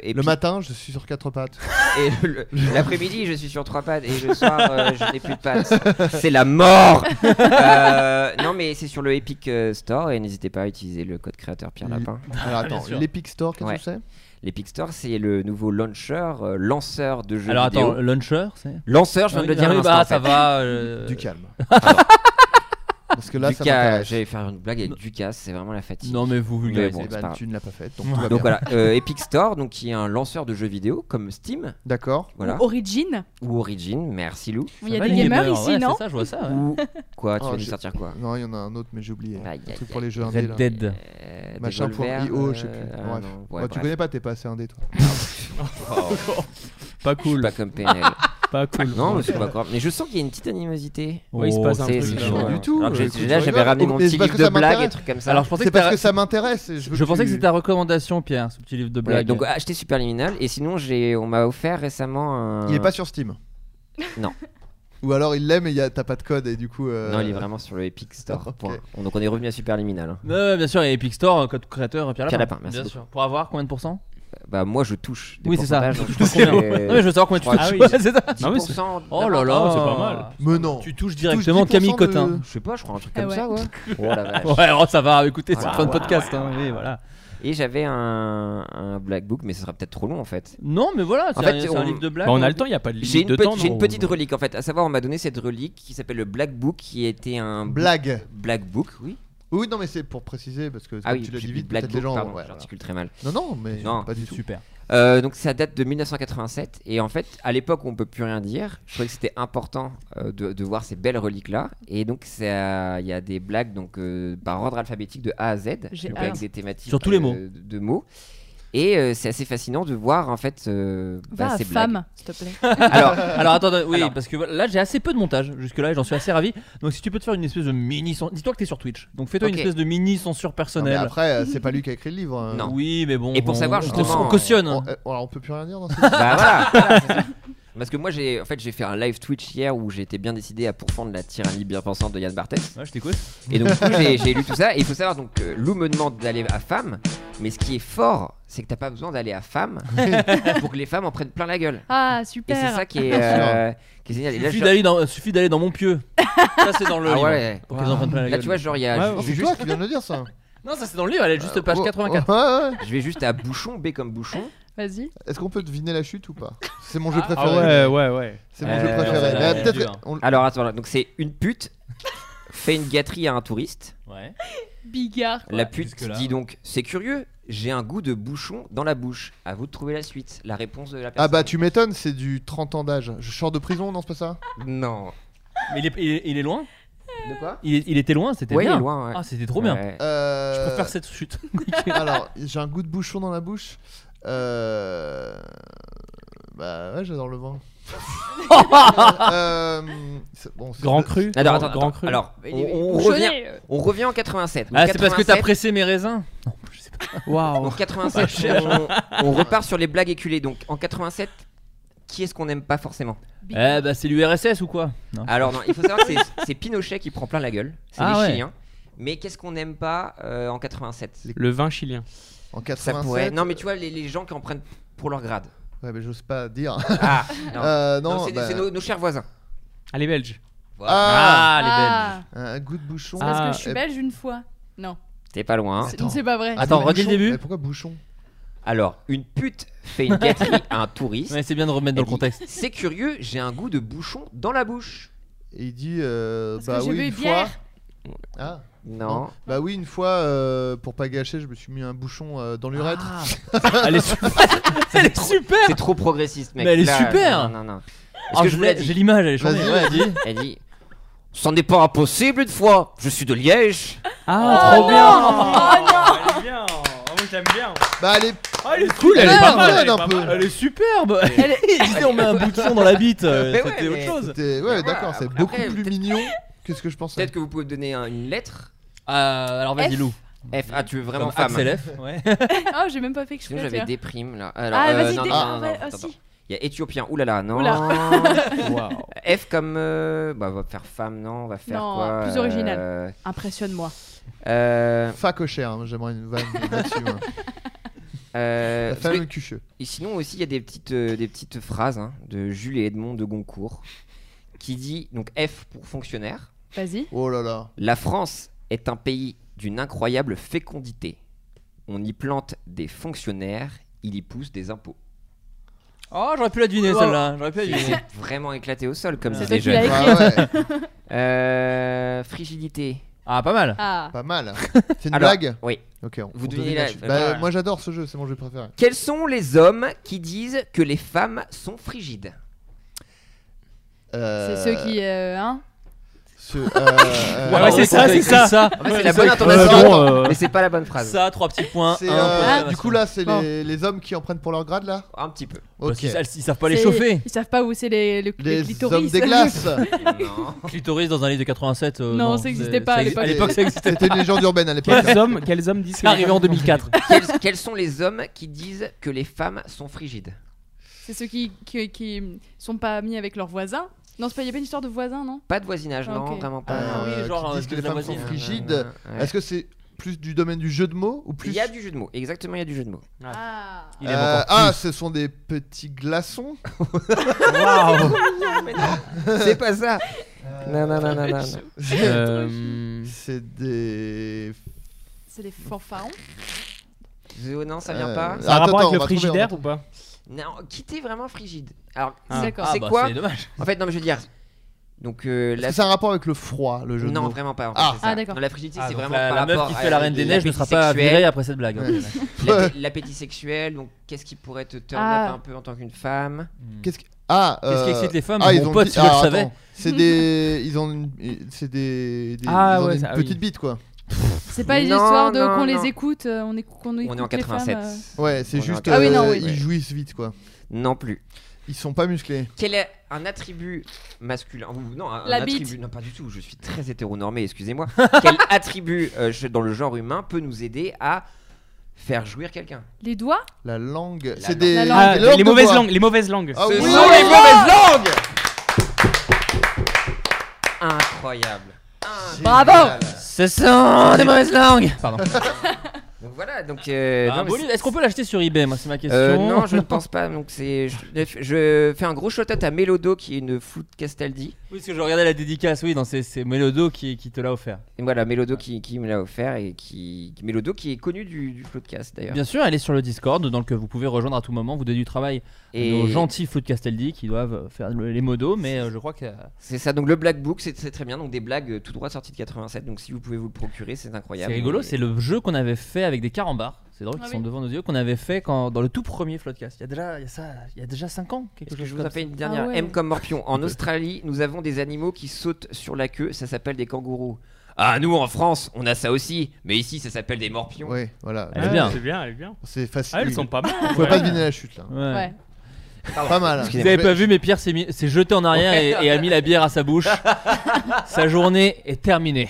Speaker 7: le.
Speaker 2: Le matin, je suis sur quatre pattes.
Speaker 7: Et le- l'après-midi, je suis sur trois pattes. Et le soir, euh, je n'ai plus de pattes. C'est la mort Euh, Non, mais c'est sur le Epic euh, Store et n'hésitez pas à utiliser le code créateur Pierre Lapin.
Speaker 2: Alors, attends, Bien sûr. l'Epic Store, qu'est-ce que c'est
Speaker 7: L'Epic Store, c'est le nouveau launcher, euh, lanceur de jeux
Speaker 6: Alors
Speaker 7: vidéo.
Speaker 6: attends, launcher, c'est
Speaker 7: Lanceur, je viens
Speaker 6: Ah
Speaker 7: de le
Speaker 6: oui, ah
Speaker 7: dire. à
Speaker 6: oui,
Speaker 7: l'instant,
Speaker 6: bah,
Speaker 7: en fait.
Speaker 6: ça va, euh. Du calme.
Speaker 7: Pardon.
Speaker 2: Parce que là, ça
Speaker 7: Ducas,
Speaker 2: m'intéresse. Eh
Speaker 7: j'allais faire une blague avec Ducas, c'est vraiment la fatigue.
Speaker 6: Non, mais vous vulgarisez.
Speaker 2: ben,
Speaker 7: c'est
Speaker 6: Bah,
Speaker 7: pas grave.
Speaker 6: tu ne l'as pas faite, donc tout va bien.
Speaker 7: voilà, euh, Epic Store, donc qui est un lanceur de jeux vidéo comme Steam.
Speaker 2: D'accord.
Speaker 7: Voilà.
Speaker 6: Oh,
Speaker 8: Ou Origin.
Speaker 7: Ou Origin, merci Lou.
Speaker 8: Il y a des gamers ici, non
Speaker 7: Ou quoi, tu
Speaker 2: Ah,
Speaker 7: vas nous
Speaker 2: j'ai-
Speaker 7: sortir quoi
Speaker 2: Non, il y en a un autre, mais j'ai oublié. Un truc pour les jeux
Speaker 6: Red
Speaker 2: indés. là.
Speaker 6: Dead.
Speaker 7: Euh,
Speaker 2: Machin pour
Speaker 7: Devolver,
Speaker 2: IO, je sais plus.
Speaker 7: euh, ah
Speaker 2: Bref.
Speaker 7: non,
Speaker 2: Bah,
Speaker 7: ouais,
Speaker 2: Tu
Speaker 7: bref.
Speaker 2: connais pas, t'es pas assez indé, toi.
Speaker 9: Pas cool.
Speaker 7: Pas comme PNL.
Speaker 9: Pas cool.
Speaker 7: Non, mais c'est pas grave. Mais je sens qu'il y a une petite animosité.
Speaker 2: Bah,
Speaker 9: Ouais, il se passe un
Speaker 7: C'est-
Speaker 9: truc,
Speaker 7: c'est
Speaker 9: là,
Speaker 7: chaud.
Speaker 9: ouais.
Speaker 7: du tout. Alors que j'ai- là, j'avais ramené mon
Speaker 2: Mais
Speaker 7: petit
Speaker 2: c'est parce
Speaker 7: livre
Speaker 2: que
Speaker 7: de
Speaker 2: ça
Speaker 7: blagues et
Speaker 2: m'intéresse.
Speaker 7: trucs comme ça.
Speaker 2: Alors, je pensais C'est que parce t'as- que ça m'intéresse et je
Speaker 6: Je,
Speaker 2: veux que
Speaker 6: pensais que
Speaker 2: tu-
Speaker 6: c'était ta recommandation, Pierre, ce petit livre de
Speaker 7: Ouais,
Speaker 6: blagues.
Speaker 7: donc achetez Superliminal et sinon j'ai on m'a offert récemment un
Speaker 2: Il est pas sur Steam.
Speaker 7: Non.
Speaker 2: Ou alors il l'aime et y a- t'as pas de code et du coup. euh,
Speaker 7: Non, il est vraiment sur le Epic Store.
Speaker 2: Ok.
Speaker 7: point. Donc on est revenu à Superliminal. hein.
Speaker 6: Ouais, ouais, bien sûr, et Epic Store, euh, code créateur, Pierre
Speaker 7: Pierre
Speaker 6: Lapin.
Speaker 7: Lapin, merci
Speaker 6: bien
Speaker 7: beaucoup.
Speaker 6: sûr. Pour avoir combien de pourcents
Speaker 7: Bah moi je touche. des
Speaker 6: Oui, c'est ça.
Speaker 7: pourcentages, donc
Speaker 6: Tu
Speaker 7: je
Speaker 6: touches
Speaker 7: crois que
Speaker 6: combien
Speaker 7: c'est-
Speaker 6: Non, mais je veux savoir combien tu
Speaker 7: Ah oui,
Speaker 6: touches. Ouais, c'est ça.
Speaker 7: 10%
Speaker 6: Oh là là,
Speaker 7: c'est pas mal.
Speaker 2: Mais non.
Speaker 6: Tu touches directement Camille Cotin.
Speaker 7: Je sais pas, je crois un
Speaker 8: Ah
Speaker 7: truc
Speaker 6: Eh
Speaker 7: comme
Speaker 6: ouais.
Speaker 7: ça, ouais.
Speaker 6: Ouais, oh, ça va, écoutez, c'est fin de podcast, hein, oui, voilà.
Speaker 7: Et j'avais un, un black book, mais ce sera peut-être trop long en fait.
Speaker 6: Non, mais voilà, c'est un- c'est un livre de blagues. Bah, on a le temps, y a pas de
Speaker 7: J'ai
Speaker 6: limite
Speaker 7: une,
Speaker 6: de
Speaker 7: petite-
Speaker 6: temps,
Speaker 7: j'ai
Speaker 6: non
Speaker 7: une petite relique en fait. À savoir, on m'a donné cette relique qui s'appelle le black book, qui était un book-
Speaker 2: Blague.
Speaker 7: Black book, oui.
Speaker 2: Oui, non, mais c'est pour préciser parce que
Speaker 7: Ah
Speaker 2: comme
Speaker 7: oui,
Speaker 2: tu l'as
Speaker 7: j'ai
Speaker 2: dit
Speaker 7: dit
Speaker 2: vite,
Speaker 7: Black
Speaker 2: peut-être
Speaker 7: Book,
Speaker 2: les gens.
Speaker 7: pardon,
Speaker 2: ouais,
Speaker 7: j'articule très mal.
Speaker 2: Non, non, mais
Speaker 7: Non.
Speaker 2: pas du tout.
Speaker 6: Super.
Speaker 7: Euh, donc ça date de 1987 et en fait à l'époque on peut plus rien dire. Je trouvais que c'était important euh, de, de voir ces belles reliques là et donc ça- il y a des blagues donc euh, par ordre alphabétique de A à Z
Speaker 6: J'ai
Speaker 7: donc
Speaker 6: hâte.
Speaker 7: avec des thématiques
Speaker 6: Sur tous les
Speaker 7: euh,
Speaker 6: mots.
Speaker 7: de, de mots. Et euh, c'est assez fascinant de voir en fait euh,
Speaker 8: Va
Speaker 7: bah,
Speaker 8: à
Speaker 7: ces
Speaker 8: femme,
Speaker 7: blagues.
Speaker 8: s'il te plaît.
Speaker 6: Alors, alors attends, attends, oui, parce que là j'ai assez peu de montage jusque-là et j'en suis assez ravi. Donc si tu peux te faire une espèce de mini censure. Dis-toi que t'es sur Twitch. Donc fais-toi
Speaker 7: Ok.
Speaker 6: une espèce de mini censure personnelle.
Speaker 2: Non, mais après, euh, c'est pas lui qui a écrit le livre. hein.
Speaker 7: Non.
Speaker 6: Oui, mais bon.
Speaker 7: Et pour
Speaker 6: on-
Speaker 7: savoir
Speaker 6: on-
Speaker 7: justement-
Speaker 6: On Ah, cautionne. hein.
Speaker 2: On, euh, alors, on peut plus rien dire dans ce
Speaker 7: Bah voilà, voilà, c'est ça. Parce que moi j'ai en fait j'ai fait un live Twitch hier où j'étais bien décidé à pourfendre la tyrannie bien pensante de Yann Barthès.
Speaker 6: Ouais, je t'écoute.
Speaker 7: Et donc du coup j'ai j'ai lu tout ça et il faut savoir donc euh, Lou me demande d'aller à femme, mais ce qui est fort c'est que t'as pas besoin d'aller à femme pour que les femmes en prennent plein la gueule.
Speaker 8: Ah, super.
Speaker 7: Et c'est ça qui est, euh, qui est génial. Et
Speaker 6: Il
Speaker 7: là,
Speaker 6: suffit
Speaker 7: je-
Speaker 6: d'aller dans, euh, suffit d'aller dans mon pieu. ça c'est dans le.
Speaker 7: Ah
Speaker 6: livre,
Speaker 7: ouais.
Speaker 6: Pour qu'ils en prennent plein la
Speaker 7: Là,
Speaker 6: gueule.
Speaker 7: tu vois, genre, il y a-
Speaker 2: Ouais,
Speaker 7: je-
Speaker 2: c'est toi qui viens de le dire ça.
Speaker 6: Non, ça c'est dans le livre, elle est juste page
Speaker 2: oh,
Speaker 6: 84.
Speaker 2: oh, ouais,
Speaker 7: Je vais juste à bouchon, B comme bouchon.
Speaker 8: Vas-y.
Speaker 2: Est-ce qu'on peut deviner la chute ou pas C'est mon jeu
Speaker 7: Ah,
Speaker 2: préféré.
Speaker 9: ah ouais, ouais, ouais.
Speaker 2: C'est mon jeu préféré.
Speaker 7: euh,
Speaker 2: Mais
Speaker 7: c'est
Speaker 2: peut-être-
Speaker 7: dur, hein.
Speaker 2: on-
Speaker 7: Alors attends, là, donc c'est une pute fait une gâterie à un touriste.
Speaker 6: Ouais.
Speaker 8: Bigard. quoi.
Speaker 7: La pute
Speaker 6: jusque-là,
Speaker 7: dit
Speaker 6: ouais.
Speaker 7: donc c'est curieux, j'ai un goût de bouchon dans la bouche. À vous de trouver la suite, la réponse de la personne.
Speaker 2: Ah bah tu m'étonnes, c'est du 30 ans d'âge. Je sors de prison, non, c'est pas ça
Speaker 7: Non.
Speaker 6: Mais il est, il est- il est loin
Speaker 7: De quoi
Speaker 6: il, est- il était loin, c'était
Speaker 7: Ouais, il
Speaker 6: bien.
Speaker 7: est loin, ouais.
Speaker 6: Ah, c'était trop bien.
Speaker 7: Ouais.
Speaker 2: Euh,
Speaker 6: Je préfère cette chute.
Speaker 2: Alors, j'ai un goût de bouchon dans la bouche. Euh... Bah ouais, j'adore le vin. Euh, c'est- bon, c'est-
Speaker 9: Grand cru
Speaker 7: Alors attends,
Speaker 9: Grand
Speaker 7: attends,
Speaker 9: cru
Speaker 7: alors on,
Speaker 8: Il est-
Speaker 7: on
Speaker 8: bouchonné,
Speaker 7: revient,
Speaker 8: euh.
Speaker 7: on revient en 87. Donc,
Speaker 6: Ah, c'est parce que t'as
Speaker 7: 87,
Speaker 6: pressé mes raisins
Speaker 9: Waouh
Speaker 7: En
Speaker 6: Ah,
Speaker 7: 87, on, on repart sur les blagues éculées. Donc en 87, qui est-ce qu'on n'aime pas forcément
Speaker 6: Eh bah, c'est l'URSS ou quoi Non.
Speaker 7: Alors non, il faut savoir que c'est- c'est Pinochet qui prend plein la gueule. C'est
Speaker 6: Ah
Speaker 7: des
Speaker 6: ouais.
Speaker 7: Chiliens. Mais qu'est-ce qu'on n'aime pas euh, en 87
Speaker 9: Le vin chilien.
Speaker 2: En
Speaker 7: Ça
Speaker 2: 87.
Speaker 7: pourrait. Non mais tu vois les, les gens qui en prennent pour leur grade.
Speaker 2: Ouais, mais j'ose pas dire.
Speaker 7: Ah non.
Speaker 2: Euh, non,
Speaker 7: Non, c'est
Speaker 2: bah,
Speaker 7: c'est nos, nos chers voisins.
Speaker 9: Ah, les Belges.
Speaker 7: Voilà.
Speaker 6: Ah, les Belges.
Speaker 8: Ah,
Speaker 2: Un goût de bouchon. Eh,
Speaker 8: c'est parce
Speaker 9: Ah,
Speaker 8: que je suis belge une fois. Non,
Speaker 7: T'es pas loin.
Speaker 8: c'est-
Speaker 2: euh, Attends.
Speaker 8: c'est pas vrai.
Speaker 2: Ah,
Speaker 6: Attends,
Speaker 2: mais
Speaker 6: redis le
Speaker 2: bouchon-
Speaker 6: début.
Speaker 2: mais pourquoi bouchon
Speaker 7: Alors, une pute fait une gâterie à un touriste.
Speaker 6: Ouais, c'est bien de remettre dans
Speaker 7: Elle
Speaker 6: le contexte.
Speaker 7: dit, C'est curieux, j'ai un goût de bouchon dans la bouche.
Speaker 2: Et il dit euh,
Speaker 8: Parce que
Speaker 2: bah
Speaker 8: j'ai
Speaker 2: oui
Speaker 8: bu
Speaker 2: une
Speaker 8: bière.
Speaker 2: fois. Ah,
Speaker 7: Non.
Speaker 2: bah oui une fois euh, pour pas gâcher, je me suis mis un bouchon euh, dans l'urètre.
Speaker 6: Ah, Elle est super. elle est super.
Speaker 7: C'est trop progressiste, mec.
Speaker 6: Mais elle est
Speaker 7: Là,
Speaker 6: super.
Speaker 7: Non, non, non. Est-ce
Speaker 6: Ah,
Speaker 7: que
Speaker 6: je
Speaker 7: je vous l'ai
Speaker 6: l'ai-
Speaker 7: dit
Speaker 6: J'ai l'image, elle est chantée.
Speaker 2: Vas-y.
Speaker 6: Ouais, dis.
Speaker 7: Elle dit C'en est pas impossible une fois, je suis de Liège.
Speaker 9: Ah, trop bien Oh non bien Ah oui, j'aime bien
Speaker 2: Bah elle est
Speaker 9: Ah, elle est cool,
Speaker 2: elle est pas mal,
Speaker 9: elle est
Speaker 2: un
Speaker 9: pas
Speaker 2: peu.
Speaker 9: mal.
Speaker 6: Elle est superbe. Elle est- Il disait on met un bouchon dans la bite. euh,
Speaker 7: Mais ouais,
Speaker 6: C'était autre
Speaker 7: mais-
Speaker 6: chose.
Speaker 2: C'était- Ouais,
Speaker 7: Voilà,
Speaker 2: d'accord, c'est
Speaker 7: après,
Speaker 2: beaucoup
Speaker 7: après,
Speaker 2: plus
Speaker 7: peut-être-
Speaker 2: mignon que ce que je pensais.
Speaker 7: Peut-être que vous pouvez me donner un- une lettre.
Speaker 6: Euh, alors vas-y
Speaker 8: F.
Speaker 6: Lou.
Speaker 7: F. Ah, tu veux vraiment
Speaker 6: Comme
Speaker 7: femme
Speaker 6: Axel F. Ouais.
Speaker 8: Oh, j'ai même pas fait
Speaker 7: Sinon,
Speaker 8: exprès.
Speaker 7: j'avais
Speaker 8: tiens.
Speaker 7: des primes là. Alors,
Speaker 8: Ah,
Speaker 7: euh,
Speaker 8: vas-y,
Speaker 7: non,
Speaker 8: des-
Speaker 7: non,
Speaker 8: ah,
Speaker 7: non,
Speaker 8: bah,
Speaker 7: non,
Speaker 8: ah,
Speaker 7: attends,
Speaker 8: si.
Speaker 7: attends. Il y a Éthiopien. Oulala, non.
Speaker 9: Waouh.
Speaker 7: F comme. euh, Bah, on va faire femme, non On va faire
Speaker 8: Non,
Speaker 7: quoi
Speaker 8: plus original.
Speaker 7: euh,
Speaker 8: Impressionne-moi.
Speaker 7: euh,
Speaker 2: Fac au cher, hein, j'aimerais une vanne là-dessus. hein.
Speaker 7: euh,
Speaker 2: La
Speaker 7: parce que-
Speaker 2: femme cucheux.
Speaker 7: Et sinon aussi, il y a des petites, euh, des petites phrases hein, de Jules et Edmond de Goncourt qui dit donc F pour fonctionnaire.
Speaker 8: Vas-y.
Speaker 2: Oh là là.
Speaker 7: La France est un pays d'une incroyable fécondité. On y plante des fonctionnaires, il y pousse des impôts.
Speaker 6: Oh, j'aurais pu la deviner celle-là. J'aurais pu la deviner.
Speaker 7: C'est vraiment éclaté au sol comme
Speaker 8: C'est
Speaker 7: disait
Speaker 8: toi qui l'as
Speaker 7: Jeanne.
Speaker 8: écrit.
Speaker 2: Ah ouais,
Speaker 7: Euh, frigidité.
Speaker 6: Ah, pas mal.
Speaker 8: Ah,
Speaker 2: pas mal. C'est une
Speaker 7: Alors,
Speaker 2: blague
Speaker 7: Oui.
Speaker 2: Ok, on,
Speaker 7: Vous
Speaker 2: on
Speaker 7: devinez
Speaker 2: devine
Speaker 7: la-
Speaker 2: là-dessus.
Speaker 7: la-
Speaker 2: Bah,
Speaker 9: la-
Speaker 2: Moi j'adore ce jeu, c'est mon jeu préféré.
Speaker 7: Quels sont les hommes qui disent que les femmes sont frigides
Speaker 2: Euh,
Speaker 8: c'est ceux qui. euh, hein
Speaker 2: ceux- euh,
Speaker 9: Ouais,
Speaker 2: euh,
Speaker 9: ouais, c'est ça, c'est ça.
Speaker 7: fait, c'est la
Speaker 9: ça.
Speaker 7: bonne intonation.
Speaker 9: Euh,
Speaker 7: Ah,
Speaker 9: bon, euh,
Speaker 7: Mais c'est pas la bonne phrase.
Speaker 6: Ça, trois petits points.
Speaker 2: c'est,
Speaker 6: Ah, un
Speaker 2: euh,
Speaker 6: point d'exclamation.
Speaker 2: du coup là c'est
Speaker 8: Bon.
Speaker 2: les, les hommes qui en prennent pour leur grade là
Speaker 7: Un petit peu.
Speaker 2: Ok.
Speaker 6: Parce qu'ils sa- ils savent pas les
Speaker 8: c'est-
Speaker 6: chauffer.
Speaker 8: Ils savent pas où c'est les, le, les
Speaker 2: Les
Speaker 8: clitoris.
Speaker 2: hommes des glaces
Speaker 7: Non.
Speaker 6: Clitoris dans un livre de 87. euh,
Speaker 8: Non, ça
Speaker 6: c'est-
Speaker 8: existait pas à
Speaker 6: ça exi-
Speaker 8: l'époque.
Speaker 6: À l'époque, ça existait
Speaker 2: C'était une légende urbaine à l'époque.
Speaker 9: Quels hommes, quels hommes disent que
Speaker 6: C'est arrivé
Speaker 9: les
Speaker 6: en
Speaker 9: femmes sont
Speaker 6: 2004.
Speaker 7: quels, quels sont les hommes qui disent que les femmes sont frigides
Speaker 8: C'est ceux qui, qui, qui sont pas amis avec leurs voisins. Non, c'est pas, y a pas une histoire de voisins, non
Speaker 7: Pas de voisinage, non,
Speaker 8: Ok.
Speaker 7: vraiment pas.
Speaker 6: Ah oui,
Speaker 2: Euh,
Speaker 6: genre,
Speaker 2: qui
Speaker 6: euh,
Speaker 2: disent que les
Speaker 6: la
Speaker 2: femmes sont
Speaker 6: voisine.
Speaker 2: frigides.
Speaker 7: euh, Ouais.
Speaker 2: Est-ce que c'est plus du domaine du jeu de mots ou plus
Speaker 7: Il y a du jeu de mots, exactement, il y a du jeu de mots.
Speaker 8: Ah.
Speaker 6: Il aime
Speaker 2: Euh,
Speaker 6: encore
Speaker 2: ah,
Speaker 6: plus.
Speaker 2: ce sont des petits glaçons.
Speaker 7: C'est pas ça Non, non, non, non, non. non.
Speaker 9: Euh,
Speaker 2: C'est des.
Speaker 8: C'est des fanfarons.
Speaker 7: Zo- Non, ça vient
Speaker 2: Euh,
Speaker 7: pas
Speaker 9: Ça a
Speaker 2: Attends,
Speaker 9: rapport
Speaker 2: attends,
Speaker 9: avec le
Speaker 2: on va trouver,
Speaker 9: frigidaire
Speaker 2: on
Speaker 9: ou pas
Speaker 7: Non, quittez vraiment frigide. Alors,
Speaker 9: Ah.
Speaker 7: c'est
Speaker 8: D'accord.
Speaker 6: Ah,
Speaker 7: c'est
Speaker 6: bah,
Speaker 7: quoi
Speaker 6: C'est dommage.
Speaker 7: En fait, non, mais je veux dire. Donc, euh,
Speaker 2: Est-ce
Speaker 7: la.
Speaker 2: que c'est un rapport avec le froid, le jeu de
Speaker 7: Non,
Speaker 2: mots
Speaker 7: vraiment pas. en fait,
Speaker 2: Ah.
Speaker 7: c'est ça.
Speaker 8: Ah, d'accord.
Speaker 7: Non, La frigidité,
Speaker 6: Ah,
Speaker 7: c'est
Speaker 6: donc
Speaker 7: vraiment
Speaker 6: la,
Speaker 7: par
Speaker 6: la meuf
Speaker 7: rapport
Speaker 6: qui
Speaker 7: à
Speaker 6: fait la Reine des Neiges ne
Speaker 7: l'appétit
Speaker 6: sera pas
Speaker 7: sexuel,
Speaker 6: virée après cette blague.
Speaker 2: Ouais.
Speaker 7: l'appé- L'appétit sexuel, donc qu'est-ce qui pourrait te turn up
Speaker 8: Ah.
Speaker 7: un peu en tant qu'une femme
Speaker 2: Qu'est-ce qui... Ah,
Speaker 6: Qu'est-ce qui
Speaker 2: euh,
Speaker 6: excite les femmes
Speaker 2: ah, ils
Speaker 6: Mon
Speaker 2: ont
Speaker 6: pote,
Speaker 2: dit-
Speaker 6: si je le
Speaker 2: ah,
Speaker 6: savais.
Speaker 2: attends, C'est des. Ils ont une. C'est des. des-
Speaker 9: Ah,
Speaker 2: ils ont
Speaker 9: ouais,
Speaker 2: une
Speaker 9: ça- ah oui.
Speaker 2: petite bite, quoi.
Speaker 8: C'est pas une
Speaker 7: Non,
Speaker 8: histoire de
Speaker 7: non,
Speaker 8: qu'on
Speaker 7: non.
Speaker 8: les écoute, euh, on, écoute- qu'on écoute
Speaker 7: On est en
Speaker 8: les femmes,
Speaker 7: 87.
Speaker 8: euh.
Speaker 2: Ouais, c'est
Speaker 7: On est en
Speaker 2: juste.
Speaker 7: 87.
Speaker 2: euh,
Speaker 7: Ah oui, non, oui.
Speaker 2: Ils jouissent vite, quoi.
Speaker 7: Non plus.
Speaker 2: Ils sont pas musclés.
Speaker 7: Quel est un attribut masculin ou non un,
Speaker 6: La
Speaker 7: un
Speaker 6: bite.
Speaker 7: attribut non pas du tout je suis très hétéronormé excusez-moi quel attribut euh, je- dans le genre humain peut nous aider à faire jouir quelqu'un
Speaker 8: Les doigts
Speaker 2: La langue.
Speaker 7: La
Speaker 2: C'est
Speaker 7: langue.
Speaker 2: des.
Speaker 7: La
Speaker 2: des
Speaker 7: langue. Ah,
Speaker 2: langues
Speaker 7: les
Speaker 2: de
Speaker 7: mauvaises
Speaker 2: bois.
Speaker 7: langues, les mauvaises langues.
Speaker 2: Ah
Speaker 7: Ce
Speaker 2: oui.
Speaker 7: sont les mauvaises langues. incroyable
Speaker 6: Bravo
Speaker 7: ce sont des mauvaises langues
Speaker 6: Pardon.
Speaker 7: donc voilà donc euh,
Speaker 6: Ah,
Speaker 7: non, mais
Speaker 6: Bolide,
Speaker 7: c'est-
Speaker 6: Est-ce qu'on peut l'acheter sur eBay Moi, c'est ma question.
Speaker 7: Euh, non, je ne pense pas. Donc c'est, je, je fais un gros shout-out à Melodo qui est une foot Castaldi.
Speaker 6: Oui, parce que je regardais la dédicace, oui, dans ces, ces Mélodo qui, qui te l'a offert.
Speaker 7: Et voilà, Melodo qui, qui me l'a offert et qui, qui- Melodo qui est connu du, du podcast d'ailleurs.
Speaker 6: Bien sûr, elle est sur le Discord, donc euh, vous pouvez rejoindre à tout moment, vous donnez du travail
Speaker 7: Et-
Speaker 6: à nos gentils Flood Castaldi qui doivent euh, faire le- les modos, mais euh, je crois que...
Speaker 7: C'est ça, donc le Black Book, c'est c'est très bien. Donc des blagues euh, tout droit sorties de 87. Donc si vous pouvez vous le procurer, c'est
Speaker 6: C'est
Speaker 7: incroyable.
Speaker 6: rigolo,
Speaker 7: Et-
Speaker 6: c'est le jeu qu'on avait fait avec des carambars, c'est drôle,
Speaker 7: Ah
Speaker 6: qui
Speaker 7: oui.
Speaker 6: sont devant nos yeux, qu'on avait fait quand, dans le tout premier Floodcast. Il y a déjà, il y a ça, il y a déjà 5 ans, quelque
Speaker 7: Est-ce que
Speaker 6: chose
Speaker 7: je vous
Speaker 6: comme
Speaker 7: en fais
Speaker 6: ça.
Speaker 7: une dernière M comme morpion. En Australie, nous avons des animaux qui sautent sur la queue. Ça s'appelle des kangourous. Ah, nous en France, on a ça aussi. Mais ici, ça s'appelle des morpions.
Speaker 2: Ouais, voilà.
Speaker 9: Elle est bien. C'est bien, elle est bien.
Speaker 2: C'est facile.
Speaker 9: Ah, elles sont pas mal.
Speaker 2: Vous pouvez
Speaker 9: Ouais.
Speaker 2: pas deviner la chute là.
Speaker 6: Ouais.
Speaker 9: Ouais.
Speaker 7: Pardon.
Speaker 2: Pas mal. hein.
Speaker 6: Vous avez pas vu, mais Pierre s'est mis- s'est jeté en arrière et, et a mis la bière à sa bouche. sa journée est terminée.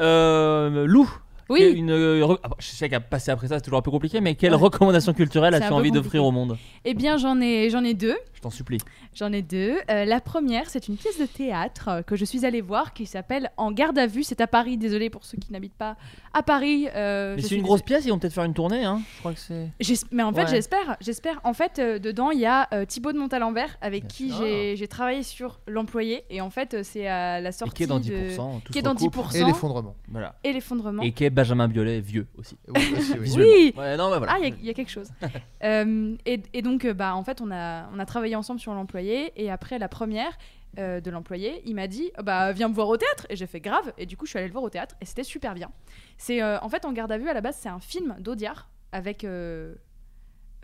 Speaker 6: Euh, Lou
Speaker 8: Oui.
Speaker 6: quelle- Une, euh, re- ah bon, je sais qu'à passer après ça, c'est toujours un peu compliqué, mais quelle
Speaker 8: Ouais.
Speaker 6: recommandation culturelle
Speaker 8: C'est un
Speaker 6: as-tu
Speaker 8: peu
Speaker 6: envie d'offrir
Speaker 8: compliqué.
Speaker 6: au monde
Speaker 8: Eh bien, j'en ai, j'en ai deux.
Speaker 6: Je t'en supplie.
Speaker 8: J'en ai deux. Euh, la première, c'est une pièce de théâtre euh, que je suis allée voir qui s'appelle En garde à vue. C'est à Paris, désolé pour ceux qui n'habitent pas à Paris. euh,
Speaker 6: Mais
Speaker 8: je
Speaker 6: c'est
Speaker 8: suis
Speaker 6: une
Speaker 8: dés-
Speaker 6: grosse pièce, ils vont peut-être faire une tournée. Hein. Je crois que c'est.
Speaker 8: J'es- Mais en fait,
Speaker 6: Ouais.
Speaker 8: j'espère, j'espère. En fait, euh, dedans, il y a euh, Thibaut de Montalembert avec qui j'ai j'ai travaillé sur l'employé. Et en fait, euh, c'est à la sortie
Speaker 6: qui est dans
Speaker 8: de-
Speaker 6: 10%, tout
Speaker 8: qui est
Speaker 6: se
Speaker 8: dans
Speaker 6: recoupe.
Speaker 8: 10%.
Speaker 6: Et l'effondrement. Voilà.
Speaker 8: Et l'effondrement.
Speaker 6: Et qu'est Benjamin Biolay, vieux aussi.
Speaker 2: bah,
Speaker 6: Visuellement.
Speaker 8: Oui.
Speaker 6: Ouais, non, mais voilà.
Speaker 8: Ah, il y a- il y, a quelque chose. Euh, et, et donc, euh, bah, en fait, on a, on a travaillé ensemble sur l'employé. Et après la première euh, de l'employé, il m'a dit Oh, bah, Viens me voir au théâtre. Et j'ai fait grave. Et du coup, je suis allée le voir au théâtre. Et c'était super bien. C'est euh, En fait, en garde à vue, à la base, c'est un film d'Audiard avec. euh,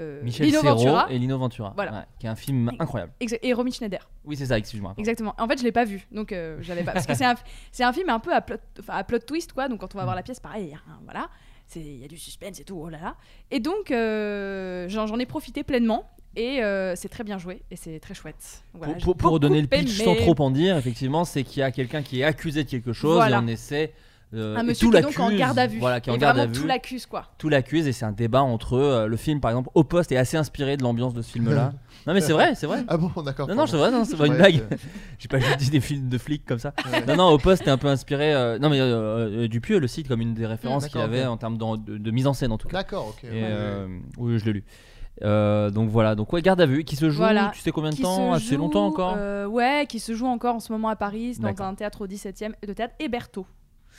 Speaker 8: euh,
Speaker 6: Michel
Speaker 8: Lino
Speaker 6: Serrault
Speaker 8: Ventura.
Speaker 6: et Lino Ventura.
Speaker 8: Voilà.
Speaker 6: ouais, qui est un film incroyable.
Speaker 8: Exa- Et Romy Schneider.
Speaker 6: Oui, c'est ça, excuse-moi. pardon.
Speaker 8: Exactement. En fait, je l'ai pas vu, donc euh, j'avais pas. Parce que c'est un, c'est un film un peu à plot, enfin, à plot twist, quoi. Donc quand on va voir la pièce, pareil, il y a un- voilà, c'est- il y a du suspense et tout, oh là là. Et donc euh, j'en j'en ai profité pleinement et euh, c'est très bien joué et c'est très chouette. Voilà,
Speaker 6: Pour-
Speaker 8: j'ai
Speaker 6: pour, pour
Speaker 8: beaucoup
Speaker 6: donner le pitch sans
Speaker 8: aimé.
Speaker 6: trop en dire, effectivement, c'est qu'il y a quelqu'un qui est accusé de quelque chose
Speaker 8: Voilà.
Speaker 6: et on essaie. euh,
Speaker 8: Un
Speaker 6: et
Speaker 8: monsieur
Speaker 6: tout
Speaker 8: qui est donc
Speaker 6: l'accuse,
Speaker 8: en garde à vue.
Speaker 6: Voilà, qui est en
Speaker 8: Et
Speaker 6: garde à
Speaker 8: vraiment
Speaker 6: vue.
Speaker 8: tout l'accuse, quoi.
Speaker 6: Tout l'accuse et c'est un débat entre euh, le film par exemple Au Poste est assez inspiré de l'ambiance de ce film-là. non mais c'est vrai, c'est vrai.
Speaker 2: Ah bon, d'accord,
Speaker 6: Non non,
Speaker 2: pardon.
Speaker 6: c'est vrai, non, c'est pas
Speaker 2: Je
Speaker 6: une
Speaker 2: croyais
Speaker 6: blague.
Speaker 2: que-
Speaker 6: J'ai pas juste dit des films de flics comme ça. Non non, Au Poste est un peu inspiré. euh, non mais euh, euh, Dupieux le cite comme une des références qu'il
Speaker 2: d'accord,
Speaker 6: avait
Speaker 2: ok.
Speaker 6: en termes d'en- de, de mise en scène en tout cas.
Speaker 2: D'accord, ok,
Speaker 6: Et,
Speaker 2: ouais, ouais,
Speaker 6: euh, oui, je l'ai lu. Euh, donc voilà, donc ouais, garde à vue qui se joue.
Speaker 8: Voilà.
Speaker 6: Tu sais combien de
Speaker 8: Qui
Speaker 6: temps
Speaker 8: se
Speaker 6: Assez longtemps
Speaker 8: joue,
Speaker 6: encore.
Speaker 8: euh, Ouais, qui se joue encore en ce moment à Paris, dans
Speaker 6: D'accord.
Speaker 8: un théâtre au 17e, le théâtre Héberto.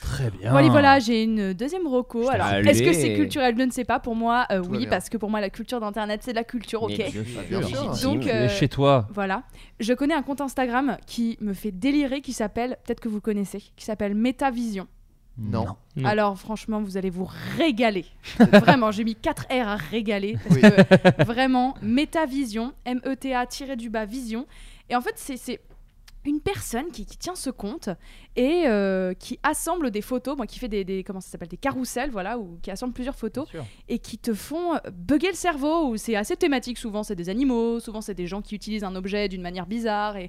Speaker 6: Très bien.
Speaker 8: Voilà, voilà, j'ai une deuxième roco. Alors,
Speaker 6: allez.
Speaker 8: est-ce que c'est culturel Je ne sais pas. Pour moi, euh,
Speaker 6: va
Speaker 8: oui,
Speaker 6: bien.
Speaker 8: parce que pour moi, la culture d'Internet, c'est de la culture, ok.
Speaker 6: Mais bien
Speaker 2: bah,
Speaker 6: sûr, bien sûr.
Speaker 8: Donc,
Speaker 6: Tu
Speaker 8: euh,
Speaker 6: es chez toi.
Speaker 8: Voilà. Je connais un compte Instagram qui me fait délirer, qui s'appelle, peut-être que vous connaissez, qui s'appelle Metavision.
Speaker 2: Non. Non.
Speaker 8: Alors, franchement, vous allez vous régaler. vraiment, j'ai mis 4 R à régaler. Parce que, vraiment, E Metavision, M-E-T-A-du-bas vision. Et en fait, c'est- c'est une personne qui, qui tient ce compte et euh, qui assemble des photos, moi qui fait des, des- comment ça s'appelle des carousels, voilà, ou qui assemble plusieurs photos et qui te font euh, bugger le cerveau. Ou c'est assez thématique. Souvent c'est des animaux, souvent c'est des gens qui utilisent un objet d'une manière bizarre et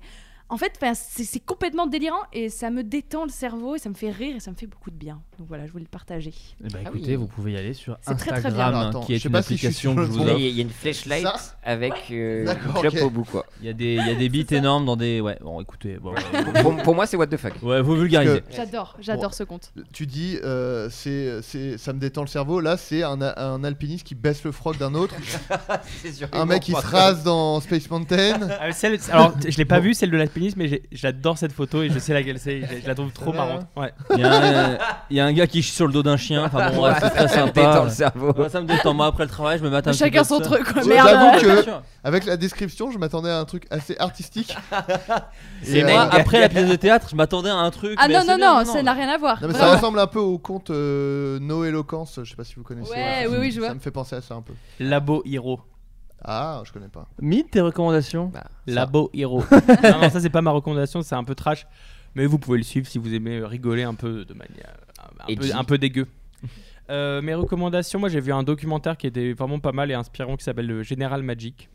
Speaker 8: en fait, 'fin, c'est c'est complètement délirant et ça me détend le cerveau et ça me fait rire et ça me fait beaucoup de bien. Donc voilà, je voulais le partager.
Speaker 6: Eh ben,
Speaker 8: Ah
Speaker 6: écoutez,
Speaker 8: oui.
Speaker 6: vous pouvez y aller sur
Speaker 8: C'est très, très bien.
Speaker 6: Instagram, hein,
Speaker 7: Alors, attends,
Speaker 6: qui
Speaker 7: je
Speaker 6: est
Speaker 7: sais
Speaker 6: une
Speaker 7: pas si je suis
Speaker 6: application
Speaker 7: sur
Speaker 6: que
Speaker 7: le
Speaker 6: je vous
Speaker 7: bon.
Speaker 6: offre.
Speaker 7: Il y a- il y a une flashlight Ça avec, euh,
Speaker 6: D'accord,
Speaker 7: une clope
Speaker 6: ok.
Speaker 7: au bout, quoi.
Speaker 6: Il y a des, il y a des beats énormes dans des. Ouais, bon, écoutez. Bon,
Speaker 7: pour, pour moi, c'est what the fuck.
Speaker 6: Ouais, vous vulgarisez.
Speaker 8: J'adore, j'adore
Speaker 2: Bon.
Speaker 8: ce compte.
Speaker 2: Tu dis, euh, c'est, c'est, ça me détend le cerveau. Là, c'est un, un alpiniste qui baisse le froc d'un autre. un mec qui se rase dans Space Mountain.
Speaker 9: Ah, celle- alors, t- je l'ai pas vue, celle de l'alpinisme, mais j'ai- j'adore cette photo et je sais laquelle c'est. Je, je la trouve trop
Speaker 2: Celle-là,
Speaker 9: marrante.
Speaker 2: là
Speaker 9: Ouais.
Speaker 6: Il y, a un- il y a un gars qui chie sur le dos d'un chien. Enfin bon, bref, c'est très
Speaker 7: Ça me
Speaker 6: sympa.
Speaker 7: détend le cerveau.
Speaker 6: Moi, ça me détend. Moi, après le travail, je me mets à un petit peu de ça.
Speaker 2: Ouais, J'avoue que, avec la description, je m'attendais à un truc assez artistique. euh,
Speaker 6: C'est moi, après la pièce de théâtre, je m'attendais à un truc.
Speaker 8: Ah
Speaker 6: mais
Speaker 8: non
Speaker 6: c'est
Speaker 8: non
Speaker 6: bien,
Speaker 8: non, ça n'a rien à voir.
Speaker 2: Non, mais ça
Speaker 9: Ah.
Speaker 8: Vraiment.
Speaker 2: ressemble un peu au conte euh, No Eloquence, je sais pas si vous connaissez.
Speaker 8: Ouais, oui, oui, je
Speaker 2: Ça
Speaker 8: vois.
Speaker 2: me fait penser à ça un peu.
Speaker 9: Labo Hero.
Speaker 2: Ah, je connais pas.
Speaker 6: Mythe, tes recommandations
Speaker 9: Labo Hero. non, non, ça, c'est pas ma recommandation, c'est un peu trash. Mais vous pouvez le suivre si vous aimez rigoler un peu de manière un,
Speaker 7: Et
Speaker 9: peu,
Speaker 7: G.
Speaker 9: un peu dégueu. Euh, mes recommandations, moi j'ai vu un documentaire qui était vraiment pas mal et inspirant qui s'appelle le General Magic,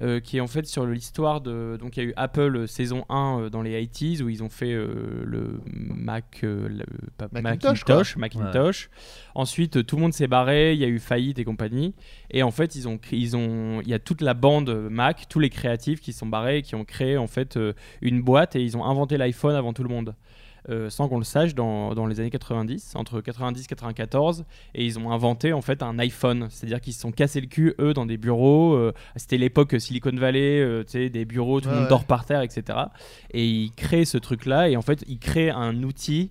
Speaker 9: euh, qui est en fait sur l'histoire de. Donc il y a eu Apple euh, saison 1 euh, dans les 80s où ils ont fait euh, le Mac, euh, le- pas-
Speaker 2: Macintosh,
Speaker 9: Macintosh,
Speaker 2: quoi.
Speaker 9: Macintosh. Ensuite euh, tout le monde s'est barré, il y a eu faillite et compagnie. Et en fait ils ont, cré- ils ont, il y a toute la bande Mac, tous les créatifs qui se sont barrés, et qui ont créé en fait euh, une boîte et ils ont inventé l'iPhone avant tout le monde. Euh, sans qu'on le sache, dans, dans les années 90, entre 90 et 94, et ils ont inventé en fait un iPhone. C'est-à-dire qu'ils se sont cassés le cul, eux, dans des bureaux. euh, C'était l'époque Silicon Valley, euh, tu sais, des bureaux, tout
Speaker 2: Ouais,
Speaker 9: le monde
Speaker 2: ouais.
Speaker 9: dort par terre, etc. Et ils créent ce truc-là, et en fait, ils créent un outil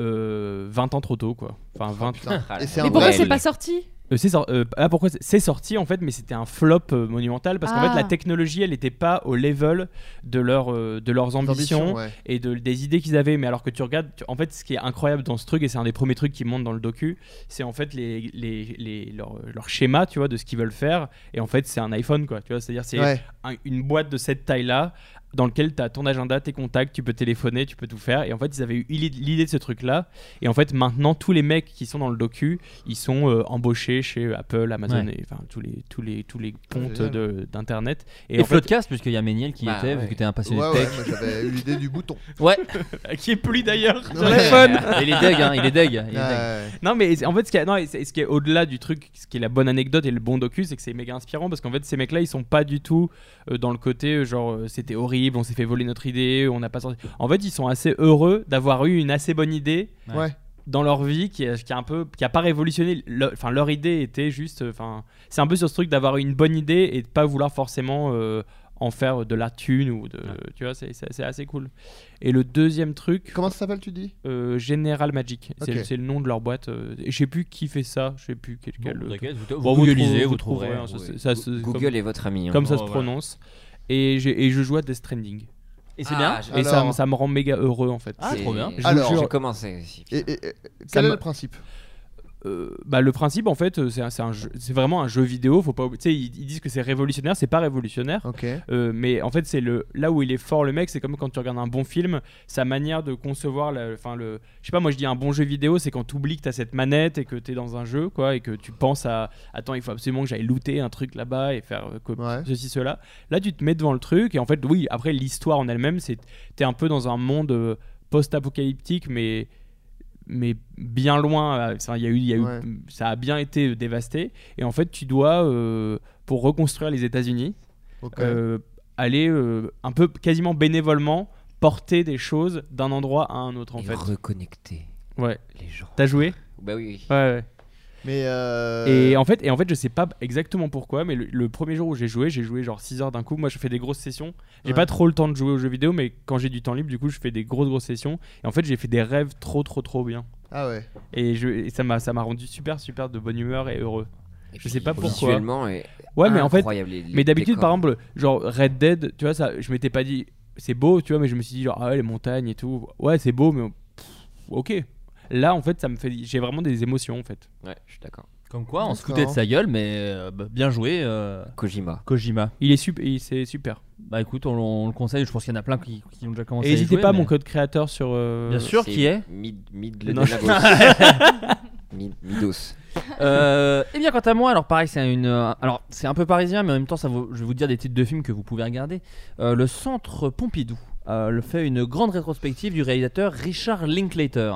Speaker 9: euh, 20 ans trop tôt, quoi. Enfin, 20
Speaker 2: putain.
Speaker 9: Ah là
Speaker 2: Et c'est
Speaker 9: là.
Speaker 2: un Mais
Speaker 8: pourquoi vrai- c'est pas sorti
Speaker 9: Euh, c'est sor- euh, ah, pourquoi c'est- c'est sorti en fait, mais c'était un flop euh, monumental parce qu'en
Speaker 8: Ah.
Speaker 9: fait la technologie elle n'était pas au level de, leur, euh, de leurs ambitions
Speaker 2: ambitions, ouais.
Speaker 9: et de, des idées qu'ils avaient. Mais alors que tu regardes, tu- en fait, ce qui est incroyable dans ce truc, et c'est un des premiers trucs qui monte dans le docu, c'est en fait les, les, les- leur, leur schéma, tu vois, de ce qu'ils veulent faire. Et en fait, c'est un iPhone, quoi. Tu vois, c'est-à-dire, c'est
Speaker 2: Ouais.
Speaker 9: un- une boîte de cette taille-là dans lequel tu as ton agenda, tes contacts, tu peux téléphoner, tu peux tout faire. Et en fait, ils avaient eu l'id- l'idée de ce truc-là. Et en fait, maintenant, tous les mecs qui sont dans le docu, ils sont euh, embauchés chez Apple, Amazon,
Speaker 6: Ouais.
Speaker 9: et enfin tous les tous les tous les pontes
Speaker 2: Ah, génial.
Speaker 9: de- d'internet.
Speaker 6: Et Floodcast, puisque il y a Méniel qui était, parce que t'es un passionné
Speaker 2: Ouais,
Speaker 6: de
Speaker 2: ouais,
Speaker 6: tech.
Speaker 2: moi, j'avais eu l'idée du bouton.
Speaker 9: Ah,
Speaker 6: Ouais.
Speaker 9: qui est poli d'ailleurs
Speaker 2: Ouais.
Speaker 9: sur l'iPhone.
Speaker 6: Il est deg, hein, il est deg, il est deg.
Speaker 2: Ah, Ouais.
Speaker 9: Non, mais en fait, ce qui est, non, et c'est- ce qui est au-delà du truc, ce qui est la bonne anecdote et le bon docu, c'est que c'est méga inspirant parce qu'en fait, ces mecs-là, ils sont pas du tout euh, dans le côté euh, genre euh, c'était horrible, on s'est fait voler notre idée, on n'a pas sorti. En fait, ils sont assez heureux d'avoir eu une assez bonne idée.
Speaker 2: Ouais.
Speaker 9: Dans leur vie, qui a, qui a un peu, qui a pas révolutionné. le- Enfin, leur idée était juste. euh, Enfin, c'est un peu sur ce truc d'avoir une bonne idée et de pas vouloir forcément euh, en faire de la thune ou de. Tu vois, c'est- c'est c'est assez cool. Et le deuxième truc.
Speaker 2: Comment ça s'appelle, tu dis
Speaker 9: Euh, General Magic, c'est
Speaker 2: Ok.
Speaker 9: c'est le nom de leur boîte. euh, et je sais plus qui fait ça, je sais plus quel. quel-
Speaker 6: Bon, t'inquiète, vous-
Speaker 9: Bon,
Speaker 6: vous googlisez,
Speaker 9: trouvez-
Speaker 6: vous trouverez,
Speaker 9: hein,
Speaker 6: vous
Speaker 9: ça-
Speaker 6: trouvez.
Speaker 9: ça se-
Speaker 7: Google
Speaker 9: comme-
Speaker 7: est votre ami, hein.
Speaker 9: Comme ça
Speaker 7: Oh,
Speaker 9: se
Speaker 7: voilà.
Speaker 9: prononce. Et, j'ai- et je joue à Death Stranding. Ah.
Speaker 6: Et
Speaker 7: Ah,
Speaker 6: c'est bien
Speaker 9: Et ça-
Speaker 2: Alors-
Speaker 9: ça, me rend méga heureux en fait.
Speaker 6: Ah, trop bien.
Speaker 9: Je vous
Speaker 2: Alors-
Speaker 9: jure.
Speaker 2: J'ai
Speaker 7: commencé aussi,
Speaker 2: Et, et- et-
Speaker 9: Ça
Speaker 2: quel est
Speaker 9: me-
Speaker 2: le principe
Speaker 9: Euh, bah, le principe en fait euh, c'est un- c'est un jeu- c'est vraiment un jeu vidéo faut pas oublier- tu sais, ils, ils disent que c'est révolutionnaire c'est pas révolutionnaire Euh, mais en fait c'est le là où il est fort le mec c'est comme quand tu regardes un bon film sa manière de concevoir la- enfin le je sais pas moi je dis un bon jeu vidéo c'est quand tu oublies que t'as cette manette et que t'es dans un jeu quoi et que tu penses à attends il faut absolument que j'aille looter un truc là-bas et faire euh, co- ceci cela là tu te mets devant le truc et en fait oui après l'histoire en elle-même c'est t'es un peu dans un monde euh, post-apocalyptique mais mais bien loin. euh, ça, il y a eu, il y a eu-
Speaker 2: Ouais.
Speaker 9: ça a bien été euh, dévasté. Et en fait, tu dois, euh, pour reconstruire les États-Unis,
Speaker 2: Ok.
Speaker 9: euh, aller euh, un peu quasiment bénévolement porter des choses d'un endroit à un autre. En
Speaker 7: Et
Speaker 9: fait.
Speaker 7: reconnecter
Speaker 9: Ouais.
Speaker 7: les gens.
Speaker 9: T'as joué
Speaker 7: Bah oui.
Speaker 9: Ouais, ouais.
Speaker 2: Mais euh,
Speaker 9: Et en fait, et en fait, je sais pas exactement pourquoi, mais le, le premier jour où j'ai joué, j'ai joué genre 6 heures d'un coup. Moi, je fais des grosses sessions. J'ai
Speaker 2: Ouais.
Speaker 9: pas trop le temps de jouer aux jeux vidéo, mais quand j'ai du temps libre, du coup, je fais des grosses grosses sessions. Et en fait, j'ai fait des rêves trop trop trop bien.
Speaker 2: Ah ouais.
Speaker 9: Et, je, et ça m'a ça m'a rendu super super de bonne humeur et heureux. je sais pas pourquoi.
Speaker 7: visuellement, est
Speaker 9: ouais, mais en fait,
Speaker 7: incroyable, les- les
Speaker 9: mais d'habitude,
Speaker 7: décors.
Speaker 9: par exemple, genre Red Dead, tu vois ça, je m'étais pas dit c'est beau, tu vois, mais je me suis dit genre ah ouais les montagnes et tout, ouais c'est beau, mais pff, ok. Là, en fait, ça me fait, j'ai vraiment des émotions en fait.
Speaker 7: Ouais, je suis d'accord.
Speaker 6: Comme quoi, on se
Speaker 9: D'accord.
Speaker 6: foutait de sa gueule, mais euh, bah, bien joué. euh,
Speaker 7: Kojima.
Speaker 6: Kojima.
Speaker 9: Il est super, c'est super.
Speaker 6: Bah écoute, on, on le conseille. Je pense qu'il y en a plein qui, qui ont déjà commencé.
Speaker 9: Et
Speaker 6: à y
Speaker 9: n'hésitez
Speaker 6: jouer,
Speaker 9: pas à
Speaker 6: mais-
Speaker 9: mon code créateur sur. euh,
Speaker 6: Bien sûr,
Speaker 7: C'est
Speaker 6: qui est
Speaker 7: Mid- Mid le
Speaker 6: Non.
Speaker 7: Delavo. Mid- Midos.
Speaker 6: Euh, eh bien, quant à moi, alors pareil, c'est une, euh, alors c'est un peu parisien, mais en même temps, ça vaut- je vais vous dire des titres de films que vous pouvez regarder. Euh, le Centre Pompidou euh, le fait une grande rétrospective du réalisateur Richard Linklater.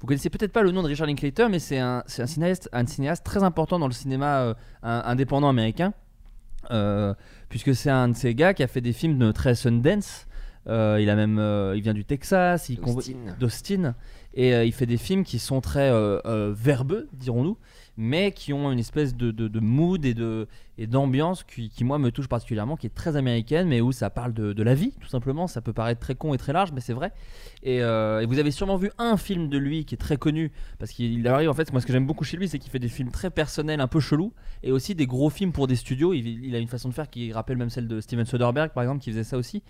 Speaker 6: Vous connaissez peut-être pas le nom de Richard Linklater, mais c'est un, c'est un cinéaste, un cinéaste très important dans le cinéma euh, un- indépendant américain, euh, puisque c'est un de ces gars qui a fait des films de très Sundance. Euh, il a même, euh, il vient du Texas, il convo-
Speaker 7: D'Austin.
Speaker 6: d'Austin, et euh, il fait des films qui sont très euh, euh, verbeux, dirons-nous, mais qui ont une espèce de, de- de mood et de et d'ambiance qui, qui, moi me touche particulièrement, qui est très américaine, mais où ça parle de, de la vie tout simplement. Ça peut paraître très con et très large, mais c'est vrai. Et, euh, et vous avez sûrement vu un film de lui qui est très connu parce qu'il arrive en fait. Moi, ce que j'aime beaucoup chez lui, c'est qu'il fait des films très personnels, un peu chelous, et aussi des gros films pour des studios. Il, il a une façon de faire qui rappelle même celle de Steven Soderbergh, par exemple, qui faisait ça aussi.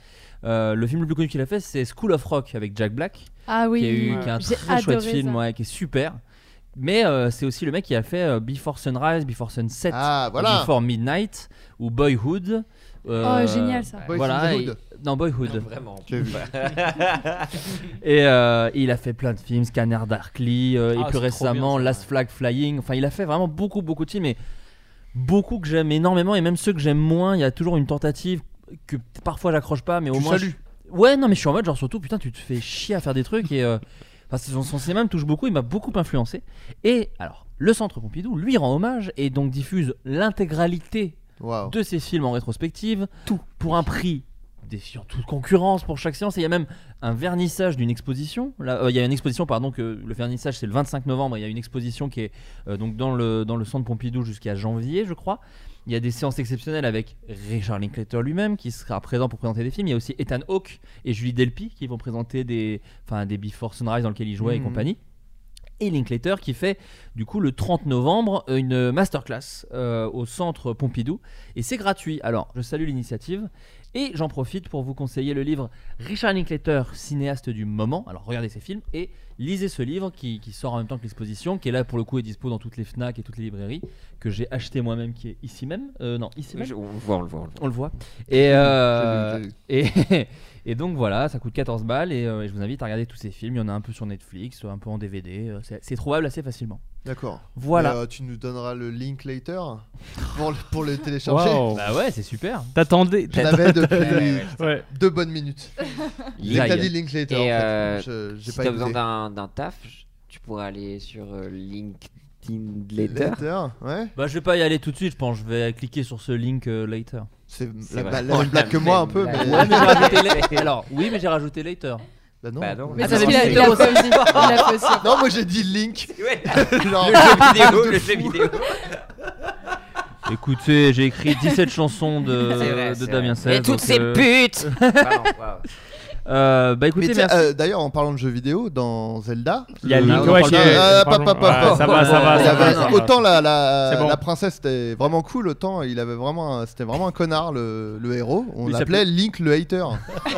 Speaker 6: Euh, le film le plus connu qu'il a fait, c'est School of Rock avec Jack Black.
Speaker 8: Ah oui,
Speaker 6: qui, a eu-
Speaker 8: Ouais.
Speaker 6: qui est un
Speaker 8: j'ai
Speaker 6: très chouette
Speaker 8: adoré
Speaker 6: film,
Speaker 8: ça.
Speaker 6: ouais, qui est super. Mais euh, c'est aussi le mec qui a fait euh, Before Sunrise, Before Sunset,
Speaker 2: Ah, voilà.
Speaker 6: Before Midnight ou Boyhood. euh,
Speaker 8: Oh, génial, ça. Boys
Speaker 6: voilà,
Speaker 8: in the
Speaker 6: et-
Speaker 8: Hood.
Speaker 6: non, Boyhood.
Speaker 7: Non, vraiment.
Speaker 6: J'ai vu. et euh, il a fait plein de films, Scanner Darkly, euh,
Speaker 7: Ah,
Speaker 6: et
Speaker 7: c'est
Speaker 6: plus
Speaker 7: trop
Speaker 6: récemment Last Flag Flying. Enfin, il a fait vraiment beaucoup, beaucoup de films, et beaucoup que j'aime énormément, et même ceux que j'aime moins, il y a toujours une tentative que parfois j'accroche pas, mais au
Speaker 2: Tu
Speaker 6: moins.
Speaker 2: salues.
Speaker 6: je- Ouais, non, mais je suis en mode genre surtout, putain, tu te fais chier à faire des trucs, et. euh, Enfin, son, son cinéma me touche beaucoup, il m'a beaucoup influencé. Et alors, le Centre Pompidou lui rend hommage et donc diffuse l'intégralité de ses films en rétrospective, tout pour un prix des surtout de concurrence pour chaque séance. Et il y a même un vernissage d'une exposition. Là, euh, il y a une exposition, pardon, que le vernissage c'est le 25 novembre. Il y a une exposition qui est euh, donc dans le dans le Centre Pompidou jusqu'à janvier, je crois. Il y a des séances exceptionnelles avec Richard Linklater lui-même qui sera présent pour présenter des films. Il y a aussi Ethan Hawke et Julie Delpy qui vont présenter des, enfin, des Before Sunrise dans lequel il jouait et
Speaker 7: Mhm.
Speaker 6: compagnie et Linklater qui fait du coup le 30 novembre une masterclass euh, au centre Pompidou et c'est gratuit. Alors je salue l'initiative et j'en profite pour vous conseiller le livre Richard Linklater, cinéaste du moment. Alors regardez ses films et lisez ce livre qui, qui sort en même temps que l'exposition qui est là pour le coup est dispo dans toutes les FNAC et toutes les librairies que j'ai acheté moi-même qui est ici même. Euh, non, ici
Speaker 7: Oui,
Speaker 6: même.
Speaker 7: je- on le voit, on le voit, on le voit.
Speaker 6: Et,
Speaker 7: Je
Speaker 6: euh,
Speaker 7: l'ai vu,
Speaker 6: et, et donc voilà, ça coûte 14 balles et, euh, et je vous invite à regarder tous ces films. Il y en a un peu sur Netflix, un peu en DVD. euh, c'est- C'est trouvable assez facilement.
Speaker 2: D'accord.
Speaker 6: Voilà.
Speaker 2: Mais, euh, tu nous donneras le link later pour le, pour le télécharger.
Speaker 6: Wow. Bah ouais, c'est super.
Speaker 9: T'attendais-
Speaker 2: Je l'avais depuis
Speaker 7: Ouais, ouais, ouais.
Speaker 9: Ouais.
Speaker 2: deux bonnes minutes.
Speaker 7: Il
Speaker 2: T'as dit link later.
Speaker 7: Et
Speaker 2: en fait.
Speaker 7: euh,
Speaker 2: Je- j'ai
Speaker 7: si
Speaker 2: pas
Speaker 7: t'as besoin
Speaker 2: écouté.
Speaker 7: d'un d'un taf, je- tu pourrais aller sur euh, LinkedIn Letter.
Speaker 2: Later, ouais.
Speaker 6: Bah je vais pas y aller tout de suite, je pense. Je vais cliquer sur ce link euh, later.
Speaker 2: C'est
Speaker 7: C'est vrai.
Speaker 2: la même blague que moi, un peu,
Speaker 6: Ouais,
Speaker 2: mais-
Speaker 6: mais j'ai rajouté la- Alors oui, mais j'ai rajouté later.
Speaker 2: Bah non.
Speaker 7: Mais
Speaker 6: Ah,
Speaker 7: c'est
Speaker 6: ça veut dire
Speaker 7: parce qu'il a-
Speaker 6: later
Speaker 7: il a
Speaker 6: aussi.
Speaker 7: pas aussi. Il a pas aussi.
Speaker 2: Non, moi j'ai dit link.
Speaker 7: Ouais.
Speaker 2: Genre,
Speaker 7: Le jeu vidéo,
Speaker 2: de
Speaker 7: le
Speaker 2: fou.
Speaker 7: jeu vidéo.
Speaker 6: Écoutez, j'ai écrit 17 chansons de,
Speaker 7: C'est vrai,
Speaker 6: de
Speaker 7: c'est
Speaker 6: Damien
Speaker 7: vrai.
Speaker 6: Seize,
Speaker 7: Et toutes
Speaker 6: donc,
Speaker 7: ces putes Pardon, waouh.
Speaker 6: Euh, Bah écoutez,
Speaker 2: Mais tiens,
Speaker 6: merci.
Speaker 2: euh, d'ailleurs, en parlant de jeux vidéo, dans Zelda,
Speaker 6: Il y a
Speaker 2: le-
Speaker 6: Link,
Speaker 2: on en
Speaker 6: ouais,
Speaker 2: parle
Speaker 6: qui
Speaker 2: pas.
Speaker 6: est-
Speaker 2: Ah,
Speaker 6: pardon.
Speaker 2: pas- pas-
Speaker 6: Ah,
Speaker 2: pas-
Speaker 6: ça
Speaker 2: pas-
Speaker 6: va, ça va,
Speaker 2: il
Speaker 6: ça
Speaker 2: avait-
Speaker 6: va.
Speaker 2: Autant la, la,
Speaker 6: C'est bon.
Speaker 2: la princesse était vraiment cool, autant il avait vraiment, un- c'était vraiment un connard le, le héros. On
Speaker 6: Il
Speaker 2: l'appelait Link le hater.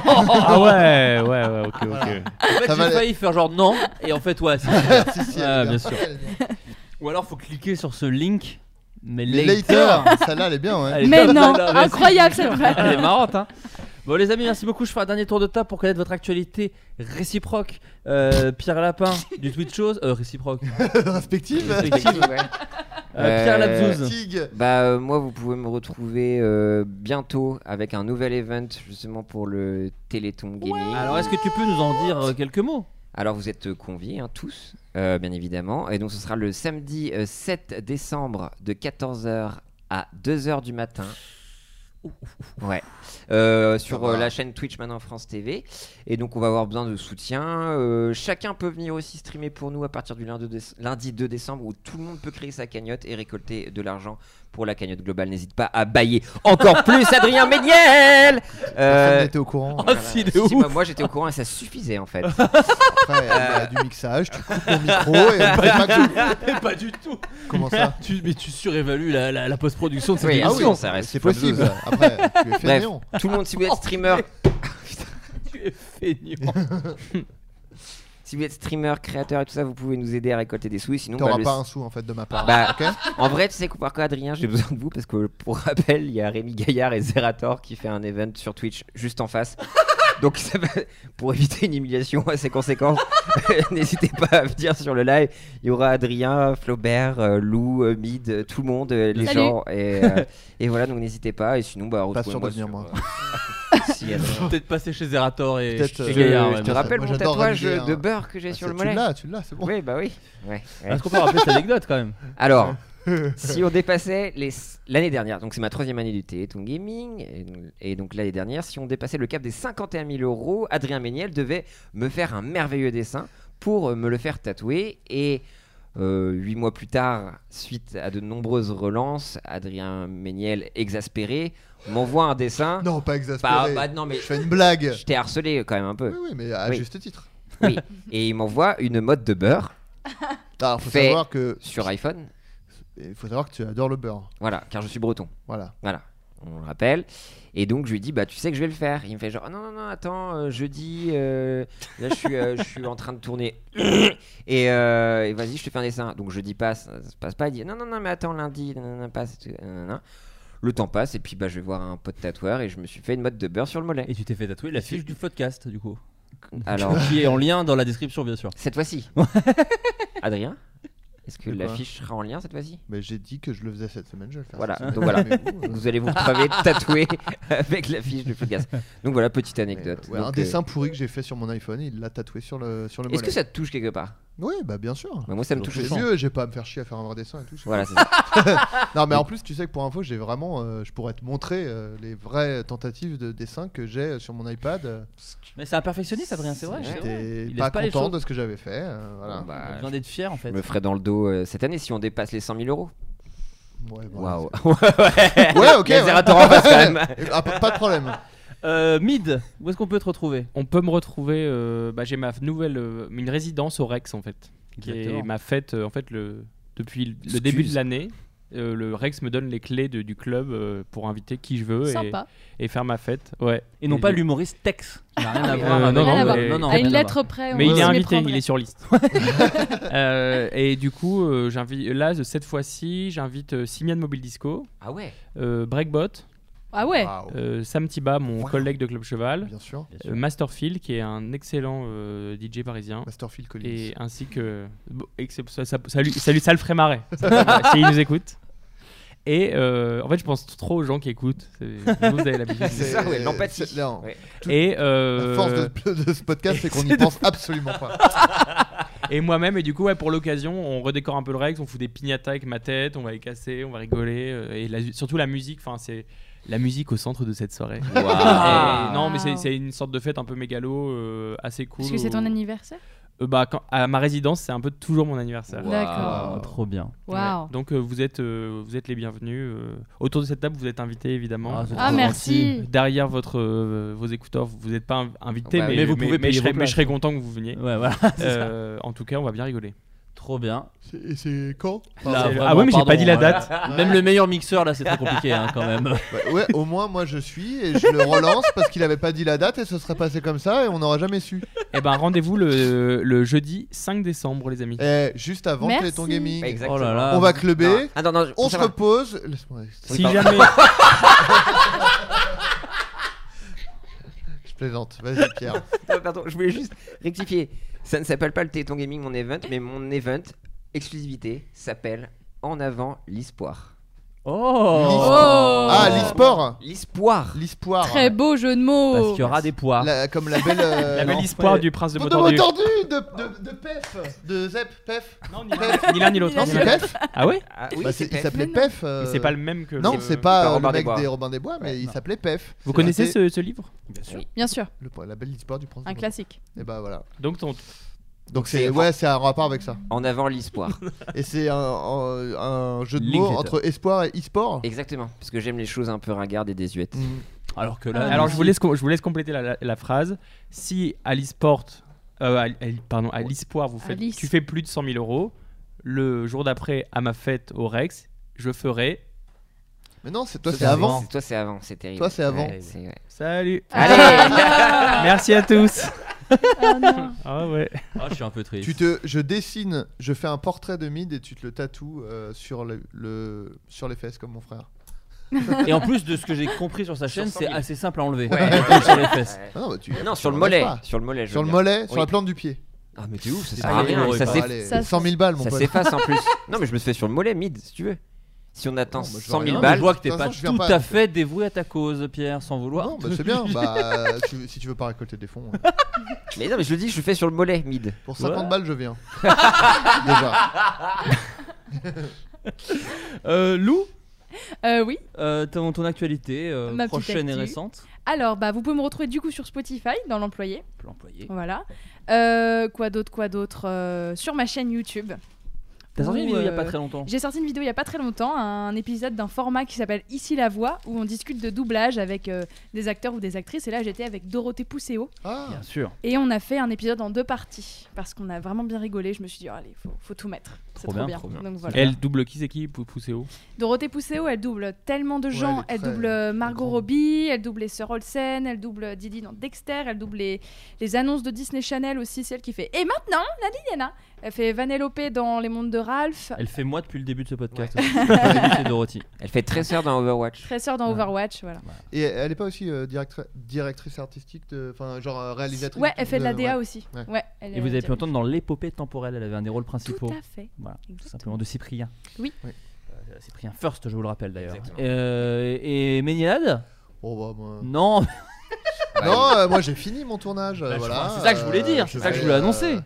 Speaker 9: ah ouais, ouais, ouais, ok, ok.
Speaker 6: En fait, j'ai
Speaker 2: Ça valait-
Speaker 6: failli faire genre non, et en fait, ouais, si, si,
Speaker 2: Si, si,
Speaker 6: Ah,
Speaker 2: elle
Speaker 6: bien
Speaker 2: est bien.
Speaker 6: sûr.
Speaker 2: Elle est bien.
Speaker 6: Ou alors, faut cliquer sur ce link. Mais
Speaker 2: Mais
Speaker 6: later,
Speaker 2: later, celle-là, elle est bien, ouais.
Speaker 6: Elle est
Speaker 2: Mais
Speaker 6: top,
Speaker 2: non,
Speaker 6: celle-là, ouais,
Speaker 2: incroyable,
Speaker 6: c'est-
Speaker 2: cette blague.
Speaker 6: Elle est marrante, hein. Bon, les amis, merci beaucoup. Je ferai un dernier tour de table pour connaître votre actualité réciproque. Euh, Pierre Lapin du Twitch Shows. Euh, réciproque.
Speaker 2: Respective.
Speaker 6: Respective, ouais. Euh, Pierre
Speaker 7: Euh,
Speaker 6: Labzouz.
Speaker 7: Bah euh, moi vous pouvez me retrouver euh, bientôt avec un nouvel event justement pour le Téléthon Gaming.
Speaker 6: Alors, est-ce que tu peux nous en dire euh, quelques mots
Speaker 7: Alors vous êtes euh, conviés hein, tous, euh, bien évidemment. Et donc ce sera le samedi euh, 7 décembre de 14h à 2h du matin. Ouais. Euh, sur euh, la chaîne Twitch maintenant France TV. Et donc on va avoir besoin de soutien. Euh, chacun peut venir aussi streamer pour nous à partir du lundi, déce- lundi 2 décembre où tout le monde peut créer sa cagnotte et récolter de l'argent pour la cagnotte globale. N'hésite pas à bailler encore plus Adrien Méniel Euh,
Speaker 2: Personne n'était au courant.
Speaker 6: Oh,
Speaker 2: Ah, si, de ouf.
Speaker 7: moi, moi, j'étais au courant et ça suffisait en fait.
Speaker 2: Après, il y a
Speaker 7: euh,
Speaker 2: du mixage, tu coupes le micro et on fait pas que-
Speaker 6: pas du tout.
Speaker 2: Comment ça
Speaker 6: tu, Mais tu surévalues la, la, la post-production. de cette
Speaker 7: Oui, ah oui,
Speaker 6: émission.
Speaker 7: ça reste
Speaker 2: C'est possible. Après, tu es
Speaker 7: Bref,
Speaker 2: fainéant.
Speaker 7: tout le monde, si vous êtes streamer.
Speaker 6: tu es feignant.
Speaker 7: Si vous êtes streamer, créateur et tout ça, vous pouvez nous aider à récolter des sous. et Sinon, bah,
Speaker 2: T'auras
Speaker 7: le-
Speaker 2: pas un sou, en fait, de ma part,
Speaker 7: Bah,
Speaker 2: ok
Speaker 7: En vrai, tu sais quoi, par quoi, Adrien, j'ai besoin de vous parce que pour rappel, il y a Rémi Gaillard et Zerator qui fait un event sur Twitch juste en face. Donc, ça va- pour éviter une humiliation à ses conséquences, n'hésitez pas à venir sur le live. Il y aura Adrien, Flaubert, euh, Lou, euh, Mid, euh, tout le monde, euh, les
Speaker 6: Salut.
Speaker 7: gens. Et, euh, et voilà, donc n'hésitez pas. Et sinon, bah,
Speaker 2: Pas sûr de
Speaker 7: retrouvez-moi
Speaker 2: venir, moi.
Speaker 7: sur- si, Adrien.
Speaker 6: Peut-être passer chez Zerator et,
Speaker 2: Peut-être,
Speaker 6: et
Speaker 2: euh,
Speaker 6: Gaillard.
Speaker 2: je-
Speaker 6: ouais,
Speaker 2: je
Speaker 6: bien
Speaker 2: te
Speaker 6: sûr.
Speaker 7: Rappelle
Speaker 2: Moi,
Speaker 7: mon
Speaker 2: j'adore
Speaker 7: tatouage
Speaker 2: Rémi, hein.
Speaker 7: de beurre que j'ai
Speaker 2: Ah,
Speaker 7: sur
Speaker 2: c'est-
Speaker 7: le
Speaker 2: tu
Speaker 7: mollet.
Speaker 2: l'as, tu l'as, c'est bon.
Speaker 7: Oui, bah oui. Ouais, ouais.
Speaker 6: Est-ce qu'on peut rappeler cette anecdote quand
Speaker 2: Ah.
Speaker 6: même
Speaker 7: Alors, si on dépassait les- l'année dernière, donc c'est ma troisième année du Téléthon Gaming, et donc- et donc l'année dernière, si on dépassait le cap des 51 000 euros, Adrien Méniel devait me faire un merveilleux dessin pour euh, me le faire tatouer. Et euh, huit mois plus tard, suite à de nombreuses relances, Adrien Méniel, exaspéré, m'envoie un dessin.
Speaker 2: Non, pas
Speaker 7: Bah,
Speaker 2: exaspéré.
Speaker 7: bah, non, mais je
Speaker 2: fais une blague.
Speaker 7: Je t'ai harcelé quand même un peu.
Speaker 2: Oui, oui, mais à
Speaker 7: Oui.
Speaker 2: juste titre.
Speaker 7: Oui. Et il m'envoie une mode de beurre.
Speaker 2: Alors, faut
Speaker 7: fait
Speaker 2: savoir que-
Speaker 7: sur iPhone.
Speaker 2: Il faut savoir que tu adores le beurre.
Speaker 7: Voilà, car je suis breton.
Speaker 2: Voilà.
Speaker 7: Voilà, on le rappelle. Et donc je lui dis, bah tu sais que je vais le faire. Il me fait genre, Ah non, non, non, attends, euh, jeudi, euh, là je suis, euh, je suis en train de tourner. et euh, et vas-y, je te fais un dessin. Donc jeudi passe, ça se passe pas. Il dit, non, non, non, mais attends, lundi, non, non, non, passe. et tout, non, non, non. Le temps passe et puis bah, je vais voir un pote tatoueur et je me suis fait une motte de beurre sur le mollet.
Speaker 6: Et tu t'es fait tatouer la fiche du podcast du coup.
Speaker 7: Alors-
Speaker 6: qui est en lien dans la description bien sûr.
Speaker 7: Cette fois-ci. Adrien Est-ce que
Speaker 2: De quoi
Speaker 7: l'affiche sera en lien cette fois-ci
Speaker 2: Mais j'ai dit que je le faisais cette semaine, je vais le faire.
Speaker 7: Voilà,
Speaker 2: cette
Speaker 7: donc voilà.
Speaker 2: semaine. Mais bon,
Speaker 7: vous
Speaker 2: euh,
Speaker 7: allez vous retrouver tatoué avec l'affiche du podcast. Donc voilà, petite anecdote.
Speaker 2: ouais, un
Speaker 7: Donc, euh,
Speaker 2: dessin pourri que j'ai fait sur mon iPhone, il l'a tatoué sur le sur le
Speaker 7: Est-ce que ça te touche quelque part
Speaker 2: Oui, bah bien sûr.
Speaker 7: Bah, moi, ça me touche
Speaker 2: Je suis
Speaker 7: aussi.
Speaker 2: vieux, j'ai pas à me faire chier à faire un vrai dessin et tout. c'est
Speaker 7: Voilà,
Speaker 2: bon.
Speaker 7: c'est
Speaker 2: non, mais en plus, tu sais que pour info, j'ai vraiment, euh, je pourrais te montrer euh, les vraies tentatives de dessin que j'ai sur mon iPad. euh,
Speaker 6: Mais c'est un perfectionniste Adrien, c'est vrai.
Speaker 7: Ah
Speaker 6: c'est vrai.
Speaker 2: J'étais
Speaker 6: Il
Speaker 2: pas
Speaker 6: laisse les
Speaker 2: content
Speaker 6: choses.
Speaker 2: de ce que j'avais fait. euh, voilà.
Speaker 7: Bon, bah,
Speaker 6: Il a besoin d'être fier en
Speaker 7: Je
Speaker 6: fait.
Speaker 7: me ferai dans le dos euh, cette année si on dépasse les 100 000 euros.
Speaker 2: Ouais, bon,
Speaker 7: Waouh.
Speaker 2: Ouais, ok,
Speaker 7: Il y a
Speaker 2: ouais.
Speaker 7: Zerator en face, quand même.
Speaker 2: Ah, pas- pas de problème.
Speaker 6: Euh, Mid, où est-ce qu'on peut te retrouver
Speaker 9: On peut me retrouver. euh, bah, j'ai ma nouvelle, euh, une résidence au Rex en fait, qui est
Speaker 6: Exactement.
Speaker 9: ma fête euh, en fait le depuis le
Speaker 6: Excuse.
Speaker 9: début de l'année. euh, le Rex me donne les clés de- du club euh, pour inviter qui je veux et,
Speaker 8: Sympa.
Speaker 9: et faire ma fête. Ouais.
Speaker 6: Et non pas
Speaker 9: je-
Speaker 6: l'humoriste Tex. qui n'a rien
Speaker 9: Ah
Speaker 6: à
Speaker 9: oui,
Speaker 6: voir
Speaker 9: euh,
Speaker 6: avec-
Speaker 9: non, non,
Speaker 6: rien à voir.
Speaker 9: mais-
Speaker 6: Non, non,
Speaker 8: À Ah, une
Speaker 6: rien à
Speaker 8: lettre
Speaker 6: voir.
Speaker 8: près, on
Speaker 9: Mais il
Speaker 8: s'y
Speaker 9: est invité,
Speaker 8: méprendrait.
Speaker 9: il est sur liste. Euh, et du coup, euh, j'invite là de- cette fois-ci, j'invite euh, Simian Mobile Disco.
Speaker 7: Ah ouais.
Speaker 2: Oh
Speaker 9: euh, Breakbot.
Speaker 8: Ah ouais.
Speaker 6: Oh.
Speaker 9: euh, Sam Tiba, mon collègue de Club Cheval.
Speaker 2: Bien sûr.
Speaker 9: euh, Masterfield, qui est un excellent euh, DJ parisien.
Speaker 2: Masterfield Collins.
Speaker 9: Et ainsi que. bon, excep- ça, ça- salut, salut, ça le ferait marrer. Ça le ferait marrer, si il nous écoute. Et euh, en fait, je pense trop aux gens qui écoutent. C'est- Vous avez l'habitude.
Speaker 2: C'est ça, ouais, l'empathie. C'est- non. Ouais. Tout-
Speaker 9: Et euh,
Speaker 2: La force de- de ce podcast, c'est qu'on n'y
Speaker 9: de-
Speaker 2: pense absolument pas.
Speaker 9: et moi-même, et du coup, ouais, pour l'occasion, on redécore un peu le Rex, on fout des piñatas avec ma tête, on va les casser, on va rigoler. euh, Et la- surtout la musique, enfin, c'est la musique au centre de cette soirée. Et- non, mais c'est- c'est une sorte de fête un peu mégalo, euh, assez cool.
Speaker 8: Parce que c'est ton
Speaker 9: où-
Speaker 8: anniversaire
Speaker 9: Euh, bah, quand- à ma résidence, c'est un peu toujours mon anniversaire.
Speaker 8: D'accord.
Speaker 6: Waouh, Ah, trop bien.
Speaker 8: Waouh.
Speaker 9: Donc euh, vous êtes euh, vous êtes les bienvenus euh, autour de cette table, vous êtes invités évidemment.
Speaker 6: Ah, c'est Ah, trop merci. gentil.
Speaker 9: Derrière votre euh, vos écouteurs, vous n'êtes pas inv- invités,
Speaker 6: Ouais,
Speaker 9: mais,
Speaker 6: mais vous pouvez payer
Speaker 9: je serais-
Speaker 6: vos
Speaker 9: mais je serais
Speaker 6: places.
Speaker 9: content que vous veniez.
Speaker 6: Ouais, voilà, Ah, c'est
Speaker 9: Euh, en tout cas, on va bien rigoler.
Speaker 6: Trop bien.
Speaker 2: Et c'est quand
Speaker 6: Là,
Speaker 9: C'est le-
Speaker 6: vraiment,
Speaker 9: Ah oui, mais j'ai
Speaker 6: pardon,
Speaker 9: pas dit la
Speaker 6: hein.
Speaker 9: date.
Speaker 6: Même le meilleur mixeur, là, c'est très compliqué hein, quand même.
Speaker 2: Bah, ouais, au moins moi je suis et je le relance parce qu'il avait pas dit la date et ce serait passé comme ça et on n'aurait jamais su.
Speaker 9: Eh ben rendez-vous le, le jeudi 5 décembre les amis.
Speaker 2: Et Eh, juste avant
Speaker 9: Merci.
Speaker 2: Téléthon Gaming,
Speaker 9: Bah, exactement. Oh là là.
Speaker 2: on va cluber,
Speaker 9: Non. Ah, non, non, je-
Speaker 2: on se
Speaker 9: ça va.
Speaker 2: repose. Laisse-moi-
Speaker 9: Si
Speaker 2: pardon.
Speaker 9: jamais-
Speaker 2: je plaisante, vas-y Pierre.
Speaker 7: Non, pardon, je voulais juste rectifier. Ça ne s'appelle pas le Téléthon Gaming mon event, mais mon event exclusivité s'appelle En avant l'espoir.
Speaker 6: Oh.
Speaker 8: Oh.
Speaker 2: Ah, l'e-sport
Speaker 7: L'espoir
Speaker 6: hein.
Speaker 2: L'espoir
Speaker 8: Très beau jeu de mots.
Speaker 6: Parce qu'il y aura des poires.
Speaker 2: La- comme la belle. euh,
Speaker 9: La belle
Speaker 2: non.
Speaker 9: histoire du prince de
Speaker 2: De
Speaker 9: Motordu.
Speaker 2: Motordu, de, de, de Pef, de Zep, Pef.
Speaker 9: Non,
Speaker 2: Pef.
Speaker 9: Ni l'un ni l'autre.
Speaker 2: Non,
Speaker 9: Ni
Speaker 2: c'est
Speaker 9: l'un ni
Speaker 2: Pef.
Speaker 9: l'autre. Ah ouais
Speaker 7: Ah
Speaker 2: Bah, c'est- il s'appelait Pef. euh,
Speaker 9: Mais c'est pas le même que
Speaker 2: Non,
Speaker 9: le-
Speaker 2: c'est
Speaker 9: que
Speaker 2: pas euh,
Speaker 9: Robin
Speaker 2: le
Speaker 9: des
Speaker 2: mec
Speaker 9: Bois.
Speaker 2: des Robin des Bois, mais
Speaker 9: Ouais,
Speaker 2: il
Speaker 9: non.
Speaker 2: s'appelait Pef.
Speaker 9: Vous connaissez ce, ce livre
Speaker 7: Bien sûr.
Speaker 8: Bien sûr.
Speaker 2: Le, po- la belle histoire du prince.
Speaker 8: Un classique.
Speaker 2: Et bah voilà.
Speaker 9: Donc ton
Speaker 2: Donc c'est ouais, c'est un rapport avec ça.
Speaker 7: En avant l'espoir.
Speaker 2: Et c'est un, un- un jeu de
Speaker 7: Link
Speaker 2: mots
Speaker 7: Letter.
Speaker 2: entre espoir et e-sport.
Speaker 7: Exactement, parce que j'aime les choses un peu ringardes et désuètes.
Speaker 6: Ah, Alors que
Speaker 9: Alors je vous laisse, com- je vous laisse compléter la, la- la phrase. Si à l'e-sport, euh, à l- à l- pardon, à l'espoir, vous faites,
Speaker 8: l'is-
Speaker 9: tu fais plus de 100 000 euros, le jour d'après à ma fête au Rex, je ferai.
Speaker 2: Mais non, c'est toi,
Speaker 9: Ce
Speaker 2: c'est avant.
Speaker 7: Toi c'est avant, c'est terrible.
Speaker 2: Toi, c'est avant.
Speaker 7: Ouais, c'est- ouais.
Speaker 9: Salut.
Speaker 7: Allez.
Speaker 2: Ah, non.
Speaker 9: Merci à tous. Ah ouais.
Speaker 6: Ah, je suis un peu triste.
Speaker 2: Tu te, je dessine, je fais un portrait de Mid et tu te le tatoues euh, sur le, le- sur les fesses comme mon frère.
Speaker 6: Et en plus de ce que j'ai compris sur sa
Speaker 7: Sur
Speaker 6: chaîne,
Speaker 7: 100
Speaker 6: c'est
Speaker 7: 000.
Speaker 6: assez simple à enlever.
Speaker 7: Ouais.
Speaker 6: sur les fesses.
Speaker 2: Ah non, bah, tu-
Speaker 7: Non,
Speaker 2: tu
Speaker 7: sur le
Speaker 2: l'enlèves
Speaker 7: mollet,
Speaker 2: pas.
Speaker 7: sur le mollet, je
Speaker 2: Sur le
Speaker 7: veux dire.
Speaker 2: mollet, sur
Speaker 7: Oui.
Speaker 2: la plante du pied.
Speaker 7: Ah mais t'es ouf, ça
Speaker 2: C'est
Speaker 7: sert à
Speaker 2: pas
Speaker 7: rien.
Speaker 2: rigolo,
Speaker 7: Ça
Speaker 2: pas.
Speaker 7: s'eff-
Speaker 2: Allez, Ça- 100 000 balles, mon
Speaker 7: Ça
Speaker 2: pote.
Speaker 7: s'efface en plus. Non mais je me suis fait sur le mollet mid, si tu veux. Si on attend
Speaker 2: Non, moi, je
Speaker 7: 100
Speaker 2: vois
Speaker 7: 000
Speaker 2: rien.
Speaker 7: balles,
Speaker 6: Hein, Je vois que t'es
Speaker 2: De toute
Speaker 6: pas
Speaker 2: façon, je viens
Speaker 6: tout
Speaker 2: pas,
Speaker 6: à
Speaker 2: donc,
Speaker 6: fait dévoué à ta cause, Pierre, sans vouloir.
Speaker 2: Non, bah, c'est bien. Bah, tu- si tu veux pas récolter des fonds, euh,
Speaker 7: Mais non, mais je le dis, je le fais sur le mollet, mid.
Speaker 2: pour 50
Speaker 6: Ouais.
Speaker 2: balles, je viens. Déjà.
Speaker 6: Euh, Lou,
Speaker 8: Euh, oui.
Speaker 6: euh, ton, ton actualité euh,
Speaker 8: Ma petite
Speaker 6: prochaine et
Speaker 8: actu.
Speaker 6: récente.
Speaker 8: Alors, bah, vous pouvez me retrouver du coup sur Spotify dans l'employé.
Speaker 6: L'employé.
Speaker 8: Voilà. Euh, quoi d'autre, quoi d'autre euh, Sur ma chaîne YouTube.
Speaker 6: T'as sorti
Speaker 8: Où,
Speaker 6: une vidéo il y a
Speaker 8: euh,
Speaker 6: pas très longtemps.
Speaker 8: J'ai sorti une vidéo il y a pas très longtemps, un épisode d'un format qui s'appelle Ici la voix, où on discute de doublage avec euh, des acteurs ou des actrices. Et là, j'étais avec Dorothée Pousséo.
Speaker 2: Ah,
Speaker 6: Bien sûr.
Speaker 8: Et on a fait un épisode en deux parties parce qu'on a vraiment bien rigolé. Je me suis dit, oh, allez, faut, faut tout mettre. C'est trop,
Speaker 9: bien,
Speaker 8: bien.
Speaker 9: trop bien.
Speaker 8: Donc, voilà.
Speaker 9: Elle double qui c'est qui pou- poussez haut.
Speaker 8: Dorothée Pousséo, elle double tellement de
Speaker 9: Ouais,
Speaker 8: gens.
Speaker 9: elle est
Speaker 8: elle,
Speaker 9: très-
Speaker 8: double euh, Margot Robbie, elle double les Sœurs Olsen, elle double euh, Didi dans Dexter, elle double les, les annonces de Disney Channel aussi, celle qui fait Et maintenant, la Liliana Elle fait Vanellope dans Les Mondes de Ralph.
Speaker 6: Elle fait moi depuis le début de ce podcast.
Speaker 8: Ouais.
Speaker 6: aussi. Depuis C'est Dorothy.
Speaker 7: Elle fait Tresseur dans Overwatch.
Speaker 8: Tresseur dans Overwatch, voilà.
Speaker 2: Et elle est pas aussi euh, directri- directrice artistique, de- enfin genre euh, réalisatrice
Speaker 8: Ouais, elle fait de la
Speaker 2: ouais.
Speaker 8: DA aussi. Ouais, elle
Speaker 6: Et
Speaker 8: est
Speaker 6: vous avez pu
Speaker 8: directrice.
Speaker 6: entendre dans l'épopée temporelle, elle avait un des rôles principaux.
Speaker 8: à fait.
Speaker 6: Voilà, tout
Speaker 8: Exactement.
Speaker 6: simplement de Cyprien.
Speaker 8: Oui.
Speaker 6: Euh, Cyprien First, je vous le rappelle d'ailleurs. Euh, et Méniade
Speaker 2: Oh, bah, moi-
Speaker 6: Non.
Speaker 2: Non, euh, moi j'ai fini mon tournage. euh,
Speaker 6: Ah Bah, je
Speaker 2: voilà,
Speaker 6: crois- c'est ça que je voulais dire, c'est ça que je
Speaker 2: vais,
Speaker 6: voulais
Speaker 2: euh,
Speaker 6: annoncer.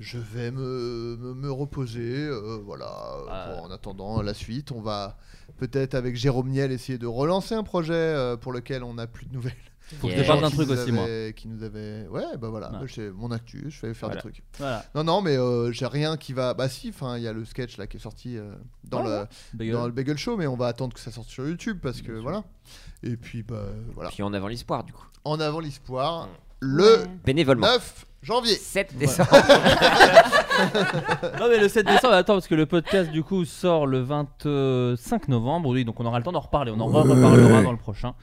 Speaker 2: je vais me, me, me reposer, euh, voilà.
Speaker 6: Ah.
Speaker 2: pour- en attendant la suite, on va peut-être avec Jérôme Niel essayer de relancer un projet euh, pour lequel on n'a plus de nouvelles.
Speaker 6: Faut que je
Speaker 2: Des
Speaker 6: te parle
Speaker 2: gens
Speaker 6: d'un
Speaker 2: qui
Speaker 6: truc
Speaker 2: nous
Speaker 6: aussi, moi.
Speaker 2: avaient- Qui nous avait, ouais, bah voilà,
Speaker 6: Ouais.
Speaker 2: bah, c'est mon actu, je vais faire
Speaker 6: Voilà.
Speaker 2: des trucs.
Speaker 6: Voilà.
Speaker 2: Non, non, mais euh, j'ai rien qui va. Bah si, enfin, il y a le sketch là qui est sorti euh, dans,
Speaker 6: Ouais,
Speaker 2: le,
Speaker 6: Ah ouais. Bagel.
Speaker 2: dans le Bagel Show, mais on va attendre que ça sorte sur YouTube parce que voilà. Et puis bah voilà.
Speaker 7: Puis en avant l'espoir, du coup.
Speaker 2: En avant l'espoir, le
Speaker 7: Bénévolement.
Speaker 2: 9 janvier.
Speaker 7: 7
Speaker 6: décembre. non mais le 7 décembre, attends parce que le podcast du coup sort le 25 novembre, oui donc on aura le temps d'en reparler, on en
Speaker 7: Ouais.
Speaker 6: reparlera dans le prochain.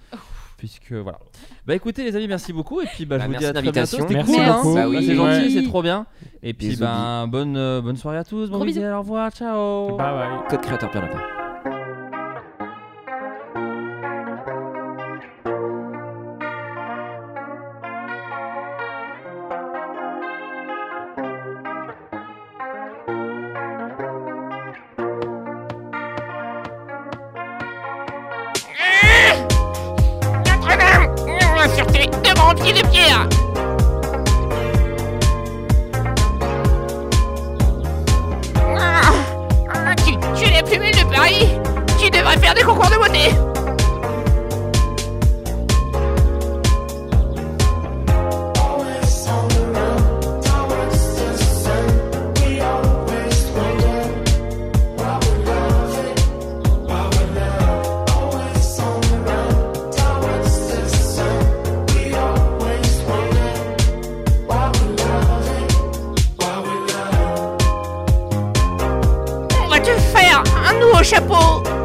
Speaker 6: Puisque voilà. Bah écoutez les amis, merci beaucoup et puis bah,
Speaker 7: Bah,
Speaker 6: je vous
Speaker 7: merci
Speaker 6: dis à très bientôt.
Speaker 7: d'invitation.
Speaker 6: C'était
Speaker 7: Merci
Speaker 6: cool, hein.
Speaker 7: beaucoup. Bah
Speaker 6: Bah,
Speaker 7: oui.
Speaker 6: c'est
Speaker 7: Ouais.
Speaker 6: gentil, c'est trop bien. Et puis
Speaker 7: Bisous,
Speaker 6: bah, bonne euh, bonne soirée à tous, bon
Speaker 7: Gros
Speaker 6: week-end, au revoir, ciao.
Speaker 9: Bah
Speaker 7: Bye bye. Code créateur Pierre Lapin.
Speaker 12: Notre-Dame, on va sur tes deux banquiers de pierre. Ah, ah, tu, tu es la plus belle de Paris. Tu devrais faire des concours de beauté. On va te faire un nouveau chapeau